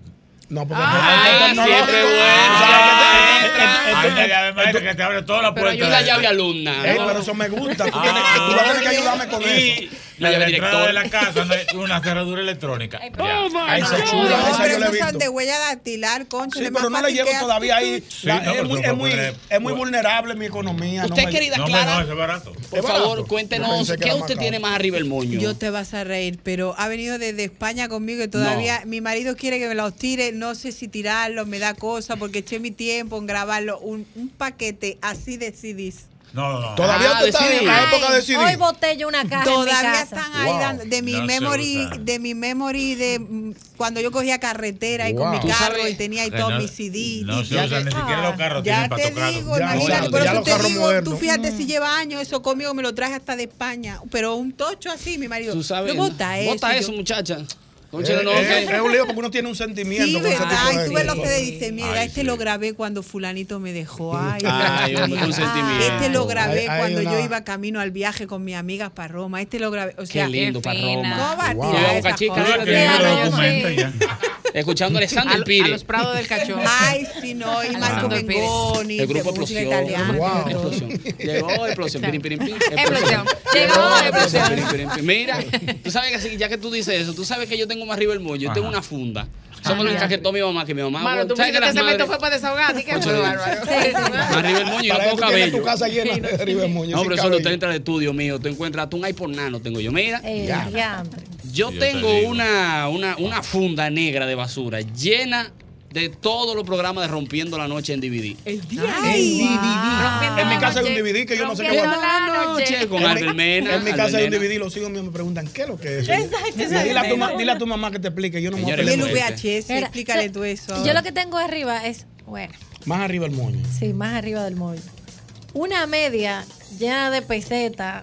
Speaker 4: No, porque
Speaker 7: siempre Hay una
Speaker 4: bueno.
Speaker 7: llave maestra que te abre todas las
Speaker 4: Pero hay
Speaker 7: puertas.
Speaker 4: una llave
Speaker 2: alumna. Ah.
Speaker 4: Ey, pero eso me gusta. Tú, tienes, tú vas a tener que ayudarme con eso.
Speaker 7: La,
Speaker 2: llave
Speaker 7: entrada
Speaker 2: directora.
Speaker 7: de la casa no hay una cerradura electrónica.
Speaker 4: Ay, esa es chula,
Speaker 3: No,
Speaker 4: esa yo
Speaker 3: pero
Speaker 4: la he
Speaker 3: esos son
Speaker 4: visto.
Speaker 3: de huella dactilar, concho.
Speaker 4: Sí, pero no le llego todavía ahí. La- es, muy, es, muy, es muy vulnerable mi economía.
Speaker 2: Usted,
Speaker 4: me-
Speaker 2: querida No, Clara, no, eso es
Speaker 7: barato.
Speaker 2: Por favor, cuéntenos, ¿qué usted tiene más arriba el moño?
Speaker 3: Yo te vas a reír, pero ha venido desde España conmigo y todavía mi marido quiere que me los tire. No sé si tirarlos, me da cosa porque eché mi tiempo en grabarlo. Un, un paquete así de CDs.
Speaker 7: No,
Speaker 10: Ah,
Speaker 7: no, no.
Speaker 4: Todavía tú estás en la época de CD.
Speaker 8: Hoy boté yo una caja en mi
Speaker 3: Todavía
Speaker 8: casa.
Speaker 3: están ahí
Speaker 4: Wow.
Speaker 3: dando- de mi
Speaker 4: No se
Speaker 3: memory,
Speaker 4: usa.
Speaker 3: de mi memory de mm, cuando yo cogía carretera y con
Speaker 4: Wow.
Speaker 3: mi
Speaker 4: ¿Tú
Speaker 3: carro
Speaker 4: sabes?
Speaker 3: y tenía ahí
Speaker 2: Eh,
Speaker 7: Que
Speaker 3: todos
Speaker 7: no-
Speaker 3: mis CD.
Speaker 7: No se usan ni siquiera los carros,
Speaker 3: Ya
Speaker 7: tienen para
Speaker 3: te
Speaker 7: tocarlos.
Speaker 3: digo, imagínate, por
Speaker 4: ya
Speaker 3: eso
Speaker 4: los
Speaker 3: te
Speaker 4: carros
Speaker 3: digo, tú
Speaker 4: modernos.
Speaker 3: fíjate
Speaker 8: Mm.
Speaker 3: si lleva años eso conmigo, me lo traje hasta de España, pero un tocho así, mi marido.
Speaker 2: Tú sabes,
Speaker 3: no bota eso.
Speaker 2: bota
Speaker 3: yo-
Speaker 2: eso, muchacha.
Speaker 4: Es,
Speaker 2: Concha, no,
Speaker 4: Eh, es-
Speaker 2: ok.
Speaker 4: Eh, es un lío porque uno tiene un sentimiento.
Speaker 3: Sí,
Speaker 4: con ese
Speaker 3: ¿verdad?
Speaker 4: tipo de
Speaker 3: Y tú ves lo que
Speaker 4: cosas.
Speaker 3: le dice, mira, este lo grabé cuando fulanito me dejó. Ay,
Speaker 2: Ay,
Speaker 3: Dios
Speaker 2: hombre,
Speaker 3: mío.
Speaker 2: un sentimiento.
Speaker 3: Este lo grabé
Speaker 2: Hay- hay
Speaker 3: cuando yo
Speaker 2: una-
Speaker 3: iba camino al viaje con mis amigas para Roma. Este lo grabé, o
Speaker 2: Qué
Speaker 3: sea,
Speaker 2: lindo, pa' Roma.
Speaker 3: No va a
Speaker 2: Wow.
Speaker 3: tirar
Speaker 2: Yo,
Speaker 3: esas
Speaker 2: Boca
Speaker 3: cosas.
Speaker 2: Chica, yo Ya, lo yo documento sé. Escuchando a Alexander
Speaker 10: A lo-
Speaker 2: Pires.
Speaker 10: a los Prados del Cachón.
Speaker 3: Ay, sí, no, y Marco
Speaker 10: Pires.
Speaker 3: Mengoni.
Speaker 2: El grupo
Speaker 3: de música
Speaker 2: Ah. Explosión.
Speaker 3: italiana.
Speaker 2: Wow. Explosión. Llegó Explosión. Pirin, pirin, pirin.
Speaker 10: Explosión.
Speaker 2: Llegó
Speaker 10: Llegó
Speaker 2: Explosión.
Speaker 10: Explosión.
Speaker 2: Pirin, pirin, pirin. Mira, tú sabes que así, ya que tú dices eso, tú sabes que yo tengo más arriba el moño. Yo tengo una funda. Somos los que mi mamá, que mi mamá.
Speaker 10: Mano, tú
Speaker 2: ¿sabes que
Speaker 10: me que
Speaker 2: las
Speaker 10: ese
Speaker 2: madres-
Speaker 10: meto fue para desahogar, así que
Speaker 2: Concho,
Speaker 10: fue bárbaro.
Speaker 2: Más arriba el moño y no
Speaker 4: Para eso
Speaker 2: tengo
Speaker 4: tienes
Speaker 2: cabello.
Speaker 4: tu casa llena de arriba el moño.
Speaker 2: No,
Speaker 4: sin
Speaker 2: pero solo
Speaker 4: cabello.
Speaker 2: usted entra al estudio mío. Tú encuentras tú un iPhone nano, tengo yo. Mira,
Speaker 10: Eh,
Speaker 8: El Eh, diantre.
Speaker 2: yo
Speaker 8: Yo te
Speaker 2: tengo
Speaker 8: digo.
Speaker 2: una, una, una funda negra de basura llena de todos los programas de Rompiendo la Noche en DVD.
Speaker 10: El
Speaker 4: Ay, DVD.
Speaker 8: Ah,
Speaker 4: En mi casa hay un DVD que yo no sé qué
Speaker 2: Rompiendo
Speaker 4: va-
Speaker 2: la noche. Con
Speaker 4: En mi-
Speaker 2: Albert Mena,
Speaker 4: En mi casa hay un
Speaker 2: Albert Mena.
Speaker 4: DVD, los hijos míos me preguntan, ¿qué es lo que es? eso?
Speaker 8: Exacto,
Speaker 4: Dile dile a tu ma-
Speaker 8: exacto.
Speaker 4: dile a tu mamá que te explique. Yo no me voy a
Speaker 2: Señores,
Speaker 4: pelear
Speaker 2: el
Speaker 4: con ella.
Speaker 3: VHS,
Speaker 8: Mira,
Speaker 3: explícale
Speaker 8: yo-
Speaker 3: tú eso.
Speaker 8: Yo lo que tengo arriba es, bueno,
Speaker 4: Más arriba el moño.
Speaker 8: sí, más arriba del molde. Una media llena de peseta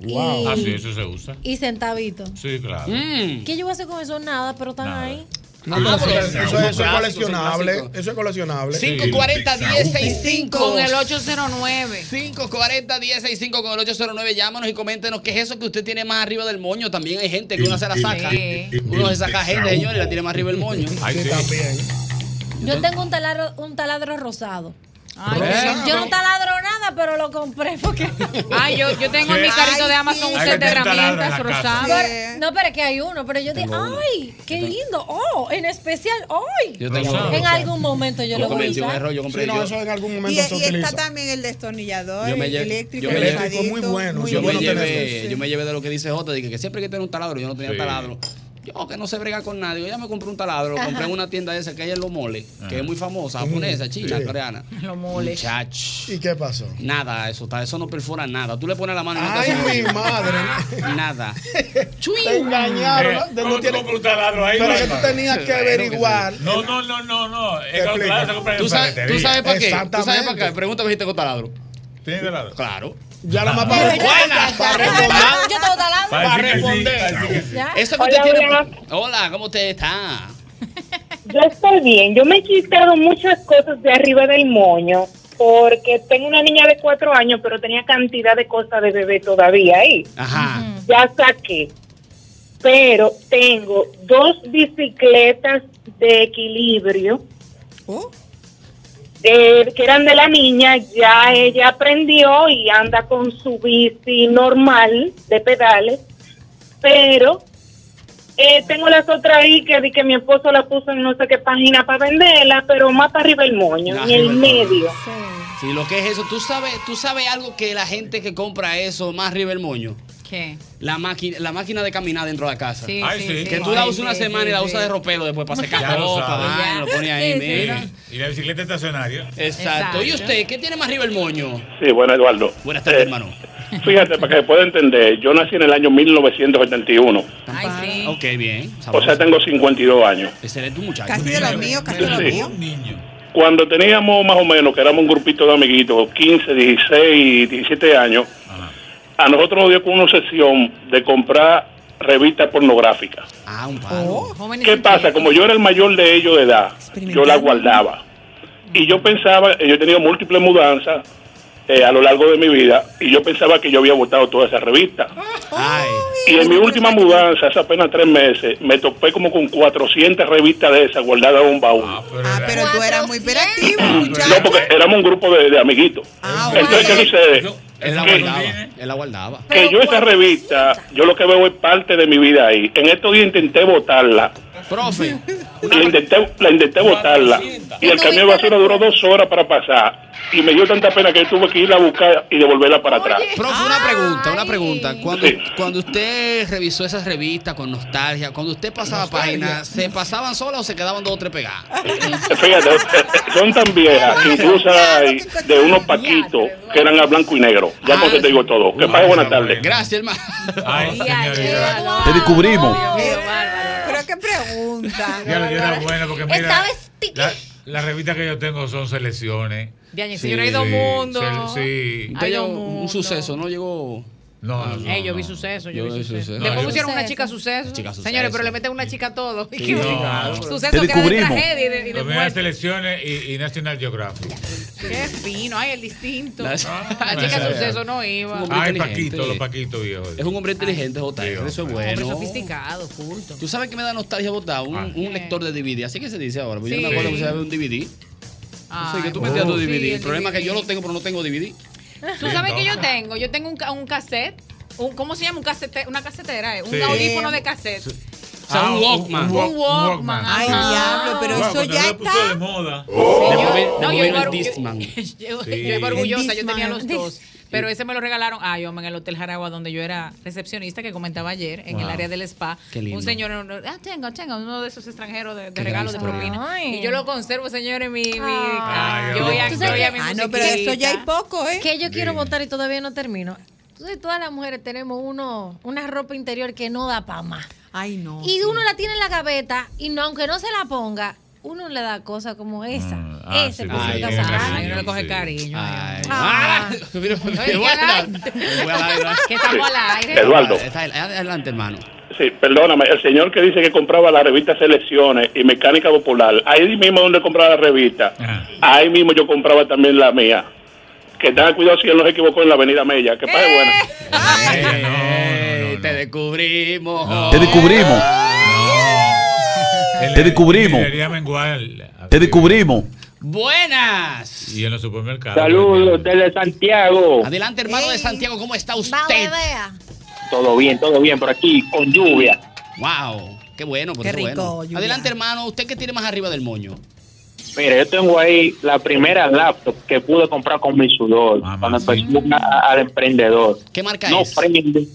Speaker 7: Wow.
Speaker 8: Y-
Speaker 7: Ah, sí, eso se usa.
Speaker 8: y centavito.
Speaker 7: Sí, claro.
Speaker 10: Mm.
Speaker 8: ¿Qué yo voy a hacer con eso? Nada, pero están ahí.
Speaker 4: Ah,
Speaker 7: no,
Speaker 4: pero eso,
Speaker 7: pero es
Speaker 4: eso es
Speaker 7: clásico,
Speaker 4: coleccionable.
Speaker 2: clásico.
Speaker 4: Eso es coleccionable.
Speaker 2: 540 1065
Speaker 10: Con el 809.
Speaker 2: 540 1065 con el 809. Llámanos y coméntenos qué es eso que usted tiene más arriba del moño. También hay gente que uno se la saca. Uno se saca gente, señores, y la tiene más arriba del moño.
Speaker 7: Ay, sí.
Speaker 8: Yo tengo un taladro, un taladro rosado.
Speaker 7: Rosado.
Speaker 8: Yo no taladro nada, pero lo compré porque.
Speaker 10: Ay, yo- yo tengo en mi carrito de Amazon un Hay que set de tener taladro en herramientas la casa. rosado.
Speaker 8: Pero- no, pero es que hay uno. Pero yo dije,
Speaker 2: Tengo uno.
Speaker 8: ay, qué lindo. Oh, en especial hoy.
Speaker 2: Yo tengo uno.
Speaker 8: En algún momento yo, lo voy a
Speaker 2: cometí un
Speaker 8: usar.
Speaker 2: error, yo compré.
Speaker 4: Sí, no,
Speaker 2: yo-
Speaker 4: eso en algún
Speaker 3: Y,
Speaker 4: momento se
Speaker 3: y está
Speaker 4: utiliza.
Speaker 3: también el destornillador,
Speaker 2: Yo me
Speaker 3: el
Speaker 2: lle-
Speaker 3: eléctrico,
Speaker 2: yo me
Speaker 3: el
Speaker 2: lle-
Speaker 3: rosadito,
Speaker 4: Eléctrico muy bueno,
Speaker 3: muy
Speaker 2: yo, me
Speaker 4: bueno
Speaker 2: llevé,
Speaker 4: tenerlo.
Speaker 2: yo me llevé de lo que dice Jota, dije que siempre hay que tener un taladro, yo no tenía
Speaker 7: Sí.
Speaker 2: taladro. Yo que no se brega con nadie, yo ya me compré un taladro, lo
Speaker 7: Ajá.
Speaker 2: compré en una tienda esa que hay en Los Moles, que
Speaker 7: Ajá.
Speaker 2: es muy famosa, japonesa, china,
Speaker 7: Sí.
Speaker 2: coreana.
Speaker 10: Los
Speaker 2: moles. Muchachos.
Speaker 4: ¿Y qué pasó?
Speaker 2: Nada, eso está, eso no perfora nada. Tú le pones la mano y no te
Speaker 4: Ay,
Speaker 2: hace
Speaker 4: mi
Speaker 2: daño.
Speaker 4: madre.
Speaker 2: Nada.
Speaker 4: Te engañaron.
Speaker 7: Eh,
Speaker 4: ¿no?
Speaker 7: ¿cómo
Speaker 4: No
Speaker 7: tú
Speaker 4: tiene-
Speaker 7: compras un taladro ahí,
Speaker 4: Pero que
Speaker 7: Rafa?
Speaker 4: tú tenías que
Speaker 7: Claro que sí.
Speaker 4: averiguar.
Speaker 7: No, no, no, no, no. Es
Speaker 4: Te
Speaker 7: que
Speaker 4: explico.
Speaker 7: claro, se compra en
Speaker 2: ¿Tú sabes, ¿Tú
Speaker 7: ferretería.
Speaker 2: sabes para qué? ¿Tú sabes
Speaker 4: Exactamente.
Speaker 2: para qué? Pregúntame si tengo taladro.
Speaker 7: ¿Tienes taladro?
Speaker 2: Claro.
Speaker 4: Ya la más
Speaker 2: para
Speaker 4: para para
Speaker 8: Yo
Speaker 4: responder.
Speaker 8: tengo taladro.
Speaker 4: Para
Speaker 2: responder.
Speaker 8: Ya.
Speaker 2: Eso que
Speaker 6: Hola,
Speaker 2: usted tiene-
Speaker 6: hola.
Speaker 2: Hola, ¿cómo usted está?
Speaker 6: Yo estoy bien. Yo me he quitado muchas cosas de arriba del moño porque tengo una niña de cuatro años, pero tenía cantidad de cosas de bebé todavía ahí.
Speaker 2: Ajá.
Speaker 6: Mm. Ya saqué. Pero tengo dos bicicletas de equilibrio eh, que eran de la niña. Ya ella aprendió y anda con su bici normal de pedales. Pero eh, tengo las otras ahí que vi que mi esposo la puso en no sé qué página para venderla, pero más para arriba el moño,
Speaker 2: Ya,
Speaker 6: en el
Speaker 2: arriba el moño.
Speaker 6: medio.
Speaker 2: Sí, lo que es eso. ¿Tú sabes, tú sabes algo que la gente que compra eso más arriba el moño?
Speaker 10: ¿Qué?
Speaker 2: La máquina, la máquina de caminar dentro de la casa.
Speaker 10: Sí, Ay, sí, sí,
Speaker 2: Que
Speaker 10: sí.
Speaker 2: tú la
Speaker 10: Ay,
Speaker 2: usas una
Speaker 10: sí,
Speaker 2: semana
Speaker 10: sí,
Speaker 2: y la
Speaker 10: sí.
Speaker 2: usas de ropero después para
Speaker 7: Ya
Speaker 2: secar
Speaker 7: lo Este
Speaker 2: ropa.
Speaker 7: sabes.
Speaker 2: vaina, Lo pones ahí,
Speaker 7: Sí, sí.
Speaker 2: mira.
Speaker 7: Y la bicicleta estacionaria.
Speaker 2: Exacto. ¿Y usted qué tiene más arriba el moño?
Speaker 12: Sí, bueno, Eduardo. Eh,
Speaker 2: Buenas tardes, hermano.
Speaker 12: Fíjate, para que pueda entender, yo nací en el año 1971.
Speaker 10: Ay, sí.
Speaker 2: Ok, bien.
Speaker 12: O sea, tengo 52 años.
Speaker 2: Excelente, muchacho.
Speaker 3: Casi de los míos, casi de los
Speaker 12: Sí.
Speaker 3: míos.
Speaker 27: cuando teníamos más o menos, que éramos un grupito de amiguitos, 15, 16, 17 años, a nosotros nos dio con una obsesión de comprar revistas pornográficas.
Speaker 2: Ah, un palo.
Speaker 27: ¿Qué pasa? Como yo era el mayor de ellos de edad, yo la guardaba. Y yo pensaba, eh, yo he tenido múltiples mudanzas eh, a lo largo de mi vida, y yo pensaba que yo había botado toda esa revista. Y en mi última mudanza, hace apenas tres meses, me topé como con 400 revistas de esas guardadas en un baúl.
Speaker 3: Pero tú eras muy hiperactivo.
Speaker 27: no, porque éramos un grupo de, de amiguitos. Entonces, ¿qué sucede?
Speaker 2: Él la
Speaker 27: Que-
Speaker 2: guardaba. Él la guardaba.
Speaker 27: que yo esa revista, yo lo que veo es parte de mi vida ahí. En estos días intenté botarla.
Speaker 2: Profe.
Speaker 27: La intenté, la intenté botarla. Y el camión de basura duró dos horas para pasar. Y me dio tanta pena que tuve que irla a buscar y devolverla para atrás.
Speaker 2: Profe, una pregunta, una pregunta. Cuando, cuando usted revisó esas revistas con nostalgia, cuando usted pasaba páginas, ¿se pasaban solas o se quedaban dos o tres pegadas?
Speaker 27: Eh, Fíjate, son tan viejas, que incluso hay de unos paquitos que eran a blanco y negro. Ya con eso te digo todo. Que pase buenas tardes.
Speaker 2: Gracias, hermano.
Speaker 4: Te descubrimos.
Speaker 3: Pero qué pregunta.
Speaker 7: Ya lo era bueno porque mira.
Speaker 3: Estaba
Speaker 7: la- Las revistas que yo tengo son selecciones.
Speaker 10: Ya, ya,
Speaker 7: Sí,
Speaker 10: señor, hay dos
Speaker 7: sí,
Speaker 10: mundos.
Speaker 7: sel- Sí.
Speaker 10: Hay dos
Speaker 2: un,
Speaker 10: mundos.
Speaker 2: suceso, ¿no? Llegó.
Speaker 7: No, no,
Speaker 10: Eh, yo vi suceso, yo,
Speaker 2: Yo
Speaker 10: vi
Speaker 2: vi
Speaker 10: suceso.
Speaker 2: Suceso.
Speaker 10: Después
Speaker 2: No, yo-
Speaker 10: pusieron una
Speaker 2: Suceso.
Speaker 10: chica suceso.
Speaker 2: Chica Suceso.
Speaker 10: Señores, pero le meten una chica a todo.
Speaker 7: Sí, no.
Speaker 10: Suceso
Speaker 7: Te
Speaker 10: que era de
Speaker 7: descubrimos.
Speaker 10: tragedia y de, y de
Speaker 7: Lo mío es
Speaker 10: muerte.
Speaker 7: selecciones y, y National Geographic.
Speaker 10: Qué fino, ay, el distinto.
Speaker 7: La-
Speaker 10: La chica suceso no iba.
Speaker 7: Ay, Paquito, los Paquitos viejos.
Speaker 2: Este, Es un hombre inteligente, J. Eso es
Speaker 10: Hombre
Speaker 2: bueno.
Speaker 10: sofisticado, culto.
Speaker 2: Tú sabes que me da nostalgia botar un, un lector de DVD. Así que se dice ahora. Pues Yo
Speaker 10: Sí.
Speaker 2: no me acuerdo que se había un DVD.
Speaker 10: Ay,
Speaker 2: Así que tú metías tu
Speaker 10: sí,
Speaker 2: DVD.
Speaker 10: el
Speaker 2: el problema es que
Speaker 10: DVD.
Speaker 2: yo lo tengo, pero no tengo DVD.
Speaker 10: ¿Tú sabes que yo tengo? Yo tengo un, ca- un cassette. Un, ¿Cómo se llama? Un casete- una casetera, eh, un
Speaker 2: Sí.
Speaker 10: audífono de cassette.
Speaker 2: O sea, un Walkman.
Speaker 10: Ah, un Walk- Walkman.
Speaker 2: Ay, diablo, pero
Speaker 7: Wow,
Speaker 2: eso
Speaker 7: cuando
Speaker 2: ya
Speaker 7: se puso
Speaker 2: está.
Speaker 7: de moda.
Speaker 4: Oh.
Speaker 10: No, yo iba orgu- Yo, yo
Speaker 7: Sí.
Speaker 10: iba orgullosa,
Speaker 7: El
Speaker 10: yo tenía los
Speaker 7: Discman.
Speaker 10: dos. Pero ese me lo regalaron, ay, yo en el Hotel Jaragua, donde yo era recepcionista, que comentaba ayer, en el
Speaker 31: Wow.
Speaker 10: área del spa.
Speaker 31: Qué lindo.
Speaker 10: Un señor, ah, tengo, tengo, uno de esos extranjeros de, de
Speaker 31: Qué
Speaker 10: regalo de
Speaker 31: gran historia.
Speaker 10: propina.
Speaker 31: Ay.
Speaker 10: Y yo lo conservo, señores, mi. mi
Speaker 31: Ay,
Speaker 10: yo voy a,
Speaker 8: ¿Tú
Speaker 10: yo
Speaker 8: sabes Ah,
Speaker 10: voy
Speaker 8: qué?
Speaker 10: a mi musiquita.
Speaker 8: poco, ¿eh? Que yo quiero
Speaker 10: Dime.
Speaker 8: votar y todavía no termino. Entonces, todas las mujeres tenemos uno, una ropa interior que no da para más.
Speaker 3: Ay, no.
Speaker 8: Y uno la tiene en la gaveta y no, aunque no se la ponga, uno le da cosas como esa.
Speaker 2: Mm,
Speaker 7: Ah,
Speaker 8: esa
Speaker 7: sí,
Speaker 8: cosita
Speaker 7: porque
Speaker 8: esa.
Speaker 7: tiene cariño,
Speaker 8: Ay,
Speaker 10: Yo le coge cariño.
Speaker 2: Ay. Ah,
Speaker 8: Ah.
Speaker 2: mira, me
Speaker 10: Oye,
Speaker 2: voy a-
Speaker 10: adelante.
Speaker 2: me voy a dar-
Speaker 10: Que estamos al aire.
Speaker 27: Eduardo.
Speaker 2: Está- Adelante, hermano.
Speaker 27: Sí, perdóname, el señor que dice que compraba la revista Selecciones y Mecánica Popular, ahí mismo donde compraba la revista, ahí mismo yo compraba también la mía. Que tenga cuidado si él no se equivocó en la Avenida Mella, que pase buena.
Speaker 2: Ey, Eh. Te descubrimos.
Speaker 4: Te descubrimos.
Speaker 7: En la
Speaker 4: Te descubrimos.
Speaker 7: librería Mengual
Speaker 4: Te descubrimos.
Speaker 2: Buenas.
Speaker 7: y en los supermercados.
Speaker 12: Saludos desde Santiago.
Speaker 2: Adelante, hermano de Santiago, ¿cómo está usted?
Speaker 12: Todo bien, todo bien por aquí, con lluvia.
Speaker 2: Wow, qué bueno, pues,
Speaker 12: Qué
Speaker 2: qué
Speaker 12: rico,
Speaker 2: bueno. Adelante, hermano, ¿usted qué tiene más arriba del moño?
Speaker 12: Mira, yo tengo ahí la primera laptop que pude comprar con mi sudor cuando empecé a- al emprendedor.
Speaker 2: ¿Qué marca
Speaker 12: no
Speaker 2: es?
Speaker 12: prende.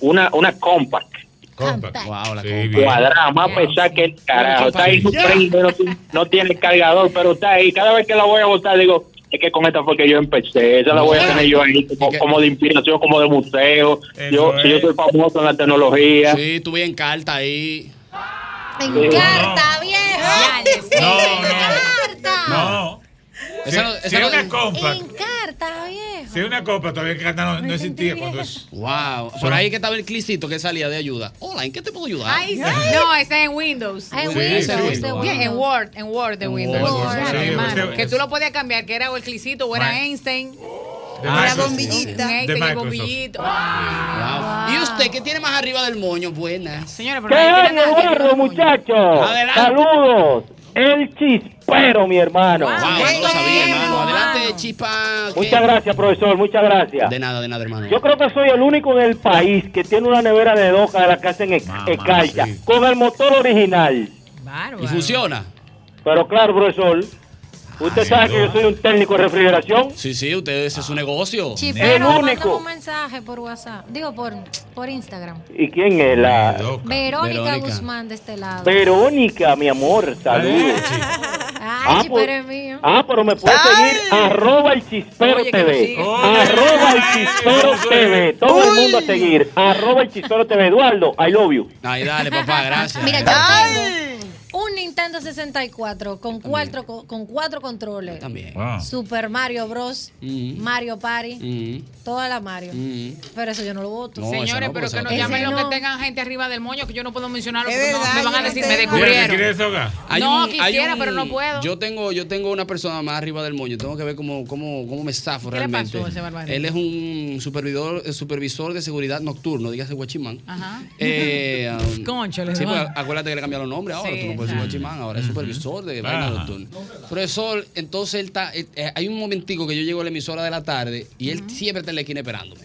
Speaker 12: Una, una compact.
Speaker 2: Wow, la
Speaker 12: Cuadrada, más pesada que el carajo. Está ahí, no prende, no, tiene- no tiene cargador, pero está ahí. Cada vez que la voy a botar, digo, es que con esta fue que yo empecé. Esa la voy a tener yo ahí como, como de inspiración, como de museo. Yo, si yo soy famoso en la tecnología.
Speaker 2: Sí, tú bien carta ahí.
Speaker 8: En carta, viejo.
Speaker 2: No,
Speaker 8: En carta.
Speaker 7: No. Si,
Speaker 2: Esa no-
Speaker 7: si
Speaker 2: esa no-
Speaker 7: una compa,
Speaker 8: En carta, viejo.
Speaker 7: si una compa todavía que no, no existía cuando es.
Speaker 2: Wow, por ahí que estaba el clisito que salía de ayuda. Hola, ¿en qué te puedo ayudar?
Speaker 10: Ay, no, ese es en Windows.
Speaker 2: Ah, en Ah. Sí, Windows, ese es Windows.
Speaker 10: Bien, en Word, en Word de Windows.
Speaker 2: Word, sí,
Speaker 10: Claro,
Speaker 2: sí,
Speaker 10: hermano,
Speaker 2: sí.
Speaker 10: que tú lo podías cambiar, que era o el clicito o era Einstein.
Speaker 2: Microsoft.
Speaker 10: Un
Speaker 2: De
Speaker 10: Einstein, el
Speaker 2: Microsoft.
Speaker 10: bombillito.
Speaker 2: Wow. ¿Y usted qué tiene más arriba del moño? Buenas.
Speaker 10: Señora,
Speaker 12: ¿Qué hay, Eduardo, muchachos?
Speaker 2: Adelante.
Speaker 12: Saludos. El chispero, mi hermano.
Speaker 2: no lo sabía, hermano. Adelante, chispa. ¿qué?
Speaker 12: Muchas gracias, profesor. Muchas gracias.
Speaker 2: De nada, de nada, hermano.
Speaker 12: Yo creo que soy el único en el país que tiene una nevera de doca de la que hacen ex- escarcha con el motor original.
Speaker 2: ¿Y funciona?
Speaker 12: Pero claro, profesor, usted sabe que yo soy un técnico de refrigeración.
Speaker 2: Sí, sí, usted ese es su negocio.
Speaker 8: Chipero,
Speaker 12: El
Speaker 8: mándame
Speaker 12: único.
Speaker 8: un mensaje por WhatsApp. Digo, por, por Instagram.
Speaker 12: ¿Y quién es la?
Speaker 8: Verónica, Guzmán de este lado.
Speaker 12: Verónica, mi amor, saludos.
Speaker 8: Ay,
Speaker 12: pues-
Speaker 8: chipero es mío.
Speaker 12: Ah, pero me puedes seguir arroba el chispero
Speaker 8: Oye, que lo
Speaker 12: TV.
Speaker 8: sigue.
Speaker 12: Arroba el chispero TV. Todo el mundo a seguir. Arroba el chispero TV. Eduardo, I love you.
Speaker 2: Ay, dale, papá, gracias.
Speaker 8: Mira, yo tengo un Nintendo 64 con cuatro, con, con cuatro controles.
Speaker 2: También.
Speaker 25: Wow.
Speaker 8: Super Mario Bros.
Speaker 2: Mm.
Speaker 8: Mario Party.
Speaker 2: Mm.
Speaker 8: Toda la Mario. Pero eso yo no lo voto.
Speaker 2: No, esa
Speaker 10: Señores,
Speaker 2: no,
Speaker 10: pero
Speaker 2: esa
Speaker 10: que
Speaker 2: no
Speaker 10: nos
Speaker 2: está
Speaker 10: llamen
Speaker 8: bien.
Speaker 10: los que
Speaker 8: No.
Speaker 10: tengan gente arriba del moño, que yo no puedo mencionarlo,
Speaker 8: Es
Speaker 10: porque no,
Speaker 8: verdad,
Speaker 10: me van a
Speaker 8: yo
Speaker 10: decir,
Speaker 8: no
Speaker 10: me
Speaker 8: tengo-
Speaker 10: descubrieron. No,
Speaker 2: un-
Speaker 10: quisiera,
Speaker 2: un-
Speaker 10: pero no puedo.
Speaker 2: Yo tengo, yo tengo una persona más arriba del moño. Tengo que ver cómo, cómo, cómo me zafo
Speaker 10: ¿Qué le
Speaker 2: realmente.
Speaker 10: pasó a ese barbarito?
Speaker 2: Él es un supervisor, eh, supervisor de seguridad nocturno, dígase guachimán.
Speaker 10: Ajá.
Speaker 2: Eh, um,
Speaker 10: Cónchale,
Speaker 2: sí,
Speaker 10: Juan.
Speaker 2: pues, acuérdate que le cambiaron los nombres ahora.
Speaker 10: Sí,
Speaker 2: tú no puedes ser guachimán ahora, es supervisor de vaina
Speaker 24: Ajá.
Speaker 2: nocturna. Profesor, entonces él está. eh, eh, hay un momentico que yo llego a la emisora de la tarde y él siempre está en la esquina esperándome.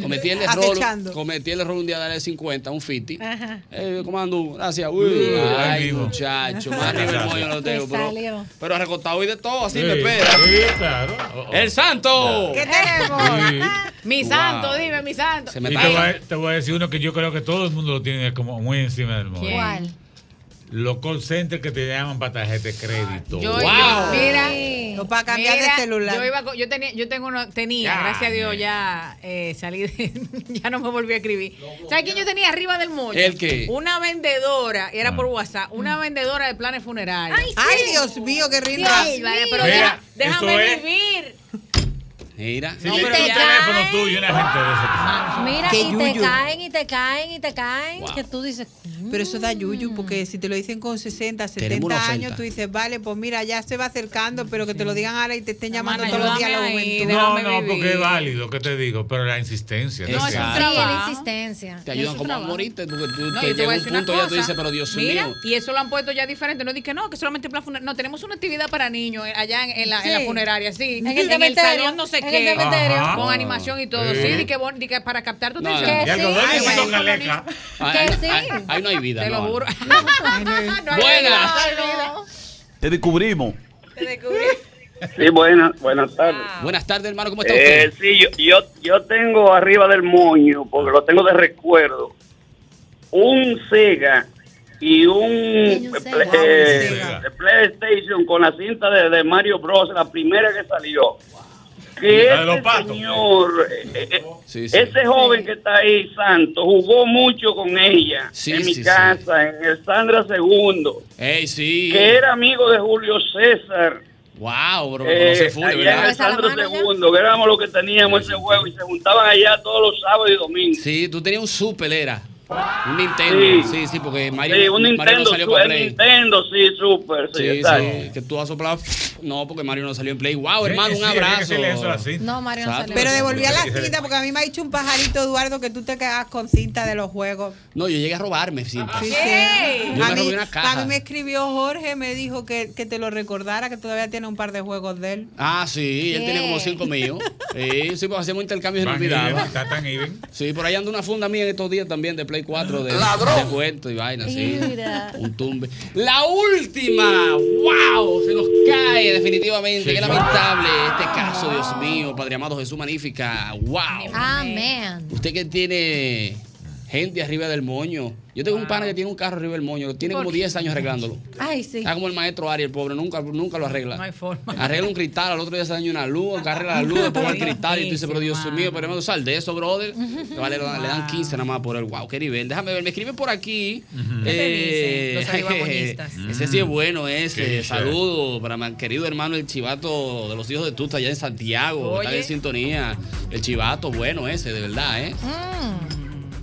Speaker 2: Cometí el error.
Speaker 25: Acechando.
Speaker 2: Cometí el error un día de darle 50, un 50.
Speaker 8: Ajá.
Speaker 2: Eh, comando, gracias. Uy,
Speaker 25: Uy, ahí
Speaker 2: ay,
Speaker 25: mismo.
Speaker 2: muchacho, más arriba el moño no lo tengo,
Speaker 8: Me
Speaker 2: pero,
Speaker 8: salió.
Speaker 2: pero recortado y de todo, así
Speaker 25: Sí,
Speaker 2: me espera.
Speaker 25: sí,
Speaker 7: claro.
Speaker 2: ¡El santo!
Speaker 10: ¿Qué tenemos? Mi
Speaker 7: Wow.
Speaker 10: santo, dime, mi santo.
Speaker 7: Y te voy, a, te voy a decir uno que yo creo que todo el mundo lo tiene como muy encima del mundo.
Speaker 10: ¿Cuál?
Speaker 7: Los call centers que te llaman para tarjeta de crédito.
Speaker 10: Yo, yo- mira,
Speaker 3: No, para cambiar de
Speaker 10: mira,
Speaker 3: celular.
Speaker 10: Yo, iba co- yo tenía, yo tengo uno- tenía,
Speaker 7: Ya,
Speaker 10: gracias a Dios, ya eh, salí, de- ya no me volví a escribir. ¿Sabes quién yo tenía arriba del moño?
Speaker 2: ¿El qué?
Speaker 10: Una vendedora, y era
Speaker 7: Ah.
Speaker 10: por WhatsApp, una vendedora de planes funerarios.
Speaker 3: Ay, sí. Ay, Dios mío, qué rindo.
Speaker 10: Ay, vale, pero
Speaker 7: Mira,
Speaker 10: deja- déjame
Speaker 7: eso es-
Speaker 10: vivir.
Speaker 2: Mira,
Speaker 7: Si
Speaker 10: No,
Speaker 7: tienes
Speaker 10: pero
Speaker 7: un
Speaker 10: ya.
Speaker 7: teléfono tuyo, una gente de esa.
Speaker 8: Mira,
Speaker 3: Qué
Speaker 8: y te
Speaker 3: yuyu.
Speaker 8: caen, y te caen, y te caen.
Speaker 3: Wow.
Speaker 8: Que tú dices, "Mm".
Speaker 3: Pero eso da yuyu, porque si te lo dicen con 60,
Speaker 2: Tenemos unos
Speaker 3: 70 años,
Speaker 2: 80.
Speaker 3: tú dices, vale, pues mira, ya se va acercando, pero que te lo digan ahora y te estén llamando todos los días a la juventud.
Speaker 7: No, no, porque es válido, ¿qué te digo? Pero la insistencia.
Speaker 2: No, es un
Speaker 7: Exacto.
Speaker 8: sí, es la
Speaker 10: trabajo.
Speaker 8: insistencia.
Speaker 2: Te ayudan como a
Speaker 10: trabajo.
Speaker 2: morirte. Tú, tú
Speaker 10: No,
Speaker 2: te
Speaker 10: yo te
Speaker 2: llega
Speaker 10: voy a
Speaker 2: un
Speaker 10: decir
Speaker 2: punto y
Speaker 10: una
Speaker 2: ya tú
Speaker 10: cosa.
Speaker 2: dices, pero Dios
Speaker 10: Mira,
Speaker 2: mío.
Speaker 10: y eso lo han puesto ya diferente. No dije que no, que solamente plan funer- No, tenemos una actividad para niños eh, allá en, en la, en la
Speaker 8: Sí.
Speaker 10: funeraria, sí.
Speaker 8: En el cementerio,
Speaker 10: salón, no sé
Speaker 8: en el
Speaker 10: qué.
Speaker 8: cementerio.
Speaker 10: Con
Speaker 8: Ajá.
Speaker 10: animación y todo. Sí,
Speaker 2: Sí.
Speaker 10: di que bon- di que para captar tu
Speaker 2: No,
Speaker 10: atención.
Speaker 2: no. Y algodón y
Speaker 10: Ay,
Speaker 2: con
Speaker 10: bueno.
Speaker 7: galeca.
Speaker 2: Ahí,
Speaker 10: sí.
Speaker 2: ahí- ahí no hay vida.
Speaker 10: Te lo
Speaker 2: no.
Speaker 10: juro.
Speaker 2: Buenas.
Speaker 5: Te descubrimos.
Speaker 28: Sí, buenas, buenas tardes.
Speaker 2: Buenas tardes, hermano. ¿Cómo está
Speaker 28: Eh,
Speaker 2: usted?
Speaker 28: sí, yo, yo, yo tengo arriba del moño, porque lo tengo de recuerdo, un Sega y un Play- eh, PlayStation con la cinta de, de Mario Bros, la primera que salió. Que
Speaker 25: La de los
Speaker 28: ese señor, eh, eh, ese joven que está ahí, Santo, jugó mucho con ella en mi
Speaker 25: sí, sí.
Speaker 28: casa, en el Sandra Segundo,
Speaker 2: Ey, sí.
Speaker 28: que era amigo de Julio César.
Speaker 2: Wow, bro.
Speaker 28: Eh,
Speaker 2: no se fue,
Speaker 28: allá en
Speaker 2: ¿verdad?
Speaker 28: el Sandro Segundo, que éramos los que teníamos ese juego y se juntaban allá todos los sábados y domingos.
Speaker 2: Sí, tú tenías un super, era. Un Nintendo. Sí,
Speaker 28: Sí.
Speaker 2: sí, porque Mario,
Speaker 28: Sí, un
Speaker 2: Mario no
Speaker 28: Nintendo,
Speaker 2: salió
Speaker 28: su-
Speaker 2: para
Speaker 28: el
Speaker 2: Play.
Speaker 28: Nintendo, sí, super, sí,
Speaker 2: Sí,
Speaker 28: exacto.
Speaker 2: sí, que tú has soplado. No, porque Mario no salió en Play. Wow,
Speaker 7: Sí,
Speaker 2: hermano,
Speaker 7: sí,
Speaker 2: un
Speaker 7: hay que
Speaker 2: abrazo.
Speaker 7: hacerle eso a la cinta.
Speaker 8: No, Mario no
Speaker 2: Ah, Exacto.
Speaker 8: salió.
Speaker 3: Pero devolví a la cinta porque a mí me ha dicho un pajarito, Eduardo, que tú te quedas con cinta de los juegos.
Speaker 2: No, yo llegué a robarme
Speaker 8: Ah,
Speaker 2: cinta.
Speaker 3: Sí, sí.
Speaker 2: Yo
Speaker 3: A
Speaker 2: me
Speaker 3: mí,
Speaker 2: robé una
Speaker 3: a
Speaker 2: caja.
Speaker 3: mí me escribió Jorge, me dijo que, que te lo recordara, que todavía tiene un par de juegos de él.
Speaker 2: Ah, sí, él
Speaker 3: ¿Qué?
Speaker 2: tiene como cinco míos. Sí, sí, pues hacemos intercambios y se me
Speaker 7: Van
Speaker 2: olvidaba.
Speaker 7: even, está tan even.
Speaker 2: Sí, por ahí anda una funda mía en estos días también de Play 4 de, de cuento y vaina, sí.
Speaker 25: Mira.
Speaker 2: Un tumbe. La última. ¡Wow! Se nos cae definitivamente. Qué lamentable este caso, Dios mío. Padre amado Jesús magnífica.
Speaker 8: Ah,
Speaker 2: ¡Wow!
Speaker 8: Amén.
Speaker 2: Usted que tiene gente arriba del moño. Yo tengo un pana que tiene un carro arriba del moño. Lo tiene
Speaker 8: ¿Por
Speaker 2: como
Speaker 8: qué?
Speaker 2: 10 años arreglándolo.
Speaker 8: Ay, sí.
Speaker 2: Está como el maestro Ari, el pobre. Nunca, nunca lo arregla.
Speaker 10: No hay forma.
Speaker 2: Arregla un cristal, al otro día se daña una luz, arregla la luz, después el cristal y tú dices, pero Dios mío, pero hermano, sal de eso, brother. Te vale, le dan 15 nada más por el wow, qué nivel. Déjame ver, me escribe por aquí. Eh,
Speaker 25: ¿Qué te dicen los aribagoñistas?
Speaker 2: ese sí es bueno, ese.
Speaker 25: Qué
Speaker 2: Saludo para mi querido hermano el chivato de los hijos de Tuta allá en Santiago. que Está
Speaker 25: Oye.
Speaker 2: en sintonía. El chivato, bueno ese, de verdad, ¿eh?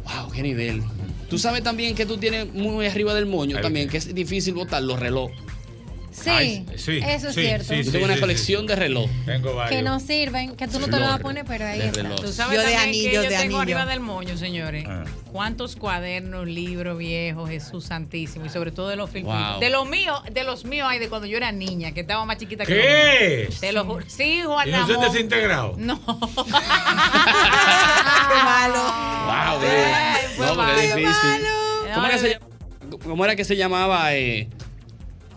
Speaker 2: Wow, qué nivel. Tú sabes también que tú tienes muy arriba del moño también, que es difícil botar los relojes.
Speaker 8: Sí,
Speaker 2: Ay,
Speaker 8: sí, eso es
Speaker 2: sí,
Speaker 8: cierto.
Speaker 2: sí, Yo
Speaker 7: sí,
Speaker 2: tengo una
Speaker 7: sí,
Speaker 2: colección de reloj.
Speaker 7: Tengo
Speaker 8: que no sirven, que tú no te lo vas a poner, pero ahí
Speaker 2: de
Speaker 8: está.
Speaker 2: reloj.
Speaker 10: Tú sabes
Speaker 3: Yo de
Speaker 10: también que
Speaker 3: anillo,
Speaker 10: yo
Speaker 3: de
Speaker 10: tengo
Speaker 3: anillo.
Speaker 10: arriba del moño, señores.
Speaker 7: Ah.
Speaker 10: ¿Cuántos cuadernos, libros viejos, Jesús Santísimo? Y sobre todo de los filmitos.
Speaker 25: Wow.
Speaker 10: De los míos, de los míos hay de cuando yo era niña, que estaba más chiquita
Speaker 7: ¿Qué?
Speaker 10: que los míos. Te lo juro. Sí, Juan
Speaker 7: Y no se
Speaker 10: Ramón. Ah,
Speaker 7: desintegrado.
Speaker 10: No.
Speaker 3: Ah,
Speaker 2: Wow,
Speaker 10: Ay,
Speaker 2: bro.
Speaker 10: fue
Speaker 2: No, porque es
Speaker 10: malo.
Speaker 2: difícil. ¿Cómo era,
Speaker 10: Ay,
Speaker 2: se llama- cómo era que se llamaba eh,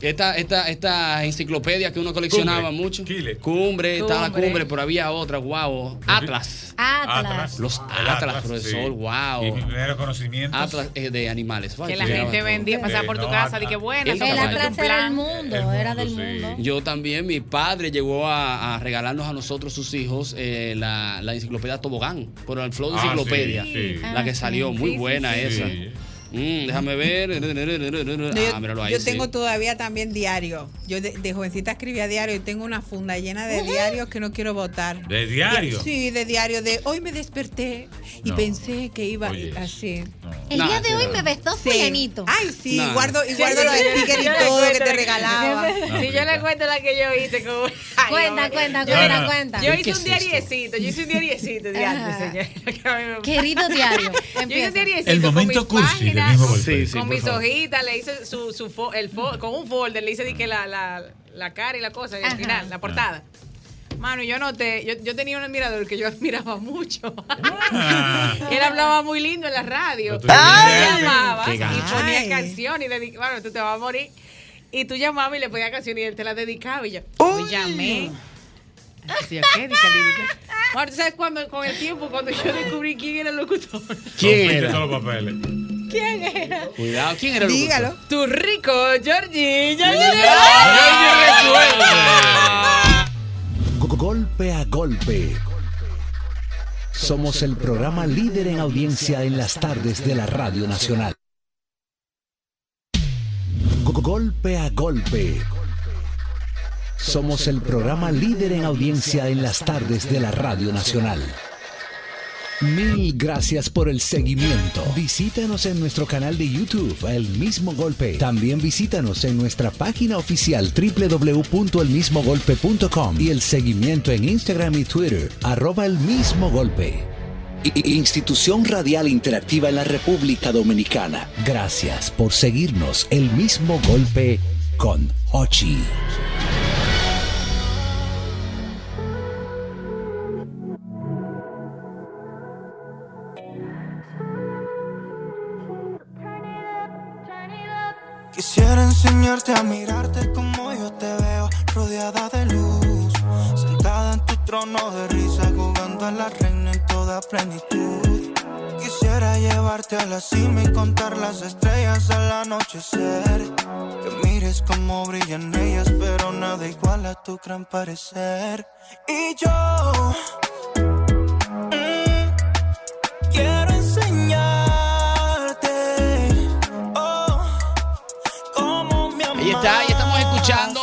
Speaker 2: esta, esta, esta enciclopedia que uno coleccionaba mucho? Cumbre, estaba la
Speaker 25: Cumbre.
Speaker 2: cumbre, pero había otra, wow. Atlas.
Speaker 7: Ah,
Speaker 25: Atlas.
Speaker 2: Los
Speaker 7: El
Speaker 2: Atlas,
Speaker 7: Atlas,
Speaker 2: profesor,
Speaker 7: sí.
Speaker 2: wow.
Speaker 7: Y mi primer conocimiento.
Speaker 2: Atlas eh, de animales.
Speaker 10: Que la gente vendía, pasaba por tu casa, di que buena,
Speaker 2: El
Speaker 10: estaba
Speaker 2: caballo.
Speaker 10: haciendo un
Speaker 8: Ese era el
Speaker 10: plan.
Speaker 8: mundo, era del mundo.
Speaker 2: Yo también, mi padre llegó a, a regalarnos a nosotros, sus hijos, eh, la, la enciclopedia Tobogán, por el Flow de
Speaker 25: Ah,
Speaker 2: Enciclopedia,
Speaker 25: sí, sí.
Speaker 2: la que salió, muy
Speaker 25: Sí, sí,
Speaker 2: buena
Speaker 25: sí.
Speaker 2: esa.
Speaker 25: Sí.
Speaker 2: Mm, déjame ver.
Speaker 3: yo,
Speaker 2: Ah, míralo ahí.
Speaker 3: yo
Speaker 2: sí.
Speaker 3: tengo todavía también diario. Yo de, de jovencita escribía diario y tengo una funda llena de diarios que no quiero votar.
Speaker 7: ¿De diario?
Speaker 3: Sí, de diario. De hoy me desperté y
Speaker 7: No.
Speaker 3: pensé que iba así.
Speaker 2: El Nah, día de sí, hoy no. me
Speaker 3: besó fulanito. Ay, sí,
Speaker 2: Nah.
Speaker 3: guardo, y
Speaker 2: Sí,
Speaker 3: guardo
Speaker 2: sí,
Speaker 3: los
Speaker 2: sí, yo
Speaker 3: stickers y
Speaker 2: le
Speaker 3: todo que
Speaker 2: cuento
Speaker 3: te
Speaker 2: la-
Speaker 3: regalaba.
Speaker 2: No,
Speaker 10: Si yo le cuento la que yo hice con.
Speaker 8: Cuenta, cuenta, cuenta, cuenta.
Speaker 10: Yo
Speaker 8: ¿Qué
Speaker 10: hice
Speaker 8: es
Speaker 10: un diariecito, yo hice un diariecito de antes, señor. que a mí me-
Speaker 8: Querido diario,
Speaker 10: Yo hice
Speaker 8: empieza.
Speaker 10: un diariecito.
Speaker 7: El momento
Speaker 10: con mis
Speaker 7: cursi del
Speaker 10: páginas,
Speaker 7: mismo golpe.
Speaker 10: con mis hojitas, le hice su, su fo- el fo- con un folder, le hice di que la, la, la cara y la cosa, y al final, la portada.
Speaker 7: Ah.
Speaker 10: Mano, yo noté, yo, yo tenía un admirador que yo admiraba mucho.
Speaker 7: Ah.
Speaker 10: Él hablaba muy lindo en la radio.
Speaker 25: Pero tú
Speaker 10: Ay,
Speaker 25: eres
Speaker 10: llamabas
Speaker 25: Qué
Speaker 10: y
Speaker 25: gacho.
Speaker 10: ponía
Speaker 25: Ay.
Speaker 10: canciones y le dije, bueno, tú te vas a morir. Y tú llamabas y le ponías canciones y él te las dedicaba. Y yo, yo llamé. Decía, ¿qué? Dica, dica. Bueno, ¿tú sabes cuando, con el tiempo, cuando yo descubrí quién era el locutor?
Speaker 2: ¿Quién era?
Speaker 7: todos los papeles.
Speaker 10: ¿Quién era?
Speaker 2: Cuidado, ¿quién era el
Speaker 10: Dígalo. Tu rico, Georgie. Georgie.
Speaker 26: Golpe a golpe. Somos el programa líder en audiencia en las tardes de la Radio Nacional. Golpe a golpe. Somos el programa líder en audiencia en las tardes de la Radio Nacional. Mil gracias por el seguimiento. Visítanos en nuestro canal de YouTube, El Mismo Golpe. También visítanos en nuestra página oficial www.elmismogolpe.com y el seguimiento en Instagram y Twitter, arroba El Mismo Golpe. I- I- Institución Radial Interactiva en la República Dominicana. Gracias por seguirnos, El Mismo Golpe con Ochi.
Speaker 24: Quisiera enseñarte a mirarte como yo te veo, rodeada de luz, sentada en tu trono de risa, jugando a la reina en toda plenitud. Quisiera llevarte a la cima y contar las estrellas al anochecer. Que mires cómo brillan ellas, pero nada igual a tu gran parecer. Y yo mm, quiero enseñarte. Oh,
Speaker 2: Ahí está, y estamos escuchando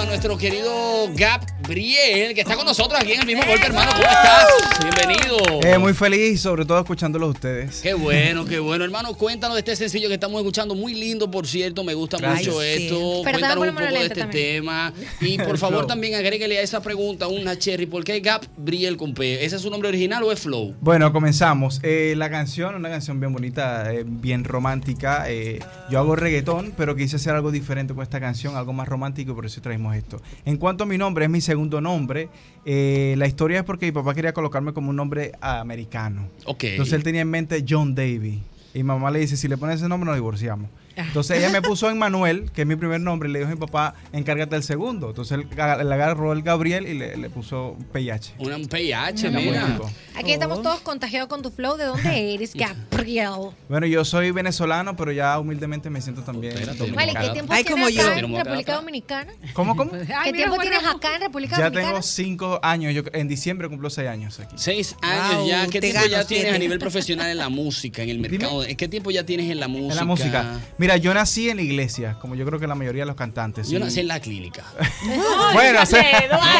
Speaker 2: a nuestro querido Gabriel, que está con nosotros aquí en el mismo golpe, hermano. ¿Cómo estás? Bienvenido.
Speaker 29: Eh, muy feliz, sobre todo escuchándolo a ustedes.
Speaker 2: Qué bueno, qué bueno. Hermano, cuéntanos de este sencillo que estamos escuchando. Muy lindo, por cierto. Me gusta
Speaker 29: Gracias.
Speaker 2: mucho
Speaker 29: Ay, sí.
Speaker 2: esto.
Speaker 29: Pero
Speaker 2: cuéntanos
Speaker 29: dámosle
Speaker 2: un poco de
Speaker 29: lente
Speaker 2: este
Speaker 29: también.
Speaker 2: tema. Y
Speaker 29: El
Speaker 2: por favor,
Speaker 29: flow.
Speaker 2: también agrégale a esa pregunta una cherry. ¿Por qué Gabriel con P? ¿Ese es su nombre original o es Flow?
Speaker 29: Bueno, comenzamos. Eh, la canción, una canción bien bonita, eh, bien romántica. eh, yo hago reggaetón, pero quise hacer algo diferente con esta canción, algo más romántico, y por eso traímos esto. En cuanto a mi nombre, es mi segundo nombre. Eh, la historia es porque mi papá quería colocarme como un nombre americano.
Speaker 2: Ok.
Speaker 29: Entonces él tenía en mente John Davy. Y mi mamá le dice, si le pones ese nombre nos divorciamos.
Speaker 2: Ah.
Speaker 29: Entonces ella me puso en Manuel, que es mi primer nombre, y le dijo a mi papá, encárgate del segundo. Entonces él aga- le agarró el Gabriel y le, le puso PH.
Speaker 2: Una un PH,
Speaker 29: Está muy
Speaker 2: mira.
Speaker 29: rico.
Speaker 8: Aquí estamos todos contagiados con tu flow. ¿De dónde eres, Gabriel?
Speaker 29: Bueno, yo soy venezolano, pero ya humildemente me siento también.
Speaker 8: Vale, ¿qué
Speaker 29: dominicano.
Speaker 8: tiempo tienes acá en República Dominicana?
Speaker 29: ¿Cómo, cómo?
Speaker 8: ¿Qué tiempo tienes acá en República
Speaker 29: Ya
Speaker 8: Dominicana?
Speaker 29: tengo cinco años. Yo en diciembre cumplo seis años aquí.
Speaker 2: Seis años
Speaker 29: Wow,
Speaker 2: ya. ¿Qué
Speaker 29: te
Speaker 2: tiempo
Speaker 29: gano
Speaker 2: ya tienes
Speaker 29: siete.
Speaker 2: a nivel profesional en la música, en el mercado? ¿Qué tiempo ya tienes en la música?
Speaker 29: En la música. Mira, yo nací en la iglesia, como yo creo que la mayoría de los cantantes.
Speaker 2: Yo
Speaker 29: Sí.
Speaker 2: nací en la clínica.
Speaker 29: Bueno,
Speaker 2: dígale,
Speaker 29: se-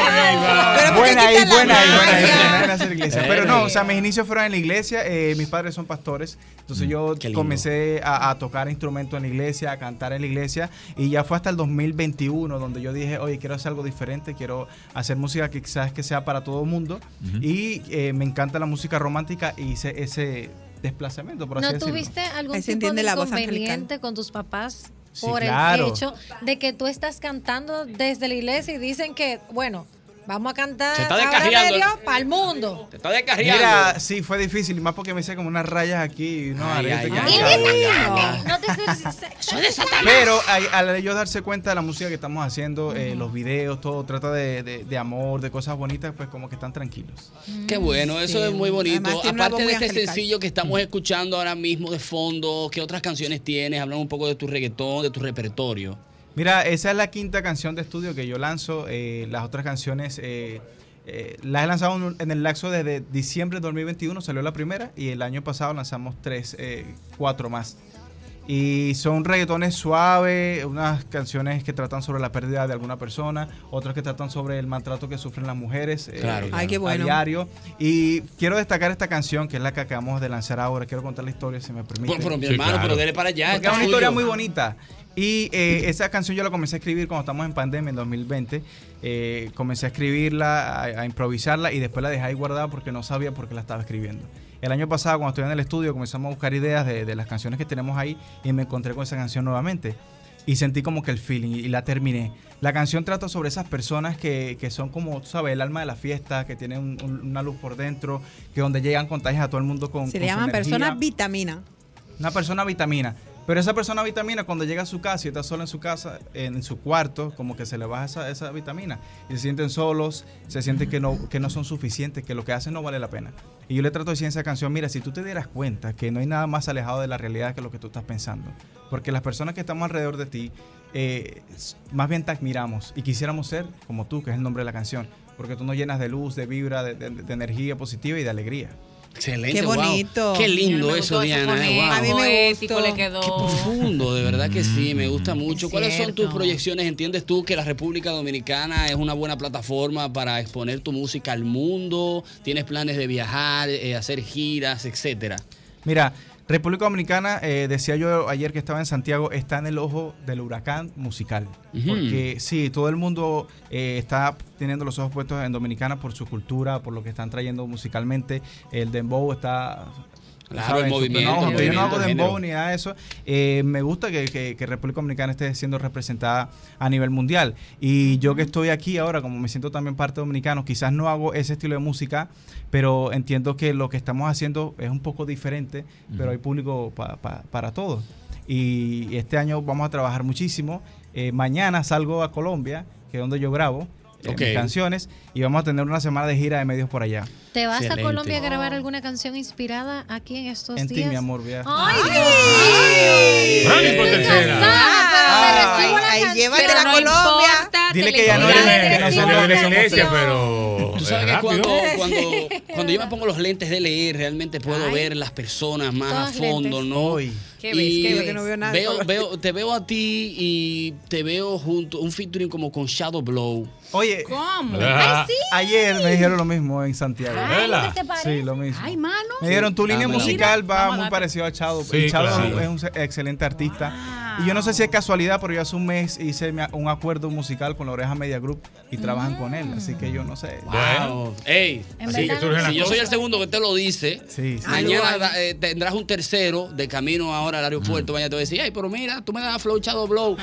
Speaker 2: Eduardo. Pero ¿por qué
Speaker 29: buena ahí,
Speaker 2: quita la
Speaker 29: buena ahí, buena ahí,
Speaker 2: magia?
Speaker 29: buena ahí nacer en la iglesia. Pero
Speaker 2: Bueno.
Speaker 29: no, Eh, o sea, mis inicios fueron en la iglesia. eh, mis padres son pastores, entonces yo comencé a, a tocar instrumentos en la iglesia, a cantar en la iglesia, y ya fue hasta el 2021 donde yo dije, oye, quiero hacer algo diferente, quiero hacer música que quizás que sea para todo el mundo, y eh, me encanta la música romántica y hice ese desplazamiento por así
Speaker 8: ¿No
Speaker 29: decirlo.
Speaker 8: tuviste algún
Speaker 3: Ahí se
Speaker 8: tipo de
Speaker 3: entiende la voz
Speaker 8: inconveniente con tus papás
Speaker 29: Sí,
Speaker 8: por
Speaker 29: claro.
Speaker 8: el hecho de que tú estás cantando desde la iglesia y dicen que, bueno, vamos a cantar
Speaker 29: Se está descarriando.
Speaker 8: Aurelio para el mundo?
Speaker 2: Te está descarriando.
Speaker 29: Mira, sí, fue difícil, y más porque me hice como unas rayas aquí y unos aretes que
Speaker 8: Y
Speaker 29: han
Speaker 8: dice,
Speaker 29: salido.
Speaker 8: no te Soy de Satanás.
Speaker 29: Pero al, al ellos darse cuenta de la música que estamos haciendo, eh, los videos, todo trata de, de- de amor, de cosas bonitas, pues como que están tranquilos.
Speaker 2: Qué bueno, eso
Speaker 29: Sí.
Speaker 2: es muy bonito.
Speaker 29: Además, tiene una
Speaker 2: Aparte
Speaker 29: voz
Speaker 2: de
Speaker 29: muy
Speaker 2: este
Speaker 29: angelical.
Speaker 2: sencillo que estamos escuchando ahora mismo de fondo, ¿qué otras canciones tienes? Hablamos un poco de tu reggaetón, de tu repertorio.
Speaker 29: Mira, esa es la quinta canción de estudio que yo lanzo. eh, las otras canciones eh, eh, las he lanzado en un- en el laxo desde diciembre de 2021, salió la primera, y el año pasado lanzamos tres, eh, cuatro más. Y son reggaetones suaves, unas canciones que tratan sobre la pérdida de alguna persona, otras que tratan sobre el maltrato que sufren las mujeres eh,
Speaker 2: Claro, claro.
Speaker 3: Ay, qué bueno.
Speaker 29: a diario. Y quiero destacar esta canción, que es la que acabamos de lanzar ahora. Quiero contar la historia, si me permite.
Speaker 2: Pero, pero, mi Sí, hermano, claro. pero dele para allá,
Speaker 29: Porque
Speaker 2: está
Speaker 29: es una historia
Speaker 2: suyo.
Speaker 29: muy bonita. Y eh, esa canción yo la comencé a escribir cuando estamos en pandemia, en 2020. Eh, comencé a escribirla, a, a improvisarla y después la dejé ahí guardada porque no sabía por qué la estaba escribiendo. El año pasado, cuando estuve en el estudio, comenzamos a buscar ideas de, de las canciones que tenemos ahí y me encontré con esa canción nuevamente. Y sentí como que el feeling y, y la terminé. La canción trata sobre esas personas que, que son como, tú sabes, el alma de la fiesta, que tienen un- un- una luz por dentro, que donde llegan contagian a todo el mundo con...
Speaker 3: Se
Speaker 29: con
Speaker 3: le
Speaker 29: su
Speaker 3: llaman
Speaker 29: energía
Speaker 3: personas vitamina.
Speaker 29: una persona vitamina. Pero esa persona vitamina, cuando llega a su casa y está sola en su casa, en su cuarto, como que se le baja esa, esa vitamina. Y se sienten solos, se sienten que no, que no son suficientes, que lo que hacen no vale la pena. Y yo le trato de decir en esa canción, mira, si tú te dieras cuenta que no hay nada más alejado de la realidad que lo que tú estás pensando. Porque las personas que estamos alrededor de ti, eh, s- más bien te admiramos y quisiéramos ser como tú, que es el nombre de la canción. Porque tú nos llenas de luz, de vibra, de, de- de energía positiva y de alegría.
Speaker 2: Excelente.
Speaker 3: Qué
Speaker 2: wow.
Speaker 3: bonito.
Speaker 2: Qué lindo eso, Diana. eh, wow.
Speaker 3: A mí me gustó.
Speaker 2: Qué profundo, de verdad que sí, me
Speaker 29: Mm,
Speaker 2: gusta mucho. ¿Cuáles son tus
Speaker 3: Cierto.
Speaker 2: proyecciones? ¿Entiendes tú que la República Dominicana es una buena plataforma para exponer tu música al mundo? ¿Tienes planes de viajar, eh, hacer giras, etcétera?
Speaker 29: Mira, República Dominicana, eh, decía yo ayer que estaba en Santiago, está en el ojo del huracán musical.
Speaker 2: Ujú.
Speaker 29: Porque sí, todo el mundo eh, está teniendo los ojos puestos en Dominicana por su cultura, por lo que están trayendo musicalmente. El dembow está...
Speaker 2: Claro,
Speaker 29: ¿sabes?
Speaker 2: el
Speaker 29: En su pleno
Speaker 2: movimiento,
Speaker 29: ojo.
Speaker 2: el
Speaker 29: Pero yo no hago
Speaker 2: movimiento, el
Speaker 29: dembow
Speaker 2: género.
Speaker 29: ni nada de eso. Eh, me gusta que, que- que República Dominicana esté siendo representada a nivel mundial. Y yo que estoy aquí ahora, como me siento también parte dominicano, quizás no hago ese estilo de música, pero entiendo que lo que estamos haciendo es un poco diferente, pero hay público pa- pa- para todo. Y este año vamos a trabajar muchísimo. Eh, mañana salgo a Colombia, que es donde yo grabo. eh, mis
Speaker 2: Ok.
Speaker 29: canciones y vamos a tener una semana de gira de medios por allá.
Speaker 8: ¿Te vas a Colombia a grabar alguna canción inspirada aquí en estos
Speaker 29: En ti,
Speaker 8: días?
Speaker 29: mi amor, vea.
Speaker 8: ¡Ay, Dios
Speaker 29: Ay. Ah,
Speaker 8: mío!
Speaker 29: Bravo,
Speaker 8: Nunca
Speaker 29: tercera.
Speaker 8: sabes,
Speaker 3: Ay,
Speaker 8: pero me recibo la
Speaker 3: ay,
Speaker 8: canción.
Speaker 3: llévatela a Colombia.
Speaker 2: Dile
Speaker 7: que ya no
Speaker 2: eres-
Speaker 7: eres- que no somos de la iglesia, pero.
Speaker 2: Tú sabes
Speaker 7: eh,
Speaker 2: que cuando,
Speaker 7: rápido.
Speaker 2: cuando, cuando yo me pongo los lentes de leer, realmente puedo ver las personas más a
Speaker 3: Todos
Speaker 2: fondo,
Speaker 3: lentes.
Speaker 2: ¿no?
Speaker 3: ¿Qué ves?
Speaker 2: Y
Speaker 3: ¿Qué ves? Yo que no veo nada de color.
Speaker 2: veo- te veo a ti y te veo junto, un featuring como con Shadow Blow.
Speaker 29: Oye,
Speaker 3: ¿Cómo?
Speaker 29: Ah, Ayer me dijeron lo mismo en Santiago.
Speaker 2: Ay, ¿Verdad? ¿qué te parece?
Speaker 29: Sí, lo mismo.
Speaker 2: Ay, mano.
Speaker 29: Me dijeron, tu
Speaker 2: Sí,
Speaker 29: línea
Speaker 2: dámela.
Speaker 29: musical
Speaker 2: Mira,
Speaker 29: va
Speaker 2: vamos a
Speaker 29: muy
Speaker 2: darte.
Speaker 29: parecido a Chado.
Speaker 2: Sí,
Speaker 29: Chado
Speaker 2: claro.
Speaker 29: es un se- excelente artista.
Speaker 2: Ah.
Speaker 29: Y yo no sé si es casualidad, pero yo hace un mes hice mi- un acuerdo musical con la Oreja Media Group y
Speaker 2: Mm.
Speaker 29: trabajan con él. Así que yo no sé.
Speaker 2: Wow. Ey,
Speaker 29: En
Speaker 2: si,
Speaker 29: verdad, no.
Speaker 2: si yo soy el segundo que te lo dice,
Speaker 29: Sí, sí.
Speaker 2: mañana
Speaker 29: Ay,
Speaker 2: eh, tendrás un tercero de camino ahora al
Speaker 29: Mm.
Speaker 2: aeropuerto. Mañana te voy a decir, ay, pero mira, tú me das flow Chado Blow.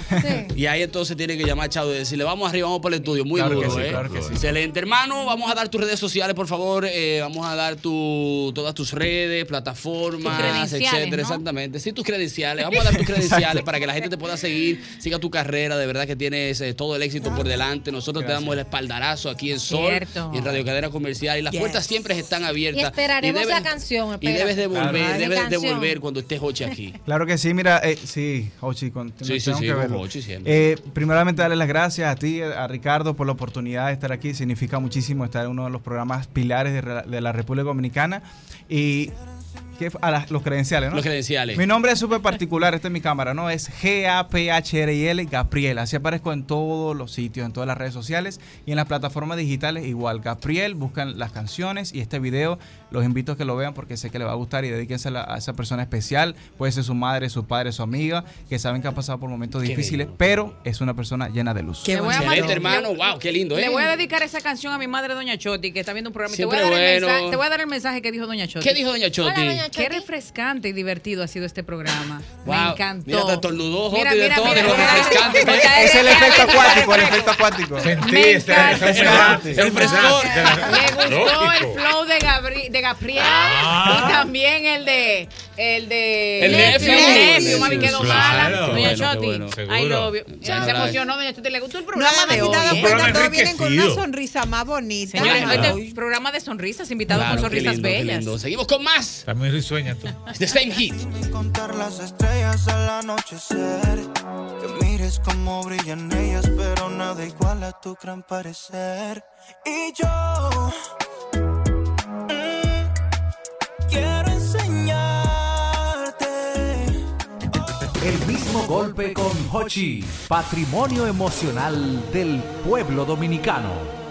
Speaker 2: Y ahí entonces tiene que llamar a Chado y decirle, vamos arriba, vamos por el estudio. Muy
Speaker 29: Claro que
Speaker 2: duro,
Speaker 29: sí,
Speaker 2: ¿eh?
Speaker 29: claro que sí.
Speaker 2: Excelente. Hermano, vamos a dar tus redes sociales, por favor. eh, vamos a dar tu, todas tus redes, plataformas,
Speaker 14: Tus credenciales,
Speaker 2: etcétera.
Speaker 14: ¿no?
Speaker 2: Exactamente. Sí, tus credenciales. Vamos a dar tus credenciales para que la gente te pueda seguir, siga tu carrera. De verdad que tienes eh, todo el éxito por delante. Nosotros te damos el espaldarazo aquí en Sol
Speaker 8: Cierto.
Speaker 2: y en Radio Cadena Comercial. Y las
Speaker 8: Yes.
Speaker 2: puertas siempre están
Speaker 8: Y
Speaker 2: abiertas.
Speaker 8: esperaremos
Speaker 2: debes-
Speaker 8: la canción.
Speaker 2: y debes de volver,
Speaker 29: Claro. Ay,
Speaker 2: debes de
Speaker 8: canción.
Speaker 2: volver cuando estés Hochi aquí.
Speaker 29: Claro que sí, mira, eh, sí, Ochi, con,
Speaker 2: Sí, sí,
Speaker 29: tengo
Speaker 2: sí,
Speaker 29: que
Speaker 2: con
Speaker 29: verlo.
Speaker 2: Ochi siempre.
Speaker 29: Eh, primeramente, darle las gracias a ti, a Ricardo, por la oportunidad de estar aquí. Significa muchísimo estar en uno de los programas pilares de, re- de la República Dominicana. Y ¿qué fue? a las- los credenciales, ¿no?
Speaker 2: Los credenciales.
Speaker 29: Mi nombre es súper particular, esta es mi cámara, ¿no? Es G-A-P-H-R-I-L Gabriel. Así aparezco en todos los sitios, en todas las redes sociales y en las plataformas digitales igual. Gabriel, buscan las canciones y este video. Los invito a que lo vean porque sé que le va a gustar y dedíquense a, la- a esa persona especial. Puede ser su madre, su padre, su amiga, que saben que ha pasado por momentos difíciles, pero es una persona llena de luz.
Speaker 3: Qué
Speaker 10: voy a Excelente, mandar-
Speaker 2: hermano. Wow, qué lindo, ¿eh?
Speaker 10: Le voy a dedicar esa canción a mi madre, Doña Choti, que está viendo un programa. y Te voy,
Speaker 2: Siempre
Speaker 10: a dar el
Speaker 2: bueno.
Speaker 10: mensaje, te voy a dar el mensaje que dijo Doña Choti.
Speaker 2: ¿Qué dijo Doña Choti? Hola, Doña
Speaker 10: Qué refrescante y divertido ha sido este programa.
Speaker 2: Wow,
Speaker 10: Me encantó.
Speaker 2: mira, te atornudó,
Speaker 10: Mira,
Speaker 2: Joti, de
Speaker 10: mira,
Speaker 2: todo,
Speaker 10: mira,
Speaker 2: de lo
Speaker 10: mira.
Speaker 2: refrescante.
Speaker 10: O sea,
Speaker 29: Es el
Speaker 10: que
Speaker 29: efecto
Speaker 10: habla y para
Speaker 29: acuático, el efecto acuático.
Speaker 7: Sentí este refrescante.
Speaker 2: El frescor.
Speaker 10: Le gustó el
Speaker 7: Lógico.
Speaker 10: flow de, Gabri- de Gabriel
Speaker 2: Ah.
Speaker 10: y también el de. El de.
Speaker 2: El
Speaker 10: Nephew.
Speaker 2: Nephew.
Speaker 10: Nephew, mami, quedó
Speaker 2: Claro.
Speaker 10: mala. Doña
Speaker 2: Bueno, qué
Speaker 10: Choti.
Speaker 2: bueno.
Speaker 10: Ay,
Speaker 2: Seguro.
Speaker 10: lo vio.
Speaker 2: Ya,
Speaker 10: Se
Speaker 2: ya.
Speaker 10: emocionó, Doña Choti. Le gustó el programa
Speaker 3: Nada,
Speaker 10: de
Speaker 3: si
Speaker 10: hoy.
Speaker 3: te das
Speaker 10: ¿eh?
Speaker 3: cuenta, todos vienen con una sonrisa más bonita.
Speaker 10: Señores, este programa de sonrisas, invitados
Speaker 2: Claro,
Speaker 10: con
Speaker 2: qué
Speaker 10: sonrisas
Speaker 2: lindo, qué
Speaker 10: bellas.
Speaker 2: lindo. Seguimos con más.
Speaker 7: También risueña tú.
Speaker 2: The same hit.
Speaker 24: contar las estrellas al anochecer. Que mires cómo brillan ellas, pero nada igual a tu gran parecer. Y yo mm, quiero enseñarte.
Speaker 26: mismo golpe con Hochi, patrimonio emocional del pueblo dominicano.